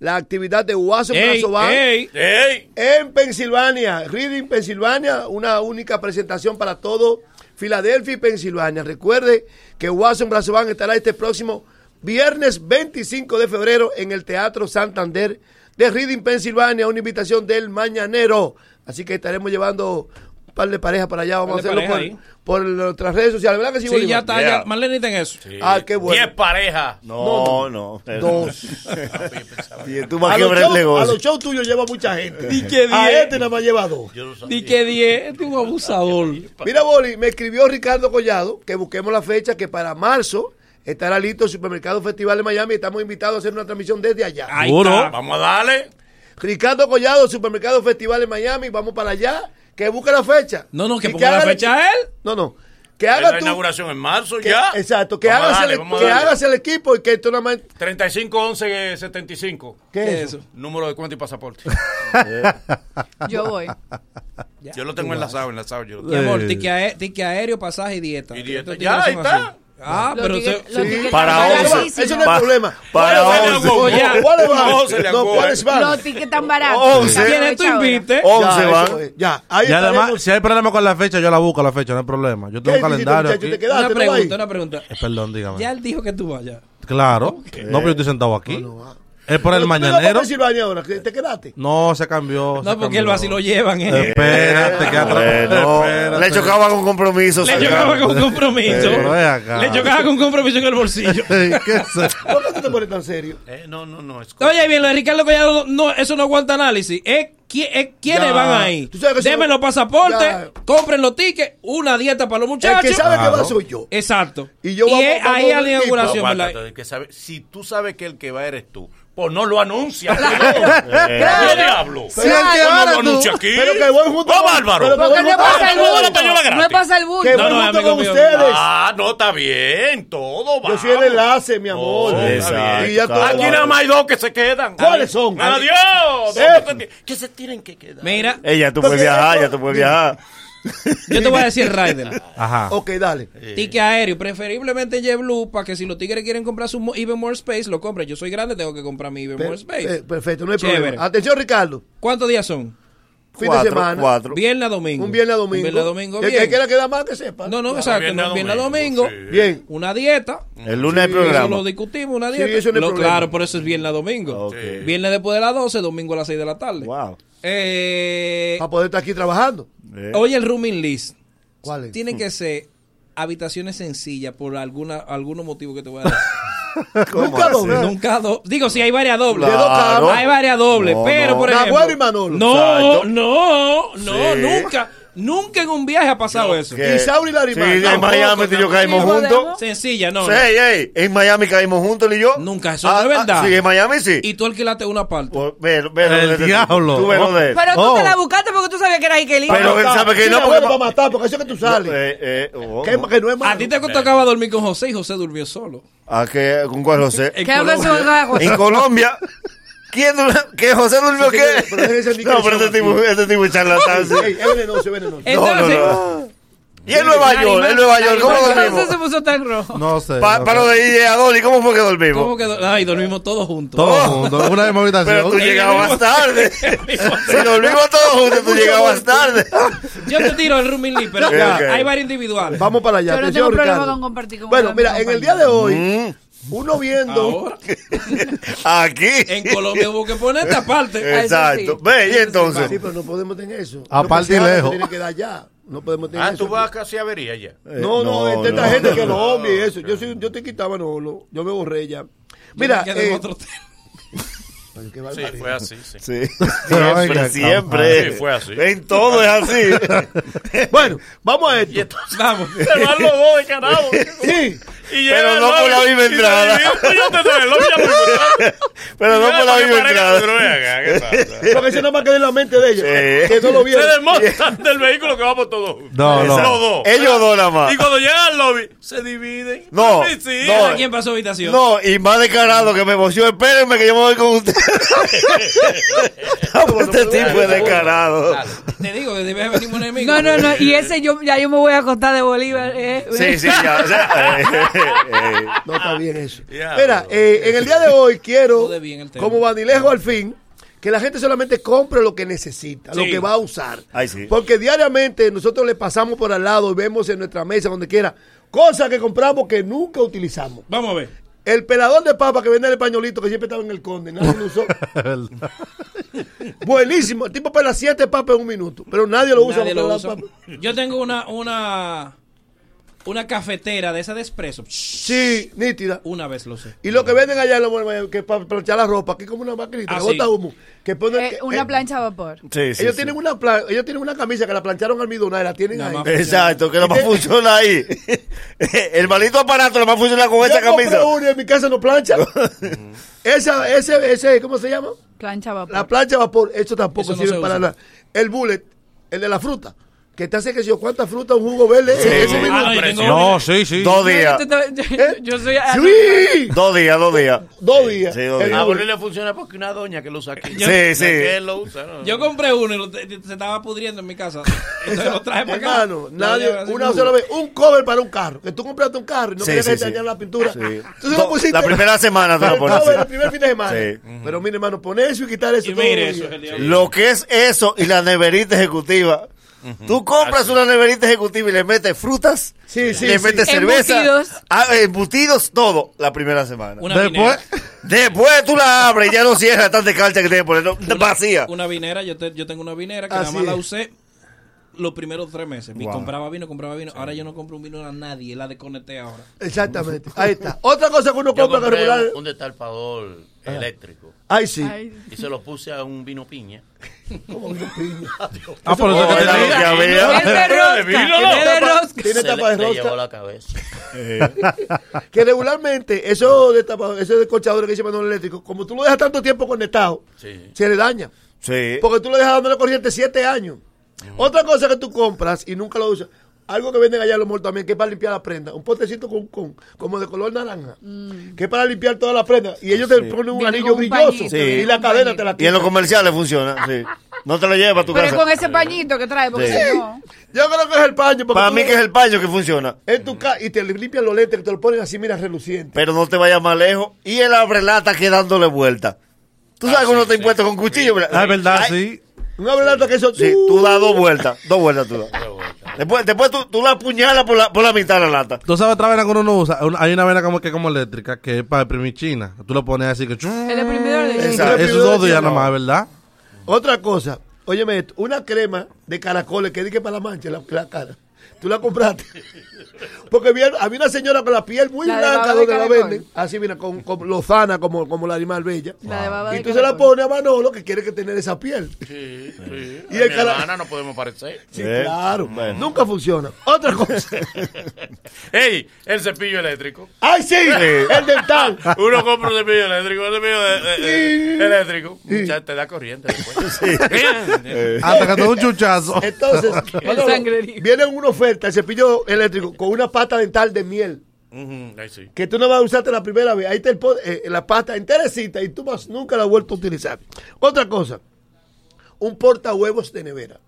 Speaker 27: la actividad de Guaso
Speaker 3: Ey,
Speaker 27: Plazo Bank
Speaker 3: ey.
Speaker 2: Ey.
Speaker 27: en Pensilvania, Reading, Pensilvania, una única presentación para todo Filadelfia y Pensilvania. Recuerde que Watson Plazo Bank estará este próximo viernes 25 de febrero en el Teatro Santander de Reading, Pensilvania, una invitación del Mañanero. Así que estaremos llevando un par de parejas para allá, vamos a
Speaker 3: Par de
Speaker 27: hacerlo por,
Speaker 3: parejas
Speaker 27: por nuestras redes sociales, ¿verdad que sí,
Speaker 3: Sí,
Speaker 27: Bolívar?
Speaker 3: ya está, ya. Marlene está en eso.
Speaker 27: Ah, qué bueno.
Speaker 2: Diez parejas.
Speaker 27: No,
Speaker 2: No, no.
Speaker 27: Dos.
Speaker 2: Y
Speaker 27: tú
Speaker 2: vas a
Speaker 27: a, los
Speaker 2: quebrar el
Speaker 27: shows,
Speaker 2: negocio.
Speaker 27: a los shows tuyos lleva mucha gente.
Speaker 2: Di que
Speaker 27: a
Speaker 2: diez.
Speaker 27: este nada más lleva dos.
Speaker 3: Di que 10, este es un abusador.
Speaker 27: Mira, Boli, me escribió Ricardo Collado que busquemos la fecha que para marzo estará listo el Supermercado Festival de Miami. Estamos invitados a hacer una transmisión desde allá.
Speaker 2: Ahí Seguro. está. Vamos a darle.
Speaker 27: Ricardo Collado, Supermercado Festival de Miami. Vamos para allá. Que busque la fecha.
Speaker 3: No, no, que
Speaker 27: Y
Speaker 3: ponga la
Speaker 27: haga-
Speaker 3: fecha a él.
Speaker 27: No, no. Que
Speaker 2: Es
Speaker 27: haga
Speaker 2: La
Speaker 27: tú.
Speaker 2: inauguración en marzo
Speaker 27: que-
Speaker 2: ya.
Speaker 27: Exacto, que,
Speaker 2: Vamos a
Speaker 27: hagas,
Speaker 2: darle,
Speaker 27: el,
Speaker 2: vamos a
Speaker 27: que
Speaker 2: darle.
Speaker 27: hagas el equipo y que tú nada más
Speaker 2: 35 11 75.
Speaker 27: ¿Qué es ¿Qué es eso?
Speaker 2: Número de cuenta
Speaker 27: [LAUGHS]
Speaker 2: y pasaporte.
Speaker 7: Yo voy.
Speaker 2: [LAUGHS] yo lo tengo
Speaker 3: Tú vas.
Speaker 2: enlazado, enlazado. Yo.
Speaker 27: Eh.
Speaker 3: Mi amor, tique, ae- tique aéreo, pasaje y dieta. Y
Speaker 2: dieta.
Speaker 3: Estos
Speaker 2: Ya,
Speaker 3: tigres
Speaker 2: ahí
Speaker 3: son
Speaker 2: está.
Speaker 3: así. Ah,
Speaker 2: Los
Speaker 3: pero
Speaker 2: tigres-
Speaker 3: usted-
Speaker 2: los
Speaker 3: sí.
Speaker 2: tigres
Speaker 27: Para
Speaker 2: están
Speaker 27: once.
Speaker 2: baratísimos.
Speaker 27: Eso no es
Speaker 2: Pa-
Speaker 27: problema.
Speaker 2: para
Speaker 27: ¿Cuál es
Speaker 2: once.
Speaker 27: el
Speaker 2: Oye,
Speaker 27: problema? ¿Cuál es
Speaker 2: uno,
Speaker 27: el-
Speaker 2: once eh. le
Speaker 27: No,
Speaker 2: acoge.
Speaker 27: ¿cuáles van?
Speaker 7: Los tickets tan baratos.
Speaker 27: Once.
Speaker 7: Aprovecha
Speaker 27: tú
Speaker 7: ahora.
Speaker 27: invites? Once
Speaker 41: Ya,
Speaker 27: van.
Speaker 41: eso es.
Speaker 27: Ya, ahí
Speaker 41: y además,
Speaker 27: estaremos.
Speaker 41: si hay problema con la fecha, yo la busco la fecha, no hay problema. Yo tengo un
Speaker 27: ¿Qué hiciste,
Speaker 41: calendario.
Speaker 27: muchacho?
Speaker 41: aquí.
Speaker 27: ¿Te quedaste?
Speaker 3: Una
Speaker 27: ¿No vas ahí?
Speaker 3: pregunta, una pregunta.
Speaker 41: Eh, Perdón, dígame.
Speaker 3: Ya él dijo que tú vayas.
Speaker 41: Claro. No, pero yo estoy sentado aquí. Es por
Speaker 27: Pero
Speaker 41: el
Speaker 27: tú te vas para
Speaker 41: mañanero.
Speaker 27: Pensilvania ahora, que te quedaste.
Speaker 41: No, se cambió. se
Speaker 27: porque
Speaker 41: cambió.
Speaker 27: el vacío lo llevan,
Speaker 41: Eh, Espérate, que atrás.
Speaker 11: Bueno,
Speaker 41: espérate.
Speaker 11: le chocaba con compromiso.
Speaker 41: Le
Speaker 3: chocaba con compromiso.
Speaker 41: Pero ve acá.
Speaker 3: Le chocaba Ah, con compromiso en
Speaker 27: [LAUGHS]
Speaker 3: el bolsillo.
Speaker 27: ¿Por qué tú te pones tan serio?
Speaker 2: Eh, no, no, no. Es
Speaker 3: Oye, bien, lo de Ricardo Collado, no, eso no aguanta análisis. Es ¿Qui- eh, ¿Quiénes
Speaker 27: Ya.
Speaker 3: van ahí?
Speaker 27: Tú sabes que eso-
Speaker 3: Denme los pasaportes,
Speaker 27: Ya.
Speaker 3: compren los tickets, una dieta para los muchachos.
Speaker 27: El que sabe que va soy yo.
Speaker 3: Exacto.
Speaker 27: Y yo vamos-
Speaker 3: es
Speaker 27: vamos
Speaker 3: ahí a
Speaker 27: del
Speaker 3: la
Speaker 27: equipo.
Speaker 3: inauguración,
Speaker 2: No,
Speaker 3: ¿verdad?
Speaker 2: aguántate, que sabe- si tú sabes que el que va eres tú, pues no lo [LAUGHS] anuncias.
Speaker 27: Claro.
Speaker 2: ¿Qué diablo?
Speaker 27: Si el que
Speaker 2: Pues
Speaker 27: va eres
Speaker 2: no lo anuncia
Speaker 27: tú.
Speaker 2: aquí.
Speaker 27: Pero que voy junto
Speaker 2: ¡Va,
Speaker 27: con-
Speaker 2: bárbaro!
Speaker 27: pero que voy junto con-
Speaker 2: Ah, no, bueno, pues yo la gratis.
Speaker 7: pasa el bulto.
Speaker 27: Que voy junto con ustedes.
Speaker 2: Ah, no, está bien, todo va.
Speaker 27: Yo soy el enlace, mi amor.
Speaker 2: Oh, está
Speaker 27: Exacto.
Speaker 2: bien.
Speaker 27: Y ya todo
Speaker 2: Aquí
Speaker 27: va.
Speaker 2: nada más hay dos que se quedan.
Speaker 27: ¿Cuáles son?
Speaker 2: ¡Adiós!
Speaker 27: Eh.
Speaker 2: ¿Qué se tienen que quedar?
Speaker 3: Mira.
Speaker 11: Ella, tú puedes viajar, ya tú puedes viajar.
Speaker 3: Yo te voy a
Speaker 27: [LAUGHS]
Speaker 3: decir, Ryder.
Speaker 41: Ajá.
Speaker 27: Ok, dale.
Speaker 3: Ticket aéreo, preferiblemente JetBlue, para que si los tigres quieren comprar su mo- Even More Space, lo compren. Yo soy grande, tengo que comprar mi Even
Speaker 27: Per-
Speaker 3: More Space.
Speaker 27: per- perfecto, no hay
Speaker 3: Chévere.
Speaker 27: problema. Ah, Atención, Ricardo.
Speaker 3: ¿Cuántos días son?
Speaker 27: Fin de semana.
Speaker 3: Viernes a domingo.
Speaker 27: Un viernes a domingo.
Speaker 3: Un viernes a domingo,
Speaker 27: Y El que
Speaker 3: bien.
Speaker 27: quiera quedar más que sepa.
Speaker 3: No, no, exacto.
Speaker 27: viernes a
Speaker 3: un viernes a domingo.
Speaker 27: Bien.
Speaker 3: Una dieta.
Speaker 11: El lunes hay
Speaker 3: Sí, Eso
Speaker 11: programa.
Speaker 3: lo discutimos, una
Speaker 27: Sí,
Speaker 3: dieta.
Speaker 27: eso no hay
Speaker 3: Lo-
Speaker 27: problema.
Speaker 3: claro, por eso es viernes a domingo. Viernes después de las 12, domingo a las 6 de la tarde. Eh,
Speaker 11: Wow.
Speaker 27: Para poder estar aquí trabajando.
Speaker 11: ¿Eh?
Speaker 3: Oye, el rooming list.
Speaker 27: ¿Cuál es?
Speaker 11: [LAUGHS]
Speaker 3: Tiene que ser habitaciones sencillas por alguna algún motivo que te voy
Speaker 11: [LAUGHS]
Speaker 3: a decir.
Speaker 27: Nunca doble.
Speaker 3: Nunca do- Digo, si hay varias dobles.
Speaker 27: De dos camas.
Speaker 3: Hay varias dobles,
Speaker 27: No,
Speaker 3: pero
Speaker 27: no.
Speaker 3: por ejemplo.
Speaker 27: Nahuel y Manolo.
Speaker 3: No,
Speaker 27: Exacto.
Speaker 2: [LAUGHS]
Speaker 3: no, no,
Speaker 27: Sí.
Speaker 3: nunca. Nunca en un viaje ha pasado eso.
Speaker 11: ¿Qué? Isaura y Larimar. Sí, en Miami tú y yo caímos
Speaker 3: Tampoco,
Speaker 11: juntos.
Speaker 3: tampoco. Sencilla, no.
Speaker 11: Sí, ey, ey, en Miami caímos juntos él y yo.
Speaker 3: Nunca, eso
Speaker 11: Ah,
Speaker 3: no es
Speaker 11: ah,
Speaker 3: verdad.
Speaker 11: Sí, en Miami sí. Pues,
Speaker 3: Y tú alquilaste una parte.
Speaker 11: Pero, pero,
Speaker 41: El
Speaker 11: desde-
Speaker 41: diablo.
Speaker 11: Tú ves lo de él.
Speaker 7: Pero tú
Speaker 11: Oh.
Speaker 7: te la buscaste porque tú sabías que era Ikelín.
Speaker 11: Pero él sabe que
Speaker 27: Sí,
Speaker 11: no,
Speaker 27: abuelo,
Speaker 11: porque
Speaker 27: va a matar, porque eso es que tú sales.
Speaker 11: Eh, eh, oh.
Speaker 27: Que, que no es malo.
Speaker 3: A ti te tocaba dormir con José y José durmió solo.
Speaker 11: ¿A qué? ¿Con cuál José?
Speaker 3: En ¿Qué Colombia. habla ese gago?
Speaker 11: En Colombia. ¿Quién dur- ¿Qué José durmió
Speaker 27: Sí,
Speaker 11: qué?
Speaker 27: sí, pero ese es mi
Speaker 11: No, pero este
Speaker 27: canción
Speaker 11: tipo,
Speaker 27: aquí.
Speaker 11: este tipo es charlatán. sí.
Speaker 27: Ey, Es venenoso, es venenoso.
Speaker 11: No, no,
Speaker 3: [LAUGHS]
Speaker 11: no. Y en Nueva York, en Nueva York, ¿cómo dormimos?
Speaker 7: se puso tan rojo.
Speaker 41: No sé.
Speaker 11: Pa- Para lo de DJ Adoli, ¿cómo fue que dormimos?
Speaker 3: ¿Cómo quedó? Ay, dormimos todos juntos. Oh.
Speaker 41: Todo el mundo. Una misma habitación.
Speaker 11: Pero tú llegabas
Speaker 3: [LAUGHS]
Speaker 11: tarde. Si dormimos todos juntos, tú llegabas tarde.
Speaker 3: Yo te tiro el rooming
Speaker 27: [LAUGHS]
Speaker 3: list, pero
Speaker 11: Ok, ok.
Speaker 3: hay varios individuales.
Speaker 27: Vamos para allá.
Speaker 7: Yo no
Speaker 27: Atención,
Speaker 7: tengo problema
Speaker 27: Ricardo.
Speaker 7: con compartir con
Speaker 27: Bueno,
Speaker 7: una
Speaker 27: mira, en
Speaker 7: compañía.
Speaker 27: el día de hoy,
Speaker 11: Mm.
Speaker 27: uno viendo.
Speaker 11: Aquí.
Speaker 3: En Colombia hubo que poner esta
Speaker 11: [LAUGHS]
Speaker 3: parte. Ah,
Speaker 11: Exacto. Ve, y entonces.
Speaker 27: Sí, pero no podemos tener eso.
Speaker 11: Aparte y
Speaker 27: No, pues,
Speaker 11: lejos.
Speaker 27: Tiene que dar ya. No podemos tener
Speaker 2: Ah,
Speaker 27: eso.
Speaker 2: tú vas casi a avería ya.
Speaker 27: No, no,
Speaker 11: Eh,
Speaker 27: esta
Speaker 11: no,
Speaker 27: esta
Speaker 11: no.
Speaker 27: gente que lo odia y eso. Yo, soy- yo te quitaba, no, lo- yo me borré ya. Mira,
Speaker 3: Yo me quedé en
Speaker 27: eh,
Speaker 3: otro tema.
Speaker 27: ay, qué
Speaker 2: Sí,
Speaker 27: barbaridad.
Speaker 2: fue así, sí.
Speaker 11: Sí.
Speaker 41: Pero
Speaker 11: Siempre,
Speaker 41: venga,
Speaker 11: siempre.
Speaker 2: Sí, fue así.
Speaker 11: En todo es así.
Speaker 27: [LAUGHS] bueno, vamos a esto.
Speaker 3: Vamos.
Speaker 2: [LAUGHS] Se van los dos de
Speaker 3: [LAUGHS]
Speaker 2: carajo.
Speaker 27: Sí,
Speaker 2: Y llega
Speaker 11: Pero
Speaker 2: el
Speaker 11: no por la
Speaker 2: novio
Speaker 11: misma
Speaker 2: y
Speaker 11: entrada.
Speaker 2: se divide, yo te doy
Speaker 11: [LAUGHS]
Speaker 2: el novio, ya me gusta.
Speaker 11: Pero no
Speaker 2: Ya,
Speaker 11: por la
Speaker 2: para que
Speaker 11: misma
Speaker 2: parezca que tú no
Speaker 11: entrada.
Speaker 2: veas acá, ¿qué
Speaker 27: [LAUGHS]
Speaker 2: pasa?
Speaker 27: porque eso no va a quedar en la mente de ella.
Speaker 11: Sí.
Speaker 27: Que no
Speaker 6: [LAUGHS]
Speaker 27: lo vieron.
Speaker 2: Se
Speaker 27: [LAUGHS]
Speaker 11: [LAUGHS]
Speaker 2: desmontan del vehículo que vamos todos.
Speaker 41: No,
Speaker 2: Los
Speaker 41: no.
Speaker 2: dos.
Speaker 11: Ellos dos nada más.
Speaker 2: Y cuando llegan al lobby, se dividen.
Speaker 11: No,
Speaker 2: Sí, [LAUGHS] sí.
Speaker 11: no.
Speaker 3: ¿Cada quien pasó habitación?
Speaker 11: No,
Speaker 2: [LAUGHS]
Speaker 11: y más descarado que me emocionó. Espérenme que yo me voy con usted. No, este tipo es descarado.
Speaker 3: Te digo que debes venir un enemigo.
Speaker 7: No, no, no. Y ese yo, ya yo me voy a acostar de Bolívar. eh.
Speaker 11: Sí, sí, ya.
Speaker 7: [LAUGHS]
Speaker 11: o sea, eh, eh, eh.
Speaker 27: No está bien eso.
Speaker 2: Ya,
Speaker 27: Mira,
Speaker 2: bro.
Speaker 27: eh, en el día de hoy quiero,
Speaker 3: Jode bien el tema.
Speaker 27: como vanilejo al fin, que la gente solamente compre lo que necesita, lo
Speaker 3: Sí.
Speaker 27: que va a usar.
Speaker 11: Ay, sí.
Speaker 27: Porque diariamente nosotros le pasamos por al lado y vemos en nuestra mesa, donde quiera, cosas que compramos que nunca utilizamos.
Speaker 3: Vamos a ver.
Speaker 27: El pelador de papa que vende el españolito que siempre estaba en el conde, nadie lo
Speaker 3: [LAUGHS]
Speaker 27: usó. Buenísimo, el tipo pela siete papas en un minuto, pero nadie lo usa.
Speaker 3: Nadie
Speaker 27: porque
Speaker 3: lo
Speaker 27: la
Speaker 3: usa.
Speaker 27: papa-
Speaker 3: Yo tengo una, una, una cafetera de esa de espresso.
Speaker 27: Sí, nítida.
Speaker 3: Una vez lo sé.
Speaker 27: Y lo que venden allá en la Miami, que para planchar la ropa, aquí como una maquinita,
Speaker 3: Ah,
Speaker 27: que bota
Speaker 3: sí.
Speaker 27: humo. Que pone,
Speaker 7: Eh,
Speaker 27: que- eh,
Speaker 7: una plancha a vapor.
Speaker 11: Sí, sí,
Speaker 27: ellos,
Speaker 11: sí.
Speaker 27: tienen una pla- ellos tienen una camisa que la plancharon almidonada y la tienen
Speaker 3: Nada
Speaker 27: ahí.
Speaker 3: más.
Speaker 11: Exacto, que no más funciona ahí. [LAUGHS] El malito aparato no más funciona con esa
Speaker 27: Yo compré
Speaker 11: camisa.
Speaker 27: una y en mi casa no plancha. Esa, ese, ese, ¿cómo se llama?
Speaker 7: Plancha a vapor.
Speaker 27: La plancha a vapor, eso tampoco
Speaker 3: Eso no
Speaker 27: sirve
Speaker 3: se
Speaker 27: para
Speaker 3: usa.
Speaker 27: nada. El bullet, el de la fruta, que te hace que si yo cuánta fruta, un jugo verde.
Speaker 11: [LAUGHS]
Speaker 27: Eh,
Speaker 11: Sí,
Speaker 27: en ese
Speaker 11: sí.
Speaker 27: minuto.
Speaker 3: Ah, yo tengo
Speaker 41: No,
Speaker 3: una-
Speaker 41: sí, sí.
Speaker 11: Dos días.
Speaker 7: Yo, te- yo- yo soy.
Speaker 27: ¡Sí!
Speaker 11: Dos días, dos días.
Speaker 27: Dos días.
Speaker 11: Sí, dos
Speaker 27: El
Speaker 11: días.
Speaker 2: A
Speaker 27: bullet.
Speaker 2: Bolívar Ah, le funciona porque una doña que lo usa aquí. [LAUGHS]
Speaker 11: Sí, sí.
Speaker 2: Que lo usa, ¿no?
Speaker 3: Yo compré uno y lo te- se estaba pudriendo en
Speaker 27: [LAUGHS]
Speaker 3: mi casa. Entonces lo traje para acá.
Speaker 27: Hermano,
Speaker 3: Lo
Speaker 27: nadie,
Speaker 3: llevé así,
Speaker 27: una
Speaker 3: uh.
Speaker 27: sola vez, un cover para un carro. Que tú compraste un carro y no
Speaker 11: Sí,
Speaker 27: querías
Speaker 11: sí,
Speaker 27: que te
Speaker 11: sí.
Speaker 27: dañaran la pintura.
Speaker 11: Sí.
Speaker 27: Tú se
Speaker 11: Do-
Speaker 27: lo pusiste.
Speaker 11: la primera semana te
Speaker 27: para
Speaker 11: lo
Speaker 27: el
Speaker 11: pones
Speaker 27: cover,
Speaker 11: así.
Speaker 27: el primer fin de semana.
Speaker 11: Sí.
Speaker 27: Pero mire, hermano, poner eso y quitar eso.
Speaker 3: Y
Speaker 27: todos
Speaker 3: mire,
Speaker 27: los
Speaker 3: eso es
Speaker 27: días.
Speaker 3: el diablo.
Speaker 11: Lo que es eso y la neverita ejecutiva. Tú compras una neverita ejecutiva y le metes frutas,
Speaker 27: Sí, sí,
Speaker 11: le
Speaker 27: sí.
Speaker 11: metes cerveza,
Speaker 7: Embutidos.
Speaker 11: ah, embutidos, todo la primera semana.
Speaker 3: Una
Speaker 41: Después,
Speaker 3: vinera.
Speaker 11: Después tú la abres y ya no cierras tanta carta que tiene por dentro, vacía.
Speaker 3: Una vinera, yo, te- yo tengo una vinera que
Speaker 27: Así
Speaker 3: nada más la
Speaker 27: es.
Speaker 3: usé los primeros tres meses. Y
Speaker 11: Wow.
Speaker 3: compraba vino, compraba vino. Ahora yo no compro un vino a nadie, la desconecté ahora.
Speaker 27: Exactamente. Ahí está. Otra cosa que uno
Speaker 2: Yo
Speaker 27: compra que
Speaker 2: compré
Speaker 27: regular.
Speaker 2: un, un destalpador eléctrico
Speaker 27: Ah. Ay, sí.
Speaker 7: Ay,
Speaker 2: y se lo puse a un vino piña.
Speaker 27: [LAUGHS] ¿Cómo vino
Speaker 2: [LAUGHS]
Speaker 27: piña?
Speaker 41: Ah, por eso que tenía.
Speaker 27: Mira,
Speaker 41: Es de
Speaker 27: tiene
Speaker 41: rosca,
Speaker 27: tapa-
Speaker 41: es de rosca.
Speaker 27: Tiene
Speaker 41: Se le-
Speaker 27: tapa de
Speaker 41: le
Speaker 27: rosca. Eh.
Speaker 41: llevó la cabeza.
Speaker 27: [LAUGHS] que regularmente, eso de tapa, eso de corchador que dice Manuel Eléctrico, como tú lo dejas tanto tiempo conectado,
Speaker 2: Sí.
Speaker 27: se le daña.
Speaker 41: Eh.
Speaker 11: Sí.
Speaker 27: Porque tú lo dejas dándole corriente siete años.
Speaker 41: Mm.
Speaker 27: Otra cosa que tú compras y nunca lo usas, algo que venden allá en los malls también, que es para limpiar la prenda, un potecito con, con- como de color naranja,
Speaker 41: Mm.
Speaker 27: que es para limpiar toda la prenda. Y ellos te ponen un
Speaker 7: Viene con
Speaker 27: anillo
Speaker 7: un
Speaker 27: brilloso
Speaker 7: pañito,
Speaker 27: y
Speaker 11: viene
Speaker 27: la
Speaker 11: con
Speaker 27: cadena te la
Speaker 11: Y en
Speaker 27: quitan.
Speaker 11: los comerciales funciona, sí. No te lo llevas a tu
Speaker 7: Pero es
Speaker 11: casa.
Speaker 7: con ese pañito que trae, porque
Speaker 11: Sí.
Speaker 7: si no.
Speaker 27: Yo creo que es el paño. porque
Speaker 11: Para
Speaker 27: tú
Speaker 11: mí
Speaker 27: lo-
Speaker 11: que es el paño que funciona.
Speaker 27: En tu ca- y te limpian los lentes, que te lo ponen así, mira, reluciente.
Speaker 11: Pero no te vayas más lejos. Y el abrelata que dándole vuelta. Tú sabes que uno está impuesto con cuchillo. Ah, es verdad,
Speaker 41: sí.
Speaker 27: Un abrelata que eso...
Speaker 11: Sí, tú das dos vueltas. Uh. Dos vueltas tú das. Después, después tú, tú la apuñalas por la, por la mitad de la lata.
Speaker 41: Tú sabes otra vena que uno no usa. Una- Hay una vena como que como eléctrica que es para imprimir china. Tú lo pones así que.
Speaker 7: El imprimidor de
Speaker 41: Esa-
Speaker 27: china.
Speaker 41: Esos dos
Speaker 27: Imprimidor de
Speaker 41: días
Speaker 27: china.
Speaker 41: nada más, ¿verdad?
Speaker 27: Otra cosa, óyeme esto, una crema de caracoles que dije para la mancha, la, la cara. Tú la compraste. [LAUGHS] Porque vi- había una señora con la piel muy
Speaker 7: La de
Speaker 27: blanca
Speaker 7: baba de
Speaker 27: donde la
Speaker 7: caracol.
Speaker 27: venden. Así, mira, con, con lozana como, como la animal bella.
Speaker 7: La de baba
Speaker 27: y
Speaker 7: de
Speaker 27: tú se la pones a Manolo que quiere que tener esa piel.
Speaker 2: Sí, sí.
Speaker 27: Y
Speaker 2: Y
Speaker 27: el
Speaker 2: el
Speaker 27: cara-
Speaker 2: no podemos parecer.
Speaker 27: Sí,
Speaker 41: Eh,
Speaker 27: claro. Nunca funciona. Otra
Speaker 41: [LAUGHS]
Speaker 27: cosa.
Speaker 2: Ey, el cepillo eléctrico.
Speaker 27: ¡Ay, sí! El dental.
Speaker 2: Uno compra un cepillo eléctrico, un cepillo de- de- de- eléctrico. Mucha- te da corriente después. Eh.
Speaker 41: Hasta que te da Ah, un chuchazo.
Speaker 7: [LAUGHS]
Speaker 27: Entonces,
Speaker 2: El
Speaker 27: Manolo,
Speaker 2: sangrerío.
Speaker 27: viene una oferta, el cepillo eléctrico, con una pata dental de miel.
Speaker 2: Ujú, ahí sí.
Speaker 27: que tú no vas a usarte la primera vez. Ahí te el, po- eh, la pasta enterecita y tú más nunca la has vuelto a utilizar. Otra cosa, un porta huevos de nevera.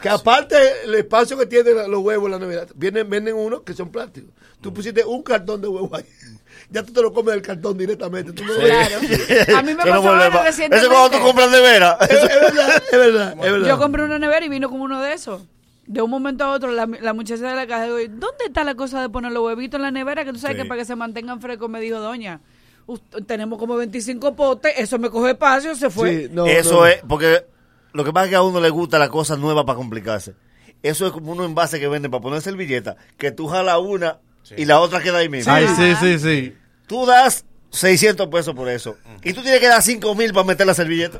Speaker 27: Que
Speaker 41: Ah,
Speaker 27: aparte el espacio que tienen la- los huevos en la nevera, vienen, venden unos que son plásticos.
Speaker 41: Mm.
Speaker 27: Tú pusiste un cartón de huevo ahí. [LAUGHS] Ya tú te lo comes del cartón directamente. Tú no lo-
Speaker 7: A mí me
Speaker 11: Eso no
Speaker 7: pasó
Speaker 11: vuelve
Speaker 7: ahora
Speaker 11: más.
Speaker 7: recientemente.
Speaker 11: Eso es cuando tú compras de
Speaker 27: [LAUGHS]
Speaker 11: vera. [LAUGHS]
Speaker 27: Es verdad, es verdad, es verdad.
Speaker 7: Yo compré una nevera y vino como uno de esos. De un momento a otro, la, la muchacha de la casa, digo, ¿dónde está la cosa de poner los huevitos en la nevera? Que tú sabes
Speaker 11: Sí.
Speaker 7: que para que se mantengan frescos, me dijo doña. "Ust- Tenemos como 25 potes, eso me coge espacio, se fue.
Speaker 11: Eso es, porque lo que pasa es que a uno le gusta la cosa nueva para complicarse. Eso es como unos envases que venden para poner servilleta, que tú jalas una y la otra queda ahí mismo.
Speaker 41: Ay, sí, sí, sí.
Speaker 11: Tú das 600 pesos por eso. Y tú tienes que dar 5 mil para meter la servilleta.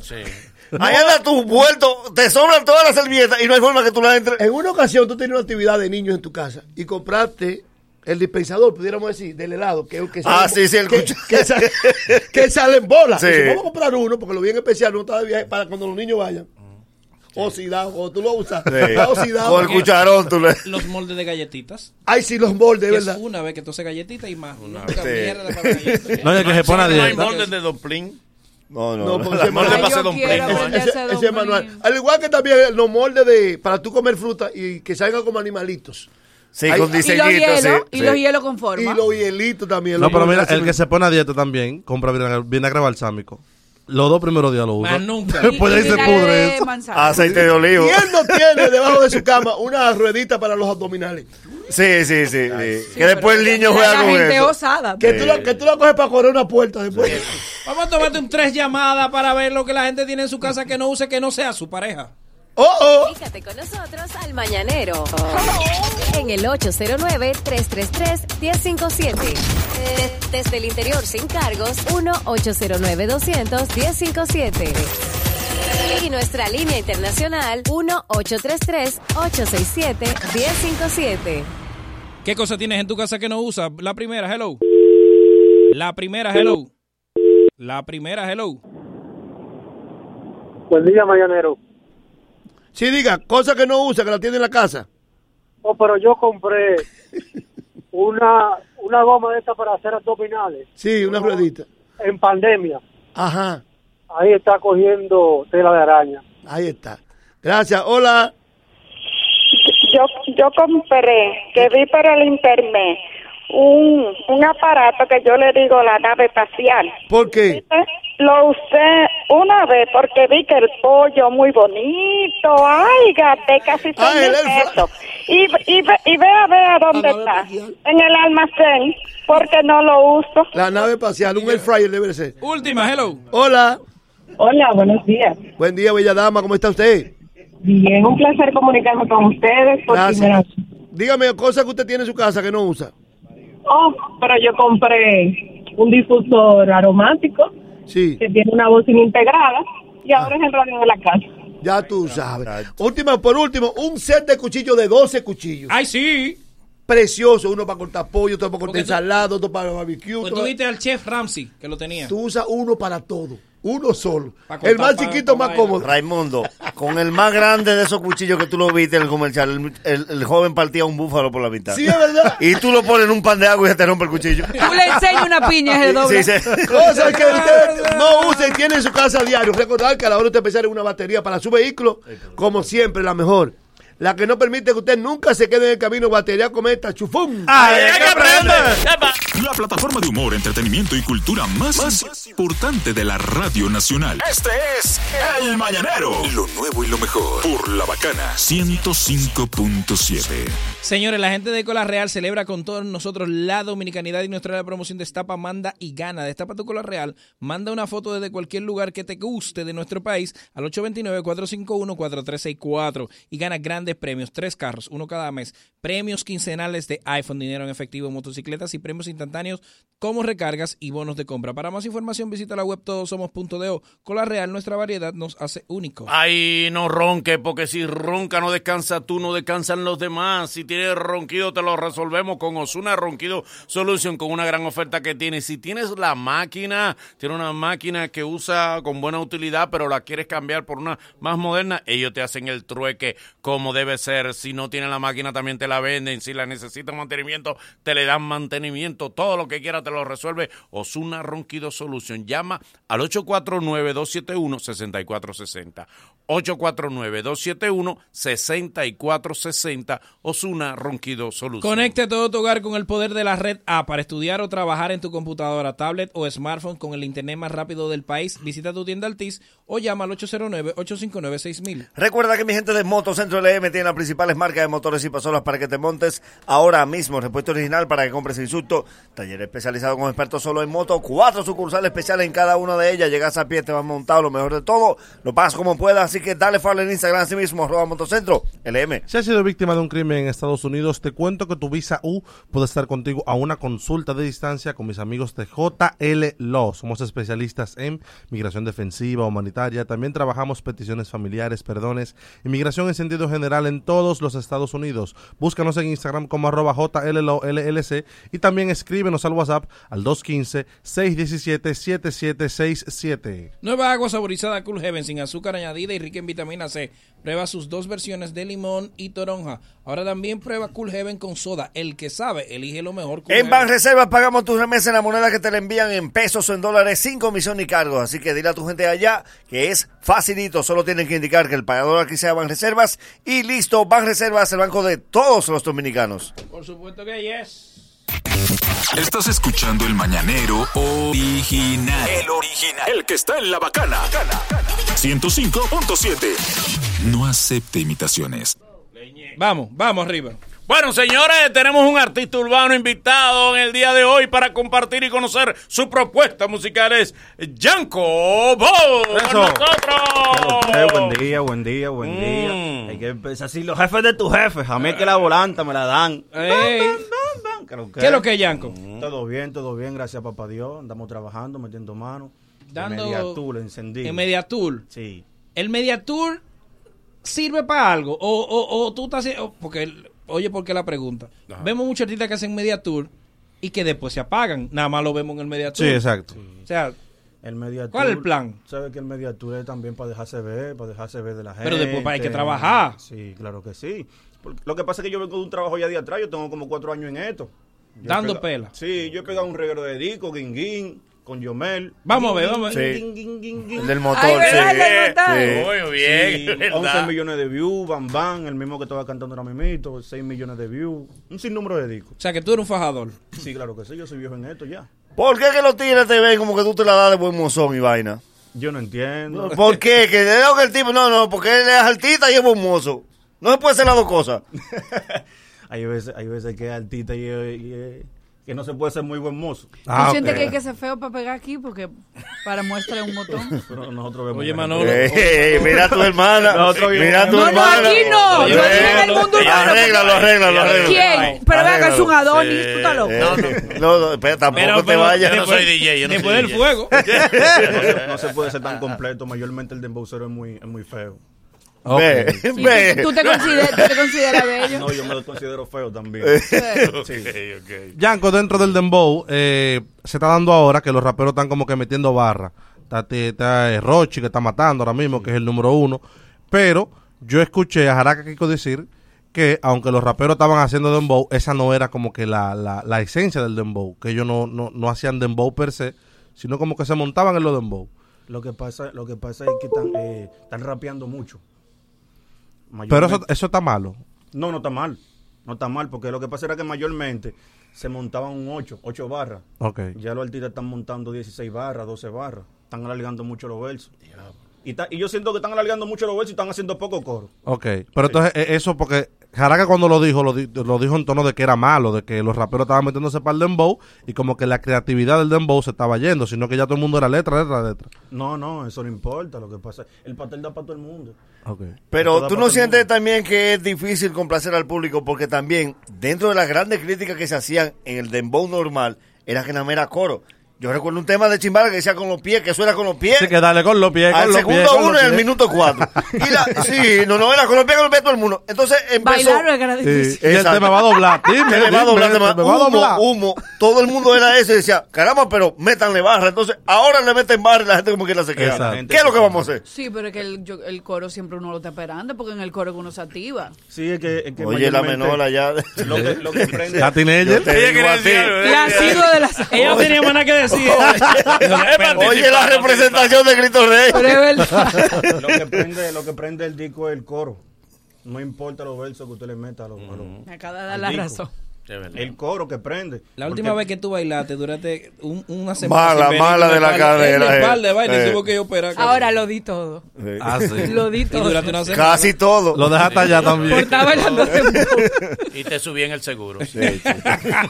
Speaker 11: Ahí anda tú vuelto, te sobran todas las servilletas y no hay forma que tú las entres.
Speaker 27: En una ocasión tú tenías una actividad de niños en tu casa y compraste el dispensador, pudiéramos decir, del helado, que es el que
Speaker 11: Ah, sí, sí, el
Speaker 27: que,
Speaker 11: cuchillo.
Speaker 27: que sa-
Speaker 11: [LAUGHS]
Speaker 27: que sale en bola.
Speaker 11: Sí.
Speaker 27: Dice, Vamos a comprar uno porque lo bien especial no está de viaje para cuando los niños vayan. Oxidado, o tú lo usas. está oxidado.
Speaker 11: Con el cucharón tú le...
Speaker 3: Los moldes de galletitas.
Speaker 27: Ay, sí, los moldes,
Speaker 3: Que
Speaker 27: ¿verdad?
Speaker 3: Es una vez que tú haces galletitas y más.
Speaker 27: Ah,
Speaker 3: Una
Speaker 11: vez.
Speaker 3: mierda
Speaker 11: Sí.
Speaker 3: para galletas.
Speaker 41: [LAUGHS] No, es que se pone a
Speaker 2: No hay
Speaker 41: dieta.
Speaker 2: moldes de Domplín.
Speaker 11: No, no,
Speaker 27: No,
Speaker 11: no.
Speaker 27: porque
Speaker 11: La
Speaker 27: ese
Speaker 11: mano
Speaker 2: molde
Speaker 11: de
Speaker 2: pasa
Speaker 11: paseo
Speaker 2: Don
Speaker 11: Plin.
Speaker 2: Plin.
Speaker 27: Ese- ese es manual. Al igual que también los moldes de, para tú comer fruta y que salgan como animalitos.
Speaker 11: Sí,
Speaker 27: Hay-
Speaker 11: con
Speaker 7: Y los
Speaker 11: diseñitos, sí.
Speaker 7: hielos, y
Speaker 11: sí.
Speaker 7: los hielos con forma.
Speaker 27: Y los hielitos también.
Speaker 41: No,
Speaker 27: los
Speaker 41: pero mira,
Speaker 27: moldes
Speaker 41: el que se pone a dieta también compra vinag- vinagre balsámico. Los dos primeros días lo usa.
Speaker 3: Más nunca.
Speaker 41: [LAUGHS] Después de ahí
Speaker 7: Y
Speaker 41: se
Speaker 7: vinagre de
Speaker 41: pudre eso.
Speaker 7: manzana.
Speaker 11: Aceite de olivo.
Speaker 27: Y él no tiene debajo de su cama una ruedita para los abdominales.
Speaker 11: Sí, sí, sí. sí. que después el niño
Speaker 7: Era
Speaker 11: juega
Speaker 7: la
Speaker 11: con
Speaker 7: gente
Speaker 11: eso.
Speaker 7: osada.
Speaker 27: Que, tú la, que tú la coges para correr una puerta después.
Speaker 3: Vamos a tomarte un tres llamadas para ver lo que la gente tiene en su casa que no use, que no sea su pareja.
Speaker 27: ¡Oh, oh!
Speaker 10: Comunícate con nosotros al Mañanero. En el 809-333-1057. De- Desde el interior sin cargos, 1-809-200-1057. Y nuestra línea internacional, 1-833-867-1057.
Speaker 3: ¿Qué cosa tienes en tu casa que no usas? La primera, hello. La primera, hello. La primera, hello.
Speaker 5: Buen día, Mañanero.
Speaker 27: Sí, diga, cosa que no usa, que la tiene en la casa.
Speaker 5: Oh, pero yo compré una, una goma de esta para hacer abdominales
Speaker 27: Sí, una ruedita.
Speaker 5: en pandemia.
Speaker 27: Ajá,
Speaker 5: Ahí está cogiendo tela de araña.
Speaker 27: ahí está. Gracias, hola.
Speaker 9: Yo, yo compré, que vi por el internet, un, un aparato que yo le digo la nave espacial.
Speaker 27: ¿Por qué?
Speaker 9: Lo usé una vez porque vi que el pollo muy bonito, ay, gasté casi seis mil pesos. Y, y, ve- y ve a ver a dónde está, en el almacén, porque no lo uso.
Speaker 27: La nave espacial, un air fryer debe ser.
Speaker 3: Última, hello.
Speaker 27: Hola.
Speaker 13: Hola, buenos días.
Speaker 27: Buen día, bella dama, ¿cómo está usted?
Speaker 13: Bien, un placer comunicarme con ustedes por primera
Speaker 27: Gracias.
Speaker 13: vez.
Speaker 27: Dígame, cosa que usted tiene en su casa que no usa.
Speaker 13: Oh, pero yo compré un difusor aromático
Speaker 27: Sí.
Speaker 13: que tiene una bocina integrada Y ahora es el radio de la casa.
Speaker 27: Ya tú sabes. Última, por último, un set de cuchillos de 12 cuchillos.
Speaker 3: ¡Ay, sí!
Speaker 27: Precioso, uno para cortar pollo, otro para cortar
Speaker 3: Porque tú-
Speaker 27: ensalada, otro para barbecue.
Speaker 3: Pues
Speaker 27: otro
Speaker 3: tú
Speaker 27: para-
Speaker 3: viste al chef Ramsey que lo tenía.
Speaker 27: Tú usas uno para todo. Uno solo.
Speaker 3: cortar
Speaker 27: El más
Speaker 3: pan,
Speaker 27: chiquito, más cómodo.
Speaker 11: Raimundo, con el más grande de esos cuchillos que tú lo viste en el comercial, el, el- el joven partía un búfalo por la mitad.
Speaker 27: Sí, es verdad.
Speaker 11: Y tú lo pones en un pan de agua y se te rompe el cuchillo.
Speaker 7: Tú le enseñas una piña, es el doble.
Speaker 11: Sí, sí.
Speaker 27: Cosas que usted no usa y tiene en su casa a diario. Recordar que a la hora de usted empezar en una batería para su vehículo, como siempre, la mejor. La que no permite que usted nunca se quede en el camino, batería como esta, chufum.
Speaker 1: La plataforma de humor, entretenimiento y cultura más, más importante de la Radio Nacional. Este es El Mañanero. Lo nuevo y lo mejor por La Bacana 105.7.
Speaker 3: Señores, la gente de Cola Real celebra con todos nosotros la dominicanidad y nuestra la promoción Destapa, Manda y Gana. Destapa tu Cola Real, manda una foto desde cualquier lugar que te guste de nuestro país al 829-451-4364 y gana grandes premios, tres carros, uno cada mes, premios quincenales de iPhone, dinero en efectivo, motocicletas y premios instantáneos como recargas y bonos de compra. Para más información visita la web todosomos.do. Cola Real, nuestra variedad nos hace únicos.
Speaker 2: Ay, no ronque, porque si ronca no descansa tú, no descansan los demás. Si tienes ronquido, te lo resolvemos con Osuna Ronquido Solution, con una gran oferta que tiene. Si tienes la máquina, tiene una máquina que usa con buena utilidad, pero la quieres cambiar por una más moderna, ellos te hacen el trueque como debe ser. Si no tienes la máquina, también te la venden. Si la necesitas mantenimiento, te le dan mantenimiento. Todo lo que quieras te lo resuelve Osuna Ronquido Solution. Llama al 849-271-6460. 849-271-6460. Osuna Ronquido Solution.
Speaker 3: Conecte todo tu hogar con el poder de la red A para estudiar o trabajar en tu computadora, tablet o smartphone con el internet más rápido del país. Visita tu tienda Altis o llama al 809-859-6000.
Speaker 11: Recuerda que mi gente de Motocentro LM tiene las principales marcas de motores y pasolas para que te montes ahora mismo. Repuesto original para que compres sin susto. Taller especializado con expertos solo en moto. Cuatro sucursales especiales en cada una de ellas. Llegas a pie, te vas montado, lo mejor de todo. Lo pagas como puedas. Así que dale follow en Instagram a sí mismo, arroba Motocentro LM.
Speaker 41: Si has sido víctima de un crimen en Estados Unidos, te cuento que tu visa U puede estar contigo a una consulta de distancia con mis amigos de JL Law. Somos especialistas en migración defensiva, humanitaria. También trabajamos peticiones familiares, perdones, inmigración en sentido general en todos los Estados Unidos. Búscanos en Instagram como arroba JL Law LLC y también escríbenos al WhatsApp al 215-617-7767.
Speaker 3: Nueva agua saborizada Cool Heaven sin azúcar añadida y rica en vitamina C. Prueba sus dos versiones de limón y toronja. Ahora también prueba Cool Heaven con soda. El que sabe, elige lo mejor. Cool
Speaker 11: En
Speaker 3: Heaven.
Speaker 11: Banreservas pagamos tus remesas en la moneda que te la envían en pesos o en dólares sin comisión ni cargos. Así que dile a tu gente allá que es facilito. Solo tienen que indicar que el pagador aquí sea Banreservas y listo. Banreservas, el banco de todos los dominicanos.
Speaker 3: Por supuesto que yes.
Speaker 1: Estás escuchando El Mañanero original. El original. El que está en La Bacana. 105.7. No acepte imitaciones.
Speaker 3: Vamos, vamos arriba.
Speaker 2: Bueno, señores, tenemos un artista urbano invitado en el día de hoy para compartir y conocer su propuesta musical. Es Janko Bo. con
Speaker 4: Eso.
Speaker 2: nosotros.
Speaker 4: Eh,
Speaker 3: Oh.
Speaker 4: buen día, buen día, buen día.
Speaker 3: Mm.
Speaker 4: Hay que empezar así. Los jefes de tus jefes, a mí que la volanta me la dan.
Speaker 3: ¿Qué es lo que es, Yanko?
Speaker 4: Mm. Todo bien, todo bien, gracias papá Dios. Andamos trabajando, metiendo mano. En
Speaker 3: Dando-
Speaker 4: Mediatur, encendí.
Speaker 3: En Mediatur.
Speaker 4: Sí.
Speaker 3: ¿El Mediatur sirve para algo? O, o- o tú estás haciendo- porque el- Oye, ¿por qué la pregunta? Vemos muchos artistas que hacen Mediatur y que después se apagan. Nada más lo vemos en el Mediatur. O sea,
Speaker 4: El Mediatur.
Speaker 3: ¿Cuál es el plan?
Speaker 4: Sabes que el Mediatur es también para dejarse ver, para dejarse ver de la gente.
Speaker 3: Pero después hay que trabajar.
Speaker 4: Sí, claro que sí. Porque lo que pasa es que yo vengo de un trabajo ya de atrás, yo tengo como cuatro años en esto. Yo he
Speaker 3: Dando
Speaker 4: pega-
Speaker 3: pela.
Speaker 4: Sí, yo he pegado un reguero de disco, guinguín, con Yomel.
Speaker 3: Vamos a ver, vamos a ver.
Speaker 4: Sí.
Speaker 11: El del motor, Ay, ¿verdad? sí. El del motor. Muy bien, ¿verdad?
Speaker 4: 11 millones de views, Bam Bam, el mismo que estaba cantando ahora mismo, 6 millones de views, un sinnúmero de discos.
Speaker 3: O sea, que tú eres un fajador.
Speaker 4: Sí, claro que sí, yo soy viejo en esto ya.
Speaker 11: ¿Por qué que los tigres te ven como que tú te la das de buen mozón y vaina?
Speaker 4: Yo no entiendo.
Speaker 11: ¿Por qué? Que le digo que el tipo, no, no, porque él es altita y es buen mozo. No se puede ser las dos cosas.
Speaker 4: Hay veces, hay veces que es artista y, es- y es-
Speaker 42: que no se puede ser muy buen mozo.
Speaker 11: Ah,
Speaker 7: ¿Tú sientes que hay que ser feo para pegar aquí? Porque para muestra un
Speaker 11: [LAUGHS]
Speaker 7: botón.
Speaker 42: [LAUGHS] Pero nosotros vemos
Speaker 3: Oye,
Speaker 42: la-
Speaker 3: Manolo.
Speaker 11: Ey, ey, Eh, mira a tu hermana.
Speaker 42: Nosotros vemos-
Speaker 11: Mira a tu
Speaker 7: No, no,
Speaker 11: hermana.
Speaker 7: aquí no.
Speaker 11: Oye,
Speaker 7: Yo estoy en el mundo humano.
Speaker 11: Arréglalo, arréglalo, arréglalo.
Speaker 7: ¿Quién? Pero vean que es un Adonis. Tú estás loco.
Speaker 11: No, no. No, espera, tampoco
Speaker 42: Pero-
Speaker 11: te
Speaker 42: pero-
Speaker 11: vayas.
Speaker 42: yo no soy DJ, yo no soy DJ.
Speaker 11: No
Speaker 42: [LAUGHS] No
Speaker 11: se-
Speaker 42: se, no se puede ser tan completo. Mayormente el dembowcero es muy, es muy feo.
Speaker 11: [LAUGHS] Ve,
Speaker 7: Sí, tú- ve. tú te consider- tú te consideras bello.
Speaker 42: No, yo me considero feo
Speaker 11: [LAUGHS]
Speaker 42: también. [LAUGHS]
Speaker 7: Sí.
Speaker 41: Yanko, dentro del Dembow, eh, se está dando ahora que los raperos están como que metiendo barra. Está, te- está, eh, Rochi, que está matando ahora mismo, que es el número uno. Pero yo escuché a Jaraka Kiko decir que aunque los raperos estaban haciendo Dembow, esa no era como que la, la, la esencia del Dembow. Que ellos no, no, no hacían Dembow per se, sino como que se montaban en los Dembow.
Speaker 42: Lo que pasa, lo que pasa es que están, eh, están rapeando mucho.
Speaker 41: Pero
Speaker 42: Mayormente-
Speaker 41: eso, eso está malo.
Speaker 42: No, no está mal. No está mal, porque lo que pasa era que mayormente se montaban un 8, 8 barras.
Speaker 41: Ok.
Speaker 42: Ya los artistas están montando 16 barras, 12 barras. Están alargando mucho los versos. Y, ta- y yo siento que están alargando mucho los versos y están haciendo poco coro.
Speaker 41: Ok, pero entonces eh, eso porque Jaraca cuando lo dijo, lo, di- lo dijo en tono de que era malo, de que los raperos estaban metiéndose para el dembow y como que la creatividad del dembow se estaba yendo, sino que ya todo el mundo era letra, letra, letra.
Speaker 42: No, no, eso no importa. Lo que pasa el pastel da para todo el mundo.
Speaker 41: Ok.
Speaker 11: Pero
Speaker 42: Toda
Speaker 11: tú
Speaker 42: parte
Speaker 11: no
Speaker 42: del
Speaker 11: sientes también que es difícil complacer al público porque también dentro de las grandes críticas que se hacían en el dembow normal era que nada más era coro. Yo recuerdo un tema de Chimbala que decía con los pies, que suena con los pies.
Speaker 42: Sí, que dale con los pies,
Speaker 11: Al
Speaker 42: con los
Speaker 11: segundo
Speaker 42: pies, con
Speaker 11: uno
Speaker 42: los
Speaker 11: y al
Speaker 42: pies.
Speaker 11: minuto cuatro. Y la- sí, no, no, era con los pies, con los pies todo el mundo. Entonces empezó...
Speaker 7: Bailar no es grande.
Speaker 41: Sí, y el tema va
Speaker 11: [LAUGHS]
Speaker 41: a doblar, dime,
Speaker 11: Te me va a
Speaker 41: dime,
Speaker 11: doblar, te me va-
Speaker 41: te me va a
Speaker 11: humo,
Speaker 41: doblar.
Speaker 11: humo. Todo el mundo era eso y decía, caramba, pero métanle barra. Entonces ahora le meten barra y la gente como quiera se queda.
Speaker 42: Exacto.
Speaker 11: ¿Qué es lo que vamos a hacer?
Speaker 7: Sí, pero es que el, yo- el coro siempre uno lo está esperando porque en el coro que uno se activa.
Speaker 42: Sí, es que. es que
Speaker 11: Oye, la
Speaker 42: mayormente-
Speaker 11: menor allá.
Speaker 42: Lo que, lo que prende.
Speaker 11: La teenager.
Speaker 42: Yo te
Speaker 11: Ella
Speaker 42: digo
Speaker 11: quiere
Speaker 42: a
Speaker 11: decir
Speaker 42: ti.
Speaker 11: algo,
Speaker 7: La sigo
Speaker 11: [LAUGHS]
Speaker 7: de las.
Speaker 3: Ella no tenía más nada que decir.
Speaker 11: Oye, la representación de Cristo Rey.
Speaker 7: Pero es
Speaker 42: lo, que prende, lo que prende el disco es el coro. No importa los versos que usted le meta a los. a los-
Speaker 7: Me acaba de dar
Speaker 42: al
Speaker 7: la
Speaker 42: disco.
Speaker 7: razón.
Speaker 42: El coro que prende.
Speaker 3: La última vez que tú bailaste, duraste un- una semana.
Speaker 11: Mala,
Speaker 3: sin venir,
Speaker 11: mala
Speaker 3: con
Speaker 11: de la
Speaker 3: espalda-
Speaker 11: cadera,
Speaker 3: en La
Speaker 11: eh.
Speaker 3: espalda de baile,
Speaker 11: Eh.
Speaker 3: tuvo que yo operar.
Speaker 7: Ahora lo di todo.
Speaker 3: Ah, sí.
Speaker 7: [LAUGHS] Lo di
Speaker 3: Y
Speaker 7: todo.
Speaker 3: durante una semana.
Speaker 11: Casi todo.
Speaker 41: Lo dejaste allá también.
Speaker 7: Por estar
Speaker 3: [LAUGHS]
Speaker 7: bailando
Speaker 2: Y te subí en el seguro.
Speaker 3: Ya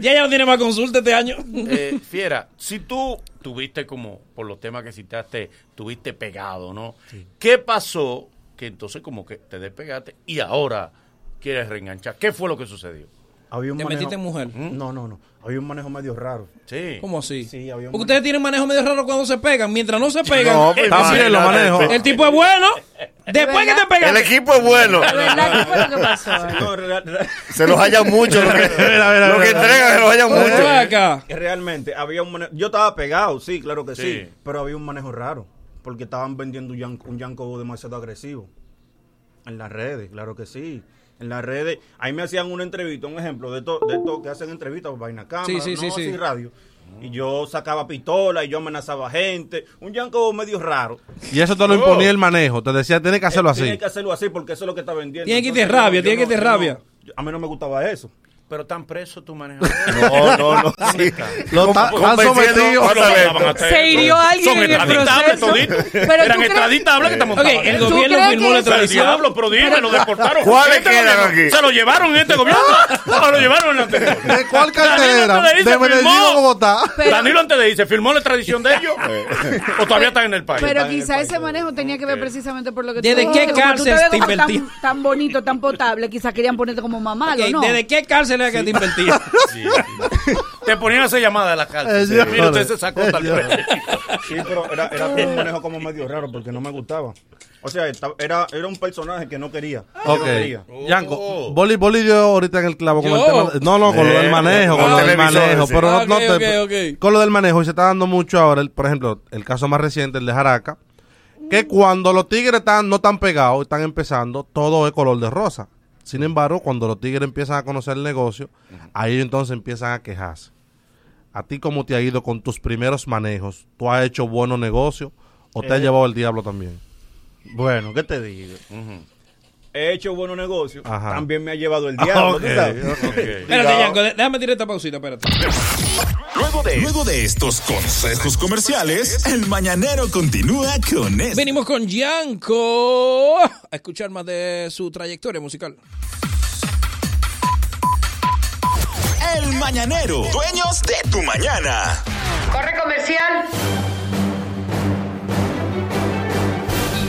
Speaker 3: ya no tiene más consulta este año.
Speaker 2: [LAUGHS] Eh, Fiera, si tú tuviste como, por los temas que citaste, tuviste pegado, ¿no? ¿Qué pasó que entonces como que te despegaste y ahora quieres reenganchar? ¿Qué fue lo que sucedió?
Speaker 42: Había un
Speaker 2: ¿Te
Speaker 42: manejo-
Speaker 2: metiste mujer?
Speaker 42: No, no, no. Había un manejo medio raro.
Speaker 2: Sí.
Speaker 3: ¿Cómo así?
Speaker 42: Sí, había un
Speaker 3: Porque ustedes tienen manejo medio raro cuando se pegan. Mientras no se pegan,
Speaker 42: No, pues,
Speaker 3: es decir,
Speaker 42: también lo manejo.
Speaker 3: El tipo es bueno. Después que te pegan.
Speaker 11: El equipo es bueno.
Speaker 42: No, re- re-
Speaker 11: Se los hallan mucho. Lo que,
Speaker 41: [LAUGHS]
Speaker 42: Mira, mira,
Speaker 11: lo que
Speaker 42: mira.
Speaker 11: entregan se los hallan
Speaker 42: Oye,
Speaker 11: mucho.
Speaker 42: Realmente, había un manejo. Yo estaba pegado, sí, claro que sí.
Speaker 2: Sí.
Speaker 42: Pero había un manejo raro. Porque estaban vendiendo un, yan- un Yanko demasiado agresivo. En las redes, claro que sí. En las redes. Ahí me hacían una entrevista, un ejemplo de esto de esto que hacen entrevistas por vaina cámara,
Speaker 3: Sí, sí,
Speaker 42: no
Speaker 3: sí, sí.
Speaker 42: así radio. Y yo sacaba pistola y yo amenazaba gente. Un Yanko medio raro.
Speaker 41: Y eso te lo imponía el manejo, te decía, tienes que hacerlo así.
Speaker 42: Eh, Tiene que hacerlo así porque eso es lo que está vendiendo.
Speaker 3: Tiene que irte
Speaker 42: Entonces,
Speaker 3: rabia,
Speaker 42: yo
Speaker 3: tiene que
Speaker 42: no-
Speaker 3: irte
Speaker 42: yo no-
Speaker 3: rabia.
Speaker 42: yo- a mí no me gustaba eso.
Speaker 2: Pero tan preso
Speaker 42: [LAUGHS]
Speaker 2: tu manejador.
Speaker 11: No, no,
Speaker 2: [LAUGHS]
Speaker 11: no. sí.
Speaker 41: Lo
Speaker 11: Con-
Speaker 41: ta- tan
Speaker 11: convenciendo
Speaker 42: [LAUGHS]
Speaker 41: sometido.
Speaker 11: a la
Speaker 2: Van a
Speaker 11: venta.
Speaker 2: hacer-
Speaker 7: Se hirió alguien
Speaker 2: Son
Speaker 7: en el
Speaker 2: extraditables
Speaker 7: proceso.
Speaker 2: toditos.
Speaker 7: Pero tú
Speaker 2: Eran
Speaker 7: crees-
Speaker 2: extraditables que te montaban.
Speaker 3: Ok, el
Speaker 2: ¿Tú
Speaker 3: gobierno
Speaker 2: crees
Speaker 3: firmó
Speaker 2: que
Speaker 3: la
Speaker 2: eso-
Speaker 3: extradición?
Speaker 2: Diablo, pero dime, lo deportaron.
Speaker 11: ¿Cuáles
Speaker 2: Este
Speaker 11: quedan
Speaker 2: gobierno-
Speaker 11: aquí?
Speaker 2: Se lo llevaron este gobierno. ¿O lo llevaron en la anterior?
Speaker 41: ¿De cuál
Speaker 2: Danilo
Speaker 41: cartera?
Speaker 2: antes de irse
Speaker 41: ¿De Medellín
Speaker 2: firmó.
Speaker 41: o Bogotá?
Speaker 2: Danilo antes de irse, ¿firmó la extradición de ellos? ¿O todavía están en el país?
Speaker 7: Pero quizá ese manejo tenía que ver precisamente por lo que
Speaker 3: ¿Desde
Speaker 7: tú
Speaker 3: qué
Speaker 7: dijiste, como tú
Speaker 3: cárcel
Speaker 7: ves
Speaker 3: te
Speaker 7: como
Speaker 3: invertí?
Speaker 7: tan, tan bonito, tan potable, quizá querían ponerte como mamá,
Speaker 3: Ok,
Speaker 7: ¿no?
Speaker 3: ¿Desde qué cárcel era que
Speaker 2: [LAUGHS]
Speaker 3: te invertías?
Speaker 2: Te ponían a hacer llamada de la
Speaker 41: Eh,
Speaker 2: cárcel.
Speaker 41: señores.
Speaker 2: Mira, usted se sacó tal
Speaker 41: Eh,
Speaker 2: vez.
Speaker 42: Sí, pero era, era un manejo como medio raro porque no me gustaba. O sea, esta- era, era un personaje que no quería. que
Speaker 41: Ok.
Speaker 42: no quería.
Speaker 41: Yanko, Boli, Boli dio ahorita en el clavo con el
Speaker 42: Oh. ¿Yo?
Speaker 41: tema. No, no, con lo del
Speaker 42: Eh,
Speaker 41: manejo,
Speaker 42: con
Speaker 41: con lo del
Speaker 42: televisores,
Speaker 41: manejo.
Speaker 42: sí.
Speaker 41: Pero no,
Speaker 42: Ah,
Speaker 41: no
Speaker 42: ok,
Speaker 41: te-
Speaker 42: ok, ok.
Speaker 41: Con lo del manejo, y se está dando mucho ahora, el- por ejemplo, el caso más reciente, el de Jaraca,
Speaker 42: Mm.
Speaker 41: que cuando los tigres están, no están pegados, están empezando, todo es color de rosa. Sin embargo, cuando los tigres empiezan a conocer el negocio, ahí ellos entonces empiezan a quejarse. ¿A ti cómo te ha ido con tus primeros manejos? ¿Tú has hecho buenos negocios o te has
Speaker 42: Eh.
Speaker 41: llevado el diablo también?
Speaker 42: Bueno, ¿qué te digo? He hecho buenos negocios.
Speaker 41: Ajá.
Speaker 42: También me ha llevado el diablo.
Speaker 41: Ok,
Speaker 42: ¿tú sabes?
Speaker 41: ok.
Speaker 42: [LAUGHS]
Speaker 3: Espérate, Yanko, de- déjame tirar esta pausita, espérate.
Speaker 1: Luego de, luego de estos consejos comerciales, el mañanero continúa con esto.
Speaker 3: Venimos con Yanko a escuchar más de su trayectoria musical.
Speaker 1: El Mañanero, dueños de tu mañana.
Speaker 21: Corre comercial.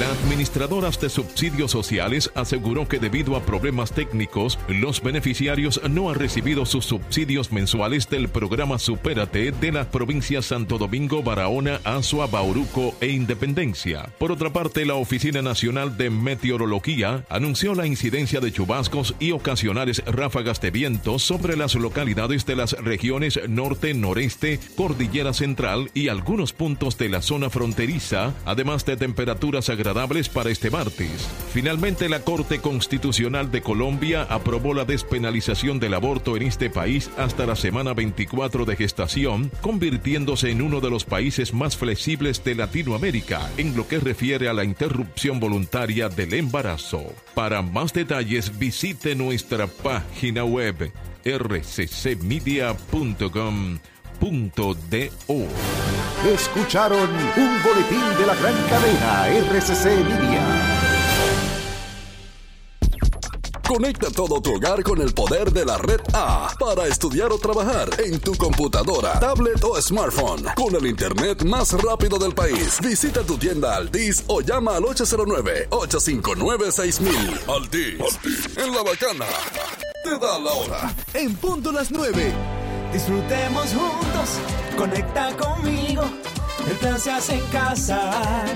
Speaker 5: La administradora de subsidios sociales aseguró que debido a problemas técnicos, los beneficiarios no han recibido sus subsidios mensuales del programa Supérate de las provincias Santo Domingo, Barahona, Azua, Bauruco e Independencia. Por otra parte, la Oficina Nacional de Meteorología anunció la incidencia de chubascos y ocasionales ráfagas de viento sobre las localidades de las regiones norte, noreste, cordillera central y algunos puntos de la zona fronteriza, además de temperaturas agradables para este martes. Finalmente, la Corte Constitucional de Colombia aprobó la despenalización del aborto en este país hasta la semana 24 de gestación, convirtiéndose en uno de los países más flexibles de Latinoamérica en lo que refiere a la interrupción voluntaria del embarazo. Para más detalles, visite nuestra página web rccmedia.com.do.
Speaker 43: Escucharon un boletín de la gran cadena RCC Media.
Speaker 22: Conecta todo tu hogar con el poder de la red A para estudiar o trabajar en tu computadora, tablet o smartphone con el internet más rápido del país. Visita tu tienda Altis o llama al 809-859-6000. Altis, en la bacana, te da la hora.
Speaker 44: En punto las 9.
Speaker 22: Disfrutemos juntos,
Speaker 6: Conecta conmigo, el plan se hace en casa.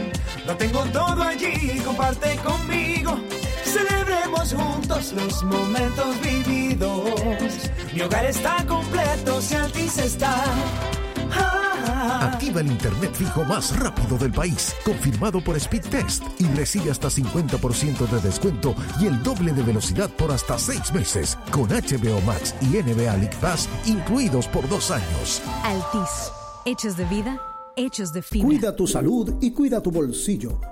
Speaker 6: Lo tengo todo allí, comparte conmigo. Celebremos juntos los momentos vividos. Mi hogar está completo si Altis está. Ah,
Speaker 20: Activa el internet fijo más rápido del país, confirmado por Speed Test y recibe hasta 50% de descuento y el doble de velocidad por hasta 6 meses, con HBO Max y NBA League Pass incluidos por dos años.
Speaker 8: Altis. Hechos de vida, hechos de fibra.
Speaker 34: Cuida tu salud y cuida tu bolsillo.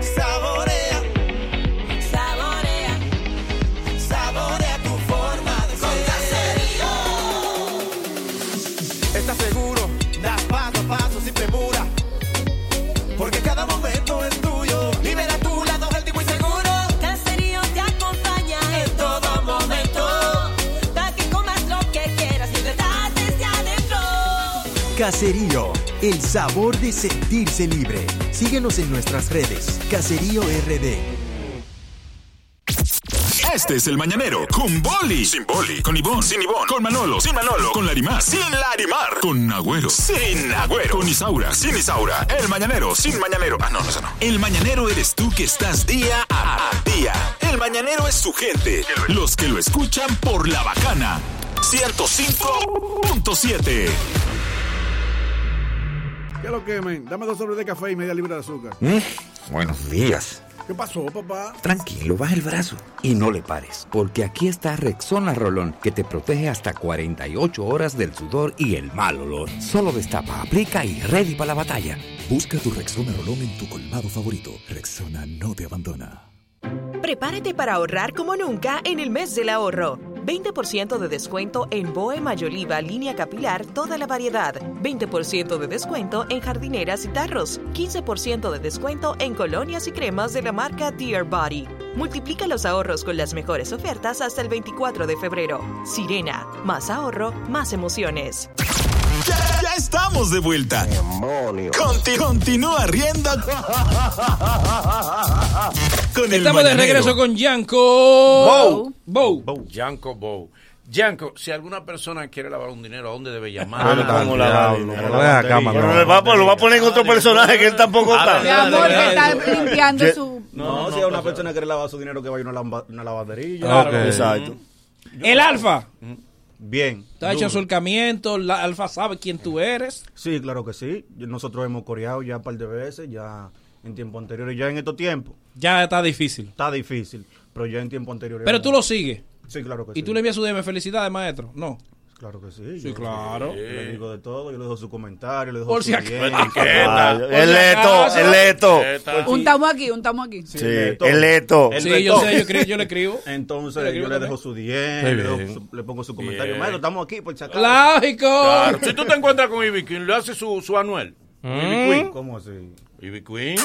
Speaker 6: Saborea, saborea, saborea tu forma de ser. Estás seguro, das paso a paso sin premura. Porque cada momento es tuyo. Libera tu lado altivo y seguro.
Speaker 21: Caserío te acompaña en todo momento. Pa' que comas lo que quieras y estás desde adentro.
Speaker 26: Caserío, el sabor de sentirse libre. Síguenos en nuestras redes. Caserío RD.
Speaker 1: Este es el mañanero con Boli, sin Boli, con Ivón, sin Ivón, con Manolo, sin Manolo, con Larimar, sin Larimar, con Agüero, sin Agüero, con Isaura, sin Isaura, el mañanero, sin mañanero. Ah, no, no, eso no. El mañanero eres tú que estás día a día. El mañanero es su gente, los que lo escuchan por la bacana. 105.7.
Speaker 24: ¿Qué es lo que, men? Dame dos sobres de café y media libra de azúcar. Mm, Buenos días. ¿Qué pasó, papá? Tranquilo, baja el brazo y no le pares, porque aquí está Rexona Rolón, que te protege hasta 48 horas del sudor y el mal olor. Solo destapa, aplica y ready para la batalla.
Speaker 19: Busca tu Rexona Rolón en tu colmado favorito. Rexona no te abandona.
Speaker 30: Prepárate para ahorrar como nunca en el mes del ahorro. 20% de descuento en Boe Mayoliva línea capilar toda la variedad. 20% de descuento en jardineras y tarros. 15% de descuento en colonias y cremas de la marca Dear Body. Multiplica los ahorros con las mejores ofertas hasta el 24 de febrero. Sirena, más ahorro, más emociones.
Speaker 1: Ya, ya estamos de vuelta. Conti- continúa riendo con el
Speaker 3: Estamos de
Speaker 1: mañanero.
Speaker 3: regreso con Yanko.
Speaker 2: Bow.
Speaker 3: Bow.
Speaker 2: Yanko Bow. Yanko, si alguna persona quiere lavar un dinero, ¿a dónde debe llamar?
Speaker 11: Ah, no, ¿cómo la va? No,
Speaker 41: no, no, acá, Manolo.
Speaker 11: Pero le va a poner- lo va a poner en otro personaje que él tampoco está.
Speaker 45: Mi amor, que está
Speaker 42: dale, dale.
Speaker 45: limpiando
Speaker 42: Ye-
Speaker 45: su...
Speaker 42: No, si a una persona que quiere lavar su dinero que vaya a una, lamba- una lavandería.
Speaker 3: Claro, Ok. exacto. El Alfa.
Speaker 42: Bien.
Speaker 3: Está hecho
Speaker 42: duro.
Speaker 3: surcamiento, la Alfa sabe quién tú eres.
Speaker 42: Sí, claro que sí. Nosotros hemos coreado ya un par de veces, ya en tiempo anterior. Y ya en estos tiempos.
Speaker 3: Ya está difícil.
Speaker 42: Está difícil. Pero ya en tiempo anterior.
Speaker 3: Pero tú lo sigues.
Speaker 42: Sí, claro que
Speaker 3: Y
Speaker 42: sí.
Speaker 3: tú le envías su DM, felicidades, maestro. No.
Speaker 42: Claro que sí.
Speaker 3: Sí,
Speaker 42: yo-
Speaker 3: claro.
Speaker 42: Yo le digo de todo, yo le dejo su comentario, le dejo
Speaker 3: Por
Speaker 42: su
Speaker 3: si acaso.
Speaker 42: bien.
Speaker 11: Etiqueta. Ah, el leto, el leto. Etiqueta.
Speaker 7: Un tamo aquí, un tamo aquí.
Speaker 11: Sí, el leto.
Speaker 42: El
Speaker 11: Sí,
Speaker 42: leto.
Speaker 11: yo sé, yo
Speaker 3: escri- yo le escribo.
Speaker 42: Entonces
Speaker 3: Yo
Speaker 42: yo
Speaker 3: le
Speaker 42: le,
Speaker 3: escribo
Speaker 42: dejo su 10,
Speaker 41: Muy
Speaker 42: le, dejo
Speaker 41: bien.
Speaker 42: su- le pongo su comentario.
Speaker 2: Bien.
Speaker 42: Maestro, estamos aquí por si acaso.
Speaker 3: Lógico.
Speaker 2: Claro. Si tú te encuentras con Ivy Queen, le haces su, su anuel.
Speaker 3: Mm.
Speaker 2: Ivy Queen.
Speaker 41: Mm.
Speaker 42: ¿Cómo así?
Speaker 2: Ivy Queen.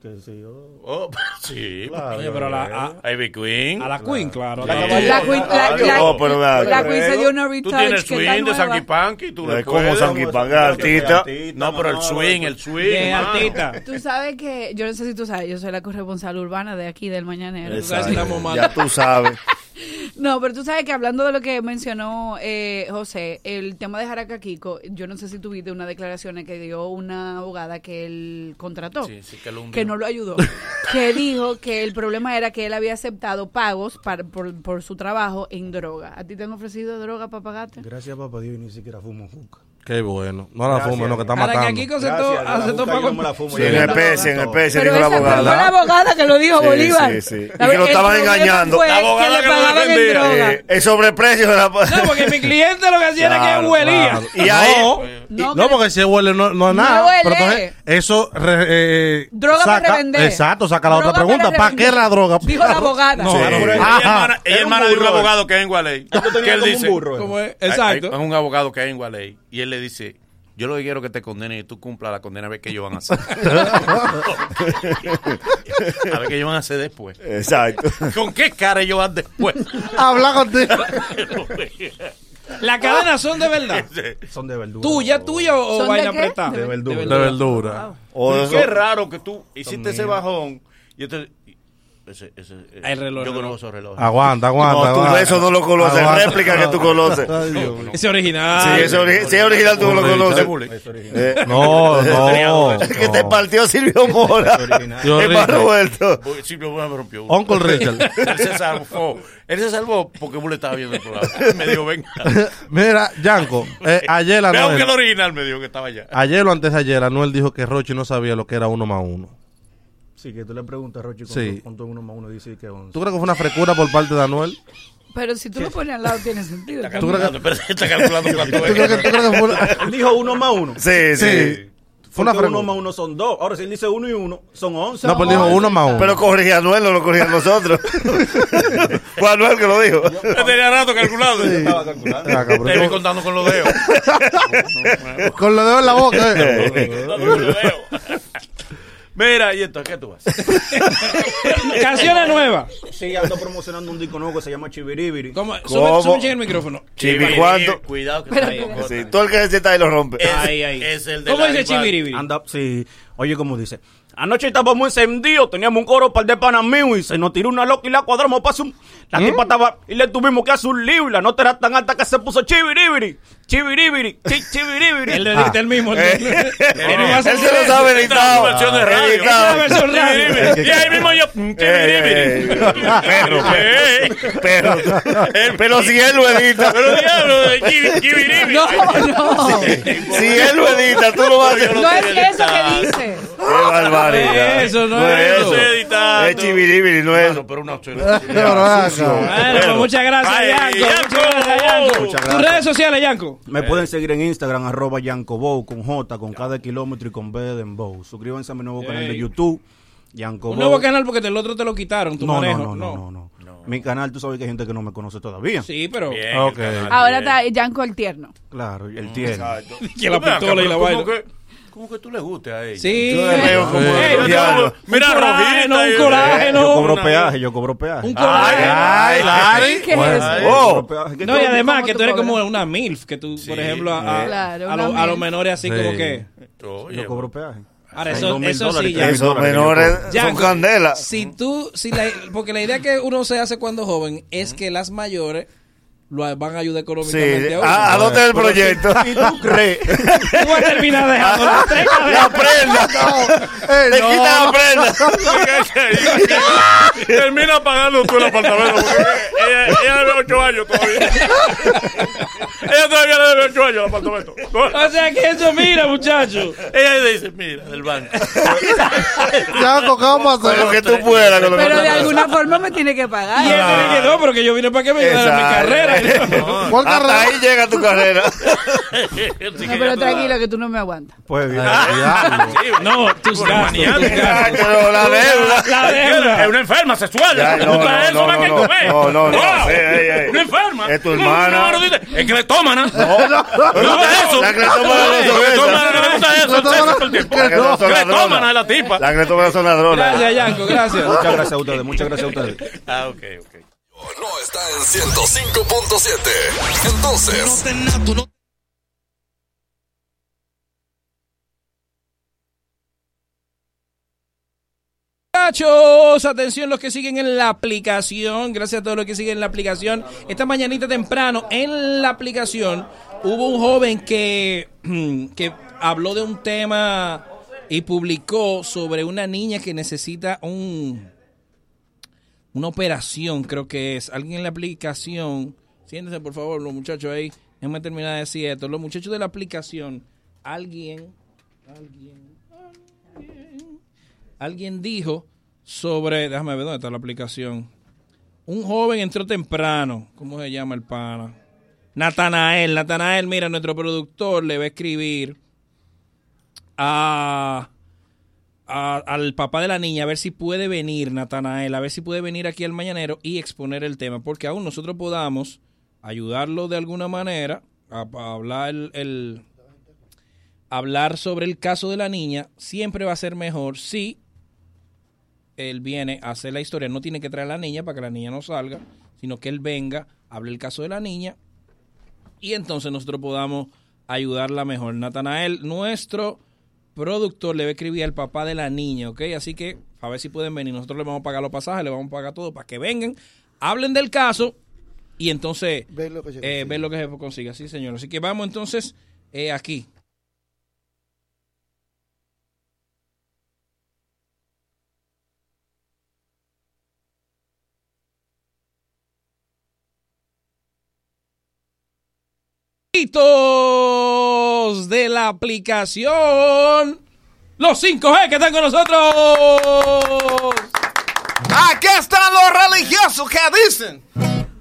Speaker 42: Que sí, yo.
Speaker 2: Oh, [LAUGHS] sí.
Speaker 42: Claro.
Speaker 3: Oye, pero a la-
Speaker 2: Ivy Queen. Oh,
Speaker 3: A la Queen, claro.
Speaker 2: La
Speaker 3: caballero.
Speaker 2: Queen- la-
Speaker 11: la- No, pero la- la Queen
Speaker 7: se dio una
Speaker 2: Tú
Speaker 7: retouch
Speaker 2: tienes
Speaker 7: que
Speaker 2: swing
Speaker 7: está
Speaker 2: de Sanky
Speaker 7: nueva.
Speaker 2: Panky, tú le
Speaker 11: Es como
Speaker 2: puedes.
Speaker 11: Sanky Panky, artista.
Speaker 2: No, pues, pero el swing, el swing.
Speaker 11: Bien,
Speaker 2: mano.
Speaker 11: artista.
Speaker 7: Tú sabes que, yo no sé si tú sabes, yo soy la corresponsal urbana de aquí, del Mañanero.
Speaker 11: Exacto. Ya tú sabes.
Speaker 7: [LAUGHS] No, pero tú sabes que hablando de lo que mencionó eh, José, el tema de Jaraca Kiko, yo no sé si tuviste una declaración que dio una abogada que él contrató,
Speaker 2: Sí, sí, que lo hundió.
Speaker 7: que no lo ayudó, que dijo que el problema era que él había aceptado pagos para- por, por su trabajo en droga. ¿A ti te han ofrecido droga para pagarte?
Speaker 42: Gracias, papá Dios, ni siquiera fumo
Speaker 41: [LAUGHS]
Speaker 42: juca.
Speaker 41: Qué bueno. No la
Speaker 42: Gracias.
Speaker 41: fumo, no, que está
Speaker 42: Ahora que
Speaker 41: matando.
Speaker 42: aquí con- Aceptó- Gracias, la aceptó busca, yo pago- no me la fumo,
Speaker 41: Sí,
Speaker 42: yo
Speaker 41: en
Speaker 42: no la
Speaker 41: especie, en
Speaker 42: acepto.
Speaker 41: especie,
Speaker 7: Pero
Speaker 41: dijo la
Speaker 7: esa fue la
Speaker 41: abogada.
Speaker 7: abogada que lo dijo
Speaker 11: Sí,
Speaker 7: Bolívar.
Speaker 11: sí, sí.
Speaker 7: La-
Speaker 11: Y que lo
Speaker 7: el
Speaker 11: estaban
Speaker 7: problema
Speaker 11: engañando.
Speaker 7: fue La abogada que le que lo pagaban en defendía. droga.
Speaker 11: Eh, el sobreprecio de la.
Speaker 3: No, porque mi cliente lo que hacía era que
Speaker 41: Claro,
Speaker 3: huelía.
Speaker 41: claro. Y ahí- y-
Speaker 7: No,
Speaker 41: no, porque si huele no, no es
Speaker 7: No
Speaker 41: nada.
Speaker 7: huele.
Speaker 41: Pero entonces, eso. re- eh,
Speaker 7: Droga para
Speaker 41: saca-
Speaker 7: revender.
Speaker 41: Exacto, saca la
Speaker 7: Droga
Speaker 41: otra pregunta.
Speaker 7: para
Speaker 41: ¿Para qué
Speaker 7: revender.
Speaker 41: la droga?
Speaker 7: Dijo la abogada.
Speaker 41: No,
Speaker 7: Sí.
Speaker 41: claro,
Speaker 2: Ella
Speaker 41: pero-
Speaker 2: es hermana, ella es hermana de un
Speaker 41: burro, eh.
Speaker 2: abogado que es en Gualey.
Speaker 11: Ah,
Speaker 41: tenía
Speaker 2: Que él
Speaker 41: como un
Speaker 2: dice,
Speaker 41: burro, eh.
Speaker 3: ¿Cómo es?
Speaker 2: Hay-
Speaker 3: Exacto.
Speaker 2: hay- Es un abogado que es en Gualey. Y él le dice, yo lo que quiero es que te condenen y tú cumplas la condena a ver qué ellos van a
Speaker 11: [LAUGHS]
Speaker 2: hacer. a ver qué ellos van a hacer después.
Speaker 11: Exacto.
Speaker 2: ¿Con qué cara ellos van después?
Speaker 41: Habla contigo.
Speaker 3: Las cadenas son de verdad.
Speaker 42: Son de verdura.
Speaker 3: ¿Tuya, tuya
Speaker 2: ¿Son
Speaker 3: o, o
Speaker 2: de
Speaker 3: vaina
Speaker 2: qué?
Speaker 3: apretada?
Speaker 2: De verdura. Oh,
Speaker 41: De verdura.
Speaker 2: Y
Speaker 41: O-
Speaker 2: qué raro que tú hiciste
Speaker 41: Dios
Speaker 2: ese
Speaker 41: mío.
Speaker 2: bajón y entonces... y- Ese, ese, eh,
Speaker 3: El reloj,
Speaker 2: Yo
Speaker 3: reloj.
Speaker 2: conozco esos relojes.
Speaker 41: Aguanta, aguanta.
Speaker 11: No, tú
Speaker 41: aguanta.
Speaker 11: de eso [LAUGHS] no lo conoces,
Speaker 41: Aguanta.
Speaker 11: réplica que tú conoces.
Speaker 41: Ay, Dios mío.
Speaker 3: Ese original.
Speaker 11: Sí, ese ori- sí, es original, [LAUGHS] tú lo
Speaker 41: Burrito.
Speaker 11: conoces. Eh, [LAUGHS]
Speaker 41: No, no.
Speaker 11: El [LAUGHS] que te partió Silvio
Speaker 3: [LAUGHS]
Speaker 11: Mora.
Speaker 41: Yo
Speaker 11: Es más
Speaker 41: rico.
Speaker 11: Roberto.
Speaker 2: Uy, Sí, pero bueno, me rompió.
Speaker 41: Uncle Richard.
Speaker 2: [LAUGHS] Él se salvó. Él se salvó porque Bull estaba viendo el
Speaker 41: [LAUGHS]
Speaker 2: programa. [LAUGHS] Me dijo, venga.
Speaker 41: Mira, Yanko,
Speaker 2: [LAUGHS]
Speaker 41: eh, ayer la
Speaker 2: Veo que
Speaker 41: noche.
Speaker 2: el original me dijo que estaba allá.
Speaker 41: Ayer o antes de ayer, Anuel dijo que Rochi no sabía lo que era uno más uno.
Speaker 42: Sí, que tú le preguntas a Rochi con,
Speaker 41: Sí.
Speaker 42: tu- con tu uno más uno dice que once.
Speaker 41: ¿Tú crees que fue una frescura por parte de Anuel?
Speaker 7: Pero si tú lo pones al lado tiene sentido.
Speaker 41: ¿Tú crees que,
Speaker 2: Pero está calculando cuánto
Speaker 41: tú crees que- tú crees que fue una,
Speaker 42: Dijo uno más uno.
Speaker 11: Sí, sí.
Speaker 41: sí. Fue
Speaker 42: Porque
Speaker 41: una
Speaker 42: uno
Speaker 41: frescura?
Speaker 42: más uno son dos. Ahora, si él dice uno y uno, son once.
Speaker 41: No, pero dijo uno más uno.
Speaker 11: Pero corría a Anuel, no lo corría a nosotros. Fue Anuel que lo dijo.
Speaker 2: Yo tenía rato calculado.
Speaker 41: Sí.
Speaker 2: Estaba calculando.
Speaker 41: Ah, [LAUGHS] cabrón.
Speaker 2: Te vi contando con los
Speaker 41: [LAUGHS]
Speaker 2: dedos.
Speaker 41: Con lo dedo en la boca. eh.
Speaker 2: Contando con los dedos.
Speaker 11: [LAUGHS]
Speaker 2: Mira, y entonces, ¿qué tú haces?
Speaker 3: [LAUGHS] Canciones nuevas.
Speaker 42: Sí, ando promocionando un disco nuevo que se llama Chiviribiri.
Speaker 3: ¿Cómo?
Speaker 11: ¿Cómo?
Speaker 3: Sube, sube un chin el micrófono.
Speaker 11: Chibi, ¿cuánto?
Speaker 2: Cuidado que
Speaker 7: Pero-
Speaker 2: está ahí.
Speaker 11: Sí, todo el que se está ahí lo rompe.
Speaker 2: Es,
Speaker 3: Ahí, ahí.
Speaker 2: es el de
Speaker 3: ¿Cómo
Speaker 2: la
Speaker 3: dice
Speaker 2: rival.
Speaker 41: Ah,
Speaker 3: Chibiribiri?
Speaker 42: Anda, sí. Oye, como dice. Anoche estábamos encendidos, teníamos un coro para el de Panamí y se nos tiró una loca y la cuadramos para su... La
Speaker 3: ¿Mm?
Speaker 42: tipa estaba y le tuvimos que hacer un libro. La nota era tan alta que se puso chiviribiri, chiviribiri, chi- chiviribiri.
Speaker 3: Él le dicta el
Speaker 11: [LAUGHS]
Speaker 3: mismo.
Speaker 11: Eh,
Speaker 3: el- el- el-
Speaker 2: no,
Speaker 3: el-
Speaker 11: Él se lo sabe editado.
Speaker 2: Esta este es una versión de radio.
Speaker 11: Editado.
Speaker 3: Esta es una versión
Speaker 2: Chibiribiri. Y ahí mismo yo. mm,
Speaker 11: Eh,
Speaker 2: chibiribiri.
Speaker 11: eh, Perro,
Speaker 2: Ey.
Speaker 11: perro. perro. Pero si él lo edita,
Speaker 2: Pero diablo, de chibi- chibiribiri.
Speaker 7: No, no.
Speaker 11: si él lo edita, tú lo vas a hacer.
Speaker 7: No es eso que dice.
Speaker 11: ¡Qué barbaridad!
Speaker 3: [LAUGHS] Eso no es
Speaker 2: eso. Estoy editando.
Speaker 11: Es chibiribiri, no es ah.
Speaker 2: Bueno, pero una chula.
Speaker 11: [LAUGHS]
Speaker 41: Pero ven acá.
Speaker 3: Bueno, pues muchas gracias,
Speaker 2: Ay,
Speaker 3: Yanko.
Speaker 2: Yanko.
Speaker 3: Muchas gracias, Yanko.
Speaker 42: Muchas
Speaker 3: Tus
Speaker 42: gracias.
Speaker 3: redes sociales, Yanko.
Speaker 42: Me
Speaker 2: Eh.
Speaker 42: pueden seguir en Instagram, arroba Yancobo, con J, con cada kilómetro y con B de Dembow. Suscríbanse a mi nuevo canal de
Speaker 3: Ey.
Speaker 42: YouTube, Yancobo.
Speaker 3: Un nuevo canal porque del otro te lo quitaron, tu
Speaker 42: No, no,
Speaker 3: manejo.
Speaker 42: no, no, no, no, Mi canal, tú sabes que hay gente que no me conoce todavía.
Speaker 3: Sí, pero.
Speaker 2: Bien,
Speaker 41: Ok.
Speaker 2: el canal,
Speaker 7: Ahora
Speaker 2: bien.
Speaker 7: está Yanko el tierno.
Speaker 42: Claro, el tiene.
Speaker 2: Exacto.
Speaker 3: [LAUGHS] Que la
Speaker 2: Ven acá,
Speaker 3: pistola y la
Speaker 2: pero
Speaker 3: vaina.
Speaker 2: Como que, como que tú le guste a ella.
Speaker 3: Sí.
Speaker 11: Yo le veo como-
Speaker 3: Ey,
Speaker 11: Un
Speaker 3: diablo.
Speaker 2: Mira,
Speaker 3: un colágeno,
Speaker 2: Rojita,
Speaker 3: un
Speaker 2: eh,
Speaker 3: colágeno.
Speaker 42: Yo cobro peaje, yo cobro peaje.
Speaker 3: Un colágeno.
Speaker 41: Ay, Larry.
Speaker 7: ¿Qué es
Speaker 41: Bueno.
Speaker 7: eso?
Speaker 42: Yo
Speaker 11: ¡Oh!
Speaker 42: cobro peaje. ¿Qué
Speaker 3: No, y
Speaker 42: cobro?
Speaker 3: además
Speaker 7: ¿Cómo
Speaker 3: que
Speaker 7: tú
Speaker 3: tú eres como
Speaker 7: cobras?
Speaker 3: una MILF, que tú, por
Speaker 2: Sí,
Speaker 3: ejemplo, a, a-
Speaker 7: claro,
Speaker 3: a lo-
Speaker 7: una
Speaker 3: a los
Speaker 7: MILF.
Speaker 3: menores así
Speaker 41: Sí.
Speaker 3: como que...
Speaker 2: Oye,
Speaker 42: Yo cobro peaje.
Speaker 3: Ahora,
Speaker 42: Son
Speaker 3: eso-
Speaker 42: dos mil
Speaker 3: eso
Speaker 42: dólares,
Speaker 3: sí,
Speaker 42: tres mil
Speaker 3: Yanko.
Speaker 11: Esos
Speaker 42: dólares que yo
Speaker 11: menores
Speaker 42: cobro.
Speaker 11: son
Speaker 3: Yanko,
Speaker 11: candelas.
Speaker 3: Si tú, si la, porque la idea que uno se hace cuando joven es que las mayores lo van a ayudar económicamente
Speaker 11: Sí, ah,
Speaker 3: a uno.
Speaker 11: a- adopten el
Speaker 42: Pero si-
Speaker 11: proyecto.
Speaker 3: [LAUGHS]
Speaker 11: [LAUGHS]
Speaker 42: Si tú crees
Speaker 3: Tú vas a terminar dejando la tela de-
Speaker 6: [LAUGHS]
Speaker 11: ¡La [LAUGHS] prenda! ¡Le quita la prenda!
Speaker 3: [LAUGHS]
Speaker 2: Termina pagando tú el apartamento. porque
Speaker 6: ella, Eh, ella debe 8 años todavía. ella todavía le debe 8 años al apartamento.
Speaker 3: O sea que eso, mira, muchacho.
Speaker 6: Ella dice, mira, del banco.
Speaker 46: Chaco, ¿cómo hacer?
Speaker 3: Con lo que tú
Speaker 46: puedas,
Speaker 3: con lo que
Speaker 7: Pero
Speaker 3: tú
Speaker 7: de
Speaker 3: puedas.
Speaker 7: alguna forma me tiene que pagar.
Speaker 3: Y
Speaker 6: [LAUGHS]
Speaker 3: él me quedó porque yo vine para que me ayudara en mi carrera.
Speaker 11: ¿Cuál Hasta carrera? ahí llega tu carrera.
Speaker 7: No, pero tranquilo que tú no me aguantas.
Speaker 6: Ah,
Speaker 46: Pues bien,
Speaker 3: No, tus gastos.
Speaker 11: la deuda.
Speaker 3: La deuda.
Speaker 6: Es una enferma sexual.
Speaker 11: Ya, no,
Speaker 6: Para
Speaker 11: no,
Speaker 6: eso
Speaker 11: no,
Speaker 6: va que
Speaker 11: no,
Speaker 6: comer.
Speaker 11: no, no, no.
Speaker 6: Wow.
Speaker 11: Ey, ey, ey.
Speaker 6: Una enferma.
Speaker 11: Es tu hermana.
Speaker 6: No, no, dice, Es que le toman. No,
Speaker 11: no, no.
Speaker 6: eso.
Speaker 11: La que le toman
Speaker 6: No,
Speaker 11: no son
Speaker 6: le toman,
Speaker 11: esas.
Speaker 6: no le gusta eso,
Speaker 11: La
Speaker 6: el sexo
Speaker 11: que le toman-
Speaker 6: todo el tiempo.
Speaker 11: la que no son
Speaker 6: Que le
Speaker 11: ladronas.
Speaker 6: toman a la tipa.
Speaker 11: La que le toman son ladronas.
Speaker 42: Muchas gracias a ustedes, muchas gracias a ustedes.
Speaker 6: Ah, ok, ok.
Speaker 22: No está en 105.7. Entonces,
Speaker 3: Muchachos, atención los que siguen en la aplicación. Gracias a todos los que siguen en la aplicación. Esta mañanita temprano en la aplicación hubo un joven que, [CLEARS THROAT] que habló de un tema y publicó sobre una niña que necesita un una operación, creo que es. Alguien en la aplicación. Siéntense, por favor, los muchachos ahí. Déjenme terminar de decir esto. Los muchachos de la aplicación, alguien, alguien, alguien, alguien dijo sobre. Déjame ver dónde está la aplicación. Un joven entró temprano. ¿Cómo se llama el pana? Natanael. Natanael, mira, nuestro productor le va a escribir a a- al papá de la niña a ver si puede venir Natanael, a ver si puede venir aquí al mañanero y exponer el tema, porque aún nosotros podamos ayudarlo de alguna manera a, a hablar el, el- hablar sobre el caso de la niña, siempre va a ser mejor si él viene a hacer la historia, no tiene que traer a la niña para que la niña no salga, sino que él venga, hable el caso de la niña y entonces nosotros podamos ayudarla mejor. Natanael, nuestro productor le va a escribir al papá de la niña, ¿ok? Así que a ver si pueden venir. Nosotros le vamos a pagar los pasajes, le vamos a pagar todo para que vengan, hablen del caso y entonces
Speaker 27: Ver lo que se
Speaker 3: eh, ver lo que se consiga. Sí, señor. Así que vamos entonces eh, aquí. Amiguitos de la aplicación. Los 5G que están con nosotros.
Speaker 10: Aquí están los religiosos que dicen.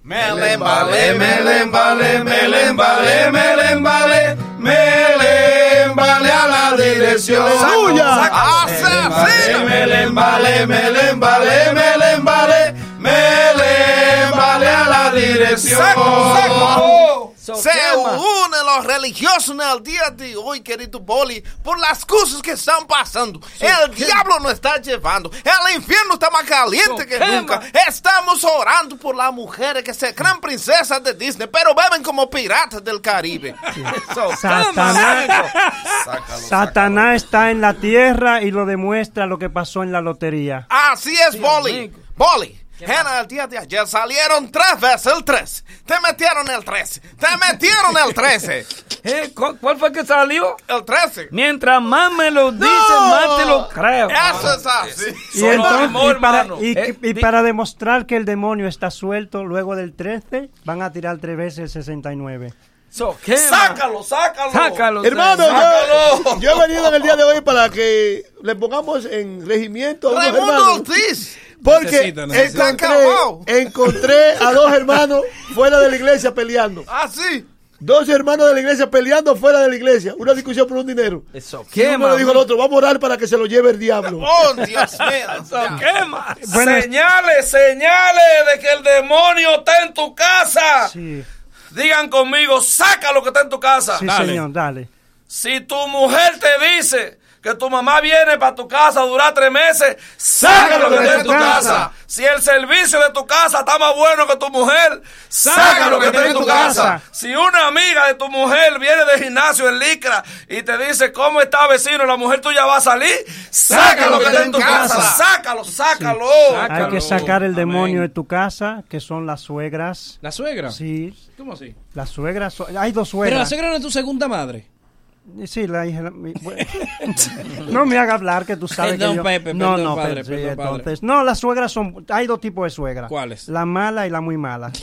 Speaker 10: Melembale, melembale, melembale, melembale, melembale a la dirección
Speaker 47: ¡Suya!
Speaker 11: Ah,
Speaker 10: Asesino. Melembale, melembale, melembale, melembale a la dirección.
Speaker 47: Saco, saco.
Speaker 10: Se unen los religiosos en el día de hoy, querido Poli, por las cosas que están pasando. El diablo nos está llevando. El infierno está más caliente que
Speaker 47: Soquema.
Speaker 10: nunca. Estamos orando por las mujeres que se creen princesas de Disney, pero beben como piratas del Caribe. Soquema.
Speaker 48: Satanás. Satanás está en la tierra y lo demuestra lo que pasó en la lotería.
Speaker 10: Así es, Boli. Boli. En el día de ayer salieron tres veces el 3. Te metieron el 13. Te metieron el
Speaker 3: [LAUGHS]
Speaker 10: 13.
Speaker 3: ¿Eh? ¿Cuál, fue que salió?
Speaker 10: El 13.
Speaker 3: Mientras más me lo
Speaker 10: dices,
Speaker 48: más te lo creo.
Speaker 10: Eso es así.
Speaker 48: Y, entonces- y para, y- y para demostrar que el demonio está suelto luego del 13, van a tirar tres veces el 69.
Speaker 10: sácalo, sácalo.
Speaker 3: Sácalo.
Speaker 27: Hermano, yo,
Speaker 10: Sácalo.
Speaker 27: yo he venido en el día de hoy para que le pongamos en regimiento a unos
Speaker 10: Raimundo
Speaker 27: hermanos.
Speaker 10: Ortiz.
Speaker 27: Porque
Speaker 10: Necesita, necesita.
Speaker 27: encontré, encontré a dos hermanos fuera de la iglesia peleando.
Speaker 10: Ah, sí.
Speaker 27: Dos hermanos de la iglesia peleando fuera de la iglesia. Una discusión por un dinero.
Speaker 10: Eso
Speaker 27: ¿Qué, Uno
Speaker 10: quema,
Speaker 27: le dijo al otro, vamos a orar para que se lo lleve el diablo. [LAUGHS]
Speaker 10: Oh,
Speaker 3: [LAUGHS]
Speaker 10: Dios mío.
Speaker 3: quema.
Speaker 10: Señales,
Speaker 3: señales de que el demonio está en tu casa.
Speaker 10: Digan conmigo, saca lo que está en tu casa.
Speaker 48: Sí, señor, dale.
Speaker 10: Si tu mujer te dice que tu mamá viene para tu casa a durar tres meses, saca lo que está en tu casa. Si el servicio de tu casa está más bueno que tu mujer, saca lo que está en tu casa. Si una amiga de tu mujer viene de gimnasio en licra y te dice cómo está vecino, la mujer tuya va a salir, saca lo que está en tu casa. Sácalo, sácalo.
Speaker 48: Hay que sacar el demonio de tu casa, que son las suegras.
Speaker 3: ¿La suegra?
Speaker 48: Sí.
Speaker 3: ¿Cómo así?
Speaker 48: Las suegras, son- hay dos
Speaker 3: Pero la
Speaker 48: suegras.
Speaker 3: suegra no es tu segunda madre.
Speaker 48: Sí, la hija. la- mi- bueno. [LAUGHS] no me haga hablar, que tú sabes
Speaker 3: Perdón,
Speaker 48: que yo-
Speaker 3: Pepe,
Speaker 48: no,
Speaker 3: perdón,
Speaker 48: no, pero
Speaker 3: padre,
Speaker 48: sí,
Speaker 3: perdón, padre.
Speaker 48: entonces- no, las suegras son. Hay dos tipos de suegra.
Speaker 3: ¿Cuáles? Mm.
Speaker 48: La mala y la muy mala. [LAUGHS]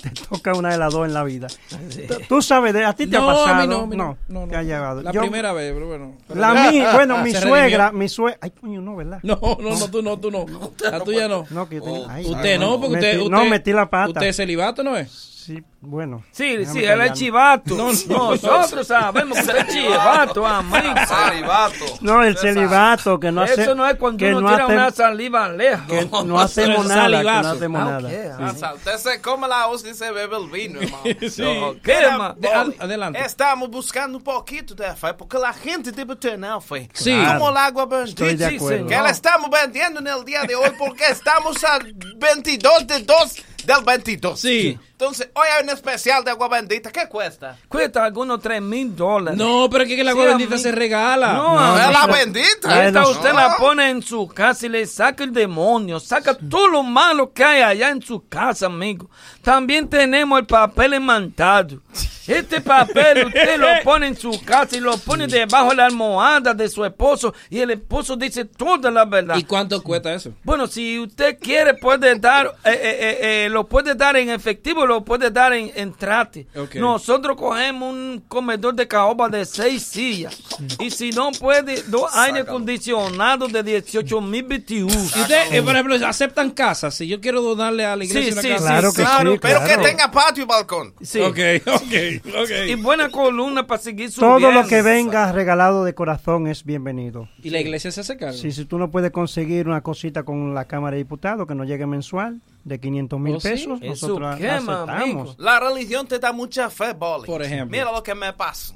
Speaker 48: Te toca una de las dos en la vida. T- Tú sabes, de- a ti te ha
Speaker 3: No,
Speaker 48: pasado.
Speaker 3: a mí no, a mí no. No, no,
Speaker 48: te ha llevado.
Speaker 3: La
Speaker 48: Yo-
Speaker 3: primera vez, pero bueno.
Speaker 48: La mi,
Speaker 3: [LAUGHS]
Speaker 48: bueno, mi
Speaker 3: Se
Speaker 48: suegra,
Speaker 3: redimió.
Speaker 48: mi suegra. Ay, coño, no, ¿verdad?
Speaker 3: [LAUGHS] No, no, no, tú no, tú no. La tuya no. Oh,
Speaker 48: No, que yo tengo- ay,
Speaker 3: usted no, porque
Speaker 48: metí-
Speaker 3: usted, usted.
Speaker 48: No, metí la pata.
Speaker 3: ¿Usted es celibato, no es?
Speaker 48: Sí, bueno. Sí, Déjame sí, él es callarme. chivato.
Speaker 3: No,
Speaker 48: [LAUGHS]
Speaker 3: no.
Speaker 48: Nosotros sabemos que usted es chivato, amigo.
Speaker 47: Celibato.
Speaker 48: No, el celibato, que no hace. Eso no es cuando que uno no tira hace- una saliva lejos. Que no, hacemos el nada, que no salivazo. hacemos Ah, nada. ok. Sí.
Speaker 10: O sea, usted se come la hoja y se bebe el [LAUGHS] vino, hermano.
Speaker 48: Sí.
Speaker 10: Yo,
Speaker 48: ¿Qué,
Speaker 10: mira,
Speaker 48: hermano?
Speaker 10: Bobby,
Speaker 48: Ad- adelante.
Speaker 10: Estamos buscando un poquito de fe, porque la gente debe tener fe.
Speaker 48: Sí.
Speaker 10: Como el agua
Speaker 48: Estoy de
Speaker 10: bendita.
Speaker 48: acuerdo.
Speaker 10: Que la estamos vendiendo en el día de hoy, porque estamos al 22 de 2 del 22.
Speaker 3: Sí.
Speaker 10: Entonces, hoy hay un especial de agua bendita. ¿Qué cuesta?
Speaker 48: Cuesta algunos 3 mil dólares.
Speaker 3: No, pero es que la agua bendita se regala.
Speaker 48: No,
Speaker 3: No,
Speaker 48: amigo.
Speaker 3: la bendita. ¿eh?
Speaker 48: Ahí está,
Speaker 3: No.
Speaker 48: usted la pone en su casa y le saca el demonio, saca todo lo malo que hay allá en su casa, amigo. También tenemos el papel emantado. Este papel usted
Speaker 3: [LAUGHS]
Speaker 48: lo pone en su casa y lo pone debajo de la almohada de su esposo y el esposo dice toda la verdad.
Speaker 3: ¿Y cuánto cuesta eso?
Speaker 48: Bueno, si usted quiere, puede dar, eh, eh, eh, eh, lo puede dar en efectivo, lo puede dar en, en trate.
Speaker 3: Ok.
Speaker 48: Nosotros cogemos un comedor de caoba de seis sillas.
Speaker 3: Mm.
Speaker 48: Y si no puede, dos aire acondicionado de 18 mil BTU.
Speaker 3: Y usted, eh, por ejemplo, aceptan casas. Si yo quiero donarle a la iglesia
Speaker 48: Sí,
Speaker 3: una
Speaker 48: sí,
Speaker 3: casa.
Speaker 48: sí, Claro que claro, sí, pero que claro. tenga
Speaker 10: patio y balcón.
Speaker 48: Sí.
Speaker 3: Ok, ok, ok.
Speaker 48: Y buena columna para seguir subiendo.
Speaker 3: Todo
Speaker 48: Todo
Speaker 3: lo
Speaker 48: lo
Speaker 3: que
Speaker 48: que
Speaker 3: venga
Speaker 48: venga regalado de corazón es bienvenido.
Speaker 3: ¿Y la iglesia se hace cargo?
Speaker 48: Sí, si tú no puedes conseguir una cosita con la Cámara de Diputados que nos llegue mensual de 500 mil
Speaker 10: ¿Oh, sí?
Speaker 48: pesos,
Speaker 10: Eso
Speaker 48: nosotros la- la aceptamos.
Speaker 10: La religión te da mucha fe, Bolly.
Speaker 48: Por ejemplo.
Speaker 10: Mira lo que me pasó.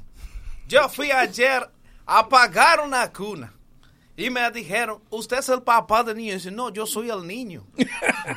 Speaker 10: Yo fui ayer a pagar una cuna. Y me dijeron, usted es el papá del niño. Y dice, no, yo soy el
Speaker 48: [LAUGHS]
Speaker 10: niño.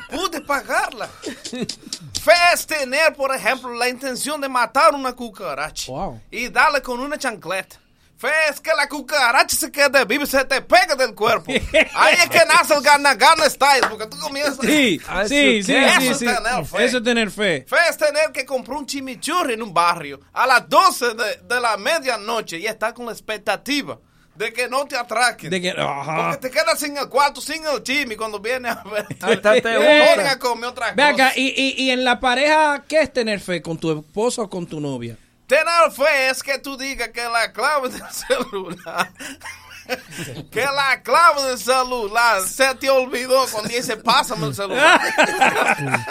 Speaker 10: Pude pagarla. Fe es tener, por ejemplo, la intención de matar una cucaracha. Y darle con una chancleta. Fe es que la cucaracha se quede viva y se te pega
Speaker 48: [LAUGHS]
Speaker 10: del cuerpo. Ahí es que nace el gana-gana style. Porque tú comienzas... [LAUGHS]
Speaker 3: Sí, sí, sí,
Speaker 10: Ah, Eso
Speaker 3: sí,
Speaker 10: es
Speaker 3: sí.
Speaker 10: tener fe.
Speaker 3: Eso es tener fe.
Speaker 10: Fue es tener que comprar un chimichurri en un barrio a las 12 de, de la medianoche y estar con la expectativa de que no te atraquen.
Speaker 3: De que- ajá.
Speaker 10: Porque te quedas sin el cuarto, sin el chimi cuando vienes a ver.
Speaker 3: Hasta te
Speaker 10: ponen a comer otra
Speaker 3: Ve
Speaker 10: cosa.
Speaker 3: acá, y, y, y en la pareja, ¿qué es tener fe? ¿Con tu esposo o con tu novia?
Speaker 10: Tener fe es que tú digas que la clave del celular. [LAUGHS] Que la clave del celular se te olvidó cuando dice pásame el
Speaker 3: [LAUGHS]
Speaker 10: celular.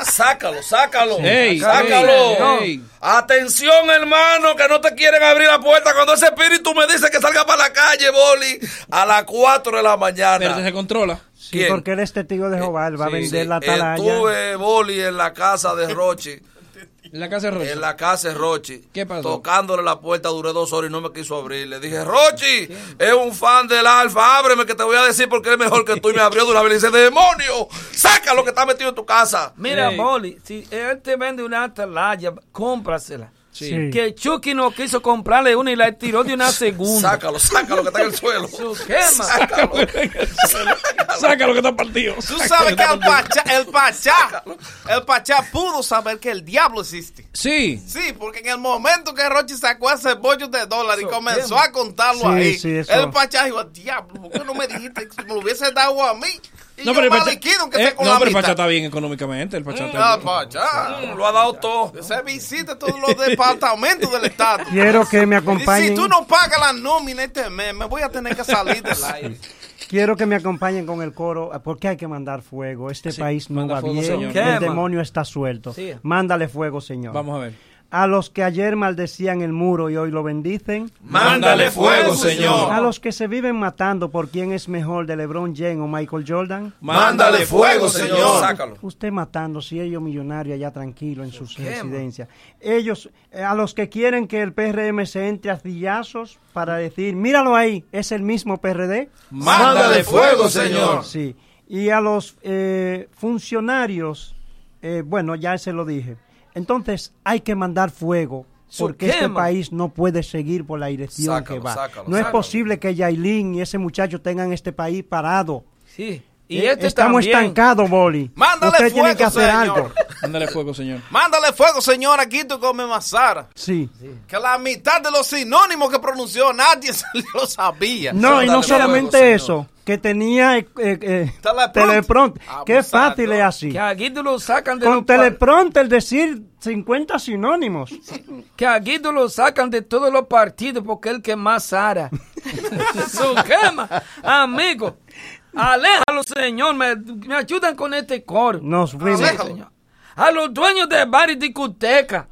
Speaker 47: Sácalo, sácalo.
Speaker 10: Ey, ey,
Speaker 47: sácalo.
Speaker 10: ey.
Speaker 47: Atención, hermano, que no te quieren abrir la puerta. Cuando ese espíritu me dice que salga para la calle, Boli, a las 4 de la mañana.
Speaker 3: Pero se controla.
Speaker 48: Sí, porque él es testigo de Jehová, él va a vender la atalaya.
Speaker 47: Estuve Boli en la casa de Roche.
Speaker 3: ¿En la casa de Rochi?
Speaker 47: En la casa de Rochi.
Speaker 3: ¿Qué pasó?
Speaker 47: Tocándole la puerta, duré dos horas y no me quiso abrir. Le dije, Rochi, es un fan del Alfa, ábreme que te voy a decir porque es mejor que tú. Y me abrió de una vez y le dice, demonio, saca lo que está metido en tu casa.
Speaker 48: Mira, Molly, si él te vende una atalaya, cómprasela.
Speaker 47: Sí. Sí.
Speaker 48: Que Chucky no quiso comprarle una y la tiró de
Speaker 47: [LAUGHS]
Speaker 48: una segunda.
Speaker 47: Sácalo, sácalo que está en el
Speaker 28: [LAUGHS]
Speaker 47: suelo.
Speaker 48: Sácalo.
Speaker 3: Sácalo que está partido.
Speaker 10: Tú sabes que el Pachá, el Pachá, el Pachá pudo saber que el diablo existe.
Speaker 3: Sí.
Speaker 10: Sí, porque en el momento que Rochi sacó ese bollo de dólar y comenzó a contarlo
Speaker 3: Sí,
Speaker 10: ahí,
Speaker 3: sí, eso.
Speaker 10: el Pachá dijo, diablo, ¿por qué no me dijiste que me lo hubiese dado a mí? Y yo más
Speaker 3: Pachá-
Speaker 10: liquido que
Speaker 3: eh,
Speaker 10: sea con
Speaker 3: no,
Speaker 10: la
Speaker 3: pero el
Speaker 10: mitad.
Speaker 3: Pachá está bien económicamente. El Pachá está
Speaker 10: Ah, Pachá.
Speaker 47: Lo ha dado todo.
Speaker 10: Se visita todos los departamentos del
Speaker 3: [LAUGHS]
Speaker 10: Estado.
Speaker 48: Quiero que me
Speaker 10: [LAUGHS] Y si
Speaker 48: acompañen.
Speaker 10: tú no pagas la nómina este mes, me voy a tener que salir del aire.
Speaker 48: Quiero que me acompañen con el coro, porque hay que mandar fuego. Este país no
Speaker 3: manda
Speaker 48: va
Speaker 3: fuego,
Speaker 48: bien,
Speaker 3: señor.
Speaker 48: el
Speaker 3: Quema.
Speaker 48: demonio está suelto.
Speaker 3: Sí.
Speaker 48: Mándale fuego, Señor.
Speaker 3: Vamos a ver.
Speaker 48: A los que ayer maldecían el muro y hoy lo bendicen.
Speaker 3: Mándale fuego, Señor.
Speaker 48: A los que se viven matando por quién es mejor de LeBron James o Michael Jordan.
Speaker 47: Mándale fuego, Señor. Sácalo.
Speaker 48: Usted matando, si ellos millonarios allá tranquilos en sus
Speaker 47: Quema.
Speaker 48: residencias. Ellos, eh, a los que quieren que el PRM se entre a sillazos para decir, míralo ahí, es el mismo PRD.
Speaker 47: Mándale fuego, Señor.
Speaker 48: Sí. Y a los eh, funcionarios, eh, bueno, ya se lo dije. Entonces hay que mandar fuego.
Speaker 3: Su
Speaker 48: Porque este
Speaker 3: quema.
Speaker 48: país no puede seguir por la dirección
Speaker 3: Sácalo,
Speaker 48: que va.
Speaker 3: sácalo,
Speaker 48: no es
Speaker 3: sácalo.
Speaker 48: posible que Yailin y ese muchacho tengan este país parado.
Speaker 3: Sí.
Speaker 28: Y este
Speaker 48: Estamos
Speaker 28: también.
Speaker 48: estancados, Boli.
Speaker 10: Mándale
Speaker 48: Ustedes tienen
Speaker 10: fuego,
Speaker 48: que hacer
Speaker 10: señor.
Speaker 48: algo.
Speaker 3: Mándale fuego, señor.
Speaker 10: Mándale fuego, señor, aquí tú come mazara.
Speaker 48: Sí.
Speaker 10: Que la mitad de los sinónimos que pronunció nadie [LAUGHS] se lo sabía.
Speaker 48: No, y no
Speaker 10: Mándale
Speaker 48: solamente
Speaker 10: fuego,
Speaker 48: eso, que tenía eh, eh, eh,
Speaker 10: Teleprompt.
Speaker 48: teleprompt. Qué fácil es así.
Speaker 28: Que aquí tú lo sacan de
Speaker 48: Con
Speaker 28: los pa-
Speaker 48: teleprompter decir 50 sinónimos.
Speaker 28: Que a Guido lo sacan de todos los partidos porque es el que más [LAUGHS] ara. Su quema. Amigo, aléjalo, señor. Me, me ayudan con este coro.
Speaker 48: Nos fuimos.
Speaker 28: Sí, señor. A los dueños de bares y discotecas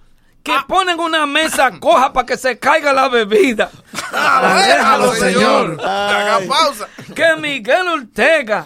Speaker 28: que ponen
Speaker 10: [LAUGHS]
Speaker 28: una mesa coja para que se caiga la bebida.
Speaker 6: Aléjalo,
Speaker 10: señor. Que haga pausa.
Speaker 28: Que Miguel Ortega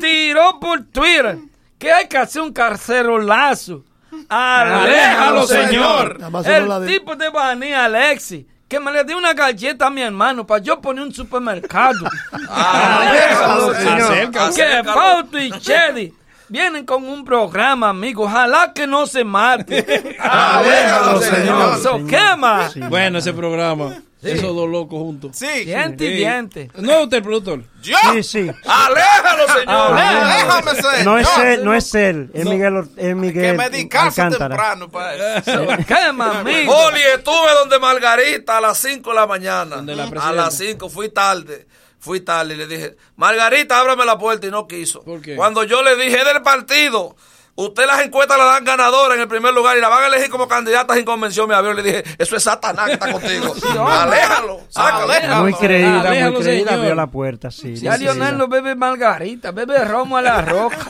Speaker 28: tiró por Twitter que hay que hacer un carcerolazo. Aléjalo,
Speaker 6: Aléjalo,
Speaker 28: señor.
Speaker 6: señor. Nada más solo la
Speaker 28: El
Speaker 6: de-
Speaker 28: Este tipo de Banía Alexi. Que me le dio una galleta a mi hermano para yo poner un supermercado.
Speaker 6: Aléjalo, señor.
Speaker 28: Acércalo. Que
Speaker 6: Acércalo.
Speaker 28: Fausto y Chedi vienen con un programa, amigo. Ojalá que no se mate. Aléjalo,
Speaker 3: señor.
Speaker 28: So, quema.
Speaker 3: [LAUGHS] Bueno, ese programa. Esos dos locos juntos.
Speaker 10: Sí.
Speaker 28: Diente y
Speaker 3: Sí.
Speaker 28: diente.
Speaker 3: No, usted, productor.
Speaker 10: ¿Yo?
Speaker 48: Sí, sí.
Speaker 10: Aléjalo,
Speaker 3: señor.
Speaker 10: Aléjame, señor.
Speaker 48: No es él, no es él. Es Miguel, Or- es Miguel
Speaker 10: Que me descanse
Speaker 48: Alcántara.
Speaker 10: temprano para eso.
Speaker 28: amigo?
Speaker 47: Oli, estuve donde Margarita a las 5 de la mañana. a presidenta. las 5, fui tarde. Fui tarde y le dije, Margarita, ábrame la puerta y no quiso. Cuando yo le dije "Es del partido, usted las encuestas las dan ganadoras en el primer lugar y la van a elegir como candidatas en convención, me abrió y le dije, eso es Satanás que está contigo. Aléjalo, sácalo.
Speaker 48: Muy creída,
Speaker 28: Aléjalo,
Speaker 48: muy creída.
Speaker 28: señor.
Speaker 48: Abrió la puerta, sí.
Speaker 28: Ya
Speaker 48: muy
Speaker 28: Lionel
Speaker 48: creída.
Speaker 28: no bebe margarita, bebe romo a
Speaker 48: [LAUGHS]
Speaker 28: la roca.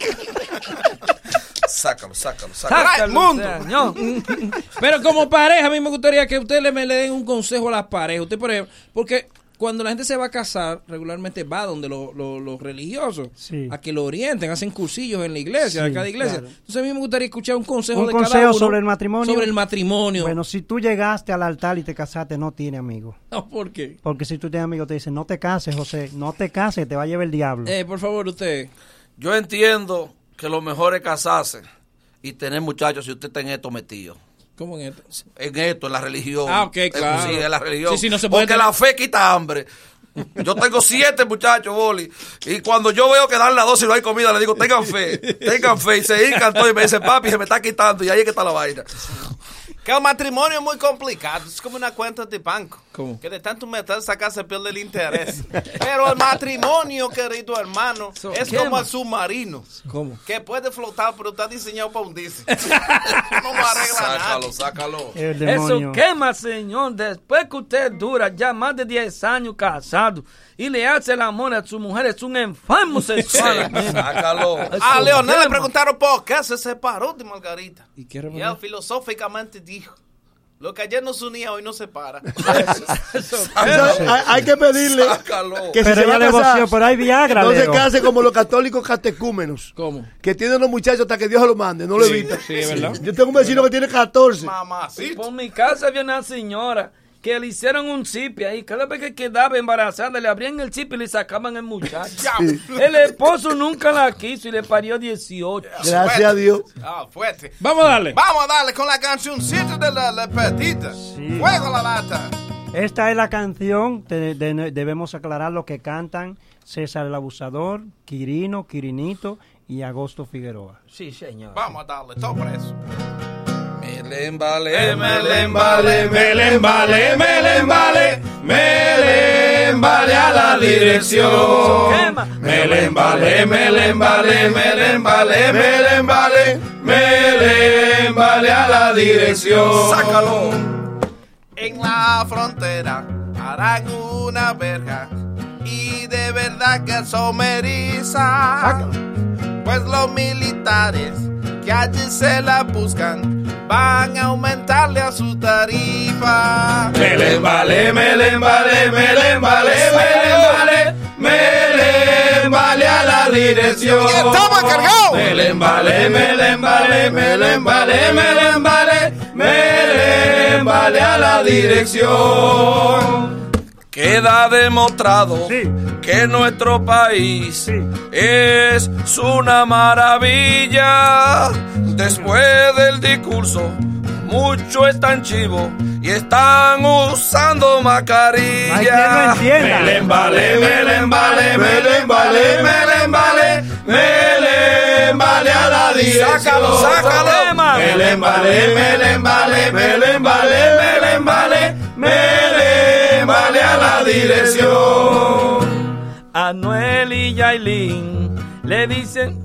Speaker 47: Sácalo, sácalo, sácalo.
Speaker 28: Sácalo, señor.
Speaker 3: Pero como pareja, a mí me gustaría que ustedes le, me le den un consejo a las parejas. Usted, por ejemplo, porque cuando la gente se va a casar, regularmente va donde lo- lo- los religiosos, a que lo orienten, hacen cursillos en la iglesia,
Speaker 48: Sí,
Speaker 3: en cada iglesia.
Speaker 48: claro.
Speaker 3: Entonces a mí me gustaría escuchar un consejo
Speaker 48: Un
Speaker 3: de cada
Speaker 48: consejo
Speaker 3: uno.
Speaker 48: sobre el matrimonio.
Speaker 3: Sobre el matrimonio.
Speaker 48: Bueno, si tú llegaste al altar y te casaste, no tiene amigos.
Speaker 3: No, ¿Por qué?
Speaker 48: Porque si tú tienes amigos, te dicen, no te cases, José, no te cases, te va a llevar el diablo.
Speaker 3: Eh, por favor, usted.
Speaker 47: Yo entiendo que lo mejor es casarse y tener muchachos si usted está en esto metido.
Speaker 3: ¿Cómo en esto?
Speaker 47: En esto, en la religión.
Speaker 3: Ah, ok,
Speaker 47: Eh,
Speaker 3: claro.
Speaker 47: Sí, en la religión.
Speaker 3: Sí, sí, no se puede
Speaker 47: Porque
Speaker 3: tener-
Speaker 47: la fe quita hambre. Yo tengo siete muchachos, Boli. Y cuando yo veo que dan la dosis y no hay comida, le digo, tengan fe, tengan fe. Y se hincan todos y me dicen, papi, se me está quitando. Y ahí es que está la vaina.
Speaker 10: Que el matrimonio es muy complicado. Es como una cuenta de banco.
Speaker 3: ¿Cómo?
Speaker 10: Que de tanto metal sacar se pierde el interés. Pero el matrimonio, querido hermano, es
Speaker 3: quema.
Speaker 10: como el submarino.
Speaker 3: ¿Cómo?
Speaker 10: Que puede flotar, pero está diseñado para
Speaker 3: [LAUGHS]
Speaker 10: hundirse. no va a arreglar
Speaker 47: Sácalo, sácalo.
Speaker 48: El
Speaker 28: Eso
Speaker 48: demonio.
Speaker 28: quema, señor. Después que usted dura ya más de 10 años casado y le hace el amor a su mujer, es un enfermo sexual.
Speaker 47: Sí, sácalo.
Speaker 28: Eso
Speaker 10: A Leonel le
Speaker 28: quema.
Speaker 10: preguntaron por qué se separó de Margarita.
Speaker 3: ¿Y qué
Speaker 10: Y él filosóficamente dijo, lo que ayer nos unía hoy
Speaker 27: [LAUGHS]
Speaker 10: nos separa.
Speaker 27: Hay, hay que pedirle que si
Speaker 48: Pero
Speaker 27: se va a
Speaker 48: ella le
Speaker 27: casar,
Speaker 48: voció, pero hay Viagra,
Speaker 27: no se
Speaker 48: Leo.
Speaker 27: case como los católicos catecúmenos.
Speaker 3: ¿Cómo?
Speaker 27: Que tienen los muchachos hasta que Dios los mande, no lo
Speaker 3: Sí,
Speaker 27: evita.
Speaker 3: sí, es verdad.
Speaker 27: Yo tengo un vecino que tiene 14.
Speaker 28: Por mi casa había una señora que le hicieron un chip ahí. Cada vez que quedaba embarazada, le abrían el chip y le sacaban el muchacho.
Speaker 10: Sí.
Speaker 28: el esposo nunca la quiso y le parió 18.
Speaker 27: Gracias a Dios.
Speaker 10: Ah, fuerte.
Speaker 3: Vamos a darle.
Speaker 10: Vamos a darle con la cancioncita de la, la petita. Fuego a la lata.
Speaker 48: Esta es la canción, te- de- debemos aclarar lo que cantan César el Abusador, Quirino, Quirinito y Agosto Figueroa.
Speaker 47: Sí, señor.
Speaker 10: Vamos a darle, todo preso.
Speaker 47: Me le embalé,
Speaker 10: me le
Speaker 47: embalé,
Speaker 10: me le
Speaker 47: embalé, me le embalé,
Speaker 6: Me le embalé a la dirección. Me le embalé, me le embalé, me le embalé, me le embalé, me le embalé a la dirección.
Speaker 10: Sácalo. En la frontera harán una verja y de verdad que someriza. Pues los militares que allí se la buscan van a aumentarle a su tarifa.
Speaker 6: Me le embalé, me le embalé, me le embalé, me le embalé, me le embalé a la dirección.
Speaker 10: ¡Estaba cargado!
Speaker 6: Me le embalé, me le embalé, me le embalé, me le embalé, me le embalé a la dirección.
Speaker 47: Queda demostrado que nuestro país es una maravilla. Después del discurso, mucho están chivo y están usando mascarilla.
Speaker 6: Me le embalé, me le embalé, me le embalé, me le embalé, me
Speaker 28: sácalo, sácalo.
Speaker 10: Me le embalé, me le embalé, me le embalé, me le embalé, me le embalé a la dirección.
Speaker 28: Anuel y Yailin le dicen.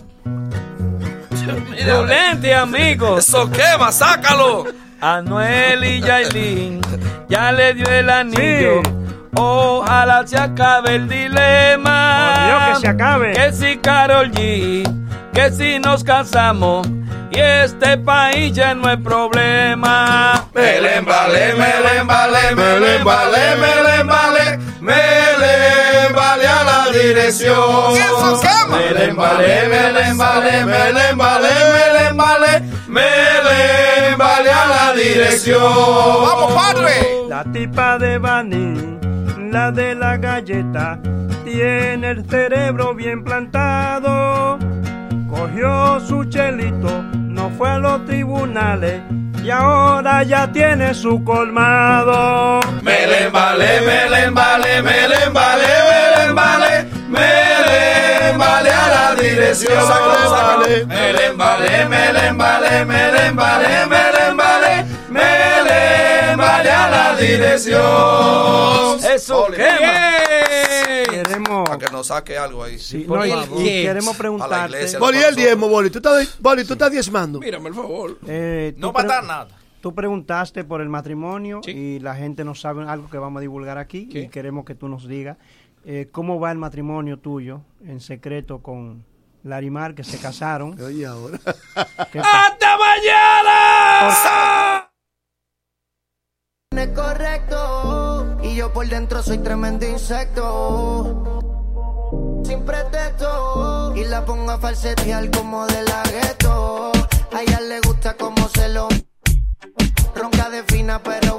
Speaker 28: Violente, amigo. Eso quema, sácalo. Anuel y Yailin ya le dio el anillo. Oh, Ojalá se acabe el dilema.
Speaker 48: Por Dios, que se acabe.
Speaker 28: Que si Carol G, que si nos casamos. Y este país ya no es problema.
Speaker 10: Me le embalé, me le embalé, me le embalé, me le embalé, me le embalé a la dirección.
Speaker 28: Eso
Speaker 10: quema. Me le embalé, me le embalé, me le embalé, me le embalé, me le embalé a la dirección.
Speaker 28: Vamos,
Speaker 10: padre.
Speaker 48: La tipa de Bani, la de la galleta, tiene el cerebro bien plantado. Cogió su chelito, no fue a los tribunales y ahora ya tiene su colmado.
Speaker 10: Me le embalé, me le embalé, me le embalé, me le embalé, me le embalé a la dirección. Me le embalé, me le embalé, me le embalé, me le embalé, me le embalé a la dirección.
Speaker 28: Eso
Speaker 48: Queremos.
Speaker 28: Para que nos saque algo ahí. Sí,
Speaker 48: no, y- y queremos
Speaker 28: A la
Speaker 48: preguntarte-
Speaker 28: iglesia,
Speaker 27: Boli,
Speaker 28: a la
Speaker 27: el diezmo, Boli. ¿Tú estás, Boli, tú estás diezmando?
Speaker 3: Mírame, por favor.
Speaker 48: Eh, tú
Speaker 28: No matar
Speaker 48: pre-
Speaker 28: nada.
Speaker 48: Tú preguntaste por el matrimonio y la gente no sabe algo que vamos a divulgar aquí y queremos que tú nos digas eh, cómo va el matrimonio tuyo en secreto con Larimar que se casaron.
Speaker 27: Oye, ahora.
Speaker 48: ¡Hasta mañana!
Speaker 49: No es correcto y yo por dentro soy tremendo insecto. Sin pretexto y la pongo a falsetear como de la gueto. A ella le gusta como se lo ronca de fina pero